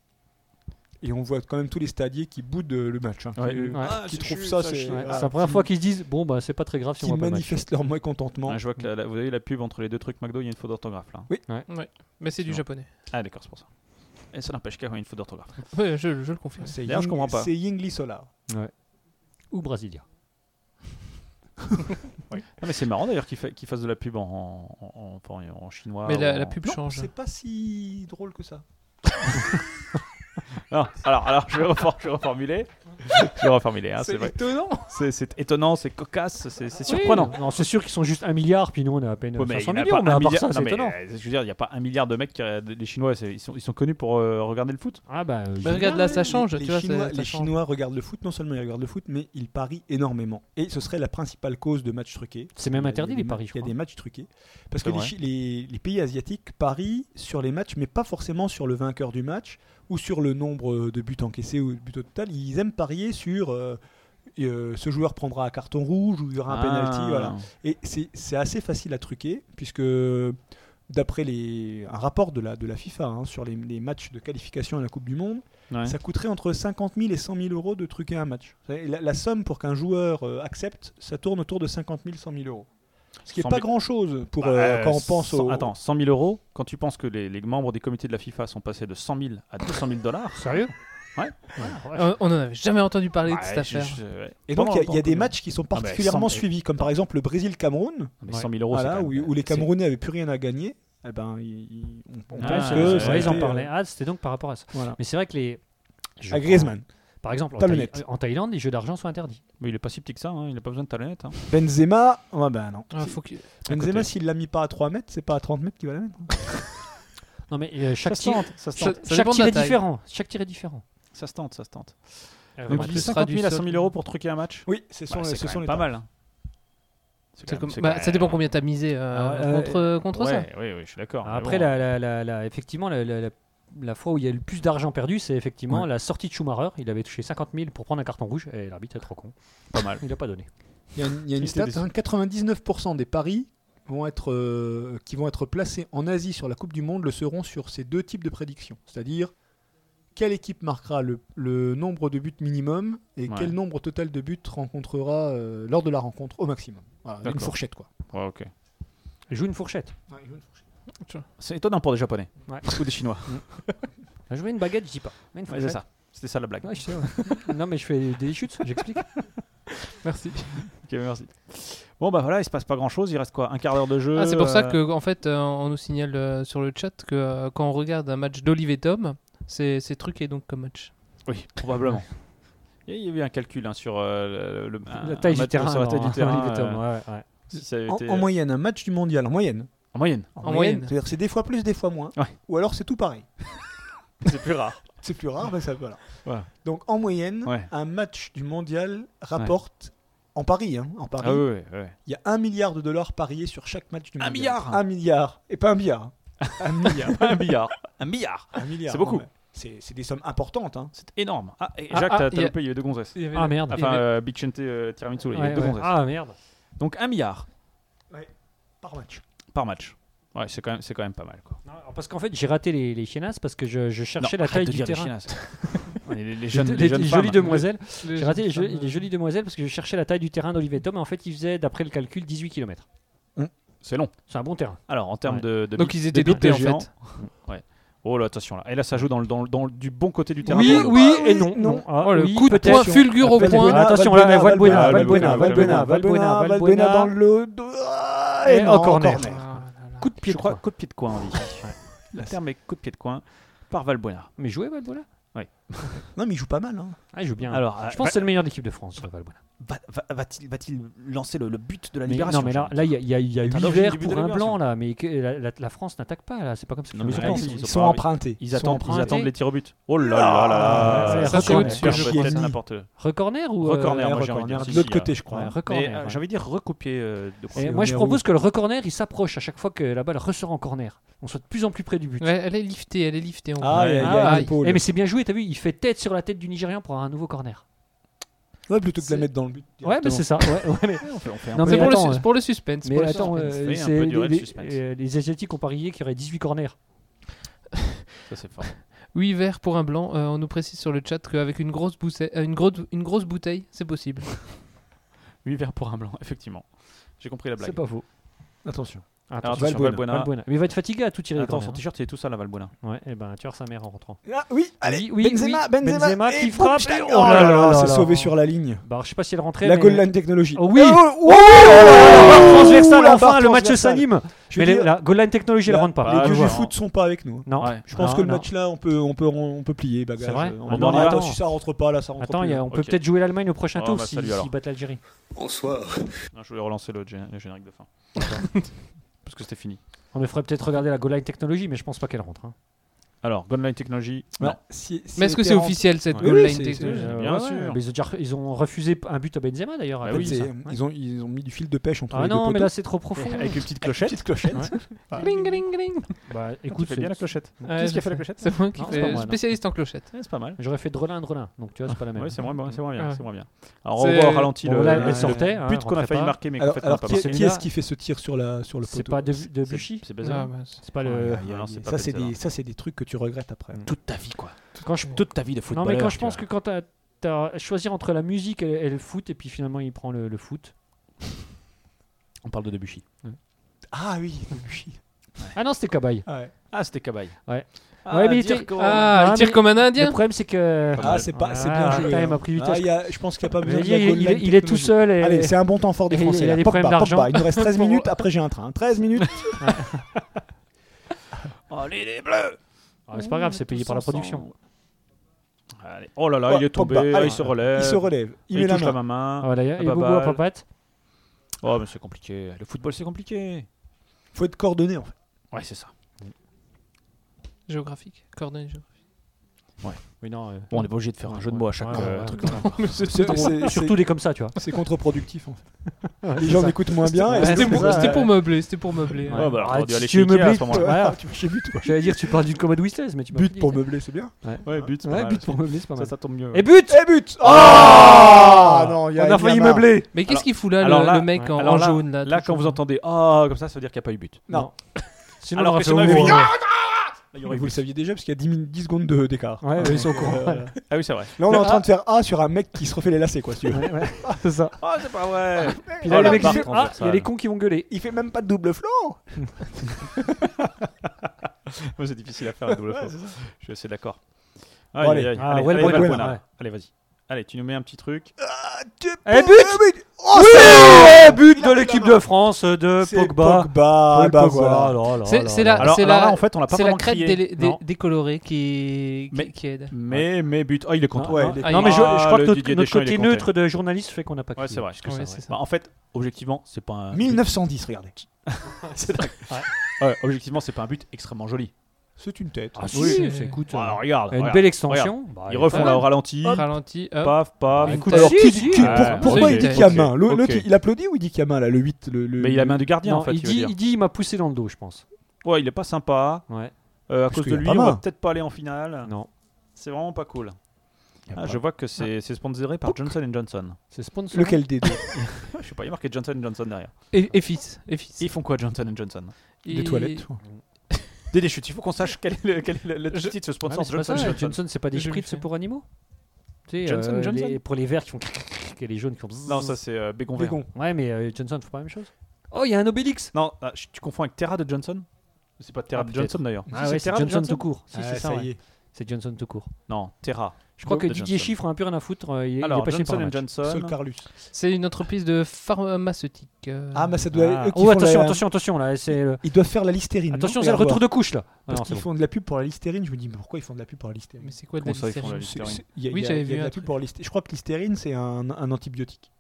Speaker 7: Et on voit quand même tous les stadiers qui boudent euh, le match. hein,
Speaker 5: Ouais.
Speaker 7: qui,
Speaker 6: Ouais.
Speaker 7: qui trouvent ça, c'est
Speaker 6: Ouais,
Speaker 7: voilà,
Speaker 6: c'est la première
Speaker 7: qui-
Speaker 6: fois qu'ils se disent bon bah c'est pas très grave si
Speaker 7: qui
Speaker 6: on voit pas le match.
Speaker 7: manifestent leur mécontentement.
Speaker 5: Ah, je vois que la- la- vous avez la pub entre les deux trucs McDo, il y a une faute d'orthographe là.
Speaker 8: Mais c'est du
Speaker 5: Sinon.
Speaker 8: japonais.
Speaker 5: Ah d'accord, c'est pour ça. Et ça n'empêche qu'il y a une faute d'orthographe.
Speaker 8: Ouais, je, je le confirme.
Speaker 7: C'est
Speaker 5: D'ailleurs, je
Speaker 7: Ying-
Speaker 5: comprends pas.
Speaker 7: C'est Yingli Solar.
Speaker 6: Ou Brasilia.
Speaker 5: Ah, mais c'est marrant d'ailleurs qu'il fa- qu'il fasse de la pub en, en, en- enfin, en, chinois.
Speaker 8: Mais
Speaker 5: ou
Speaker 8: la,
Speaker 5: en-
Speaker 8: la pub
Speaker 7: Non,
Speaker 8: change.
Speaker 7: c'est pas si drôle que ça.
Speaker 5: Non, Ah, alors, alors je, vais refor- je vais reformuler. je vais reformuler, hein, c'est vrai.
Speaker 8: étonnant.
Speaker 5: C'est- C'est étonnant, c'est cocasse, c'est c'est surprenant.
Speaker 6: Non, c'est sûr qu'ils sont juste un milliard, puis nous on a à peine
Speaker 5: Ouais, il
Speaker 6: 500
Speaker 5: y en a
Speaker 6: millions,
Speaker 5: pas
Speaker 6: mais
Speaker 5: un
Speaker 6: à part
Speaker 5: milliard-
Speaker 6: ça,
Speaker 5: non,
Speaker 6: c'est
Speaker 5: mais,
Speaker 6: étonnant.
Speaker 5: euh, je veux dire, il n'y a pas un milliard de mecs qui. euh, Les Chinois, c'est- ils sont, ils sont connus pour euh, regarder le foot.
Speaker 6: Ah bah, euh,
Speaker 8: Bah,
Speaker 6: génial.
Speaker 8: regarde là, ça change.
Speaker 7: Les,
Speaker 8: tu vois,
Speaker 7: Chinois,
Speaker 8: ça- ça
Speaker 7: les
Speaker 8: change.
Speaker 7: Chinois regardent le foot, non seulement ils regardent le foot, mais ils parient énormément. Et ce serait la principale cause de matchs truqués.
Speaker 6: C'est même
Speaker 7: Il y a-
Speaker 6: interdit,
Speaker 7: il y a
Speaker 6: les
Speaker 7: des-
Speaker 6: paris, je
Speaker 7: Il y a
Speaker 6: crois.
Speaker 7: des matchs truqués. Parce
Speaker 5: C'est
Speaker 7: que les,
Speaker 5: vrai.
Speaker 7: Chi- les- les pays asiatiques parient sur les matchs, mais pas forcément sur le vainqueur du match ou sur le nombre de buts encaissés ou de buts au total. Ils aiment parier sur. euh, euh, ce joueur prendra un carton rouge ou il y
Speaker 6: Ah,
Speaker 7: aura un penalty. Voilà. Et c'est c'est assez facile à truquer, puisque d'après les- un rapport de la, de la FIFA hein, sur les, les matchs de qualification à la Coupe du Monde,
Speaker 5: Ouais.
Speaker 7: ça coûterait entre 50 000 et 100 000 euros de truquer un match. Vous savez, La, la somme pour qu'un joueur euh, accepte, ça tourne autour de 50 000, 100 000 euros. Ce qui n'est
Speaker 5: 100
Speaker 7: pas
Speaker 5: 000.
Speaker 7: grand-chose pour
Speaker 5: Bah,
Speaker 7: euh,
Speaker 5: euh,
Speaker 7: quand on pense
Speaker 5: cent-
Speaker 7: au...
Speaker 5: Attends, 100 000 euros, quand tu penses que les, les membres des comités de la FIFA sont passés de 100 000 à 200 000 dollars,
Speaker 6: Sérieux Ah,
Speaker 5: Ouais. Ah,
Speaker 8: Euh, on n'en avait jamais entendu parler de
Speaker 5: Ouais,
Speaker 8: Ah cette
Speaker 5: je-
Speaker 8: affaire.
Speaker 5: je- ouais.
Speaker 7: Et donc, il y a- il y, a
Speaker 5: Pendant-
Speaker 7: des matchs qui sont
Speaker 5: Ah, mais
Speaker 7: particulièrement
Speaker 5: cent-
Speaker 7: suivis, comme par exemple le Brésil-Cameroun,
Speaker 5: mais 100 000 euros,
Speaker 7: Voilà,
Speaker 5: c'est quand
Speaker 7: où,
Speaker 5: même- euh,
Speaker 7: où les
Speaker 5: c'est-
Speaker 7: Camerounais n'avaient plus rien à gagner. Eh ben, ils- ils- on, on
Speaker 6: Ah,
Speaker 7: pense
Speaker 6: c'est-
Speaker 7: que
Speaker 6: ouais,
Speaker 7: ça a
Speaker 6: ils en
Speaker 7: été,
Speaker 6: parlaient.
Speaker 7: euh,
Speaker 6: Ah, c'était donc par rapport à ça.
Speaker 7: voilà.
Speaker 6: Mais c'est vrai que les. je
Speaker 7: À Griezmann.
Speaker 6: prends- Par exemple, en,
Speaker 7: Talonnette.
Speaker 6: Thaï- en Thaïlande, les jeux d'argent sont interdits.
Speaker 5: Mais il est pas si petit que ça, hein, il n'a pas besoin de talonnette. hein.
Speaker 7: Benzema, ouais, ben non.
Speaker 8: Ah, faut que-
Speaker 7: Benzema,
Speaker 5: côté.
Speaker 7: s'il l'a mis pas à 3 mètres, c'est pas à 30 mètres qu'il va la mettre. hein.
Speaker 6: Non, mais euh, chaque
Speaker 5: se
Speaker 6: tir,
Speaker 5: tente, ça se
Speaker 6: chaque-
Speaker 5: tente. Ça
Speaker 6: chaque
Speaker 5: dépend de
Speaker 6: tir
Speaker 5: la
Speaker 6: est
Speaker 5: taille.
Speaker 6: différent. Chaque tir est différent.
Speaker 5: Ça se tente, ça se tente.
Speaker 6: Euh,
Speaker 5: Donc
Speaker 6: voilà.
Speaker 5: il
Speaker 8: ce
Speaker 5: dit
Speaker 8: sera
Speaker 5: 50
Speaker 8: du
Speaker 5: 000 à 100
Speaker 8: socle.
Speaker 5: 000 euros pour truquer un match.
Speaker 7: Oui, ce sont
Speaker 5: Bah,
Speaker 7: les,
Speaker 5: c'est
Speaker 7: ce
Speaker 5: quand
Speaker 7: sont
Speaker 5: même
Speaker 7: les
Speaker 5: pas
Speaker 7: tables.
Speaker 5: mal. hein. C'est
Speaker 8: C'est
Speaker 5: quand
Speaker 8: comme-
Speaker 5: même- c'est
Speaker 8: bah,
Speaker 5: quand
Speaker 8: ça
Speaker 5: même-
Speaker 8: dépend combien t'as misé euh,
Speaker 6: Ah ouais,
Speaker 8: contre, contre ça.
Speaker 5: Ouais, oui, oui, je suis d'accord. mais
Speaker 6: Ah, Après,
Speaker 5: Ah, bon.
Speaker 6: la, la- la- la- effectivement, la, la- la- la fois où il y a eu le plus d'argent perdu, c'est effectivement la sortie de Schumacher. Il avait touché 50 000 pour prendre un carton rouge et l'arbitre est trop con.
Speaker 5: Pas mal.
Speaker 6: Il n'a pas donné.
Speaker 7: Il y a une, il y a une
Speaker 5: Il
Speaker 7: stat,
Speaker 5: était déçu.
Speaker 7: hein, 99% des paris vont être, euh, qui vont être placés en Asie sur la Coupe du Monde le seront sur ces deux types de prédictions. C'est-à-dire, quelle équipe marquera le, le nombre de buts minimum et
Speaker 5: Ouais.
Speaker 7: quel nombre total de buts rencontrera euh, lors de la rencontre au maximum. Voilà, une
Speaker 5: D'accord.
Speaker 7: fourchette quoi.
Speaker 5: Ouais, ok.
Speaker 6: Joue une fourchette.
Speaker 5: C'est étonnant pour des Japonais
Speaker 6: Ouais.
Speaker 5: ou des Chinois.
Speaker 6: Jouer une baguette, je dis pas. Mais une
Speaker 5: Ouais,
Speaker 6: fourchette.
Speaker 5: c'est ça. C'était ça la blague.
Speaker 6: Ouais, je sais, ouais. non, mais je fais des chutes, j'explique.
Speaker 8: Merci.
Speaker 5: Ok, merci. Bon, bah voilà, il se passe pas grand chose. Il reste quoi Un quart d'heure de jeu
Speaker 8: Ah, c'est pour ça
Speaker 5: euh,
Speaker 8: que en fait, euh, on nous signale euh, sur le chat que euh, quand on regarde un match d'Olive et Tom, c'est c'est truqué donc comme match.
Speaker 5: euh, Oui, probablement. Il y a eu un calcul hein, sur euh, le, le- un-
Speaker 6: la taille
Speaker 5: un
Speaker 6: du
Speaker 5: mètre
Speaker 6: terrain.
Speaker 5: Sur la taille
Speaker 6: dans-
Speaker 5: du terrain.
Speaker 6: Olivier Tom,
Speaker 5: euh,
Speaker 6: ouais, ouais.
Speaker 5: si ça avait
Speaker 7: En,
Speaker 5: été- euh,
Speaker 7: en moyenne, un match du mondial, en moyenne. Ah
Speaker 5: En moyenne.
Speaker 8: En moyenne.
Speaker 7: C'est-à-dire c'est des fois plus, des fois moins.
Speaker 5: Ouais.
Speaker 7: Ou alors c'est tout pareil.
Speaker 5: C'est plus rare.
Speaker 7: C'est plus rare, mais ça voilà.
Speaker 5: Voilà.
Speaker 7: Donc en moyenne,
Speaker 5: Ouais.
Speaker 7: un match du mondial rapporte en Paris, hein, en Paris,
Speaker 5: Ah oui, oui, oui.
Speaker 7: Il y a un milliard de dollars pariés sur chaque match du
Speaker 5: Un
Speaker 7: mondial.
Speaker 5: milliard
Speaker 7: Un milliard Et pas un milliard Un milliard
Speaker 5: un milliard. Un milliard.
Speaker 7: Un milliard
Speaker 5: C'est beaucoup.
Speaker 7: non, mais C'est c'est des sommes importantes. hein.
Speaker 5: C'est énorme. Ah, et
Speaker 8: Ah,
Speaker 5: Jacques,
Speaker 8: ah,
Speaker 5: t'as-
Speaker 8: il
Speaker 5: t'as
Speaker 8: y a-
Speaker 5: loupé, il y a eu deux gonzesses.
Speaker 6: Ah merde.
Speaker 5: Enfin, euh, Big Chente euh, Tiramisu, il y a eu
Speaker 6: Ouais,
Speaker 5: deux
Speaker 6: ouais.
Speaker 5: gonzesses.
Speaker 6: Ah merde.
Speaker 5: Donc un milliard
Speaker 7: Par match.
Speaker 5: par match. Ouais, c'est quand même, c'est quand même pas mal. Quoi.
Speaker 6: Non, alors, parce qu'en fait, j'ai raté les, les chienasses parce que je, je cherchais la taille du terrain.
Speaker 5: les, les, les jeunes, les,
Speaker 6: les,
Speaker 5: jeunes
Speaker 6: les
Speaker 5: femmes.
Speaker 6: jolies demoiselles.
Speaker 8: Les
Speaker 6: J'ai raté les,
Speaker 8: jeunes
Speaker 6: jolies-
Speaker 8: femmes,
Speaker 6: les jolies demoiselles parce que je cherchais la taille du terrain d'Olivier Tom. Et en fait, il faisait, d'après le calcul, 18 km.
Speaker 5: C'est long.
Speaker 6: C'est un bon terrain.
Speaker 5: Alors en termes
Speaker 6: Ouais.
Speaker 5: de, de
Speaker 8: Donc,
Speaker 5: bits-
Speaker 8: ils
Speaker 5: de
Speaker 8: étaient
Speaker 5: bits
Speaker 8: doutés,
Speaker 5: de
Speaker 8: en
Speaker 5: géants.
Speaker 8: fait.
Speaker 5: Ouais. Oh là, attention là. Et là, ça joue dans le, dans le- dans le- du bon côté du terrain.
Speaker 6: Oui,
Speaker 5: pour le-
Speaker 6: oui et non. Ah,
Speaker 8: Oh, le
Speaker 6: oui,
Speaker 8: coup de
Speaker 6: peut-être. Ah,
Speaker 8: poing fulgure au
Speaker 7: Valbuena,
Speaker 8: point.
Speaker 7: Valbuena,
Speaker 6: Attention, là,
Speaker 7: Valbuena,
Speaker 6: Valbuena,
Speaker 5: Valbuena,
Speaker 6: Valbuena, Valbuena, Valbuena,
Speaker 7: Valbuena, Valbuena dans
Speaker 6: Valbuena.
Speaker 7: le dos. Ah,
Speaker 6: Et
Speaker 7: non,
Speaker 6: en corner. Coup de pied,
Speaker 5: Je
Speaker 6: de
Speaker 5: crois
Speaker 6: coin.
Speaker 5: coup de pied de coin, on dit. Le terme est coup de pied de coin par Valbuena.
Speaker 6: Mais jouer Valbuena
Speaker 7: Non, mais il joue pas mal. hein.
Speaker 6: Ah, il joue bien.
Speaker 5: Alors, euh,
Speaker 6: je pense
Speaker 5: Va-
Speaker 6: que c'est le meilleur de l'équipe de France, Valbuena.
Speaker 5: va- va- va-t-il va-t-il lancer le, le but de la
Speaker 6: Mais-
Speaker 5: libération
Speaker 6: non, mais là,
Speaker 5: Jean
Speaker 6: là, il y a- il y a, il y a
Speaker 5: T'as
Speaker 6: 8
Speaker 5: l'origine
Speaker 6: verts
Speaker 5: du but de
Speaker 6: pour un
Speaker 5: libération.
Speaker 6: blanc, là. Mais que- la, la- la France n'attaque pas, là. C'est pas comme ça.
Speaker 5: Non, mais
Speaker 6: qu'on
Speaker 5: ils ont
Speaker 6: gagne.
Speaker 5: pas-
Speaker 7: Ils,
Speaker 5: ils sont
Speaker 7: sont
Speaker 5: pas-
Speaker 7: empruntés. Ah,
Speaker 5: ils, attendent, ils
Speaker 8: empruntés.
Speaker 5: attendent les tirs au but. Oh là là là là
Speaker 6: Ouais,
Speaker 8: ça, c'est
Speaker 5: Recorner.
Speaker 8: au-dessus,
Speaker 5: Perd
Speaker 8: je
Speaker 5: peut-être
Speaker 7: pense.
Speaker 5: n'importe- Ouais,
Speaker 6: Recorner ou. euh,
Speaker 5: Recorner, moi,
Speaker 7: Ouais,
Speaker 5: j'ai envie de dire.
Speaker 7: recorner.
Speaker 5: Si,
Speaker 7: De l'autre
Speaker 5: si, euh,
Speaker 7: côté, je crois.
Speaker 6: ouais,
Speaker 7: hein.
Speaker 6: recorner,
Speaker 5: Mais, euh,
Speaker 6: ouais.
Speaker 5: J'ai envie de dire recopier euh, de
Speaker 6: Et
Speaker 5: coin.
Speaker 6: moi, je
Speaker 7: numéro.
Speaker 6: propose que le recorner, il s'approche à chaque fois que la balle ressort en corner. On soit de plus en plus près du but.
Speaker 8: Ouais, elle est liftée, elle est liftée. on
Speaker 7: Ah,
Speaker 8: voit.
Speaker 7: il y a- il y
Speaker 6: Ah,
Speaker 7: a
Speaker 8: aïe.
Speaker 7: une épaule.
Speaker 6: Eh, mais c'est bien joué, t'as vu, il fait tête sur la tête du Nigérian pour avoir un nouveau corner.
Speaker 7: Ouais, plutôt que de
Speaker 8: c'est-
Speaker 7: la mettre dans le but.
Speaker 6: Ouais, mais
Speaker 7: directement.
Speaker 6: c'est ça. Ouais, ouais, mais,
Speaker 5: On fait- on fait un
Speaker 6: Non,
Speaker 5: peu-
Speaker 8: C'est
Speaker 6: mais
Speaker 8: pour, le
Speaker 6: attends,
Speaker 8: sus-
Speaker 6: euh,
Speaker 8: pour le suspense.
Speaker 6: mais
Speaker 8: pour le
Speaker 6: attends,
Speaker 8: suspense.
Speaker 6: euh,
Speaker 5: Fait un
Speaker 6: c'est
Speaker 5: peu durer
Speaker 6: les,
Speaker 5: le
Speaker 6: les-
Speaker 5: suspense.
Speaker 6: euh, les Asiatiques ont parié qu'il y aurait 18 corners.
Speaker 5: Ça, c'est fort.
Speaker 8: Huit verts pour un blanc. Euh, on nous précise sur le chat qu'avec une grosse, bouteille, une, grosse, une grosse bouteille, c'est possible.
Speaker 5: 8 verts pour un blanc, effectivement. J'ai compris la blague.
Speaker 6: C'est pas faux.
Speaker 7: Attention.
Speaker 5: Alors,
Speaker 6: Attention,
Speaker 5: attention,
Speaker 7: Valbuena.
Speaker 5: Valbuena.
Speaker 6: Valbuena. Mais il va être fatigué à tout tirer. les
Speaker 5: Attends, son
Speaker 6: corners,
Speaker 5: t-shirt, il est tout seul à Valbuena.
Speaker 6: hein. Ouais, et ben tu as sa mère en rentrant.
Speaker 7: Ah, oui, allez,
Speaker 6: Oui, oui,
Speaker 7: Benzema,
Speaker 6: oui.
Speaker 7: Benzema,
Speaker 6: Benzema
Speaker 7: et
Speaker 6: qui frappe.
Speaker 7: Poupstein.
Speaker 6: Et-
Speaker 7: Oh là là, c'est sauvé sur la ligne.
Speaker 6: Bah, je sais pas si elle rentrait.
Speaker 7: La
Speaker 6: mais-
Speaker 7: goal line technologie.
Speaker 6: Oh oui.
Speaker 7: Oh, oh,
Speaker 6: Barre transversale,
Speaker 7: la
Speaker 6: enfin,
Speaker 7: barre
Speaker 6: le match
Speaker 7: transversale.
Speaker 6: s'anime.
Speaker 7: Je veux
Speaker 6: Mais les-
Speaker 7: dire,
Speaker 6: la goal line technologie, elle
Speaker 7: la-
Speaker 6: rentre
Speaker 5: Ah,
Speaker 6: pas.
Speaker 7: les dieux
Speaker 5: je
Speaker 7: du
Speaker 5: vois.
Speaker 7: foot sont pas avec nous.
Speaker 6: Non,
Speaker 5: Ouais.
Speaker 7: Je pense que le
Speaker 6: non.
Speaker 7: match là, on peut, on peut, on peut plier bagage.
Speaker 6: C'est vrai
Speaker 7: Euh,
Speaker 6: Ah,
Speaker 7: on
Speaker 6: non,
Speaker 7: en
Speaker 6: mais
Speaker 7: attends,
Speaker 6: attends.
Speaker 7: si ça rentre pas là, ça rentre
Speaker 6: Attends,
Speaker 7: plus.
Speaker 6: il y a- on peut
Speaker 5: Ok.
Speaker 6: peut-être jouer l'Allemagne au prochain
Speaker 5: Oh,
Speaker 6: tour
Speaker 5: bah,
Speaker 6: si-
Speaker 5: salut,
Speaker 6: s'ils
Speaker 5: alors.
Speaker 6: battent l'Algérie.
Speaker 1: Bonsoir.
Speaker 5: Non, je voulais relancer le, gé- le générique de fin. Parce que c'était fini.
Speaker 6: On me ferait peut-être regarder la goal line technologie, mais je pense pas qu'elle rentre. hein.
Speaker 5: Alors, Gunline Technology.
Speaker 7: Ouais,
Speaker 5: Non.
Speaker 7: si- si
Speaker 8: Mais est-ce que c'est
Speaker 7: Mitterrand-
Speaker 8: officiel cette
Speaker 5: Ouais.
Speaker 8: goal
Speaker 7: Oui,
Speaker 8: line
Speaker 7: c'est-
Speaker 8: technology
Speaker 5: c'est-
Speaker 6: Euh,
Speaker 5: Bien
Speaker 6: ouais,
Speaker 5: sûr.
Speaker 6: ouais, mais ils, ont déjà re- ils ont refusé un but à Benzema d'ailleurs.
Speaker 5: Bah
Speaker 6: à
Speaker 5: oui,
Speaker 6: cause de
Speaker 7: C'est-
Speaker 6: ça.
Speaker 7: Ils ont, ils ont mis du fil de pêche entre
Speaker 6: Ah
Speaker 7: les deux
Speaker 6: non, mais
Speaker 7: poteaux.
Speaker 6: là c'est trop profond.
Speaker 5: Avec une petite clochette.
Speaker 7: petite clochette.
Speaker 8: Gling, gling, gling.
Speaker 6: Bah
Speaker 5: Écoute,
Speaker 6: écoute,
Speaker 5: Ah, tu fais bien la
Speaker 6: c'est-
Speaker 5: clochette.
Speaker 8: Ouais,
Speaker 5: Qu'est-ce qui
Speaker 8: je
Speaker 5: a fait la
Speaker 8: sais.
Speaker 5: clochette
Speaker 8: C'est moi qui
Speaker 6: Non, c'est
Speaker 8: fais
Speaker 6: pas moi, non.
Speaker 8: spécialiste en clochette.
Speaker 5: Ouais, C'est pas mal.
Speaker 6: j'aurais fait drelin, drelin. Donc tu vois, c'est pas la même.
Speaker 5: Ouais, c'est moins, bon, c'est moins bien.
Speaker 8: Ouais.
Speaker 5: C'est moins bien. Alors, on
Speaker 8: C'est-
Speaker 5: voit au ralenti
Speaker 6: Bon,
Speaker 5: le,
Speaker 6: là,
Speaker 5: le
Speaker 6: elle sortait, hein,
Speaker 5: but qu'on a
Speaker 6: rentrait
Speaker 5: failli
Speaker 6: pas.
Speaker 5: marquer, mais qu'en
Speaker 7: Alors,
Speaker 5: fait, on
Speaker 7: alors
Speaker 5: n'a pas
Speaker 7: qui, est-
Speaker 5: marqué.
Speaker 7: qui est-ce qui fait ce tir sur, la, sur le poteau
Speaker 6: C'est pas de, de Buchy.
Speaker 5: C'est
Speaker 8: Ah,
Speaker 5: Bazin.
Speaker 8: bah, c'est-
Speaker 6: C'est pas le.
Speaker 5: Ah, non, c'est pas
Speaker 7: Ça, c'est
Speaker 5: Benzema.
Speaker 7: des, ça, c'est des trucs que tu regrettes après.
Speaker 5: Toute ta vie, quoi.
Speaker 6: Quand je...
Speaker 5: Toute ta vie de
Speaker 6: Non
Speaker 5: footballeur.
Speaker 6: mais quand je pense
Speaker 5: tu
Speaker 6: que quand t'as t'as à choisir entre la musique et, et le foot et puis finalement il prend le, le foot.
Speaker 5: vois. On parle de Debuchy.
Speaker 7: Ah oui, Debuchy.
Speaker 6: Ah non, c'était Cabaye.
Speaker 5: Ah, c'était Cabaye.
Speaker 6: Ouais.
Speaker 5: Ah,
Speaker 6: ouais, mais il
Speaker 5: dire
Speaker 6: tire,
Speaker 5: comme-
Speaker 8: Ah, il
Speaker 6: mais
Speaker 8: tire comme un Indien
Speaker 6: Le problème, c'est que.
Speaker 7: Ah, c'est pas, c'est bien
Speaker 6: Ah,
Speaker 7: joué.
Speaker 6: putain,
Speaker 7: hein.
Speaker 6: il m'a pris du
Speaker 7: Ah,
Speaker 6: test.
Speaker 7: il y a- je pense qu'il n'y a pas besoin
Speaker 6: Mais
Speaker 7: de
Speaker 6: il,
Speaker 7: la
Speaker 6: il-
Speaker 7: goal
Speaker 6: il-
Speaker 7: line
Speaker 6: il est tout
Speaker 7: technologique.
Speaker 6: seul. Et...
Speaker 7: Allez, c'est un bon temps fort des
Speaker 6: et
Speaker 7: Français.
Speaker 6: Il a
Speaker 7: là.
Speaker 6: des
Speaker 7: Pogba,
Speaker 6: problèmes d'argent.
Speaker 7: Pogba. Il nous reste 13 minutes. Après, j'ai un train. 13 minutes.
Speaker 5: Allez, les bleus
Speaker 6: Ah, mais c'est pas grave, c'est payé par la production.
Speaker 5: Allez. Oh là là, il est tombé,
Speaker 7: Pogba, allez.
Speaker 5: il se relève.
Speaker 7: Il se relève. Euh, Il
Speaker 5: Il,
Speaker 7: met la
Speaker 5: touche
Speaker 7: main.
Speaker 5: la main.
Speaker 6: Voilà, il y a
Speaker 5: la
Speaker 6: il y a Boubou à
Speaker 5: baballe.
Speaker 6: Papat.
Speaker 5: Oh, mais c'est compliqué. Le football, c'est compliqué.
Speaker 7: Faut être coordonné en fait.
Speaker 5: Ouais, c'est ça.
Speaker 8: Géographique, coordonnées géographiques.
Speaker 6: Oui, non. euh,
Speaker 5: Bon, on est pas obligé de faire un jeu de mots à chaque
Speaker 6: ouais,
Speaker 5: euh,
Speaker 6: ouais,
Speaker 5: truc.
Speaker 6: ouais.
Speaker 7: C'est c'est-
Speaker 6: Surtout des comme ça, tu vois.
Speaker 7: c'est contre-productif en fait.
Speaker 6: Ouais,
Speaker 7: Les
Speaker 6: c'est
Speaker 7: gens
Speaker 6: ça.
Speaker 7: m'écoutent moins bien. et
Speaker 6: Ouais,
Speaker 7: c'est
Speaker 8: C'était
Speaker 6: c'est
Speaker 8: pour,
Speaker 7: ça,
Speaker 6: c'était
Speaker 8: c'était
Speaker 7: euh,
Speaker 8: pour meubler, c'était pour meubler.
Speaker 5: Ouais, bah, alors,
Speaker 6: Ah,
Speaker 5: on dû aller
Speaker 6: si tu veux
Speaker 5: chez Ikea à ce
Speaker 6: meubler,
Speaker 5: moment-là.
Speaker 6: Voilà.
Speaker 7: tu j'ai but. quoi.
Speaker 6: J'allais dire, tu parles d'une commode Whistles, mais tu m'as
Speaker 7: But
Speaker 6: pas
Speaker 7: pour
Speaker 6: dit.
Speaker 7: meubler, c'est bien.
Speaker 5: Ouais, but. c'est
Speaker 6: Ouais,
Speaker 5: pas
Speaker 6: but
Speaker 5: mal.
Speaker 6: pour meubler, c'est pas
Speaker 5: Ça,
Speaker 6: mal.
Speaker 5: ça tombe mieux.
Speaker 6: Et but
Speaker 7: Et but Oh, non, il y
Speaker 6: On a failli
Speaker 7: Neymar.
Speaker 6: meubler
Speaker 8: Mais qu'est-ce qu'il fout là,
Speaker 5: alors
Speaker 8: le,
Speaker 5: là-
Speaker 8: le mec en,
Speaker 5: Alors
Speaker 8: en
Speaker 5: là,
Speaker 8: jaune là,
Speaker 5: là,
Speaker 8: tout
Speaker 5: quand vous
Speaker 8: jaune.
Speaker 5: entendez Ah comme ça, ça veut dire qu'il n'y a pas eu but.
Speaker 7: Non.
Speaker 6: Sinon,
Speaker 5: Alors
Speaker 6: on
Speaker 5: que
Speaker 6: aurait fait
Speaker 5: si on
Speaker 6: au
Speaker 5: avait
Speaker 6: moins-
Speaker 5: vu- Il y
Speaker 7: Mais
Speaker 5: aurait
Speaker 7: Vous le
Speaker 5: but.
Speaker 7: saviez déjà parce qu'il y a 10, minutes- 10 secondes de- d'écart.
Speaker 6: Ouais, ouais, ils sont au courant.
Speaker 7: Euh,
Speaker 5: Ah oui, c'est vrai.
Speaker 7: Là, on est en train de faire A sur un mec qui se refait les lacets, quoi, si tu veux.
Speaker 6: Ouais, ouais, c'est ça.
Speaker 5: Oh, c'est pas vrai.
Speaker 6: Puis là,
Speaker 5: Oh,
Speaker 6: les
Speaker 5: la
Speaker 6: mecs, ils
Speaker 5: barre
Speaker 6: disent, Ah, il y a
Speaker 5: transversale.
Speaker 6: les cons qui vont gueuler.
Speaker 7: Il fait même pas de double flow
Speaker 5: Moi, c'est difficile à faire la double fois. Je suis assez d'accord. Ah,
Speaker 7: Bon,
Speaker 5: allez,
Speaker 7: allez.
Speaker 5: allez,
Speaker 6: Ah,
Speaker 5: allez,
Speaker 6: well,
Speaker 5: allez,
Speaker 6: well,
Speaker 5: Valbuena.
Speaker 6: well, ouais.
Speaker 5: Allez, vas-y. Allez, tu nous mets un petit truc.
Speaker 7: Eh,
Speaker 6: Et but
Speaker 7: Ah, Oh,
Speaker 6: Oui But
Speaker 7: Il
Speaker 6: de
Speaker 7: a mis la
Speaker 6: l'équipe
Speaker 7: main.
Speaker 6: de France euh, de
Speaker 7: c'est
Speaker 6: Pogba.
Speaker 7: Pogba,
Speaker 6: Paul
Speaker 7: bah
Speaker 6: Pogba,
Speaker 7: voilà.
Speaker 6: là, là,
Speaker 8: C'est-
Speaker 6: là,
Speaker 8: c'est
Speaker 6: là,
Speaker 8: la-
Speaker 6: là.
Speaker 5: Alors,
Speaker 8: c'est
Speaker 5: alors là,
Speaker 8: la-
Speaker 5: en fait, on Ah, l'a pas
Speaker 8: C'est la
Speaker 5: vraiment
Speaker 8: crête
Speaker 5: crié.
Speaker 8: dé- dé-
Speaker 5: Non.
Speaker 8: décolorée qui, qui-
Speaker 5: Mais-
Speaker 8: qui aide.
Speaker 5: Mais, mais but. Oh, il est content.
Speaker 7: Ouais,
Speaker 6: Non,
Speaker 7: il est
Speaker 8: Ah,
Speaker 6: non, mais je, je
Speaker 5: Ah,
Speaker 6: crois
Speaker 5: le
Speaker 6: que notre,
Speaker 5: Didier
Speaker 6: notre
Speaker 5: Deschamps, il est
Speaker 6: côté
Speaker 5: content.
Speaker 6: neutre de journaliste fait qu'on n'a pas
Speaker 5: Ouais,
Speaker 6: crié.
Speaker 5: c'est vrai. parce que
Speaker 8: Ouais,
Speaker 5: ça,
Speaker 8: c'est
Speaker 5: ouais.
Speaker 8: ça.
Speaker 5: Bah, en fait, objectivement, c'est pas un. but.
Speaker 7: 1910, regardez.
Speaker 5: C'est dingue. Ouais, objectivement, c'est pas un but extrêmement joli.
Speaker 7: C'est une tête.
Speaker 6: Ah si,
Speaker 8: Oui.
Speaker 6: c'est- écoute,
Speaker 5: Alors,
Speaker 6: euh,
Speaker 5: regarde.
Speaker 6: une
Speaker 5: regarde.
Speaker 6: belle extension. Bah,
Speaker 5: Ils
Speaker 6: elle est pas
Speaker 5: refont
Speaker 6: mal.
Speaker 5: là au ralenti.
Speaker 8: Ralenti, hop.
Speaker 5: Paf, paf.
Speaker 6: Bah, écoute,
Speaker 7: Alors,
Speaker 6: si,
Speaker 7: qui-
Speaker 6: si.
Speaker 7: qui-
Speaker 5: Ah,
Speaker 7: pour-
Speaker 5: ouais,
Speaker 7: pourquoi
Speaker 8: ouais,
Speaker 7: il dit
Speaker 8: ouais,
Speaker 7: qu'il y a
Speaker 5: ok,
Speaker 7: main Le- l'autre,
Speaker 5: ok.
Speaker 7: Il applaudit ou il dit qu'il y a main, là, le 8 le, le-
Speaker 5: Mais il a main du gardien,
Speaker 6: Non,
Speaker 5: en fait.
Speaker 6: il,
Speaker 5: tu veux
Speaker 6: dit,
Speaker 5: dire.
Speaker 6: il dit, il m'a poussé dans le dos, je pense.
Speaker 5: Ouais, il est pas sympa.
Speaker 6: Ouais.
Speaker 5: Euh, à
Speaker 7: Parce
Speaker 5: cause
Speaker 7: qu'il
Speaker 5: de
Speaker 7: y a
Speaker 5: lui,
Speaker 7: pas
Speaker 5: on va
Speaker 7: main.
Speaker 5: peut-être pas aller en finale.
Speaker 6: Non,
Speaker 5: C'est vraiment pas cool.
Speaker 7: Il y a
Speaker 5: Ah,
Speaker 7: pas-
Speaker 5: je vois que c'est c'est sponsoré par Johnson Johnson.
Speaker 6: c'est sponsor.
Speaker 7: Lequel des deux
Speaker 5: Je sais pas, il y a marqué Johnson Johnson derrière.
Speaker 8: Et, et fils. Et fils.
Speaker 5: Ils font quoi Johnson Johnson
Speaker 7: Des
Speaker 8: Il-
Speaker 7: toilettes.
Speaker 5: Des déchutes. Il faut qu'on sache quel est le, quel est le- le
Speaker 6: Je-
Speaker 5: titre de ce
Speaker 6: Ah, mais
Speaker 5: sponsor
Speaker 6: c'est pas
Speaker 5: Johnson
Speaker 6: ça,
Speaker 5: Johnson.
Speaker 6: Johnson, c'est pas des
Speaker 8: Je lui
Speaker 6: sprites,
Speaker 8: fais.
Speaker 6: c'est pour animaux Tu sais,
Speaker 5: Johnson,
Speaker 6: euh,
Speaker 5: Johnson.
Speaker 6: les- Pour les verts qui font. et les jaunes qui font.
Speaker 5: Non, ça c'est euh, Bégon Vert.
Speaker 7: Bégon.
Speaker 6: Ouais, mais euh, Johnson, faut pas la même chose. Oh, il y a un Obélix
Speaker 5: Non, ah, ch- tu confonds avec Terra de Johnson C'est pas Terra
Speaker 6: Ah,
Speaker 5: de
Speaker 6: peut-être.
Speaker 5: Johnson d'ailleurs.
Speaker 6: Ah
Speaker 5: Si, c'est
Speaker 6: ouais, c'est
Speaker 5: Terra de
Speaker 6: Johnson tout court. Si,
Speaker 7: Ah,
Speaker 6: c'est ça. ouais.
Speaker 7: y est.
Speaker 6: C'est Johnson tout court.
Speaker 5: Non, Terra.
Speaker 6: Je crois que
Speaker 5: de
Speaker 6: Didier
Speaker 5: Johnson.
Speaker 6: Chiffre a un peu rien à foutre. euh, Il est,
Speaker 5: Alors,
Speaker 6: il est passionné par
Speaker 5: Johnson
Speaker 6: le match.
Speaker 5: Johnson.
Speaker 7: Sol Carlus.
Speaker 8: C'est une entreprise de pharmaceutique. euh,
Speaker 7: Ah, mais ça doit
Speaker 6: Ah.
Speaker 7: eux qui
Speaker 6: Oh,
Speaker 7: font
Speaker 6: attention,
Speaker 7: la-
Speaker 6: attention, attention. Là, c'est le-
Speaker 7: Ils doivent faire la listérine.
Speaker 6: Attention,
Speaker 7: non
Speaker 6: c'est le retour
Speaker 7: Regarde
Speaker 6: de couche là. Ah,
Speaker 7: Parce
Speaker 6: non, c'est
Speaker 7: qu'ils
Speaker 6: bon.
Speaker 7: font de la pub pour la listérine, je me dis mais pourquoi ils font de la pub pour la listérine
Speaker 8: Mais c'est quoi de la
Speaker 5: Comment ça, ils font la
Speaker 8: listerine
Speaker 5: Listérine.
Speaker 7: C'est- c'est- il y a-
Speaker 8: Oui,
Speaker 7: il y a-
Speaker 8: j'avais
Speaker 7: il y a
Speaker 8: vu
Speaker 7: de
Speaker 8: un
Speaker 7: la pub
Speaker 8: truc.
Speaker 7: pour la listérine. Je crois que listérine c'est un, un antibiotique.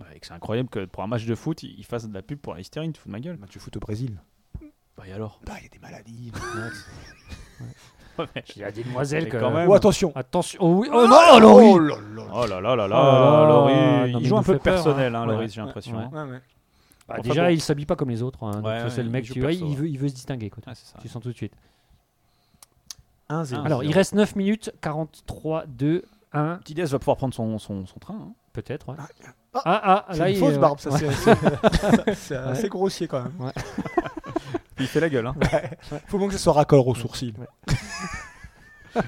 Speaker 5: Ouais, et que c'est incroyable que pour un match de foot, ils ils fassent de la pub pour la hystérine. Tu te fous de ma gueule.
Speaker 7: Bah, tu foot au Brésil.
Speaker 5: Bah et alors
Speaker 7: Bah il y a des maladies.
Speaker 5: Ouais, mais-
Speaker 6: Il y a des demoiselles
Speaker 5: Mais
Speaker 6: que-
Speaker 5: quand même.
Speaker 7: Ou attention.
Speaker 6: Attention. Oh oui. Oh non, oh, Laurie.
Speaker 7: Oh là là.
Speaker 5: Oh là là là
Speaker 6: là,
Speaker 5: là, Laurie.
Speaker 6: non, mais
Speaker 5: Il joue
Speaker 6: il
Speaker 5: un
Speaker 6: nous
Speaker 5: peu
Speaker 6: fait
Speaker 5: de
Speaker 6: peur,
Speaker 5: personnel, hein,
Speaker 6: Ouais.
Speaker 5: Laurie, j'ai l'impression.
Speaker 6: Ouais.
Speaker 5: hein.
Speaker 7: Ouais, ouais.
Speaker 6: Bah,
Speaker 5: Enfin,
Speaker 6: déjà,
Speaker 5: bon.
Speaker 6: il s'habille pas comme les autres. hein, donc
Speaker 5: Ouais,
Speaker 6: c'est
Speaker 5: ouais,
Speaker 6: le
Speaker 5: il
Speaker 6: mec
Speaker 5: joue
Speaker 6: qui ouais,
Speaker 5: perso,
Speaker 6: il,
Speaker 5: ouais.
Speaker 6: veut, il veut se distinguer. Quoi.
Speaker 5: Ah, c'est ça.
Speaker 6: Tu sens tout de suite.
Speaker 5: Ah,
Speaker 7: 1-0.
Speaker 6: Alors, il
Speaker 5: zéro.
Speaker 6: reste 9 minutes 43, 2, 1,
Speaker 5: Petit Diaz va pouvoir prendre son, son, son train. hein.
Speaker 6: peut-être. ouais.
Speaker 7: Ah,
Speaker 6: Ah, ah,
Speaker 7: C'est
Speaker 6: là,
Speaker 7: une
Speaker 6: il-
Speaker 7: fausse
Speaker 6: ouais.
Speaker 7: barbe, ça c'est c'est- c'est assez grossier quand même.
Speaker 5: Il fait la gueule. Hein.
Speaker 7: Faut bien que ça soit raccord aux sourcils.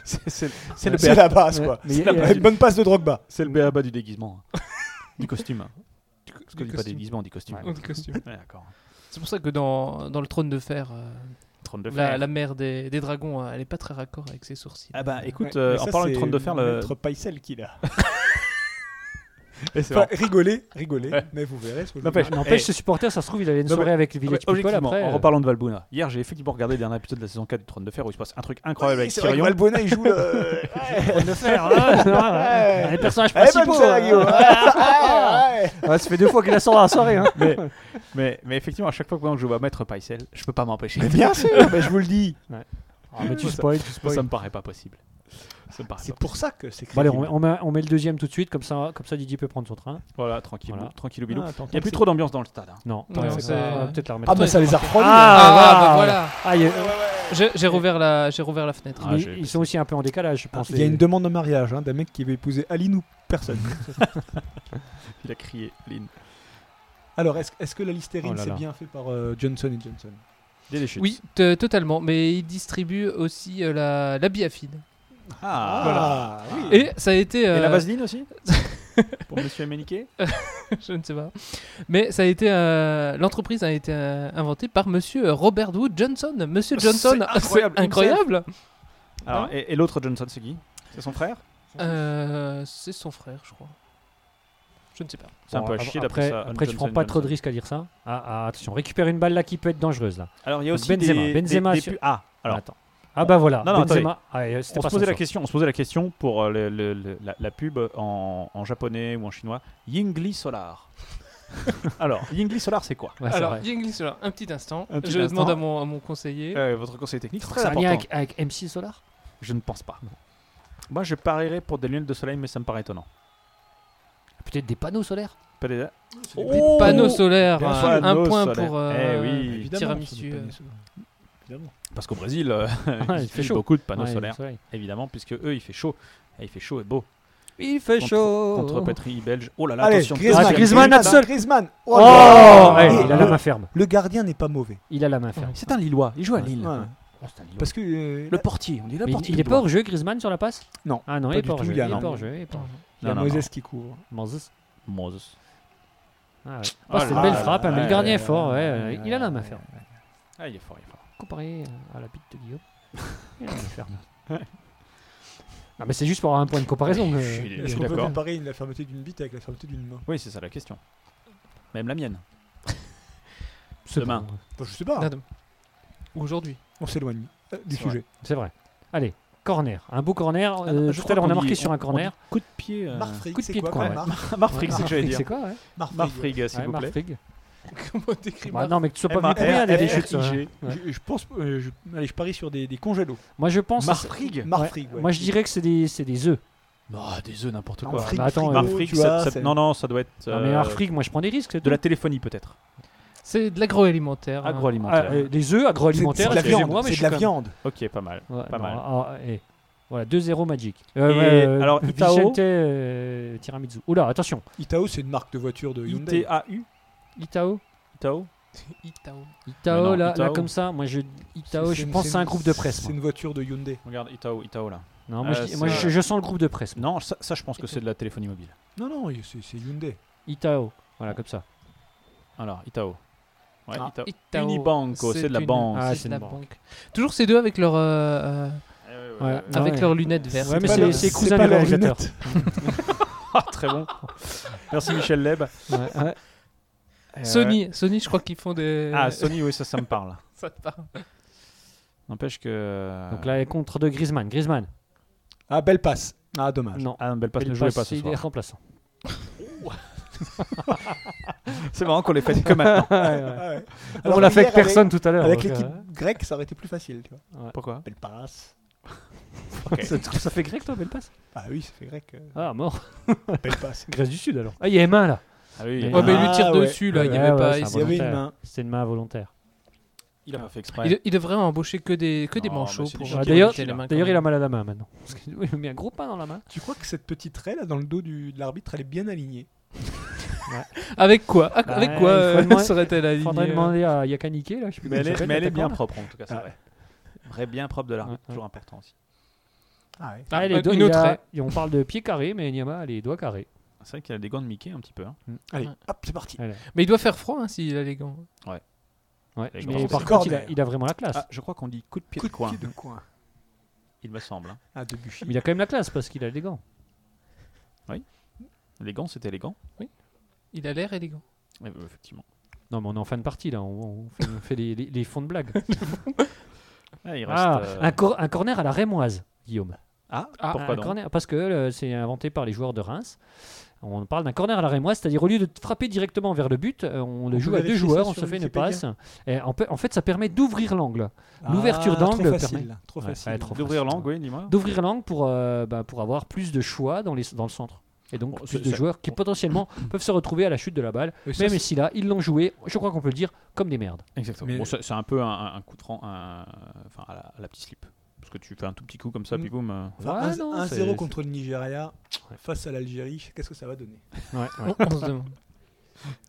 Speaker 5: c'est c'est- c'est
Speaker 7: C'est
Speaker 5: le
Speaker 7: la base
Speaker 6: Ouais.
Speaker 7: quoi.
Speaker 6: Mais
Speaker 5: C'est
Speaker 6: il euh, y
Speaker 5: la
Speaker 6: a-
Speaker 5: base.
Speaker 7: Une bonne passe de Drogba.
Speaker 5: C'est le béaba du déguisement. hein. du costume. hein. Parce
Speaker 8: du
Speaker 5: qu'on dit pas
Speaker 8: costume.
Speaker 5: déguisement, on dit costume.
Speaker 8: Oh, le costume.
Speaker 5: Ouais, d'accord.
Speaker 8: C'est pour ça que dans, dans le trône de fer, euh,
Speaker 5: Trône de
Speaker 8: la,
Speaker 5: fer.
Speaker 8: la mère des, des dragons, euh, elle est pas très raccord avec ses sourcils.
Speaker 5: Ah bah écoute,
Speaker 7: Ouais,
Speaker 5: euh,
Speaker 7: mais
Speaker 5: en
Speaker 7: ça,
Speaker 5: parlant du
Speaker 7: c'est
Speaker 5: trône de fer, le...
Speaker 7: Maître Paisel qui l'a.
Speaker 5: Et c'est
Speaker 7: Enfin,
Speaker 5: vrai.
Speaker 7: rigolez, rigolez,
Speaker 5: Ouais.
Speaker 7: mais vous verrez ce que je
Speaker 5: Non,
Speaker 7: veux
Speaker 5: mais-
Speaker 7: dire.
Speaker 6: N'empêche,
Speaker 5: Eh.
Speaker 6: ce supporter, ça se trouve, il allait une
Speaker 5: Non, mais-
Speaker 6: soirée avec les
Speaker 5: Non,
Speaker 6: Village
Speaker 5: mais
Speaker 6: People
Speaker 5: objectivement,
Speaker 6: après.
Speaker 5: en
Speaker 6: euh,
Speaker 5: reparlant de Valbuna, hier j'ai effectivement regardé le dernier épisode de la saison 4 du Trône de Fer où il se passe un truc incroyable
Speaker 7: Oui,
Speaker 5: avec
Speaker 7: c'est vrai que
Speaker 5: Tyrion.
Speaker 7: Valbuena il joue le.
Speaker 6: Trône de fer. hein, ouais, ouais, ouais. Les personnages
Speaker 7: Eh ben,
Speaker 6: principaux.
Speaker 7: ça,
Speaker 6: hein.
Speaker 7: Guillaume.
Speaker 5: euh,
Speaker 7: Ouais, ouais.
Speaker 6: Ouais, Ça fait deux fois qu'il la sort à la soirée. hein.
Speaker 5: Mais, mais, mais effectivement, à chaque fois que je vois Maître Paisel, je peux pas m'empêcher.
Speaker 7: Mais bien sûr, mais je vous le dis.
Speaker 6: Ah, mais tu
Speaker 5: Ça-
Speaker 6: spoil, tu
Speaker 5: Ça,
Speaker 6: spoil.
Speaker 5: me paraît pas possible. Ça me paraît
Speaker 7: C'est
Speaker 5: pas-
Speaker 7: pour ça que c'est
Speaker 6: Bon,
Speaker 7: crédible.
Speaker 6: allez, on, met- on met, on met le deuxième tout de suite, comme ça, comme ça Didier peut prendre son train.
Speaker 5: Voilà, tranquille,
Speaker 6: Voilà.
Speaker 5: tranquille bilou.
Speaker 7: Ah, attends,
Speaker 5: Il n'y a plus
Speaker 7: c'est-
Speaker 5: trop d'ambiance dans le stade. hein.
Speaker 6: Non,
Speaker 8: Ouais,
Speaker 6: on
Speaker 8: c'est-
Speaker 6: va peut-être la remettre.
Speaker 7: Ah bah ça les a refroidis.
Speaker 6: Ah,
Speaker 8: Ah, bah
Speaker 6: waouh.
Speaker 8: voilà.
Speaker 6: Ah, il y a-
Speaker 8: J'ai j'ai rouvert la, j'ai rouvert la fenêtre.
Speaker 5: Ah,
Speaker 6: mais
Speaker 5: j'ai-
Speaker 6: ils sont aussi un peu en décalage, je pense.
Speaker 7: Il y a
Speaker 6: les-
Speaker 7: une demande en mariage hein, d'un mec qui veut épouser Aline ou personne.
Speaker 5: Il a crié, Lynn.
Speaker 7: Alors, est-ce est-ce que la listérine,
Speaker 6: Oh là
Speaker 7: c'est
Speaker 6: là.
Speaker 7: bien fait par euh, Johnson Johnson
Speaker 5: Dès les chutes.
Speaker 8: Oui, t- totalement. Mais ils distribuent aussi euh, la, la biafine.
Speaker 5: Ah,
Speaker 7: Ah, oui.
Speaker 8: Et ça a été.
Speaker 5: Et
Speaker 8: euh,
Speaker 5: la vaseline aussi Pour Monsieur Méniquet
Speaker 8: je ne sais pas. Mais ça a été euh, l'entreprise a été euh, inventée par Monsieur Robert Wood Johnson. Monsieur
Speaker 5: Oh, C'est
Speaker 8: Johnson,
Speaker 5: incroyable,
Speaker 8: c'est incroyable.
Speaker 5: Alors, et, et l'autre Johnson, c'est qui C'est son frère
Speaker 8: Euh, c'est son frère, je crois. Je ne sais pas.
Speaker 5: C'est un peu à chier d'appeler
Speaker 6: après,
Speaker 5: ça Anne
Speaker 6: Après, tu prends
Speaker 5: Johnson
Speaker 6: pas trop de
Speaker 5: Johnson.
Speaker 6: risques à dire ça. Ah, ah, attention, récupère une balle là qui peut être dangereuse là.
Speaker 5: Alors, il y a
Speaker 6: Donc
Speaker 5: aussi
Speaker 6: Benzema.
Speaker 5: des- des-
Speaker 6: Benzema
Speaker 5: des
Speaker 6: sur-
Speaker 5: pu- Ah, alors.
Speaker 6: Attends. Ah bah voilà.
Speaker 5: Non, non,
Speaker 6: Benzema.
Speaker 5: attendez.
Speaker 6: Ah, euh, c'était
Speaker 5: on,
Speaker 6: pas
Speaker 5: se
Speaker 6: son
Speaker 5: posait la
Speaker 6: sort.
Speaker 5: question, on se posait la question pour euh, le- le- le- la, la pub en, en japonais ou en chinois. Yingli Solar. alors, Yingli Solar, c'est quoi
Speaker 6: Ah,
Speaker 8: Alors, Yingling Solar, un petit instant.
Speaker 5: Un petit
Speaker 8: je
Speaker 5: instant.
Speaker 8: demande à mon, à mon conseiller.
Speaker 5: Euh, votre conseil technique, c'est
Speaker 8: Ça
Speaker 5: très
Speaker 8: a un
Speaker 5: important.
Speaker 8: lien
Speaker 6: avec, M6 Solar
Speaker 5: Je ne pense pas. Moi, je parierais pour des lunettes de soleil, mais ça me paraît étonnant.
Speaker 6: Peut-être des panneaux solaires
Speaker 5: Pas des... Oh
Speaker 8: des panneaux solaires,
Speaker 5: Bien
Speaker 8: euh,
Speaker 5: sûr,
Speaker 8: un
Speaker 5: panneaux
Speaker 8: point
Speaker 5: solaires.
Speaker 8: pour, euh,
Speaker 5: Eh oui.
Speaker 8: Évidemment, tiramisu, c'est des panneaux euh.
Speaker 5: Parce qu'au Brésil, euh,
Speaker 6: il
Speaker 5: il
Speaker 6: fait
Speaker 5: fait
Speaker 6: chaud.
Speaker 5: beaucoup de panneaux
Speaker 6: Ouais,
Speaker 5: solaires,
Speaker 6: c'est vrai.
Speaker 5: évidemment, puisque eux, il fait chaud. Et il fait chaud et beau.
Speaker 6: Il fait
Speaker 5: Contre-
Speaker 6: chaud.
Speaker 5: Contre patrie belge. Oh là là,
Speaker 7: Allez,
Speaker 5: attention.
Speaker 7: Griezmann,
Speaker 5: deuxième
Speaker 7: Griezmann,
Speaker 5: but.
Speaker 7: Hudson, Griezmann.
Speaker 6: Oh,
Speaker 7: là là.
Speaker 6: ouais,
Speaker 7: Et
Speaker 6: il a la
Speaker 7: le-
Speaker 6: main ferme.
Speaker 7: Le gardien n'est pas mauvais.
Speaker 6: Il a la main ferme.
Speaker 5: C'est un Lillois. Il joue à Lille.
Speaker 7: Ouais.
Speaker 6: Oh,
Speaker 7: Parce que euh,
Speaker 5: Le portier. On dit le
Speaker 6: Mais il-
Speaker 5: portier.
Speaker 6: il est pas
Speaker 5: Lillois.
Speaker 6: hors jeu, Griezmann, sur la passe
Speaker 7: Non,
Speaker 6: Ah non,
Speaker 7: pas
Speaker 6: il est
Speaker 7: du
Speaker 6: pas hors
Speaker 7: tout,
Speaker 6: jeu.
Speaker 7: il
Speaker 6: Il
Speaker 7: y a
Speaker 6: est
Speaker 7: non.
Speaker 6: pas hors jeu. il est pas hors jeu.
Speaker 7: il y a
Speaker 5: Non, non,
Speaker 7: Moses qui court.
Speaker 6: Moses.
Speaker 5: Moses.
Speaker 6: Ah ouais.
Speaker 5: Oh
Speaker 6: Ah, c'est
Speaker 5: là
Speaker 6: une belle
Speaker 5: là
Speaker 6: frappe, hein,
Speaker 5: là
Speaker 6: mais
Speaker 5: là
Speaker 6: le gardien
Speaker 5: là
Speaker 6: est fort.
Speaker 5: là
Speaker 6: ouais,
Speaker 5: là
Speaker 6: euh,
Speaker 5: là
Speaker 6: il a la main ferme.
Speaker 5: Ah, il est fort, il est fort.
Speaker 6: Comparé à la bite de Guillaume, il a la main ferme. Ah, mais c'est juste pour avoir un point de comparaison.
Speaker 5: Je
Speaker 6: mais-
Speaker 5: suis- je
Speaker 7: Euh, Est-ce
Speaker 5: suis
Speaker 7: qu'on peut
Speaker 5: d'accord.
Speaker 7: comparer la fermeté d'une bite avec la fermeté d'une main
Speaker 5: Oui, c'est ça la question. Même la mienne.
Speaker 6: C'est
Speaker 5: Demain.
Speaker 6: bon,
Speaker 7: Bah, Je sais pas.
Speaker 8: Non, non. Aujourd'hui.
Speaker 7: On s'éloigne euh, du
Speaker 5: C'est vrai.
Speaker 7: sujet.
Speaker 6: C'est vrai. Allez, corner. Un beau corner.
Speaker 5: Ah,
Speaker 6: Euh,
Speaker 5: je
Speaker 6: tout à
Speaker 5: crois
Speaker 6: l'heure, on a
Speaker 5: qu'on
Speaker 6: marqué
Speaker 5: dit-
Speaker 6: sur un corner.
Speaker 5: on dit Coup de pied. euh,
Speaker 7: Marfrig,
Speaker 6: coup de
Speaker 7: c'est
Speaker 6: pied de
Speaker 7: quoi
Speaker 6: camp,
Speaker 7: quoi,
Speaker 6: ouais.
Speaker 7: Marf-
Speaker 5: Marfrig, c'est ce que j'allais dire.
Speaker 6: C'est quoi ouais
Speaker 7: Marfrig.
Speaker 5: Marfrig, s'il
Speaker 6: Ouais,
Speaker 5: vous plaît.
Speaker 6: Marfrig.
Speaker 8: Comment t'écris
Speaker 6: Bah,
Speaker 8: Marc
Speaker 6: Non, mais que tu sois pas venu pour
Speaker 5: M-A-R-R-I-G.
Speaker 6: rien, les chutes. ça, hein. Ouais.
Speaker 7: Je, je pense, euh, je, allez, je parie sur des, des congélos.
Speaker 6: hein. Moi, je pense.
Speaker 5: Marfrig.
Speaker 7: Marfrig, ouais.
Speaker 6: Moi, je dirais que c'est des, c'est des œufs.
Speaker 5: Ah, des œufs, n'importe
Speaker 6: Non,
Speaker 5: quoi.
Speaker 6: Marfrig,
Speaker 7: Marfrig,
Speaker 6: bah, attends,
Speaker 7: frigo,
Speaker 5: Marfrig,
Speaker 7: tu
Speaker 5: ça-
Speaker 7: vois,
Speaker 5: ça-
Speaker 7: c'est-
Speaker 5: non, non, ça doit être.
Speaker 6: Non, mais
Speaker 5: euh,
Speaker 6: Marfrig, moi, je prends des risques. c'est
Speaker 5: De la
Speaker 6: tout.
Speaker 5: téléphonie, peut-être.
Speaker 8: C'est de l'agroalimentaire.
Speaker 6: Ah,
Speaker 8: hein.
Speaker 5: Agroalimentaire.
Speaker 6: euh, Des œufs
Speaker 7: c'est- c'est
Speaker 6: agroalimentaires.
Speaker 7: de la
Speaker 6: excusez-moi,
Speaker 7: viande.
Speaker 6: mais je
Speaker 7: C'est de
Speaker 6: suis
Speaker 7: la
Speaker 6: quand même-
Speaker 7: viande.
Speaker 5: Ok, pas mal.
Speaker 6: Ouais,
Speaker 5: pas
Speaker 6: non,
Speaker 5: mal.
Speaker 6: ah, eh. Voilà, 2-0 Magic. Euh,
Speaker 5: Et alors, Itao
Speaker 6: Vicente euh, Tiramisu. Oula, attention.
Speaker 7: Itao, c'est une marque de voiture de Hyundai.
Speaker 5: I-T-A-U
Speaker 6: Itao
Speaker 5: Itao
Speaker 8: Itao.
Speaker 6: Itao,
Speaker 5: Mais non,
Speaker 6: là, là,
Speaker 5: Itao.
Speaker 6: comme ça, moi je Itao,
Speaker 7: C'est-
Speaker 6: je
Speaker 7: c'est une-
Speaker 6: pense que c'est un
Speaker 7: une-
Speaker 6: groupe de presse.
Speaker 7: C'est
Speaker 6: moi.
Speaker 7: une voiture de Hyundai.
Speaker 5: Regarde, Itao, Itao là.
Speaker 6: Non,
Speaker 5: Euh,
Speaker 6: moi, je, dis- moi,
Speaker 5: c'est-
Speaker 6: je- je sens le groupe de presse. moi.
Speaker 5: Non, ça, ça, je pense que c'est de la téléphonie mobile.
Speaker 7: Non, non, c'est c'est Hyundai.
Speaker 6: Itao, voilà comme ça.
Speaker 5: Alors, Itao. Ouais,
Speaker 8: Ah,
Speaker 5: Itao.
Speaker 8: Itao,
Speaker 5: Unibanco, Euh, c'est de la
Speaker 8: une-
Speaker 5: banque.
Speaker 6: Ah,
Speaker 8: c'est
Speaker 6: c'est
Speaker 8: de la
Speaker 6: une banque.
Speaker 8: banque. Toujours ces deux avec leur euh, euh,
Speaker 5: Eh
Speaker 6: Ouais. Ah
Speaker 8: avec
Speaker 6: ouais.
Speaker 8: leurs lunettes vertes.
Speaker 6: Ouais, mais
Speaker 7: pas
Speaker 6: c'est
Speaker 7: leur-
Speaker 6: c'est
Speaker 7: c'est
Speaker 6: cousin
Speaker 7: pas
Speaker 6: de
Speaker 7: leur
Speaker 6: l'organisateur.
Speaker 5: Ah, très bon. Merci Michel Leb.
Speaker 6: Ouais, ouais.
Speaker 5: Euh,
Speaker 8: Sony, Sony, je crois qu'ils font des.
Speaker 5: Ah, Sony, oui, ça, ça me parle.
Speaker 8: ça te parle.
Speaker 5: N'empêche que.
Speaker 6: Donc là, contre de Griezmann. Griezmann.
Speaker 7: Ah, belle passe. Ah, dommage.
Speaker 6: Non.
Speaker 5: Ah, non, belle passe
Speaker 6: Belle
Speaker 5: ne jouait
Speaker 6: passe,
Speaker 5: pas ce
Speaker 6: il est
Speaker 5: soir.
Speaker 6: remplaçant.
Speaker 5: C'est marrant qu'on les fait que maintenant.
Speaker 7: Ah ouais.
Speaker 6: on l'a fait
Speaker 7: hier,
Speaker 6: avec personne tout à l'heure.
Speaker 7: Avec, avec
Speaker 6: donc, euh,
Speaker 7: l'équipe grecque, ça aurait été plus facile. Tu vois.
Speaker 5: Pourquoi
Speaker 7: Belle passe.
Speaker 6: ça, ça fait grec, toi, belle passe
Speaker 7: Ah oui, ça fait grec. euh,
Speaker 6: Ah, mort.
Speaker 7: belle passe.
Speaker 6: Grèce du Sud alors. Ah, il y a M1 là.
Speaker 5: Ah oui,
Speaker 6: Mais-
Speaker 8: Ouais, mais il
Speaker 7: Ah,
Speaker 8: lui tire
Speaker 7: ouais.
Speaker 8: dessus là. Il n'y
Speaker 6: Ouais,
Speaker 8: avait
Speaker 6: ouais,
Speaker 8: pas.
Speaker 6: c'est
Speaker 8: il-
Speaker 7: Il y avait une main.
Speaker 6: C'était une main volontaire.
Speaker 5: il
Speaker 6: Ah.
Speaker 5: a pas fait exprès.
Speaker 8: Il, il devrait embaucher que des que des
Speaker 5: Non,
Speaker 8: manchots
Speaker 5: mais c'est
Speaker 8: pour.
Speaker 5: des
Speaker 8: euh,
Speaker 5: gentils,
Speaker 8: pour
Speaker 6: D'ailleurs,
Speaker 8: éviter les mains,
Speaker 6: d'ailleurs, il
Speaker 8: quand même.
Speaker 6: a mal à la main maintenant. Parce qu'il a mis un gros pain dans la main.
Speaker 7: Tu crois que cette petite raie là dans le dos du, de l'arbitre, elle est bien alignée
Speaker 8: Avec quoi Ah,
Speaker 6: Bah,
Speaker 8: Avec quoi
Speaker 6: il
Speaker 8: euh,
Speaker 6: faudrait-
Speaker 8: serait-elle
Speaker 6: Il
Speaker 8: alignée
Speaker 6: faudrait
Speaker 8: euh
Speaker 6: demander à Yakanike là. Je sais plus
Speaker 5: Mais
Speaker 6: comment
Speaker 5: elle
Speaker 6: il
Speaker 5: est,
Speaker 6: s'appelle,
Speaker 5: mais elle est bien
Speaker 6: l'attaquant, là.
Speaker 5: propre en tout cas, c'est
Speaker 6: Ah.
Speaker 5: vrai. Vrai bien propre de l'arbitre,
Speaker 6: Ouais, ouais.
Speaker 5: toujours important aussi.
Speaker 7: Ah ouais.
Speaker 6: Ah, elle
Speaker 8: Une
Speaker 6: est do- il
Speaker 8: autre
Speaker 6: a-
Speaker 8: raie.
Speaker 6: et on parle de pied carré, mais Nyama a les doigts carrés.
Speaker 5: C'est vrai qu'il a des gants de Mickey un petit peu. hein.
Speaker 7: Allez,
Speaker 8: Ouais.
Speaker 7: Hum. hop, c'est parti.
Speaker 6: Voilà.
Speaker 8: Mais il doit faire froid hein, s'il a les gants.
Speaker 6: Ouais,
Speaker 5: Les
Speaker 6: mais
Speaker 5: grands
Speaker 6: par
Speaker 7: c'est
Speaker 6: contre, il a,
Speaker 7: corner.
Speaker 6: il a vraiment la classe.
Speaker 5: Ah, je crois qu'on dit coup de pied
Speaker 7: Coup
Speaker 5: de coin,
Speaker 7: pied de coin.
Speaker 5: il me semble. hein.
Speaker 7: Ah, Debuchy.
Speaker 6: Mais il a quand même la classe parce qu'il a des gants.
Speaker 5: Les gants, c'était élégant.
Speaker 8: Il a l'air élégant.
Speaker 5: Eh ben, effectivement.
Speaker 6: Non, mais on est en fin de partie là. On, on fait, on fait les, les- les fonds de blague.
Speaker 5: Ah, il reste,
Speaker 6: Ah,
Speaker 5: euh,
Speaker 6: un, cor- un corner à la rémoise, Guillaume.
Speaker 5: ah,
Speaker 8: Ah,
Speaker 5: pourquoi
Speaker 6: Un
Speaker 5: donc
Speaker 6: corner- parce que euh, c'est inventé par les joueurs de Reims. On parle d'un corner à la rémoise, c'est-à-dire au lieu de frapper directement vers le but, euh, on, le
Speaker 7: peut
Speaker 6: joue à deux
Speaker 7: vérifier ça
Speaker 6: joueurs, on
Speaker 7: sur
Speaker 6: se fait une
Speaker 7: Wikipédia.
Speaker 6: passe. Et en, pe- en fait, ça permet d'ouvrir l'angle.
Speaker 7: Ah,
Speaker 6: L'ouverture d'angle
Speaker 7: Trop facile.
Speaker 6: permet-
Speaker 7: là, Trop
Speaker 6: Ouais,
Speaker 7: facile.
Speaker 6: ouais, trop
Speaker 5: D'ouvrir
Speaker 6: facile.
Speaker 5: l'angle, oui, dis-moi.
Speaker 6: d'ouvrir l'angle pour, euh, bah, pour avoir plus de choix dans, les, dans le centre. Et donc
Speaker 5: Bon,
Speaker 6: plus
Speaker 5: Oh, c'est-
Speaker 6: de
Speaker 5: c'est-
Speaker 6: joueurs qui potentiellement peuvent se retrouver à la chute de la
Speaker 8: Euh,
Speaker 6: balle.
Speaker 7: Mais ça,
Speaker 6: Même
Speaker 7: c'est-
Speaker 6: si là, ils l'ont joué, je crois qu'on peut le dire, comme des merdes.
Speaker 5: Exactement.
Speaker 7: Mais-
Speaker 5: Bon, c'est c'est un peu un, un- un coup de franc, un- enfin à la, à la petite slip. Parce que tu fais un tout petit coup comme ça,
Speaker 7: Mm.
Speaker 5: puis boum. euh,
Speaker 7: Enfin,
Speaker 6: Ouais,
Speaker 7: un-
Speaker 6: ah non, c'est-
Speaker 7: 1-0 contre le Nigeria
Speaker 6: Ouais.
Speaker 7: face à l'Algérie, qu'est-ce que ça va donner
Speaker 6: Ouais.
Speaker 8: On se demande.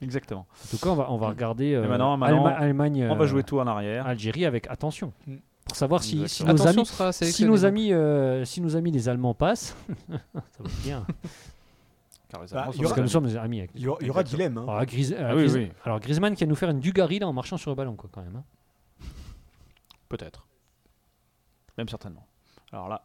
Speaker 5: Exactement.
Speaker 6: En tout cas, on va, on va regarder euh,
Speaker 5: Et maintenant, maintenant,
Speaker 6: Allema- Allemagne,
Speaker 5: On va
Speaker 6: euh,
Speaker 5: jouer tout en arrière.
Speaker 6: Algérie avec attention.
Speaker 7: Mm.
Speaker 6: Pour savoir si, si
Speaker 5: Hein. Exactement.
Speaker 6: nos
Speaker 8: Attention,
Speaker 6: amis,
Speaker 8: sera
Speaker 6: si nos amis, euh, si nos amis les Allemands passent, ça va être bien.
Speaker 5: Car les
Speaker 7: Bah,
Speaker 5: Allemands
Speaker 7: il
Speaker 5: sont
Speaker 7: y aura-
Speaker 5: des
Speaker 6: Parce que nous
Speaker 5: amis.
Speaker 6: sommes amis avec les-
Speaker 7: Il y aura- il y aura
Speaker 6: avec les-
Speaker 7: Guilhem, hein.
Speaker 6: Alors, Gris- euh,
Speaker 5: Ah oui,
Speaker 6: Gris-
Speaker 5: oui.
Speaker 6: alors, Griezmann qui va nous faire une Dugarry là en marchant sur le ballon quoi quand même. hein.
Speaker 5: Peut-être. Même certainement. Alors là,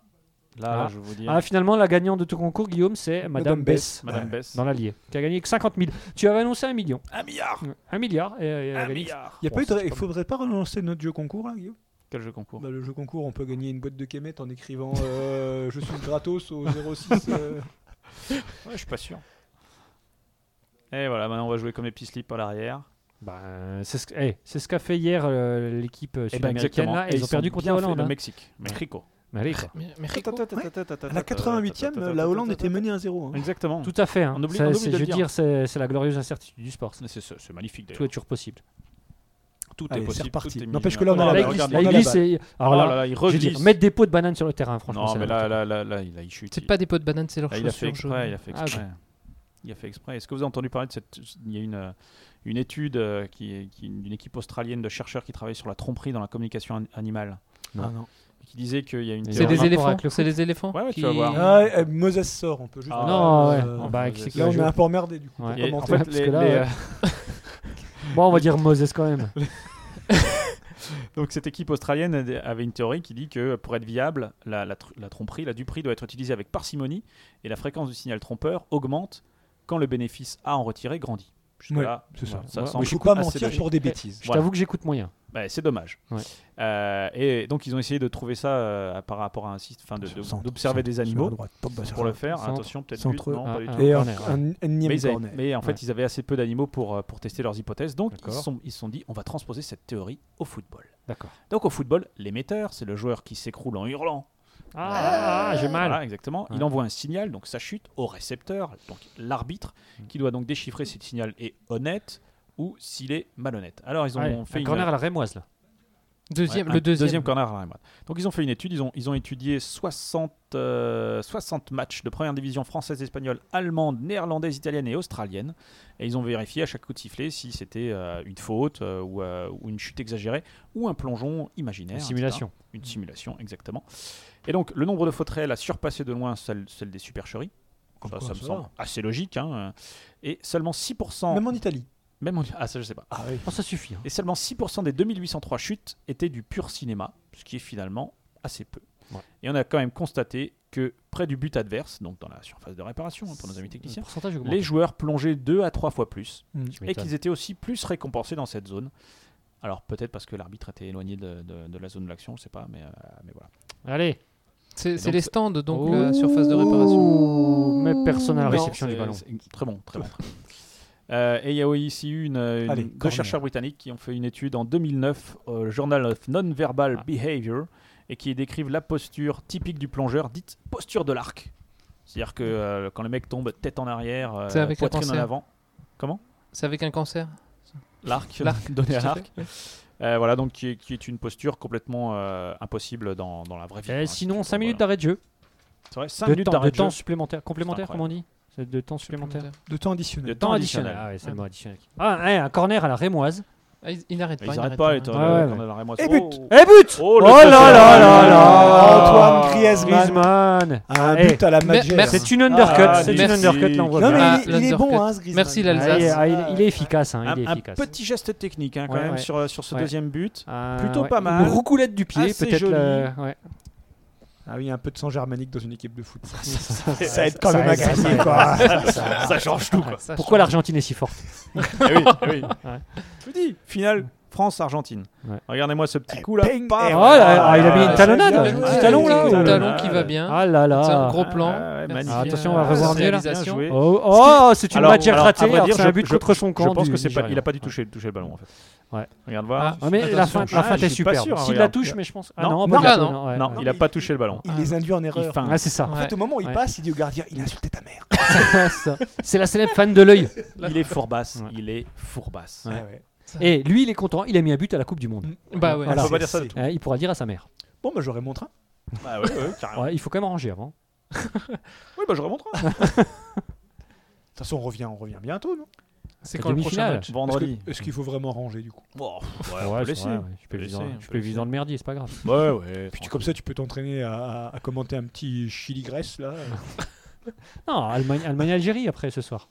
Speaker 5: là,
Speaker 6: Ah.
Speaker 5: je vous dis.
Speaker 6: Ah, finalement, la gagnante de tout concours, Guillaume, c'est Madame
Speaker 5: Madame
Speaker 6: Bess.
Speaker 5: Bess. Madame Bess.
Speaker 6: Dans l'Allier. Qui a gagné que 50 000. Tu avais annoncé un million.
Speaker 5: Un
Speaker 7: Ah.
Speaker 5: milliard.
Speaker 6: Un milliard. Et, et elle a
Speaker 5: Un
Speaker 6: gagné.
Speaker 5: milliard.
Speaker 7: Il y a
Speaker 6: Bon,
Speaker 7: pas eu de-
Speaker 6: c'est
Speaker 7: il
Speaker 6: pas
Speaker 7: faudrait pas relancer notre jeu concours, là, Guillaume
Speaker 5: Quel jeu concours
Speaker 7: Bah, Le jeu concours, on peut gagner une boîte de Kemet en écrivant euh, Je suis gratos au 06. euh.
Speaker 5: Ouais, je suis pas sûr. Et voilà, maintenant on va jouer comme les petits slips à l'arrière.
Speaker 6: Bah, euh, c'est ce, que- eh, c'est ce qu'a fait hier euh, l'équipe euh,
Speaker 5: Eh ben,
Speaker 6: sud-américaine. là,
Speaker 5: Et
Speaker 6: ils ont perdu contre la
Speaker 5: bien fait
Speaker 6: Hollande.
Speaker 5: le Ah.
Speaker 6: hein.
Speaker 5: Mexique. Mexico.
Speaker 6: Mais allez, quoi.
Speaker 8: Mais,
Speaker 7: À la 88e, la Hollande était menée 1-0. hein.
Speaker 5: Exactement.
Speaker 6: Tout à fait. hein.
Speaker 5: On oublie-
Speaker 6: Ça,
Speaker 5: on oublie
Speaker 6: c'est-
Speaker 5: de
Speaker 6: je
Speaker 5: le
Speaker 6: veux
Speaker 5: dire.
Speaker 6: dire, c'est c'est la glorieuse incertitude du sport.
Speaker 5: Mais C'est c'est- c'est magnifique
Speaker 6: Tout est
Speaker 5: d'ailleurs.
Speaker 6: toujours possible.
Speaker 5: Tout est
Speaker 7: Allez, c'est
Speaker 5: possible. tout
Speaker 7: reparti.
Speaker 5: est millimétré.
Speaker 7: N'empêche que là,
Speaker 5: Oh
Speaker 7: on a
Speaker 6: Là,
Speaker 5: là là,
Speaker 7: la
Speaker 6: il glisse-
Speaker 7: balle.
Speaker 5: regardez.
Speaker 6: là, il
Speaker 7: On a la
Speaker 6: glisse
Speaker 7: balle.
Speaker 6: et- Alors
Speaker 5: Oh
Speaker 6: là,
Speaker 5: là là, il
Speaker 6: je veux dire,
Speaker 5: reglisse.
Speaker 6: mettre des pots de bananes sur le terrain,
Speaker 5: Non,
Speaker 6: franchement. c'est
Speaker 5: mais
Speaker 6: la
Speaker 5: là,
Speaker 6: honte.
Speaker 5: là, là, là, là, il a
Speaker 8: C'est
Speaker 5: chuté.
Speaker 8: pas des pots de banane, c'est leurs
Speaker 5: Là, Ah, il a fait
Speaker 8: chaussures jaunes.
Speaker 5: exprès, il a fait
Speaker 6: Ah,
Speaker 5: exprès. Il a fait exprès. Est-ce que vous avez entendu parler de cette Il y a une euh, une étude euh, qui est qui est d'une équipe australienne de chercheurs qui travaille sur la tromperie dans la communication an- animale,
Speaker 6: Non.
Speaker 7: Ah, non.
Speaker 5: qui disait qu'il y a une.
Speaker 6: C'est
Speaker 8: C'est
Speaker 5: théorie-
Speaker 6: rapport
Speaker 8: des éléphants.
Speaker 6: avec le
Speaker 8: C'est des éléphants.
Speaker 5: Ouais, ouais, tu
Speaker 8: qui-
Speaker 5: vas voir.
Speaker 7: Ah, euh, Moses sort, on peut juste.
Speaker 5: Ah,
Speaker 6: Non, ouais.
Speaker 7: Euh,
Speaker 6: Bah,
Speaker 5: ouais,
Speaker 6: qui
Speaker 5: c'est-
Speaker 6: c'est qui
Speaker 7: Là,
Speaker 6: a
Speaker 7: on est
Speaker 6: joué
Speaker 7: un peu emmerdé du coup.
Speaker 6: Ouais.
Speaker 5: Et en
Speaker 7: Commentaire.
Speaker 5: fait,
Speaker 6: Parce
Speaker 5: les-
Speaker 6: que là,
Speaker 5: les,
Speaker 6: euh, Bon, on va dire Moses quand même.
Speaker 5: Donc cette équipe australienne avait une théorie qui dit que pour être viable, la, la tr- la tromperie, la duperie doit être utilisée avec parcimonie et la fréquence du signal trompeur augmente quand le bénéfice à en retirer grandit. Jusque-là,
Speaker 7: Ouais, c'est ça.
Speaker 5: voilà, ça
Speaker 6: Ouais,
Speaker 5: semble
Speaker 7: Il faut
Speaker 5: assez
Speaker 7: pas mentir
Speaker 5: logique.
Speaker 7: pour des bêtises.
Speaker 6: Je
Speaker 5: Voilà.
Speaker 6: t'avoue que j'écoute moyen.
Speaker 5: Bah, c'est dommage.
Speaker 6: Ouais.
Speaker 5: Euh, et donc ils ont essayé de trouver ça euh, par rapport à un site, enfin de- de-
Speaker 7: Centre,
Speaker 5: d'observer des
Speaker 7: centre,
Speaker 5: animaux
Speaker 7: sur la droite, top, bah, sur
Speaker 5: pour
Speaker 7: la-
Speaker 5: le faire.
Speaker 6: centre,
Speaker 5: Attention, peut-être but,
Speaker 7: centre,
Speaker 5: non,
Speaker 6: un,
Speaker 5: pas du
Speaker 6: un.
Speaker 5: tout.
Speaker 7: Et
Speaker 6: corner,
Speaker 7: en-
Speaker 6: ouais.
Speaker 7: un
Speaker 5: Mais,
Speaker 7: énième
Speaker 5: ils avaient-
Speaker 7: corner.
Speaker 5: mais en fait,
Speaker 6: Ouais.
Speaker 5: ils avaient assez peu d'animaux pour, euh, pour tester leurs hypothèses, donc ils
Speaker 6: D'accord.
Speaker 5: se sont, ils se sont dit on va transposer cette théorie au football.
Speaker 6: D'accord.
Speaker 5: Donc au football, l'émetteur, c'est le joueur qui s'écroule en hurlant.
Speaker 6: Ah, j'ai mal.
Speaker 5: Voilà, exactement. Il
Speaker 6: Ouais.
Speaker 5: envoie un signal, donc sa chute, au récepteur, donc l'arbitre,
Speaker 6: Mm.
Speaker 5: qui doit donc déchiffrer si le signal est honnête ou s'il est malhonnête. Alors ils ont
Speaker 6: Ouais,
Speaker 5: fait
Speaker 6: un
Speaker 5: une
Speaker 6: corner à la rémoise là.
Speaker 8: Deuxième,
Speaker 5: Ouais, un
Speaker 8: le deuxième.
Speaker 5: corner à la droite. Donc ils ont fait une étude, ils ont, ils ont étudié 60, euh, 60 matchs de première division française, espagnole, allemande, néerlandaise, italienne et australienne. Et ils ont vérifié à chaque coup de sifflet si c'était euh, une faute euh, ou, euh, ou une chute exagérée ou un plongeon imaginaire.
Speaker 6: Une simulation.
Speaker 5: etc. Une simulation, exactement. Et donc le nombre de fautes réelles a surpassé de loin celle, celle des supercheries.
Speaker 7: Comme
Speaker 5: Ça,
Speaker 7: quoi,
Speaker 5: ça me
Speaker 7: ça
Speaker 5: semble
Speaker 7: va.
Speaker 5: assez logique. hein. Et seulement 6%...
Speaker 7: Même en Italie.
Speaker 5: même en- Ah ça je sais pas.
Speaker 7: Ah oui.
Speaker 6: Oh, ça suffit. hein.
Speaker 5: Et seulement 6% des 2803 chutes étaient du pur cinéma, ce qui est finalement assez peu.
Speaker 6: Ouais.
Speaker 5: Et on a quand même constaté que près du but adverse, donc dans la surface de réparation hein, pour nos amis
Speaker 6: Le
Speaker 5: techniciens,
Speaker 6: pourcentage augmente.
Speaker 5: les joueurs plongeaient 2 à 3 fois plus
Speaker 6: Tu
Speaker 5: et
Speaker 6: m'étonnes.
Speaker 5: qu'ils étaient aussi plus récompensés dans cette zone. Alors peut-être parce que l'arbitre était éloigné de, de- de la zone de l'action, je sais pas, mais, euh, mais voilà.
Speaker 6: Allez.
Speaker 5: Et
Speaker 8: C'est c'est
Speaker 5: donc,
Speaker 8: les stands, donc
Speaker 6: Oh.
Speaker 8: la surface de réparation.
Speaker 6: Ouh, Oh, mais personne à la
Speaker 5: Non,
Speaker 6: réception du
Speaker 5: c'est-
Speaker 6: ballon.
Speaker 5: c'est Très bon, très bon. très bon. Euh, et il y a aussi eu une, une-
Speaker 7: Allez,
Speaker 5: deux
Speaker 7: corner.
Speaker 5: chercheurs britanniques qui ont fait une étude en 2009 au Journal of Non-Verbal
Speaker 6: Ah.
Speaker 5: Behavior et qui décrivent la posture typique du plongeur, dite posture de l'arc. C'est-à-dire que euh, quand le mec tombe tête en arrière, euh,
Speaker 8: C'est avec la
Speaker 5: poitrine en
Speaker 8: pensée.
Speaker 5: avant,
Speaker 8: C'est avec un cancer
Speaker 5: l'arc,
Speaker 8: L'arc,
Speaker 5: donné à
Speaker 8: tout à
Speaker 5: l'arc. Euh, voilà, donc qui est, qui est une posture complètement euh, impossible dans, dans la vraie vie.
Speaker 6: Eh,
Speaker 5: hein,
Speaker 6: sinon,
Speaker 5: c'est-
Speaker 6: 5
Speaker 5: voilà.
Speaker 6: minutes d'arrêt de jeu.
Speaker 5: C'est vrai, 5
Speaker 6: de
Speaker 5: minutes
Speaker 6: temps, de
Speaker 5: d'arrêt de jeu.
Speaker 6: temps supplémentaire. Complémentaire,
Speaker 5: C'est
Speaker 6: comment on dit C'est De temps supplémentaire.
Speaker 7: De temps additionnel.
Speaker 5: De temps
Speaker 6: Temps
Speaker 5: additionnel.
Speaker 6: additionnel. Ah ouais, c'est le mot additionnel. Ah, ouais, un corner à la rémoise.
Speaker 8: Ah, ils, ils n'arrêtent
Speaker 5: Ils
Speaker 8: pas.
Speaker 5: n'arrêtent pas, les
Speaker 8: hein.
Speaker 5: temps-
Speaker 6: ouais,
Speaker 5: le temps
Speaker 6: ouais.
Speaker 5: de l'arrêt, moi,
Speaker 7: Et
Speaker 5: oh.
Speaker 7: but
Speaker 6: Et but
Speaker 5: Oh, le
Speaker 6: Oh là
Speaker 5: touch.
Speaker 6: là là là
Speaker 7: Antoine Griezmann.
Speaker 6: Griezmann.
Speaker 7: Un
Speaker 6: Eh,
Speaker 7: Ah, but à la Madjer.
Speaker 8: merci.
Speaker 6: C'est une undercut.
Speaker 5: Ah,
Speaker 6: c'est une
Speaker 8: merci.
Speaker 6: undercut, là, on voit
Speaker 7: Non,
Speaker 6: bien.
Speaker 8: Ah,
Speaker 7: mais il est- il est
Speaker 8: l'undercut.
Speaker 7: bon, hein, ce Griezmann.
Speaker 8: Merci,
Speaker 6: Ah, il, est,
Speaker 8: l'Alsace.
Speaker 6: ah, il est- il est efficace. hein,
Speaker 5: un,
Speaker 6: il est
Speaker 5: un
Speaker 6: efficace.
Speaker 5: petit geste technique hein, quand
Speaker 6: Ouais,
Speaker 5: même
Speaker 6: ouais.
Speaker 5: Sur, euh, sur ce
Speaker 6: Ouais.
Speaker 5: deuxième but.
Speaker 6: Ah,
Speaker 5: plutôt
Speaker 6: ouais.
Speaker 5: pas mal.
Speaker 6: Une roucoulette du pied,
Speaker 5: Assez
Speaker 6: peut-être.
Speaker 5: joli.
Speaker 6: le- ouais.
Speaker 7: Ah oui, un peu de sang germanique dans une équipe de foot.
Speaker 6: Ça- ça-
Speaker 7: Ça aide quand
Speaker 6: ça-
Speaker 7: même à
Speaker 6: ça-
Speaker 7: gagner,
Speaker 6: ça-
Speaker 7: quoi.
Speaker 5: Ça change tout quoi.
Speaker 8: Ça,
Speaker 6: Pourquoi
Speaker 8: je-
Speaker 6: l'Argentine est si forte
Speaker 5: Eh oui, eh oui.
Speaker 6: Ouais.
Speaker 5: Je vous dis, finale France-Argentine.
Speaker 6: Ouais.
Speaker 5: Regardez-moi ce petit coup là.
Speaker 7: ping,
Speaker 5: Paf.
Speaker 7: et
Speaker 6: Oh là,
Speaker 5: Ah,
Speaker 6: ah, il a mis
Speaker 5: ça,
Speaker 6: une talonnade,
Speaker 7: bien
Speaker 6: un
Speaker 7: joué.
Speaker 6: petit talon là.
Speaker 8: Le
Speaker 6: oh là
Speaker 8: talon
Speaker 6: là.
Speaker 8: qui va bien.
Speaker 6: Ah là
Speaker 8: C'est un
Speaker 6: là.
Speaker 8: gros plan.
Speaker 5: Ah, ouais,
Speaker 8: Merci.
Speaker 5: magnifique.
Speaker 6: Ah, attention, on va revoir
Speaker 8: cette
Speaker 6: mieux, là.
Speaker 8: réalisation.
Speaker 5: Bien joué.
Speaker 6: Oh, oh, c'est une
Speaker 5: Alors,
Speaker 6: match
Speaker 5: alors, à
Speaker 6: ratée.
Speaker 5: vrai
Speaker 6: alors
Speaker 5: dire,
Speaker 6: C'est
Speaker 5: je-
Speaker 6: un but
Speaker 5: je-
Speaker 6: contre son
Speaker 5: Je
Speaker 6: camp.
Speaker 5: pense
Speaker 6: du
Speaker 5: que c'est pas,
Speaker 6: Nigérian.
Speaker 5: il a pas dû toucher, toucher le ballon en fait.
Speaker 6: Ouais.
Speaker 5: Regarde voir.
Speaker 6: Ouais, mais la fin, la
Speaker 5: Ah,
Speaker 6: fin
Speaker 5: je
Speaker 6: est
Speaker 5: suis pas
Speaker 6: super.
Speaker 5: sûr,
Speaker 6: S'il la
Speaker 5: regarde.
Speaker 6: touche, mais je pense. Ah
Speaker 5: Non,
Speaker 6: non,
Speaker 5: non,
Speaker 6: pas du
Speaker 8: non,
Speaker 6: tout,
Speaker 8: non.
Speaker 6: ouais,
Speaker 5: non,
Speaker 6: ouais.
Speaker 5: il a pas touché le ballon.
Speaker 7: Il les induit en erreur.
Speaker 5: feint.
Speaker 6: Ah, c'est ça.
Speaker 7: En fait, au moment où il
Speaker 6: Ouais.
Speaker 7: passe, il dit au gardien il insulte ta mère.
Speaker 6: Ça, C'est la célèbre fan de l'œil.
Speaker 5: Il est fourbasse.
Speaker 6: Ouais.
Speaker 5: Il est fourbasse.
Speaker 7: Ouais, ouais.
Speaker 6: Et lui, il est content. Il a mis un but à la Coupe du Monde.
Speaker 8: Bah ouais.
Speaker 5: Voilà. On peut
Speaker 7: C'est-
Speaker 5: pas dire ça de
Speaker 7: c'est-
Speaker 5: tout.
Speaker 6: Hein, Il pourra le dire à sa mère.
Speaker 7: Bon, bah j'aurais montré.
Speaker 5: Ah ouais, ouais, carrément.
Speaker 6: Ouais, Il faut quand même ranger avant.
Speaker 5: Oui, bah je remonterai.
Speaker 7: De toute façon, on revient, on revient bientôt, non
Speaker 8: C'est
Speaker 6: la
Speaker 8: quand le prochain
Speaker 6: demi-finale.
Speaker 8: match
Speaker 7: Est-ce que-
Speaker 5: Vendredi.
Speaker 7: est-ce qu'il faut vraiment ranger du coup
Speaker 5: Bon, pff,
Speaker 6: Ouais,
Speaker 5: ouais, on peut
Speaker 6: c'est
Speaker 5: euh, laisser.
Speaker 6: vrai, ouais. Je peux le
Speaker 5: Laisser,
Speaker 6: viser dans-
Speaker 5: on
Speaker 6: je
Speaker 5: peut
Speaker 6: peux le viser
Speaker 5: laisser.
Speaker 6: dans le merdier, c'est pas grave.
Speaker 5: Ouais, ouais.
Speaker 7: Puis tu- comme ça, tu peux t'entraîner à, à commenter un petit Chili Grèce là.
Speaker 6: Non, Allemagne- Allemagne-Algérie après ce soir.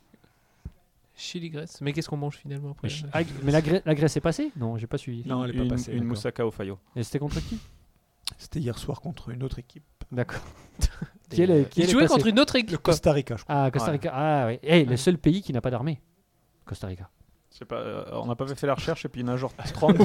Speaker 8: Chili-Grèce. Mais qu'est-ce qu'on mange finalement après
Speaker 6: Mais, je- ah, mais la, Grèce, la Grèce est passée Non, j'ai pas suivi.
Speaker 5: Non, elle est pas Une- passée, une d'accord. moussaka au Fayo.
Speaker 6: Et c'était contre qui
Speaker 7: C'était hier soir contre une autre équipe.
Speaker 6: D'accord. qui est le- qui
Speaker 8: Il
Speaker 6: est le
Speaker 8: jouait
Speaker 6: passé
Speaker 8: contre une autre équipe.
Speaker 7: Le Costa Rica, je crois.
Speaker 6: Ah, Costa
Speaker 5: euh, Ouais.
Speaker 6: Rica. Ah, oui. Eh, le seul pays qui n'a pas d'armée. Costa Rica.
Speaker 5: Je sais pas, euh, on n'a pas fait la recherche et puis il y en a genre 30.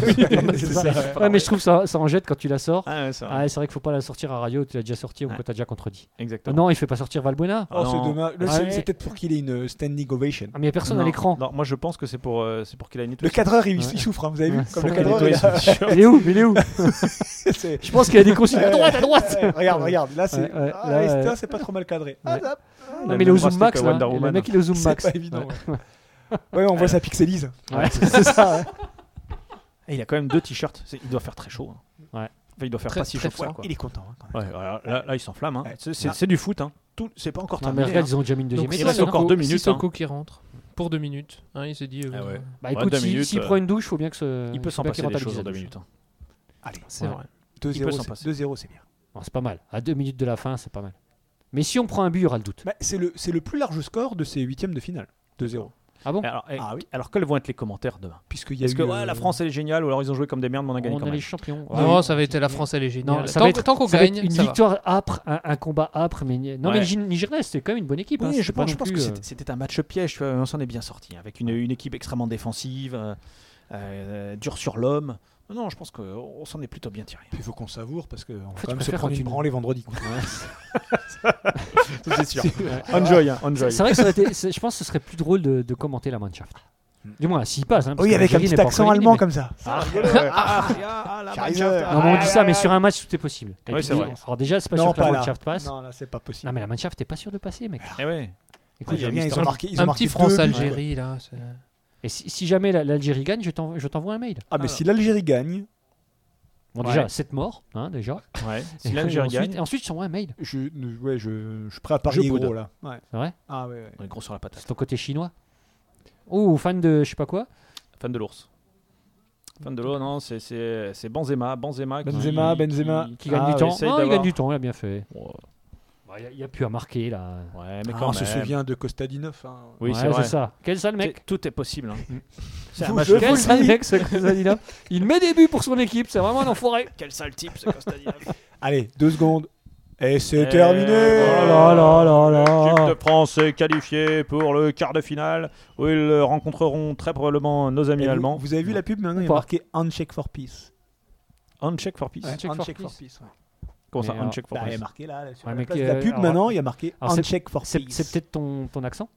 Speaker 6: C'est ça. Ouais, mais je trouve ça, ça en jette quand tu la sors.
Speaker 5: Ah ouais, c'est vrai.
Speaker 6: Ah, c'est vrai qu'il faut pas la sortir à radio, tu l'as déjà sortie ou que tu as déjà contredit.
Speaker 5: Exactement.
Speaker 6: Non, il fait pas sortir Valbuena.
Speaker 5: Ah,
Speaker 7: Oh, c'est
Speaker 5: non.
Speaker 7: dommage. Là,
Speaker 6: Ah
Speaker 7: c'est-
Speaker 6: ouais.
Speaker 7: C'est peut-être pour qu'il ait une standing ovation.
Speaker 6: Ah, mais il y a personne à
Speaker 5: Non,
Speaker 6: l'écran.
Speaker 5: Non, moi je pense que c'est pour, euh, c'est pour qu'il ait une
Speaker 7: Le cadreur, il, il souffre, hein, vous avez vu
Speaker 6: Ouais,
Speaker 7: Comme le
Speaker 6: c'est
Speaker 7: cadreur,
Speaker 6: vrai.
Speaker 7: il a-
Speaker 6: Il est où Il est où
Speaker 7: c'est-
Speaker 6: Je pense qu'il y a des consignes à
Speaker 7: Ouais.
Speaker 6: droite, à droite.
Speaker 7: Ah Ouais, regarde, regarde, là c'est
Speaker 6: Ouais, ouais,
Speaker 7: ah,
Speaker 6: là,
Speaker 7: et c'est-
Speaker 6: ouais.
Speaker 7: là, c'est pas trop mal cadré. Ah,
Speaker 6: Ouais.
Speaker 7: ça-
Speaker 6: Non, mais il est au
Speaker 5: même bracelet
Speaker 6: zoom max.
Speaker 5: que
Speaker 6: là.
Speaker 5: Wonder
Speaker 6: Le
Speaker 5: Woman.
Speaker 6: mec, il est au zoom
Speaker 7: C'est
Speaker 6: max.
Speaker 7: pas évident,
Speaker 6: Ouais.
Speaker 7: Ouais, on voit ça pixelise.
Speaker 6: Ouais, c'est c'est ça. ouais.
Speaker 5: Et il a quand même deux t-shirts. C'est- Il doit faire très chaud. hein.
Speaker 6: Ouais.
Speaker 5: Enfin, il doit faire
Speaker 8: Très-
Speaker 5: pas si
Speaker 8: très
Speaker 5: chaud. que ça,
Speaker 8: froid.
Speaker 5: quoi.
Speaker 7: Il est content. hein, quand même.
Speaker 5: Ouais, voilà, là, là, il s'enflamme. hein.
Speaker 7: Ouais. Ah.
Speaker 5: C'est- C'est c'est du foot. hein. Tout- C'est pas encore
Speaker 6: Non, mais
Speaker 5: terminé.
Speaker 6: regarde,
Speaker 5: hein.
Speaker 6: ils ont déjà mis une deuxième
Speaker 8: Donc,
Speaker 5: il
Speaker 6: étoile,
Speaker 5: reste
Speaker 6: hein.
Speaker 5: encore deux minutes,
Speaker 8: Sissoko qui rentre pour deux minutes. Hein, il s'est dit. euh,
Speaker 5: Ah
Speaker 8: bon,
Speaker 5: ouais.
Speaker 6: Bah
Speaker 5: Ouais,
Speaker 6: écoute,
Speaker 5: deux
Speaker 6: s'il
Speaker 5: minutes,
Speaker 6: s'il
Speaker 5: euh,
Speaker 6: prend une douche, faut bien que ce.
Speaker 5: Il peut s'en
Speaker 6: faut bien qu'il
Speaker 5: passer des
Speaker 6: rentabilise
Speaker 5: choses en
Speaker 6: la
Speaker 5: deux
Speaker 6: douche.
Speaker 5: minutes. hein.
Speaker 7: Allez,
Speaker 8: C'est
Speaker 6: Ouais.
Speaker 8: vrai.
Speaker 5: Il peut
Speaker 7: 2-0,
Speaker 5: s'en
Speaker 7: c'est-
Speaker 5: passer.
Speaker 7: 2-0, c'est bien.
Speaker 6: Bon, c'est pas mal. À deux minutes de la fin, c'est pas mal. Mais si on prend un but, il y aura le doute.
Speaker 7: Bah, c'est le c'est le plus large score de ces huitièmes de finale. 2-0.
Speaker 6: Ah bon
Speaker 5: Alors, eh,
Speaker 7: Ah oui.
Speaker 5: alors, quels vont être les commentaires demain
Speaker 7: Puisqu'il y a
Speaker 5: Est-ce
Speaker 7: eu,
Speaker 5: que ouais,
Speaker 7: euh,
Speaker 5: la France elle est géniale ou alors ils ont joué comme des merdes mais on a gagné
Speaker 6: On
Speaker 5: quand
Speaker 6: a
Speaker 5: même
Speaker 6: les champions. Ouais.
Speaker 8: Non, ça va être la France, elle est
Speaker 6: Non,
Speaker 8: géniale.
Speaker 6: ça
Speaker 8: tant
Speaker 6: va être-
Speaker 8: tant qu'on
Speaker 6: ça va être
Speaker 8: gagne,
Speaker 6: une
Speaker 8: ça va.
Speaker 6: victoire âpre, un, un combat âpre. Mais... Non, mais
Speaker 5: Ouais.
Speaker 6: le Gin- Nigeria, c'était quand même une bonne équipe. hein,
Speaker 5: Oui, je
Speaker 6: c'était pas
Speaker 5: pense, je
Speaker 6: non
Speaker 5: pense que
Speaker 6: plus, euh,
Speaker 5: c'était- c'était un match piège. tu vois, on s'en est bien sorti avec une, une équipe extrêmement défensive, euh, euh, dure sur l'homme. Non, Non, je pense qu'on s'en est plutôt bien tiré.
Speaker 7: Il faut qu'on savoure parce qu'on va
Speaker 6: fait,
Speaker 7: quand même
Speaker 6: je
Speaker 7: se
Speaker 6: préfère
Speaker 7: prendre
Speaker 6: quand
Speaker 7: une
Speaker 6: tu-
Speaker 7: branlée vendredi. quoi.
Speaker 5: C'est sûr. enjoy, hein, enjoy.
Speaker 6: C'est c'est vrai que ça aurait été- c'est- je pense que ce serait plus drôle de, de commenter la Mannschaft.
Speaker 5: Hmm.
Speaker 6: Du moins, s'il passe. hein, parce
Speaker 7: Oui,
Speaker 6: que
Speaker 7: avec un
Speaker 6: l'Algérie
Speaker 7: petit
Speaker 6: n'est pas
Speaker 7: accent
Speaker 6: encore
Speaker 7: allemand
Speaker 6: éliminée,
Speaker 7: comme ça.
Speaker 6: mais-
Speaker 7: Scheiße.
Speaker 6: Non, mais on dit ça, mais sur un match, tout est possible. Et
Speaker 5: Oui,
Speaker 6: puis,
Speaker 5: c'est vrai.
Speaker 6: Alors déjà, c'est pas
Speaker 7: Non,
Speaker 6: sûr que la
Speaker 7: pas là.
Speaker 6: Mannschaft passe.
Speaker 7: Non, là, c'est pas possible.
Speaker 6: Non, mais la Mannschaft, t'es pas sûr de passer, mec.
Speaker 5: Eh ouais.
Speaker 6: Écoute,
Speaker 7: Ah, il y a rien, ils ont marqué- ils ont
Speaker 8: Un
Speaker 7: marqué
Speaker 8: petit
Speaker 7: deux buts, ouais.
Speaker 8: France-Algérie, là. c'est-
Speaker 6: Et si, si jamais la- l'Algérie gagne, je t'en- je t'envoie un mail.
Speaker 7: Ah, mais si l'Algérie gagne,
Speaker 6: Bon,
Speaker 5: Ouais.
Speaker 6: déjà, 7 morts, hein, déjà.
Speaker 5: ouais. Si
Speaker 6: Et
Speaker 5: l'Algérie
Speaker 6: ensuite-
Speaker 5: gagne,
Speaker 6: Et ensuite, je t'envoie un mail.
Speaker 7: je, ne- ouais, je, je suis prêt à parier
Speaker 5: boude.
Speaker 7: gros là. Ouais.
Speaker 6: C'est vrai
Speaker 7: Ah, ouais, ouais.
Speaker 5: on est gros sur la patate.
Speaker 6: C'est ton côté chinois. Oh, fan de je sais pas quoi.
Speaker 5: Fan de l'ours. Fan de l'ours, non, c'est- c'est c'est Benzema. Benzema, qui-
Speaker 7: Benzema, Benzema.
Speaker 6: Qui gagne
Speaker 5: Ah,
Speaker 6: du temps.
Speaker 5: essaye
Speaker 6: Non, il gagne
Speaker 5: d'avoir-
Speaker 6: du temps, il a bien fait.
Speaker 5: Ouais,
Speaker 6: Il n'y a, plus à marquer, là.
Speaker 5: mais
Speaker 7: Ah,
Speaker 5: quand
Speaker 7: on se
Speaker 5: même.
Speaker 7: souviens de Costadinov. Hein.
Speaker 5: Oui,
Speaker 6: Ouais,
Speaker 5: c'est vrai.
Speaker 6: ça. Quel sale mec.
Speaker 5: C'est- Tout est possible. hein. C'est un
Speaker 7: Vous-
Speaker 5: match
Speaker 7: je
Speaker 5: de
Speaker 7: vous-
Speaker 6: Quel
Speaker 5: foot.
Speaker 6: sale mec ce Kozanina. Il met des buts pour son équipe, c'est vraiment un enfoiré.
Speaker 5: Quel sale type, ce Costadinov.
Speaker 7: Allez, deux secondes. Et c'est
Speaker 5: Et
Speaker 7: terminé
Speaker 5: voilà.
Speaker 6: Oh là là là
Speaker 7: Ah.
Speaker 6: là.
Speaker 5: L'équipe de France est qualifiée pour le quart de finale où ils euh, rencontreront très probablement nos
Speaker 7: Et
Speaker 5: amis
Speaker 7: vous-
Speaker 5: allemands.
Speaker 7: Vous, avez vu la pub maintenant, il y a
Speaker 6: Pas.
Speaker 7: marqué Handshake for Peace.
Speaker 5: Uncheck for peace.
Speaker 7: Ouais,
Speaker 6: Handshake for Peace.
Speaker 7: ouais.
Speaker 5: Comment ça,
Speaker 6: Mais, euh,
Speaker 5: uncheck for
Speaker 7: Bah, il y a
Speaker 5: peace
Speaker 7: marqué là, là, sur
Speaker 6: Ouais,
Speaker 7: la,
Speaker 6: mais
Speaker 7: place
Speaker 6: que-
Speaker 7: de la pub
Speaker 6: alors-
Speaker 7: maintenant, il y a marqué
Speaker 6: alors, c'est-
Speaker 7: Handshake for
Speaker 6: C'est
Speaker 7: Peace.
Speaker 6: c'est peut-être ton, ton accent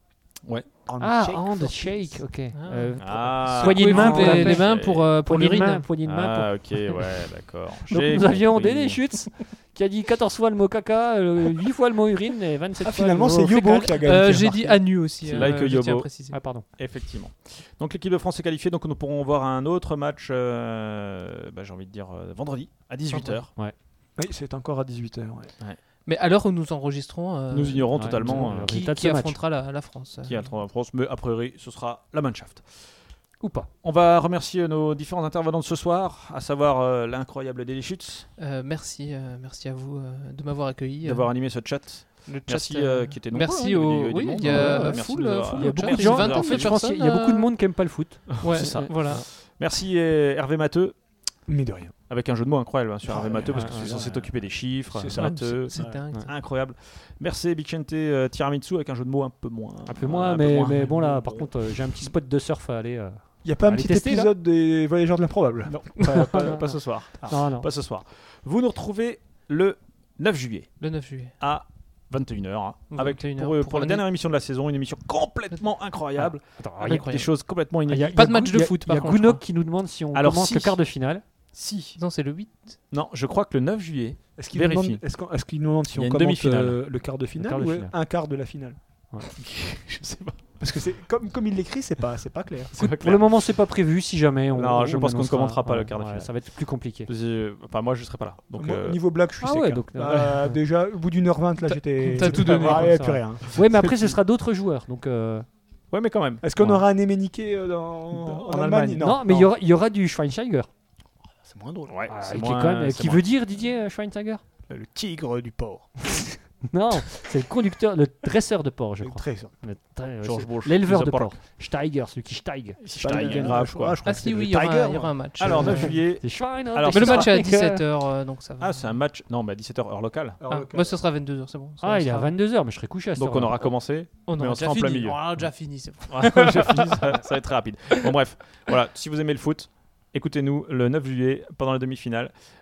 Speaker 6: Ah,
Speaker 7: Handshake for
Speaker 6: hand
Speaker 7: Peace.
Speaker 6: shake, ok.
Speaker 8: Ah.
Speaker 6: Euh,
Speaker 5: Ah,
Speaker 6: Soignez
Speaker 8: Secouez-vous
Speaker 6: de main pour
Speaker 8: les,
Speaker 6: la
Speaker 8: les
Speaker 6: pêche.
Speaker 8: mains pour, euh, pour
Speaker 6: poignée de main,
Speaker 8: l'urine.
Speaker 6: poignée de main.
Speaker 5: Ah, ok, ouais, d'accord.
Speaker 6: pour- Donc
Speaker 5: J'ai
Speaker 6: nous avions
Speaker 5: compris.
Speaker 6: Dédé Schutz qui a dit 14 fois le mot caca, euh, 8 fois le mot urine et 27
Speaker 7: Ah,
Speaker 6: fois
Speaker 7: finalement,
Speaker 6: le
Speaker 7: c'est
Speaker 6: mot
Speaker 7: Yobo
Speaker 6: fécal.
Speaker 7: qui a gagné.
Speaker 8: Euh,
Speaker 7: qui a
Speaker 8: J'ai
Speaker 7: marqué.
Speaker 8: dit à nu aussi.
Speaker 5: C'est
Speaker 8: hein,
Speaker 5: like a
Speaker 8: je tiens à
Speaker 5: yobo.
Speaker 8: préciser.
Speaker 6: Ah, pardon.
Speaker 5: Effectivement. Donc l'équipe de France est qualifiée, donc nous pourrons voir un autre match, euh, bah, j'ai envie de dire euh, vendredi, à 18h.
Speaker 7: Oui, c'est encore à 18h.
Speaker 8: Mais à l'heure où nous enregistrons, euh,
Speaker 5: Nous ignorons
Speaker 6: Ouais,
Speaker 5: totalement
Speaker 6: nous-
Speaker 5: euh,
Speaker 8: qui,
Speaker 6: Résultat de
Speaker 8: qui
Speaker 6: ce match.
Speaker 8: affrontera la, la France.
Speaker 5: qui a la France, mais a priori ce sera la Mannschaft.
Speaker 6: Ou pas.
Speaker 5: On va remercier nos différents intervenants de ce soir, à savoir euh, l'incroyable Dédé Schutz
Speaker 8: Euh, merci, euh, merci à vous euh, de m'avoir accueilli. euh,
Speaker 5: d'avoir animé ce chat.
Speaker 8: le
Speaker 5: Merci
Speaker 8: chat,
Speaker 5: euh,
Speaker 8: euh,
Speaker 5: qui était nombreux.
Speaker 8: Merci
Speaker 5: hein,
Speaker 8: au-
Speaker 5: du- du
Speaker 8: oui,
Speaker 5: monde,
Speaker 8: il y a
Speaker 5: hein,
Speaker 8: full,
Speaker 5: merci de nous
Speaker 8: euh,
Speaker 5: avoir-
Speaker 8: full
Speaker 6: Il y a beaucoup
Speaker 8: Merci
Speaker 6: de
Speaker 8: de
Speaker 6: gens,
Speaker 8: nous avoir
Speaker 6: en fait,
Speaker 8: fait
Speaker 6: je pense qu'il y a
Speaker 8: personne,
Speaker 6: beaucoup de
Speaker 8: euh,
Speaker 6: monde qui aime pas le foot.
Speaker 8: ouais,
Speaker 5: c'est ça.
Speaker 8: Voilà.
Speaker 5: Merci euh, Hervé Matteux,
Speaker 7: Mais de rien.
Speaker 5: avec un jeu de mots incroyable hein, sur Hervé
Speaker 7: Ouais,
Speaker 5: Matteux, parce
Speaker 6: ouais,
Speaker 5: que tu es
Speaker 6: ouais,
Speaker 5: censé
Speaker 7: ouais.
Speaker 5: t'occuper des chiffres.
Speaker 7: C'est ça.
Speaker 5: Matteux,
Speaker 8: C'est dingue. ça.
Speaker 5: incroyable. Merci Bicente euh, Tiramisu, avec un jeu de mots un peu moins.
Speaker 6: Un peu moins,
Speaker 5: un peu
Speaker 6: mais, mais bon, là, par contre, euh, j'ai un petit spot de surf à aller. euh,
Speaker 7: Il n'y a pas un
Speaker 6: Allez,
Speaker 7: petit
Speaker 6: testez, là.
Speaker 7: épisode des Voyageurs de l'improbable
Speaker 5: Non, pas, pas- pas ce soir.
Speaker 6: Non, non.
Speaker 5: Pas ce soir. Vous nous retrouvez le 9 juillet.
Speaker 8: Le 9 juillet.
Speaker 5: à 21h. hein,
Speaker 8: Oui,
Speaker 5: avec
Speaker 8: 21h,
Speaker 5: pour, euh,
Speaker 8: pour
Speaker 5: pour la
Speaker 8: une-
Speaker 5: dernière émission de la saison, une émission complètement incroyable,
Speaker 6: Attends, Ah, il y a- Ah,
Speaker 5: avec des
Speaker 8: incroyable.
Speaker 5: choses complètement
Speaker 6: il y a-
Speaker 5: inédites.
Speaker 8: Pas de match
Speaker 6: il y
Speaker 8: de
Speaker 6: a-
Speaker 8: foot,
Speaker 6: Il y
Speaker 8: par
Speaker 6: a
Speaker 8: contre, je
Speaker 6: Gounod qui nous demande si on
Speaker 5: Alors,
Speaker 6: commence
Speaker 5: si.
Speaker 6: le quart de finale.
Speaker 5: Si.
Speaker 8: Non, c'est le 8.
Speaker 5: Non, je crois que le 9 juillet,
Speaker 7: Est-ce qu'il nous
Speaker 5: Vérifie.
Speaker 7: demande, est-ce qu'on- est-ce qu'il nous demande si
Speaker 5: Il y a
Speaker 7: on
Speaker 5: une
Speaker 7: commente
Speaker 5: demi-finale.
Speaker 7: euh, le quart de finale
Speaker 6: quart de
Speaker 7: ou
Speaker 6: finale.
Speaker 7: un quart de la finale
Speaker 5: je sais pas.
Speaker 7: Parce que c'est comme, comme il l'écrit, c'est pas, c'est pas clair.
Speaker 5: c'est pas
Speaker 6: Pour
Speaker 5: clair.
Speaker 6: le moment, c'est pas prévu. Si jamais, on.
Speaker 5: Non, je
Speaker 6: on
Speaker 5: pense qu'on ne
Speaker 6: annoncera.
Speaker 5: commentera pas le
Speaker 6: Ouais,
Speaker 5: quart de
Speaker 6: ouais,
Speaker 5: finale.
Speaker 6: Ça va être plus compliqué.
Speaker 5: Euh, Enfin, moi, je serai pas là. Donc,
Speaker 7: Moi,
Speaker 5: euh,
Speaker 7: niveau blague, je suis
Speaker 6: ah
Speaker 7: sec,
Speaker 6: ouais,
Speaker 7: hein.
Speaker 6: donc,
Speaker 7: Bah, déjà, au bout d'une heure vingt, là, j'étais.
Speaker 8: t'as tout donné,
Speaker 7: Ah,
Speaker 6: comme
Speaker 7: ouais,
Speaker 6: ça.
Speaker 7: plus rien.
Speaker 6: Ouais, mais après, ce sera d'autres joueurs. Donc, euh,
Speaker 5: ouais, mais quand même.
Speaker 7: Est-ce qu'on
Speaker 6: Ouais.
Speaker 7: aura un Emenike euh, dans-
Speaker 5: Dans-
Speaker 7: en,
Speaker 5: en
Speaker 7: Allemagne
Speaker 5: Allemagne.
Speaker 6: non, mais il y aura, il y aura du Schweinsteiger.
Speaker 7: C'est moins drôle.
Speaker 5: Ouais,
Speaker 6: Ah,
Speaker 5: c'est
Speaker 6: qui est
Speaker 5: moins-
Speaker 6: quand même-
Speaker 5: c'est
Speaker 6: qui
Speaker 5: moins-
Speaker 6: veut dire Didier euh, Schweinsteiger
Speaker 7: Le tigre du port.
Speaker 6: Non, c'est le conducteur, le dresseur de porc, je crois. Le
Speaker 7: dresseur.
Speaker 6: ouais,
Speaker 5: George
Speaker 6: c'est
Speaker 5: Bush,
Speaker 6: L'éleveur
Speaker 5: Lisa
Speaker 6: de
Speaker 5: Pollock.
Speaker 6: porc. Steiger, celui qui steig.
Speaker 5: C'est pas Steiger, le- grave, quoi.
Speaker 8: Ah si, oui, il y aura- il y aura un match.
Speaker 5: Alors,
Speaker 8: Euh,
Speaker 5: 9 juillet.
Speaker 8: c'est Schwein, hein,
Speaker 5: Alors,
Speaker 8: Mais le
Speaker 5: ce
Speaker 8: match
Speaker 5: sera-
Speaker 6: Ah,
Speaker 8: est à 17h, euh, donc ça va.
Speaker 5: Ah, c'est un match. Non, mais à 17h, heure locale.
Speaker 8: Ah, moi, ce sera 22h, c'est bon. Ça,
Speaker 6: Ah,
Speaker 8: on
Speaker 6: il est à
Speaker 8: sera-
Speaker 6: 22h, mais je serais couché à cette
Speaker 5: Donc, on
Speaker 6: heure-là.
Speaker 5: aura commencé.
Speaker 8: On
Speaker 5: mais
Speaker 8: aura
Speaker 5: on
Speaker 8: déjà
Speaker 5: sera en plein
Speaker 8: fini.
Speaker 5: milieu.
Speaker 8: On aura déjà fini, c'est bon.
Speaker 5: Ouais, on aura déjà fini, ça, ça va être très rapide. Bon, bref, voilà. Si vous aimez le foot, écoutez-nous le 9 juillet pendant la demi-finale.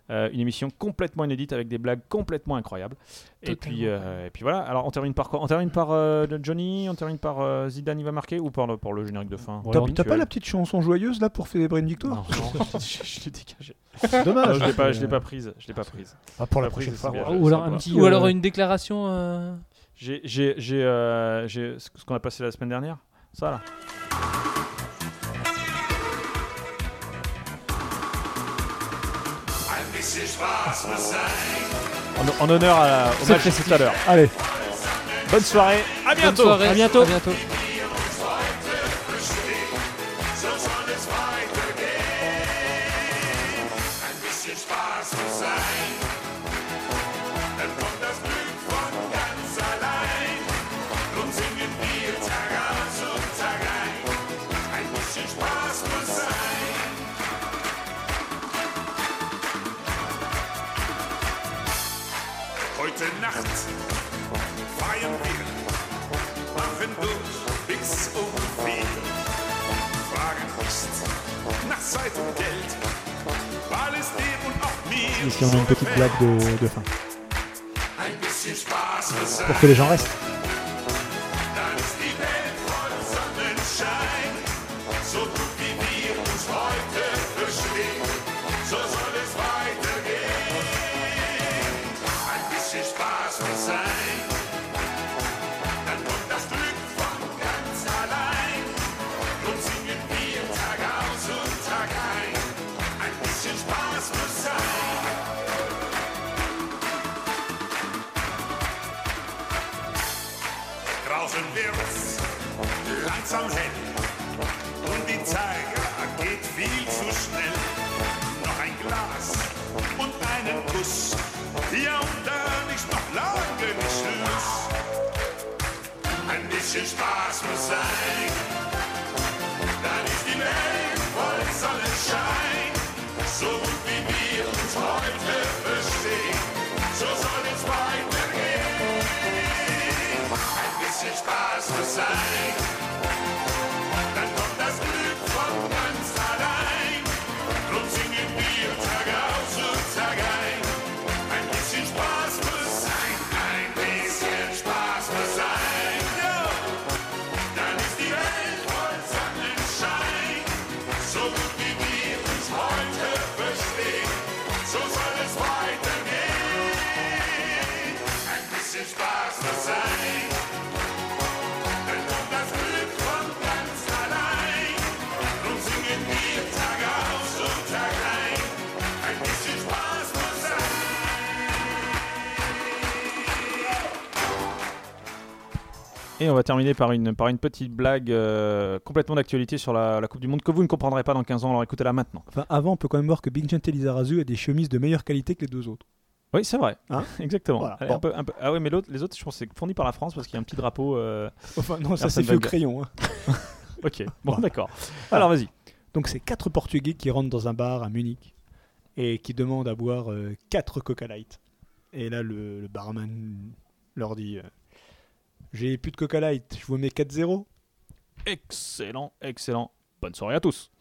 Speaker 5: Euh, une émission complètement inédite avec des blagues complètement incroyables. Et
Speaker 8: Totalement.
Speaker 5: puis, euh, et puis voilà. Alors, on termine par quoi On termine par euh, Johnny On termine par euh, Zidane, il va marquer Ou par le, pour le générique de fin
Speaker 7: T'as t'as pas la petite chanson joyeuse là pour célébrer une victoire
Speaker 5: je, je l'ai dégagé.
Speaker 7: Dommage.
Speaker 5: Non, je l'ai pas, je l'ai pas prise. Je l'ai pas prise.
Speaker 7: Ah, pour la
Speaker 5: Je l'ai
Speaker 7: prochaine
Speaker 5: prise,
Speaker 7: fois.
Speaker 5: c'est bien, je
Speaker 6: Ou alors
Speaker 5: sais
Speaker 6: un
Speaker 5: pas.
Speaker 6: petit-
Speaker 8: Ou alors
Speaker 6: euh,
Speaker 8: une déclaration. euh,
Speaker 5: J'ai, j'ai, j'ai, euh, j'ai ce ce qu'on a passé la semaine dernière. Ça là. En, en honneur à la- au
Speaker 8: C'est
Speaker 5: match de tout à l'heure.
Speaker 7: Allez,
Speaker 5: Bonne soirée. À
Speaker 8: Bonne
Speaker 5: bientôt.
Speaker 8: soirée.
Speaker 6: À bientôt.
Speaker 8: À bientôt.
Speaker 2: Heute Nacht feiern wir, machen durch bis um vier. Fragen nicht nach Zeit und Geld, weil es dir und auch mir
Speaker 7: ici on a
Speaker 2: so
Speaker 7: une petite
Speaker 2: gefällt.
Speaker 7: blague de, de fin
Speaker 2: Ein bisschen Spaß muss sein,
Speaker 7: pour que les gens restent.
Speaker 2: dann ist die Welt voll Sonnenschein. So gut wie wir uns heute verstehen, so soll es weitergehen. Ein bisschen Spaß muss sein, dann kommt das Glück von ganz allein. Nun singen wir Tag aus und Tag ein. Ein bisschen Spaß muss sein. Draußen wird's langsam hell und die Zeiger geht viel zu schnell. Noch ein Glas und einen Kuss, ja und dann ist noch lange nicht Schluss. Ein bisschen Spaß muss sein, dann ist die Welt voll Sonnenschein. So gut wie wir uns heute verstehen, so soll es weitergehen. Ein bisschen Spaß muss sein. Dann kommt das Glück von ganz allein. Drum singen wir Tag aus und Tag ein. Ein bisschen Spaß muss sein. Ein bisschen Spaß muss sein. Ja. Dann ist die Welt voll Sonnenschein. So gut wie wir uns heute verstehen. So soll es weitergehen. Ein bisschen Spaß muss sein. Dann kommt das Glück von ganz allein. Drum singen wir Tag aus und Tag ein. Ein bisschen Spaß muss sein.
Speaker 5: Et on va terminer par une, par une petite blague euh, complètement d'actualité sur la, la Coupe du Monde que vous ne comprendrez pas dans 15 ans. Alors écoutez-la maintenant.
Speaker 7: Enfin, avant, on peut quand même voir que Big Gentle Lizarazu a des chemises de meilleure qualité que les deux autres.
Speaker 5: Oui, c'est vrai.
Speaker 7: Hein
Speaker 5: Exactement.
Speaker 7: Voilà,
Speaker 5: Allez,
Speaker 7: bon.
Speaker 5: un peu- un peu- Ah oui, mais l'autre- les autres, je pense que c'est fourni par la France parce qu'il y a un petit drapeau. euh,
Speaker 7: Enfin, non, ça
Speaker 5: Arsène
Speaker 7: c'est fait au
Speaker 5: Wenger.
Speaker 7: crayon. hein.
Speaker 5: Ok, bon,
Speaker 7: Voilà.
Speaker 5: d'accord. Alors vas-y.
Speaker 7: Donc, c'est quatre Portugais qui rentrent dans un bar à Munich et qui demandent à boire euh, quatre Coca Light. Et là, le, le barman leur dit euh, J'ai plus de Coca Light, je vous mets 4-0.
Speaker 5: Excellent, excellent. Bonne soirée à tous.